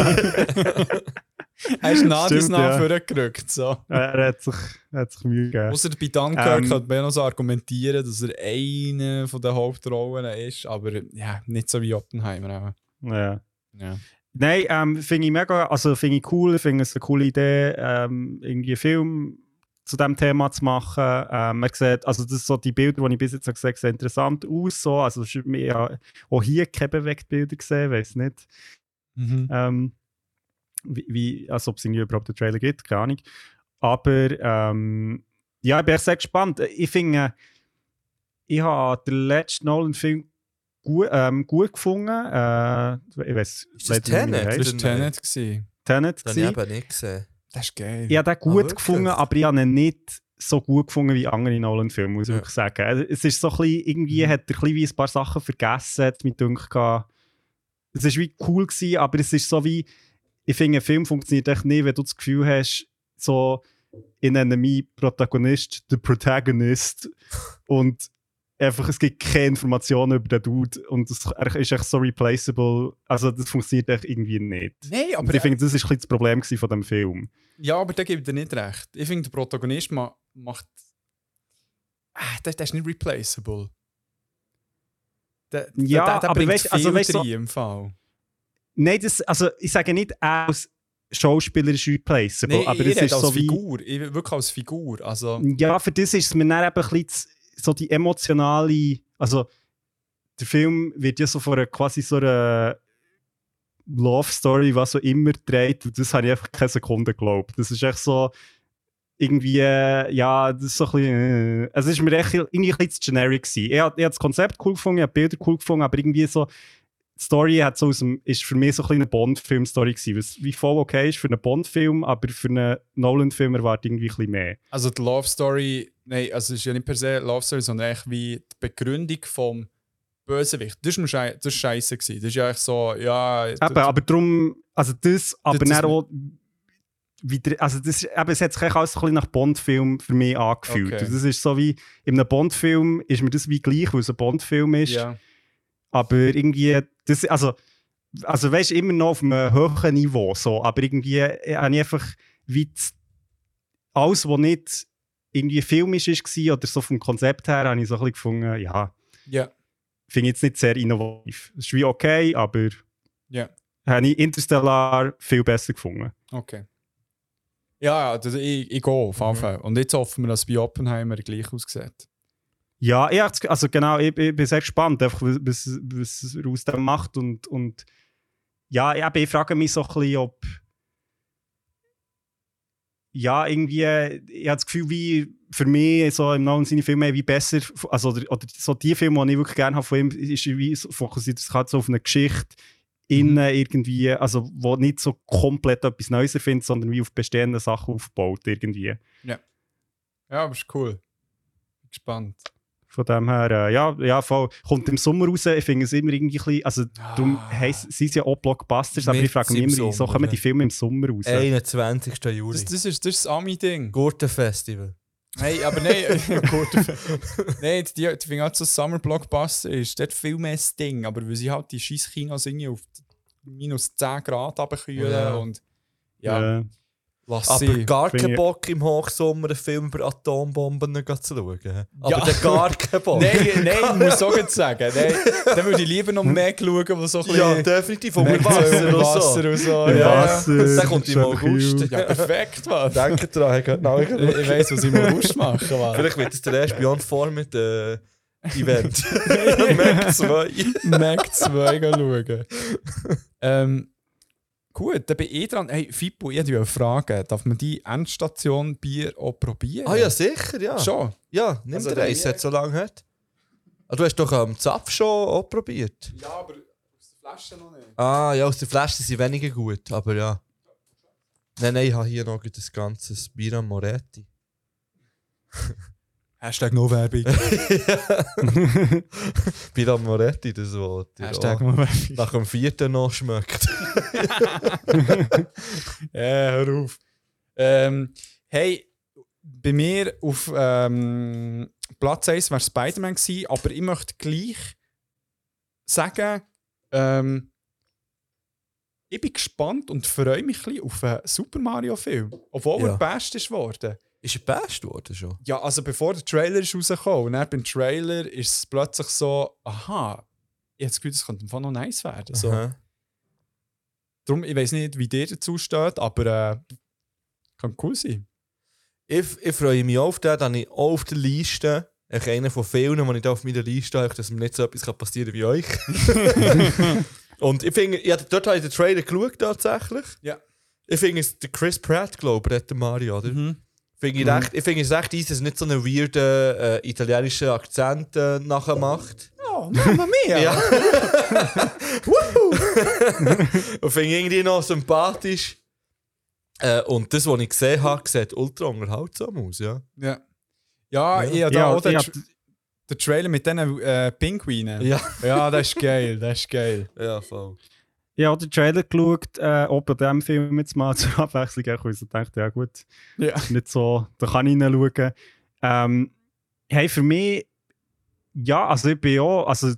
Speaker 1: er ist nah
Speaker 3: Genau. Stimmt,
Speaker 1: bis nah
Speaker 3: ja.
Speaker 1: vorgerückt. So.
Speaker 3: er hat sich, er hat sich Mühe gegeben.
Speaker 1: Außer bei Dunkirk
Speaker 3: Ähm,
Speaker 1: könnte man ja noch so argumentieren, dass er eine von den Hauptrollen ist, aber ja, nicht so wie Oppenheimer. eben.
Speaker 3: Ja.
Speaker 1: Ja.
Speaker 3: Nein, ähm, finde ich mega, also finde ich cool, finde es eine coole Idee, ähm, irgendwie einen Film zu diesem Thema zu machen. Ähm, man sieht, also das so die Bilder, die ich bis jetzt noch gesehen habe, sehen interessant aus. So. Also es ist mir ja auch hier keine Bewegtbilder gesehen, weiß nicht,
Speaker 1: Mhm.
Speaker 3: ähm, wie, wie, also ob es irgendwie überhaupt einen Trailer gibt, keine Ahnung. Aber ähm, ja, ich bin echt sehr gespannt. Ich finde, ich habe den letzten Nolan-Film gut, ähm, gut gefunden. Äh, ich weiß
Speaker 2: Ist das Tenet?
Speaker 1: Das war Tenet. gewesen.
Speaker 3: Tenet
Speaker 2: Das
Speaker 3: gewesen.
Speaker 2: habe ich eben nicht gesehen.
Speaker 1: Das ist geil.
Speaker 3: Ich habe den gut
Speaker 2: wirklich?
Speaker 3: gefunden, aber ich habe ihn nicht so gut gefunden wie andere Nolan-Filme, muss ich
Speaker 2: Ja. Mhm.
Speaker 3: wirklich sagen. Also, Es ist so ein bisschen, irgendwie hat er ein, bisschen wie ein paar Sachen vergessen, hat mich gedacht, es ist wie cool gewesen, aber es ist so wie, ich finde, ein Film funktioniert echt nicht, wenn du das Gefühl hast, so, ich nenne meinen Protagonist «The Protagonist» und einfach, es gibt keine Informationen über den Dude und es, er ist echt so replaceable, also das funktioniert echt irgendwie nicht.
Speaker 1: Nein,
Speaker 3: Aber
Speaker 1: aber,
Speaker 3: ich finde, das ist ein bisschen das Problem gewesen von dem Film.
Speaker 1: ja, aber da gibt er nicht recht. Ich finde, der Protagonist ma macht. Ah, der, der ist nicht replaceable. Der, der-
Speaker 3: Ja,
Speaker 1: der, der
Speaker 3: aber
Speaker 1: bringt
Speaker 3: weißt-
Speaker 1: viel
Speaker 3: also weißt du-
Speaker 1: rein im Fall.
Speaker 3: Nein, das, also ich sage nicht, er als Schauspieler ist replaceable,
Speaker 1: Nee,
Speaker 3: aber
Speaker 1: ich
Speaker 3: es
Speaker 1: rede
Speaker 3: ist
Speaker 1: als
Speaker 3: so wie...
Speaker 1: Figur. Ich, wirklich als eh, Figur. Also,
Speaker 3: Ja, für das ist es mir dann eben ein bisschen z- so die emotionale... Also der Film wird ja so von einer, quasi so einer Love-Story, was auch immer, dreht und das habe ich einfach keine Sekunde geglaubt. Das ist echt so... Irgendwie, äh, ja, das ist so ein bisschen. Äh, es ist mir echt irgendwie ein bisschen zu generic. Gewesen. Ich habe das Konzept cool gefunden, ich habe die Bilder cool gefunden, aber irgendwie so, die Story hat so aus dem, ist für mich so ein bisschen eine Bond-Film-Story gewesen, was wie voll okay ist für einen Bond-Film, aber für einen Nolan-Film erwarte ich irgendwie ein bisschen mehr.
Speaker 1: also die Love Story, nein, also es ist ja nicht per se Love Story, sondern echt wie die Begründung vom Bösewicht. Das war schei das ist scheiße. gewesen. Das ist ja Dus echt so, ja.
Speaker 3: Eben, aber darum, also das, aber
Speaker 1: Das-
Speaker 3: dann auch, wie, der- also das, ist- eben, es hat sich eigentlich alles ein bisschen nach Bond-Film für mich angefühlt.
Speaker 1: Okay.
Speaker 3: Und das ist so wie, in einem Bond-Film ist mir das wie gleich, weil es ein Bond-Film ist,
Speaker 1: ja.
Speaker 3: aber irgendwie, das, also, also weißt du, immer noch auf einem höheren Niveau, so, aber irgendwie äh, habe ich einfach wie das- alles, was nicht irgendwie filmisch war oder so vom Konzept her, habe ich so ein bisschen gefunden, ja,
Speaker 1: ja.
Speaker 3: finde ich jetzt nicht sehr innovativ. Es ist wie okay, aber
Speaker 1: Ja.
Speaker 3: habe ich Interstellar viel besser gefunden.
Speaker 1: Okay. Ja, dus ja, das, ich, ich gehe auf jeden Fall. Und jetzt hoffen wir, dass es bei Oppenheimer gleich aussieht.
Speaker 3: Ja, ich, hab das Ge- also genau, ich, ich bin sehr gespannt, einfach, was, was- was er aus dem macht. Und, und ja, ich, eben, ich frage mich so ein bisschen, ob. Ja, irgendwie, ich habe das Gefühl, wie für mich so im Namen seine Filme wie besser, also oder, oder so die Filme, die ich wirklich gerne habe von ihm, ist wie so fokussiert sich halt so auf eine Geschichte innen irgendwie, also wo nicht so komplett etwas Neues erfindet, sondern wie auf bestehende Sachen aufbaut irgendwie.
Speaker 1: Ja, aber ist cool. Bin gespannt.
Speaker 3: Von dem her, äh, ja, ja, voll. Kommt im Sommer raus, ich finde es immer irgendwie ein bisschen, also
Speaker 1: Ah.
Speaker 3: darum heisst, sie sind ja auch Blockbusters, aber
Speaker 2: Mit
Speaker 3: ich frage mich
Speaker 2: Ah. im
Speaker 3: immer, wieso
Speaker 2: Sommer,
Speaker 3: kommen
Speaker 2: ne?
Speaker 3: die Filme im Sommer raus? Äh,
Speaker 2: 21. Juli.
Speaker 1: Das, das ist das, ist das Ami-Ding.
Speaker 2: Gurtenfestival.
Speaker 1: Nein, aber nein, gut. nein, die, die finde halt so Summer Blockbuster ist dort viel mehr das Ding, aber weil sie halt die scheiß Kinos irgendwie auf minus 10 Grad runterkühlen
Speaker 2: Ja.
Speaker 1: und ja,
Speaker 3: Äh,
Speaker 1: lass
Speaker 2: Aber
Speaker 1: sie.
Speaker 2: gar
Speaker 3: Find
Speaker 2: keinen
Speaker 3: ich-
Speaker 2: Bock im Hochsommer einen Film über Atombomben zu schauen. hä? Aber
Speaker 1: Ja.
Speaker 2: dann gar keinen Bock.
Speaker 1: Nein, nein, ich muss so gut sagen. Nein, dann würde ich lieber noch mehr schauen, wo so ein
Speaker 2: ja,
Speaker 1: bisschen
Speaker 2: definitiv. Und mit
Speaker 1: Mehr
Speaker 2: Wasser
Speaker 1: Wasser
Speaker 2: und so. Um
Speaker 1: und so. Ja,
Speaker 3: Im
Speaker 1: ja.
Speaker 3: Wasser,
Speaker 2: Das kommt im
Speaker 3: schön
Speaker 2: August.
Speaker 3: kühl.
Speaker 1: ja, perfekt, Mann.
Speaker 2: Denkt dran, ich könnte
Speaker 1: Ich, ich weiss, was ich im August machen Mann.
Speaker 2: Vielleicht wird es der erste Beyond Format äh, Event. Mac 2.
Speaker 1: Mac 2 gehen schauen. ähm, gut, dann bin ich dran. Hey, Fippo, ich wollte dich fragen, darf man die Endstation Bier auch probieren?
Speaker 2: Ah ja, sicher, ja.
Speaker 1: Schon?
Speaker 2: Ja, nimm also
Speaker 1: Also
Speaker 2: dir
Speaker 1: der
Speaker 2: eins,
Speaker 1: Bier-
Speaker 2: hat so lange hat. Ah, du hast doch am Zapf schon auch probiert.
Speaker 1: Ja, aber aus der Flasche noch nicht.
Speaker 2: Ah, ja, aus der Flasche sind weniger gut, aber ja. Nein, nein, ich habe hier noch das ganze Bier am Moretti.
Speaker 1: Hashtag no Werbung.
Speaker 2: Bier am Moretti, das was dir
Speaker 1: Hashtag
Speaker 2: auch
Speaker 1: no Werbung.
Speaker 2: nach dem vierten noch schmeckt.
Speaker 1: Ja, Äh, hör auf. Ähm, hey, bei mir auf ähm, Platz 1 wäre Spider-Man gewesen, aber ich möchte gleich sagen, ähm, ich bin gespannt und freue mich ein bisschen auf einen Super Mario-Film. Obwohl er
Speaker 2: Ja.
Speaker 1: best ist worden.
Speaker 2: Ist er best geworden schon?
Speaker 1: Ja, also bevor der Trailer ist rausgekommen und dann beim Trailer ist es plötzlich so, aha, ich habe das Gefühl, das könnte im Fall noch nice werden. So.
Speaker 2: Aha.
Speaker 1: Darum, ich weiß nicht, wie der dazu steht, aber äh, kann cool sein.
Speaker 2: Ich, ich freue mich auch auf den, dann habe ich auch auf der Liste. Ich einer von vielen, die ich da auf meiner Liste habe, dass mir nicht so etwas passieren kann wie euch. Und ich finde, ja, dort habe ich den Trailer geschaut tatsächlich.
Speaker 1: Ja.
Speaker 2: Ich finde es, der Chris Pratt, glaube ich, hat den Mario, oder? Finde ich, dus eh, recht, ich finde es recht easy, dass es nicht so einen weirden äh, italienischen Akzent äh, nachmacht.
Speaker 1: Ja,
Speaker 6: Oh, Mamma mia!
Speaker 2: eh, Ja. und finde ich irgendwie noch sympathisch. Äh, und das, was ich gesehen habe, sieht ultra unterhaltsam aus, ja.
Speaker 1: Ja, ja, ich habe da
Speaker 3: Ja,
Speaker 1: auch den,
Speaker 3: ich hab-
Speaker 1: Tr- den Trailer mit diesen äh, Pinguinen. Ja.
Speaker 2: Ja,
Speaker 1: das ist geil, das ist geil.
Speaker 2: ja voll.
Speaker 3: Ich habe den Trailer geschaut, äh, ob er dem Film jetzt mal zur Abwechslung auch ich dachte, ja gut,
Speaker 1: Ja.
Speaker 3: ist nicht so, da kann ich hineinschauen. Ähm, hey, für mich, ja, also ich bin auch, also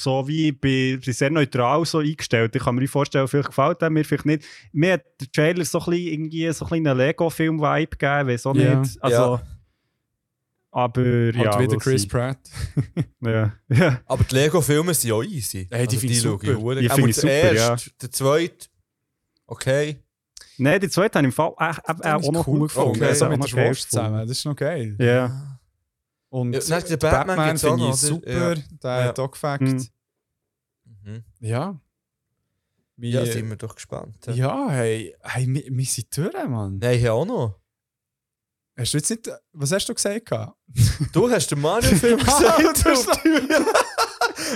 Speaker 3: so wie ich bin, bin sehr neutral so eingestellt. Ich kann mir vorstellen, vielleicht gefällt er mir, vielleicht nicht. Mir hat der Trailer so ein bisschen, irgendwie so ein bisschen einen Lego-Film-Vibe gegeben, weiß auch
Speaker 1: Ja.
Speaker 3: nicht. Also, aber ja.
Speaker 1: Halt wieder
Speaker 3: we'll
Speaker 1: Chris
Speaker 3: see.
Speaker 1: Pratt.
Speaker 3: Ja. ja.
Speaker 2: Aber die Lego-Filme sind ja easy. Also
Speaker 1: Hey, die finde ich
Speaker 2: schaue
Speaker 1: super.
Speaker 2: hure-
Speaker 3: Die
Speaker 2: Aber
Speaker 3: finde ich
Speaker 2: der
Speaker 3: super,
Speaker 2: erste, der zweite, okay.
Speaker 3: Nein, die zweite habe ich im Fall echt, äh,
Speaker 1: Das
Speaker 3: auch noch
Speaker 1: cool gefunden.
Speaker 3: cool gefunden.
Speaker 2: Okay.
Speaker 3: Das
Speaker 1: so
Speaker 3: habe ich
Speaker 1: mit
Speaker 3: noch
Speaker 1: der
Speaker 3: geil
Speaker 1: Wurst
Speaker 3: gefunden.
Speaker 1: zusammen, das ist noch geil.
Speaker 3: Ja.
Speaker 1: Und
Speaker 2: Ja, nein, der Batman,
Speaker 1: Batman,
Speaker 2: Batman gibt's auch
Speaker 1: finde
Speaker 2: noch,
Speaker 1: ich
Speaker 2: oder?
Speaker 1: super,
Speaker 2: Ja.
Speaker 1: der
Speaker 2: Ja.
Speaker 1: hat auch gefackt.
Speaker 3: Mhm.
Speaker 2: Mhm.
Speaker 1: Ja. Wie,
Speaker 3: äh,
Speaker 2: Ja,
Speaker 1: ja,
Speaker 2: sind wir doch gespannt. Ja.
Speaker 1: ja, hey, hey, wir, wir sind durch, Mann.
Speaker 2: Nein, ich habe auch noch.
Speaker 1: Hast du jetzt nicht, was hast du gesagt? gehabt?
Speaker 2: Du hast den Mario-Film gesehen.
Speaker 1: du hast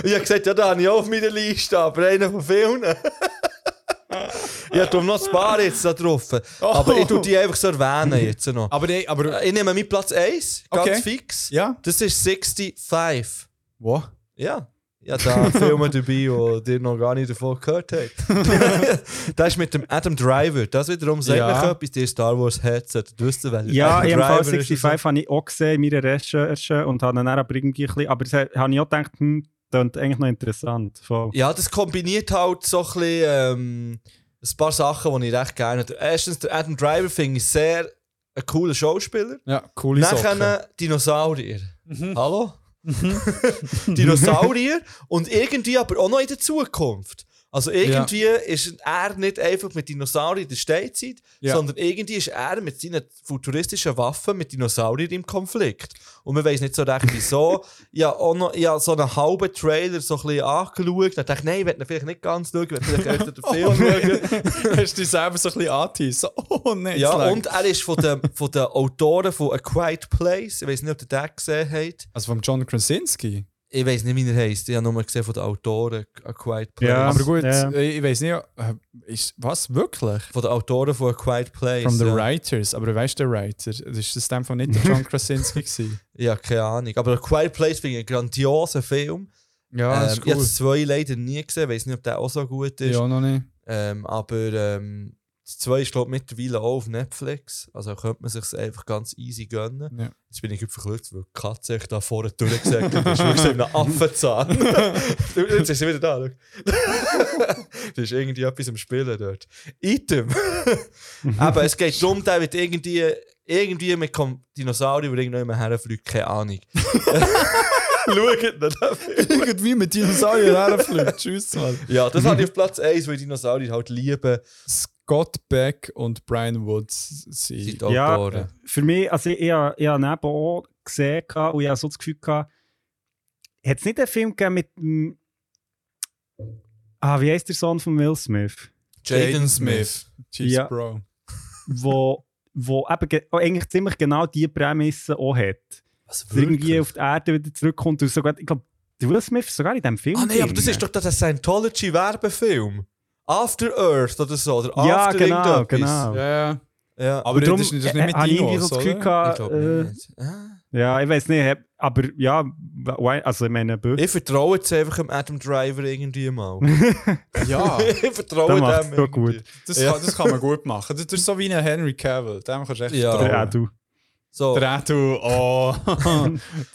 Speaker 2: Ich habe gesagt, ja, da habe ich auch auf meiner Liste, aber einer von vielen. ich habe noch ein paar jetzt da drauf. Aber ich tue die
Speaker 3: Oh.
Speaker 2: einfach so erwähnen jetzt noch.
Speaker 1: aber, die, aber,
Speaker 2: Ich nehme meinen Platz 1, ganz
Speaker 1: Okay.
Speaker 2: fix.
Speaker 1: ja.
Speaker 2: Das ist 65.
Speaker 1: Wo?
Speaker 2: Ja. Ja, da Filme dabei, wo die noch gar nicht davon gehört haben. das ist mit dem Adam Driver. Das wiederum sagt
Speaker 1: Ja.
Speaker 2: mich etwas, die Star Wars Headset. Du wüsstest, weil
Speaker 3: Ja, ich
Speaker 2: Adam Driver
Speaker 3: habe Fall
Speaker 2: ist und so.
Speaker 3: 65 habe ich auch gesehen in meiner Recherche und habe dann aber irgendwie ein bisschen, aber das habe ich auch gedacht, hm, das ist eigentlich noch interessant. Voll.
Speaker 2: Ja, das kombiniert halt so ein bisschen ähm, ein paar Sachen, die ich recht gerne habe. Erstens, der Adam Driver finde ich sehr ein cooler Schauspieler.
Speaker 1: Ja, coole Socken.
Speaker 2: Nachher eh, Dinosaurier. Hallo? Dinosaurier und irgendwie aber auch noch in der Zukunft. Also irgendwie ist er nicht einfach mit Dinosauriern in der Steinzeit,
Speaker 1: Ja.
Speaker 2: sondern irgendwie ist er mit seinen futuristischen Waffen mit Dinosauriern im Konflikt. Und man weiß nicht so recht wieso. ich habe auch noch ich habe so einen halben Trailer so ein bisschen angeschaut und dachte, nein, ich werde vielleicht nicht ganz schauen, ich werde vielleicht öfter
Speaker 1: Oh,
Speaker 2: den Film schauen.
Speaker 1: hast du dich selber so ein bisschen angeteased. So, oh nein,
Speaker 2: Ja,
Speaker 1: es langt.
Speaker 2: und er ist von den, von den Autoren von A Quiet Place. Ich weiß nicht, ob ihr den gesehen habt.
Speaker 1: Also vom John Krasinski.
Speaker 2: Ich weiß nicht, wie er heißt. Ich habe nur gesehen von den Autoren A Quiet Place.
Speaker 3: Ja.
Speaker 1: Aber gut,
Speaker 3: Ja.
Speaker 1: äh, ich weiß nicht, äh, ist, was wirklich?
Speaker 2: Von den Autoren von A Quiet Place.
Speaker 1: From the
Speaker 2: ja.
Speaker 1: Writers, aber weißt du, der Writer? Das ist das dem von nicht der John Krasinski gewesen.
Speaker 2: ja, keine Ahnung. Aber A Quiet Place finde ich einen grandiosen Film.
Speaker 1: Ja, das
Speaker 2: ähm, ich habe zwei leider nie gesehen. Ich weiß nicht, ob der auch so gut ist.
Speaker 1: Ja, noch nicht.
Speaker 2: Ähm, aber ähm, das zwei ist, glaube ich, mittlerweile auch auf Netflix. Also könnte man sich einfach ganz easy gönnen.
Speaker 1: Ja.
Speaker 2: Jetzt bin ich gerade verklüpft, weil die Katze echt da vorne durchgesagt hat. Du bist wirklich in einem Affenzahn. Du, Jetzt ist sie wieder da. schau. da ist irgendwie etwas im Spielen dort. Item. Aber es geht darum, der wird irgendwie, irgendwie mit Kom Dinosaurier, der irgendwann herfliegt, keine Ahnung. Schaut ihn dafür.
Speaker 1: Irgendwie mit Dinosaurier herfliegt. Tschüss, Mann.
Speaker 2: Ja, das hatte ich auf Platz 1, weil Dinosaurier halt lieben.
Speaker 1: Scott Beck und Brian Woods sind.
Speaker 2: sind
Speaker 3: Ja.
Speaker 2: Autoren.
Speaker 3: Für mich, also ich, ich, habe- ich habe ihn eben auch gesehen gehabt und ich habe so das Gefühl gehabt, hat es nicht einen Film gegeben mit dem, ah, wie heißt der Sohn von Will Smith?
Speaker 1: Jaden Smith. Jeez,
Speaker 3: Ja.
Speaker 1: Bro.
Speaker 3: Wo, wo eben ge- auch eigentlich ziemlich genau die Prämisse auch hat.
Speaker 2: Was,
Speaker 3: Dass er irgendwie auf die Erde wieder zurückkommt und sogar, ich glaube, der Will Smith ist sogar in diesem Film.
Speaker 2: Ah nee, aber das
Speaker 3: drin.
Speaker 2: ist doch der Scientology-Werbefilm. After Earth oder so. Oder
Speaker 3: Ja,
Speaker 2: After
Speaker 3: genau,
Speaker 2: irgendetwas.
Speaker 3: genau.
Speaker 1: Ja, ja.
Speaker 2: Ja.
Speaker 1: Aber
Speaker 3: Darum äh,
Speaker 1: das ist, das ist nicht mit
Speaker 3: habe ich irgendwie
Speaker 1: Dinos,
Speaker 3: so das Gefühl
Speaker 1: oder?
Speaker 2: ich
Speaker 3: gehabt,
Speaker 2: glaube
Speaker 1: eh,
Speaker 3: äh,
Speaker 2: nicht. Ah.
Speaker 3: Ja, ich weiß nicht, hab- aber ja, why- also ich meine, bö-
Speaker 2: Ich vertraue jetzt einfach dem Adam Driver irgendwie mal.
Speaker 1: Ja,
Speaker 2: ich vertraue
Speaker 3: Der macht's
Speaker 2: dem.
Speaker 3: so gut.
Speaker 2: irgendwie.
Speaker 1: das,
Speaker 2: Ja.
Speaker 1: Kann, das kann man gut machen. Das ist so wie ein Henry Cavill. Dem kannst du echt
Speaker 2: Ja.
Speaker 1: vertrauen.
Speaker 3: ja, du.
Speaker 2: So,
Speaker 1: Der Andrew, oh,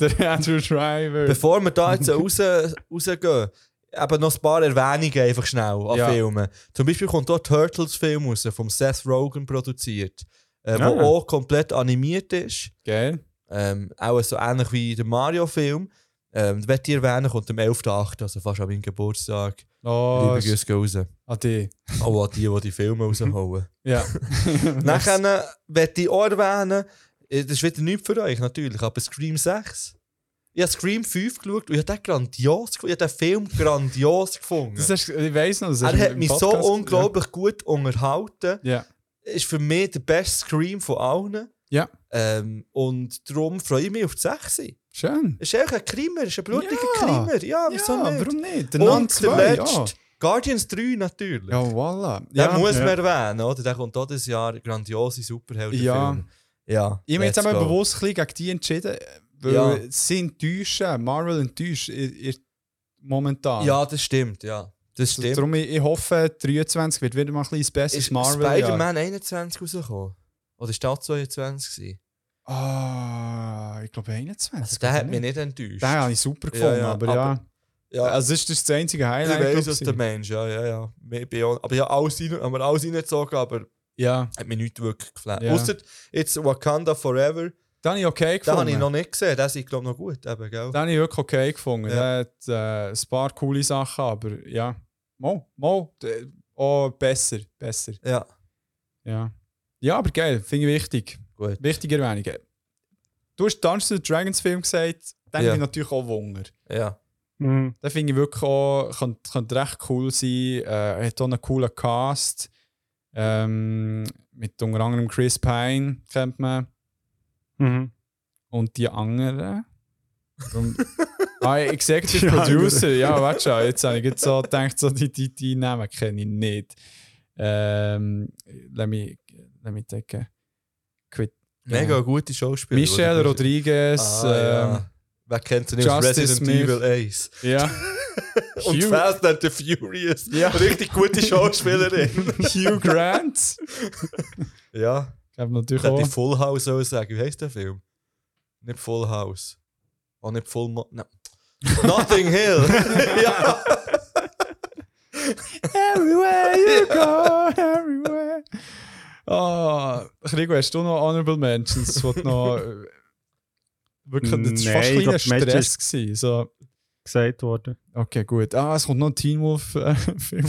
Speaker 1: der Andrew Driver.
Speaker 2: bevor wir da jetzt raus, rausgehen, eben noch ein paar Erwähnungen einfach schnell an
Speaker 1: Ja.
Speaker 2: Filmen. Zum Beispiel kommt hier Turtles-Film raus, vom Seth Rogen produziert, äh,
Speaker 3: Ah.
Speaker 2: wo auch komplett animiert ist.
Speaker 1: Gell?
Speaker 2: Ähm, auch so ähnlich wie der Mario-Film. Ähm, Wett ihr erwähnen, kommt am 11.8., also fast an meinem Geburtstag.
Speaker 1: Oh,
Speaker 2: Liebe Grüße gehen raus.
Speaker 1: Ade.
Speaker 2: Auch an die, die die Filme rausholen.
Speaker 1: Ja.
Speaker 2: Nachher wett ich auch erwähnen, äh, das ist wieder nichts für euch natürlich, aber Scream 6. Ich habe Scream 5 geschaut und ich habe den grandios gefunden. Ich habe den Film grandios gefunden.
Speaker 1: Das hast, ich weiss noch, das hast du
Speaker 2: er hat
Speaker 1: im
Speaker 2: mich so
Speaker 1: Podcast-
Speaker 2: unglaublich gut unterhalten.
Speaker 1: Ja.
Speaker 2: Ist für mich der beste Scream von allen.
Speaker 1: Ja.
Speaker 2: Ähm, und darum freue ich mich auf die 6.
Speaker 1: Schön.
Speaker 2: Es ist eigentlich ein Krimer, es ist ein blutiger
Speaker 1: Ja.
Speaker 2: Krimer. Ja,
Speaker 1: Ja,
Speaker 2: wieso nicht?
Speaker 1: warum nicht? Der Nan
Speaker 2: Und der
Speaker 1: 2,
Speaker 2: letzte,
Speaker 1: ja.
Speaker 2: Guardians 3 natürlich.
Speaker 1: Ja, voilà.
Speaker 2: Den
Speaker 1: Ja,
Speaker 2: muss
Speaker 3: ja.
Speaker 2: man erwähnen, oder? Der kommt auch dieses Jahr grandiose Superhelden.
Speaker 1: Ja.
Speaker 2: ja.
Speaker 1: ich habe mich jetzt
Speaker 2: let's
Speaker 1: eben
Speaker 2: go.
Speaker 1: bewusst ein bisschen gegen die entschieden, weil
Speaker 2: Ja.
Speaker 1: sie enttäuschen, Marvel enttäuscht ihr- ihr- momentan.
Speaker 2: Ja, das stimmt, ja. Das
Speaker 1: Also
Speaker 2: stimmt.
Speaker 1: Darum, ich, ich hoffe, 23 wird wieder mal ein bisschen besser
Speaker 2: Ist
Speaker 1: Marvel.
Speaker 2: Spider-Man 21 rausgekommen? Oder ist das 22 gewesen?
Speaker 1: Ah, ich glaube 21.
Speaker 2: Also der hat mich nicht enttäuscht.
Speaker 1: Den habe ich super gefunden,
Speaker 2: ja,
Speaker 1: aber,
Speaker 2: aber-
Speaker 1: ja. dus
Speaker 2: ja,
Speaker 1: Also, das ist das einzige
Speaker 2: ich
Speaker 1: Highlight.
Speaker 2: weiß,
Speaker 1: glaub
Speaker 2: was
Speaker 1: ich.
Speaker 2: der Mensch, ja, ja, ja. Ich bin auch, aber ja, alles rein, haben wir alles reingezogen, aber
Speaker 1: Ja,
Speaker 2: hat mich nicht wirklich geflasht.
Speaker 1: Ja.
Speaker 2: Ausser jetzt Wakanda Forever,
Speaker 1: den habe ich okay
Speaker 2: den
Speaker 1: gefunden.
Speaker 2: habe ich noch nicht gesehen, den ist, glaube ich, noch gut, eben, gell?
Speaker 1: Den habe ich wirklich okay gefunden.
Speaker 2: Ja.
Speaker 1: Der hat äh, ein paar coole Sachen, aber ja. Mo, mo, d- oh, besser, besser.
Speaker 2: Ja.
Speaker 1: Ja. Ja, aber geil, finde ich wichtig.
Speaker 2: Gut.
Speaker 1: Wichtige Erwähnung. Du hast Dungeons and Dragons Film gesagt, den
Speaker 2: Ja.
Speaker 1: habe ich natürlich auch Wunder.
Speaker 2: Ja.
Speaker 3: Mhm.
Speaker 1: Den finde ich wirklich auch, könnte, könnte recht cool sein. Äh, hat auch einen coolen Cast. Ähm, mit unter anderem Chris Pine kennt man.
Speaker 3: Mhm.
Speaker 1: Und die anderen. Warum- ah, Executive
Speaker 3: Die
Speaker 1: Producer, ja, warte schon. Jetzt habe ich jetzt so gedacht, so die, die, die Namen kenne ich nicht. Ähm, let me, let me take a quit.
Speaker 2: Mega gute Schauspieler.
Speaker 1: Michelle
Speaker 2: die-
Speaker 1: Rodriguez. ähm,
Speaker 2: Ah, ja. Wer kennt sie nicht aus
Speaker 1: Justice
Speaker 2: Resident
Speaker 1: Smith.
Speaker 2: Evil 1?
Speaker 1: ähm, ja.
Speaker 2: Und
Speaker 1: Hugh-
Speaker 2: Fast and the Furious.
Speaker 1: Ja.
Speaker 2: Richtig gute Schauspielerin.
Speaker 1: Hugh Grant.
Speaker 2: ja.
Speaker 1: Ich habe natürlich
Speaker 2: Ich hätte
Speaker 1: auch.
Speaker 2: ich Full House auch sagen. Wie heisst der Film? Nicht Full House. Auch nicht Full Mo Nein. Nothing Hill. ja.
Speaker 1: Everywhere you go, everywhere. Ah, Gregor, hast du noch Honorable Mentions, die du noch. äh, Wirklich, das war fast
Speaker 3: Nein,
Speaker 1: ein kleiner
Speaker 3: ich glaub, die Mentions-
Speaker 1: Stress. Gewesen, so.
Speaker 3: Gesagt worden.
Speaker 1: Okay, gut. Ah, es kommt noch ein Teen eh, Wolf-Film.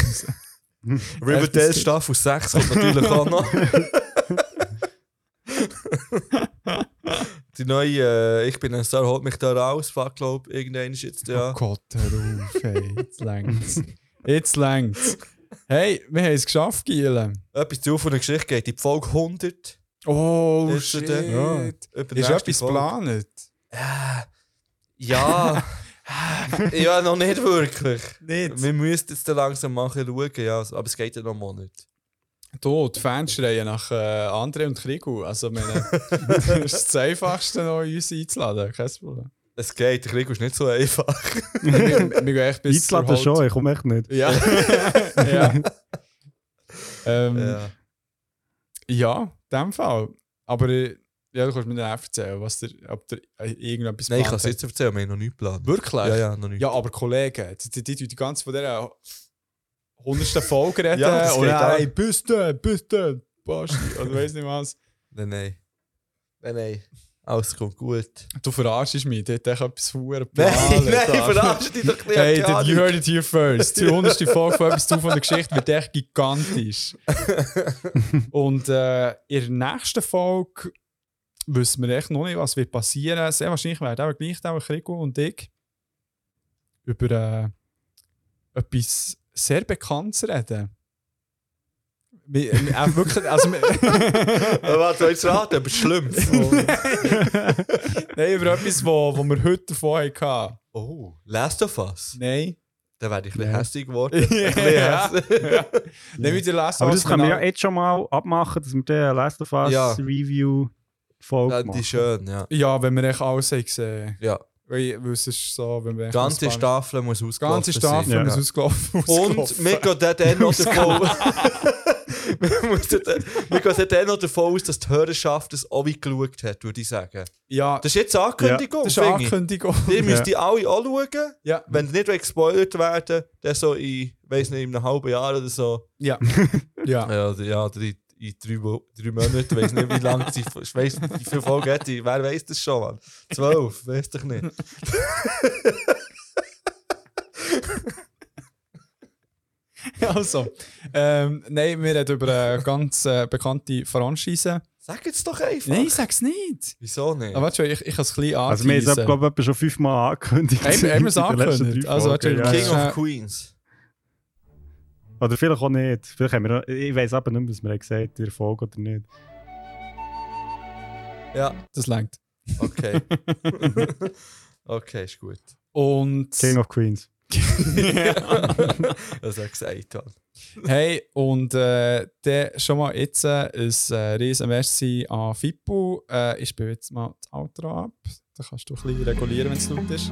Speaker 2: Riverdale Staffel 6 kommt natürlich auch noch. Die neue äh, Ich bin ein Star, holt mich da raus, fuck, glaub, irgendein ist jetzt
Speaker 1: oh
Speaker 2: ja.
Speaker 1: Gott, hör auf, hey. Jetzt längt's. Jetzt längt's. Hey, wir haben es geschafft, Giele.
Speaker 2: Etwas zu von der Geschichte geht in die Folge 100.
Speaker 1: Oh,
Speaker 2: Ist er
Speaker 1: shit.
Speaker 2: denn?
Speaker 1: Ja.
Speaker 2: Etwa
Speaker 1: Ist
Speaker 2: nächste
Speaker 1: etwas
Speaker 2: Folge.
Speaker 1: geplant?
Speaker 2: Ja. ja, noch nicht wirklich.
Speaker 1: Nicht.
Speaker 2: Wir müssen jetzt dann langsam machen, schauen, ja. Aber es geht ja noch einen Monat.
Speaker 1: Du, die Fans schreien nach äh, André und Krigu. Also, ich meine, das ist das Einfachste, noch uns einzuladen. Kein Problem.
Speaker 2: Es geht, der Krieg ist nicht so einfach.
Speaker 1: Wir, wir gehen echt bis zur
Speaker 3: Einzuladen
Speaker 1: Holt-
Speaker 3: schon, ich komme echt nicht.
Speaker 1: Ja. ja. Ähm, ja.
Speaker 2: Ja.
Speaker 1: in dem Fall. Aber äh, ja, du kannst mir dann auch erzählen, was der, ob der äh, irgendetwas
Speaker 2: Nein, ich
Speaker 1: geplant
Speaker 2: kann es jetzt erzählen, wir haben noch nichts
Speaker 1: hat.
Speaker 2: geplant.
Speaker 1: Wirklich?
Speaker 2: Ja, ja, noch nichts.
Speaker 1: Ja, aber Kollegen, die, die, die, die ganze von dieser hundertsten Folge reden
Speaker 2: Ja, das
Speaker 1: und
Speaker 2: geht
Speaker 1: dann,
Speaker 2: auch.
Speaker 1: hey, Büste, Büste, Basti, oder weiss nicht was.
Speaker 2: Nein, nein. Nein, nein. Alles kommt gut.
Speaker 1: Du verarschst mich, dort echt etwas verdammt
Speaker 2: Nein,
Speaker 1: Banales
Speaker 2: nein,
Speaker 1: an.
Speaker 2: verarsch dich doch nicht.
Speaker 1: Hey,
Speaker 2: keine
Speaker 1: did you
Speaker 2: Ahnung.
Speaker 1: heard it here first. Die 100. Folge von «Etwas zu» von der Geschichte wird echt gigantisch. Und äh, in der nächsten Folge wissen wir echt noch nicht, was wird passieren. Sehr wahrscheinlich werden auch gleich auch Krigo und ich über äh, etwas sehr Bekanntes reden. Wir, wir, auch wirklich, also wir,
Speaker 2: Äh, Warte, soll ich jetzt raten? Aber schlimm.
Speaker 1: Nein, über etwas, wo, wo wir heute davon hatten.
Speaker 2: oh, Last of Us.
Speaker 1: Nein.
Speaker 2: Da werde ich ein bisschen
Speaker 1: Ja.
Speaker 2: hässlich geworden. Ein bisschen
Speaker 1: ja.
Speaker 2: hässlich.
Speaker 1: ja. Nehmen wir die Last
Speaker 3: Aber
Speaker 1: of
Speaker 3: das
Speaker 1: Us
Speaker 3: können wir
Speaker 1: genau-
Speaker 3: ja eh- jetzt schon mal abmachen, dass wir den Last of Us
Speaker 2: nou- Ja.
Speaker 3: Review Folge
Speaker 2: Ja,
Speaker 3: machen.
Speaker 2: Die ist schön, ja.
Speaker 1: Ja, wenn wir echt alles haben gesehen
Speaker 2: Ja,
Speaker 1: Weil, weil es ist so, wenn wir
Speaker 2: die
Speaker 1: echt
Speaker 2: ganze
Speaker 1: ausbauen-
Speaker 2: Staffel muss ausgelaufen
Speaker 1: ganze Staffel
Speaker 3: Ja.
Speaker 1: ist ausgelaufen.
Speaker 2: Und mir geht dann dann noch davon Wir müssen dann- mir geht dann dann noch davon aus, dass die Hörerschaft das auch wie geschaut hat, würde ich sagen.
Speaker 1: ja, das
Speaker 2: Das ist jetzt eine Ankündigung,
Speaker 1: ist eine
Speaker 2: finde ich.
Speaker 1: Ankündigung.
Speaker 2: Ihr müsst die alle anschauen.
Speaker 1: Ja,
Speaker 2: Wenn ihr nicht gespoilert werden dann so in, weiss nicht, in einem halben Jahr oder so.
Speaker 1: ja, ja.
Speaker 2: Ja, oder- ja oder in, in drei, Wo- drei Monaten, weiss nicht, wie lange sie, ich weiss, wie viele Folgen hat die. Wer weiss das schon, Mann? Zwölf, weiss doch nicht.
Speaker 1: Also, ähm, nein, wir reden über eine ganz äh, bekannte Franchise.
Speaker 2: Sag es doch einfach.
Speaker 1: Nein, ich sag's nicht.
Speaker 2: Wieso nicht?
Speaker 1: Aber warte schon, ich, ich kann es ein bisschen
Speaker 3: also wir haben es,
Speaker 2: eh,
Speaker 1: anteasen.
Speaker 3: glaube ich, etwa schon fünfmal angekündigt.
Speaker 1: Haben- haben wir es
Speaker 3: in den letzten
Speaker 1: angekündigt?
Speaker 3: drei
Speaker 1: Also,
Speaker 3: Folgen,
Speaker 1: warte,
Speaker 3: ja.
Speaker 2: King
Speaker 1: das ist, äh,
Speaker 2: of Queens.
Speaker 3: Oder vielleicht auch nicht. Vielleicht haben wir noch, ich weiß aber nicht, mehr, was wir gesagt haben, in der Folge oder nicht.
Speaker 2: Ja.
Speaker 1: Das langt.
Speaker 2: Okay. okay, ist gut.
Speaker 1: Und
Speaker 3: King of Queens.
Speaker 2: Das er gesagt hat.
Speaker 1: hey, und äh, dann schon mal jetzt äh, ein äh, riesen Merci an Fippo. Äh, ich spiele jetzt mal das Outro ab. Da kannst du ein bisschen regulieren, wenn es laut ist.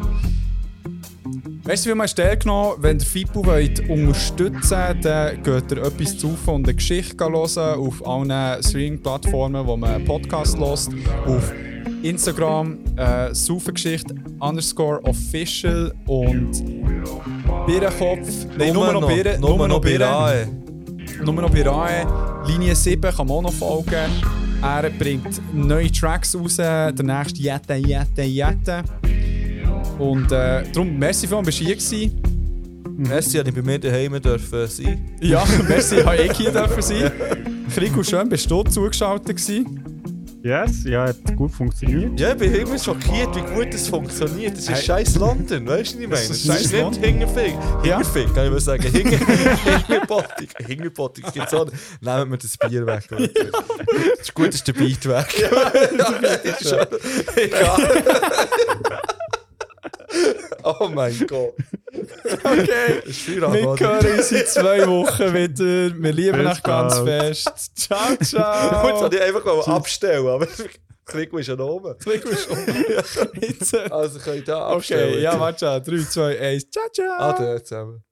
Speaker 1: Merci vielmals Stelle genommen. Wenn ihr Fippo wollt unterstützen wollt, dann geht ihr etwas zu von der Geschichte hören auf allen Streaming-Plattformen, wo man Podcasts hört. Auf Instagram, äh, Saufengeschichte underscore official und Bierenkopf. Nein, nur noch Bieren. Nur noch Bieren. Nur noch Birae. Linie 7 kann man auch noch folgen. Er bringt neue Tracks raus. Der nächste Jette, Jette, Jette. Und äh, darum, merci für bist du hier gewesen.
Speaker 2: Messi hat ich bei mir daheim dürfen sein.
Speaker 1: Ja, merci, ich durfte hier dürfen sein. Kriku, schön, bist du zugeschaltet gewesen.
Speaker 3: Yes, ja, hat gut funktioniert.
Speaker 2: Ja, ich bin immer schockiert, wie gut das funktioniert. Das ist
Speaker 1: Hey.
Speaker 2: scheiß London, weißt du, was ich meine?
Speaker 1: Das ist
Speaker 2: Das
Speaker 1: scheiß
Speaker 2: ist nicht
Speaker 1: London.
Speaker 2: Hingerfick.
Speaker 1: Ja.
Speaker 2: Hingerfick, kann ich mal sagen. Hingerbotik. Hingerbotik, das gibt's auch nicht. Nehmen wir das Bier weg. Leute. Das ist gut, ist der Beat weg. Ist schon- Egal. Oh mein Gott.
Speaker 1: Okay,
Speaker 2: Das ist viel
Speaker 1: wir
Speaker 2: Anwalt.
Speaker 1: hören uns in zwei Wochen wieder. Wir lieben
Speaker 3: Bis
Speaker 1: euch ganz
Speaker 3: bald.
Speaker 1: fest. Ciao,
Speaker 2: Gut, das
Speaker 1: ciao.
Speaker 2: wollte ich einfach mal abstellen, aber Krieg ist ja noch oben.
Speaker 1: Jetzt, äh,
Speaker 2: Ah, Also könnt ihr da abstellen.
Speaker 1: Okay, ja, warte, 3, 2, 1. Ciao, ciao.
Speaker 2: Ade zusammen.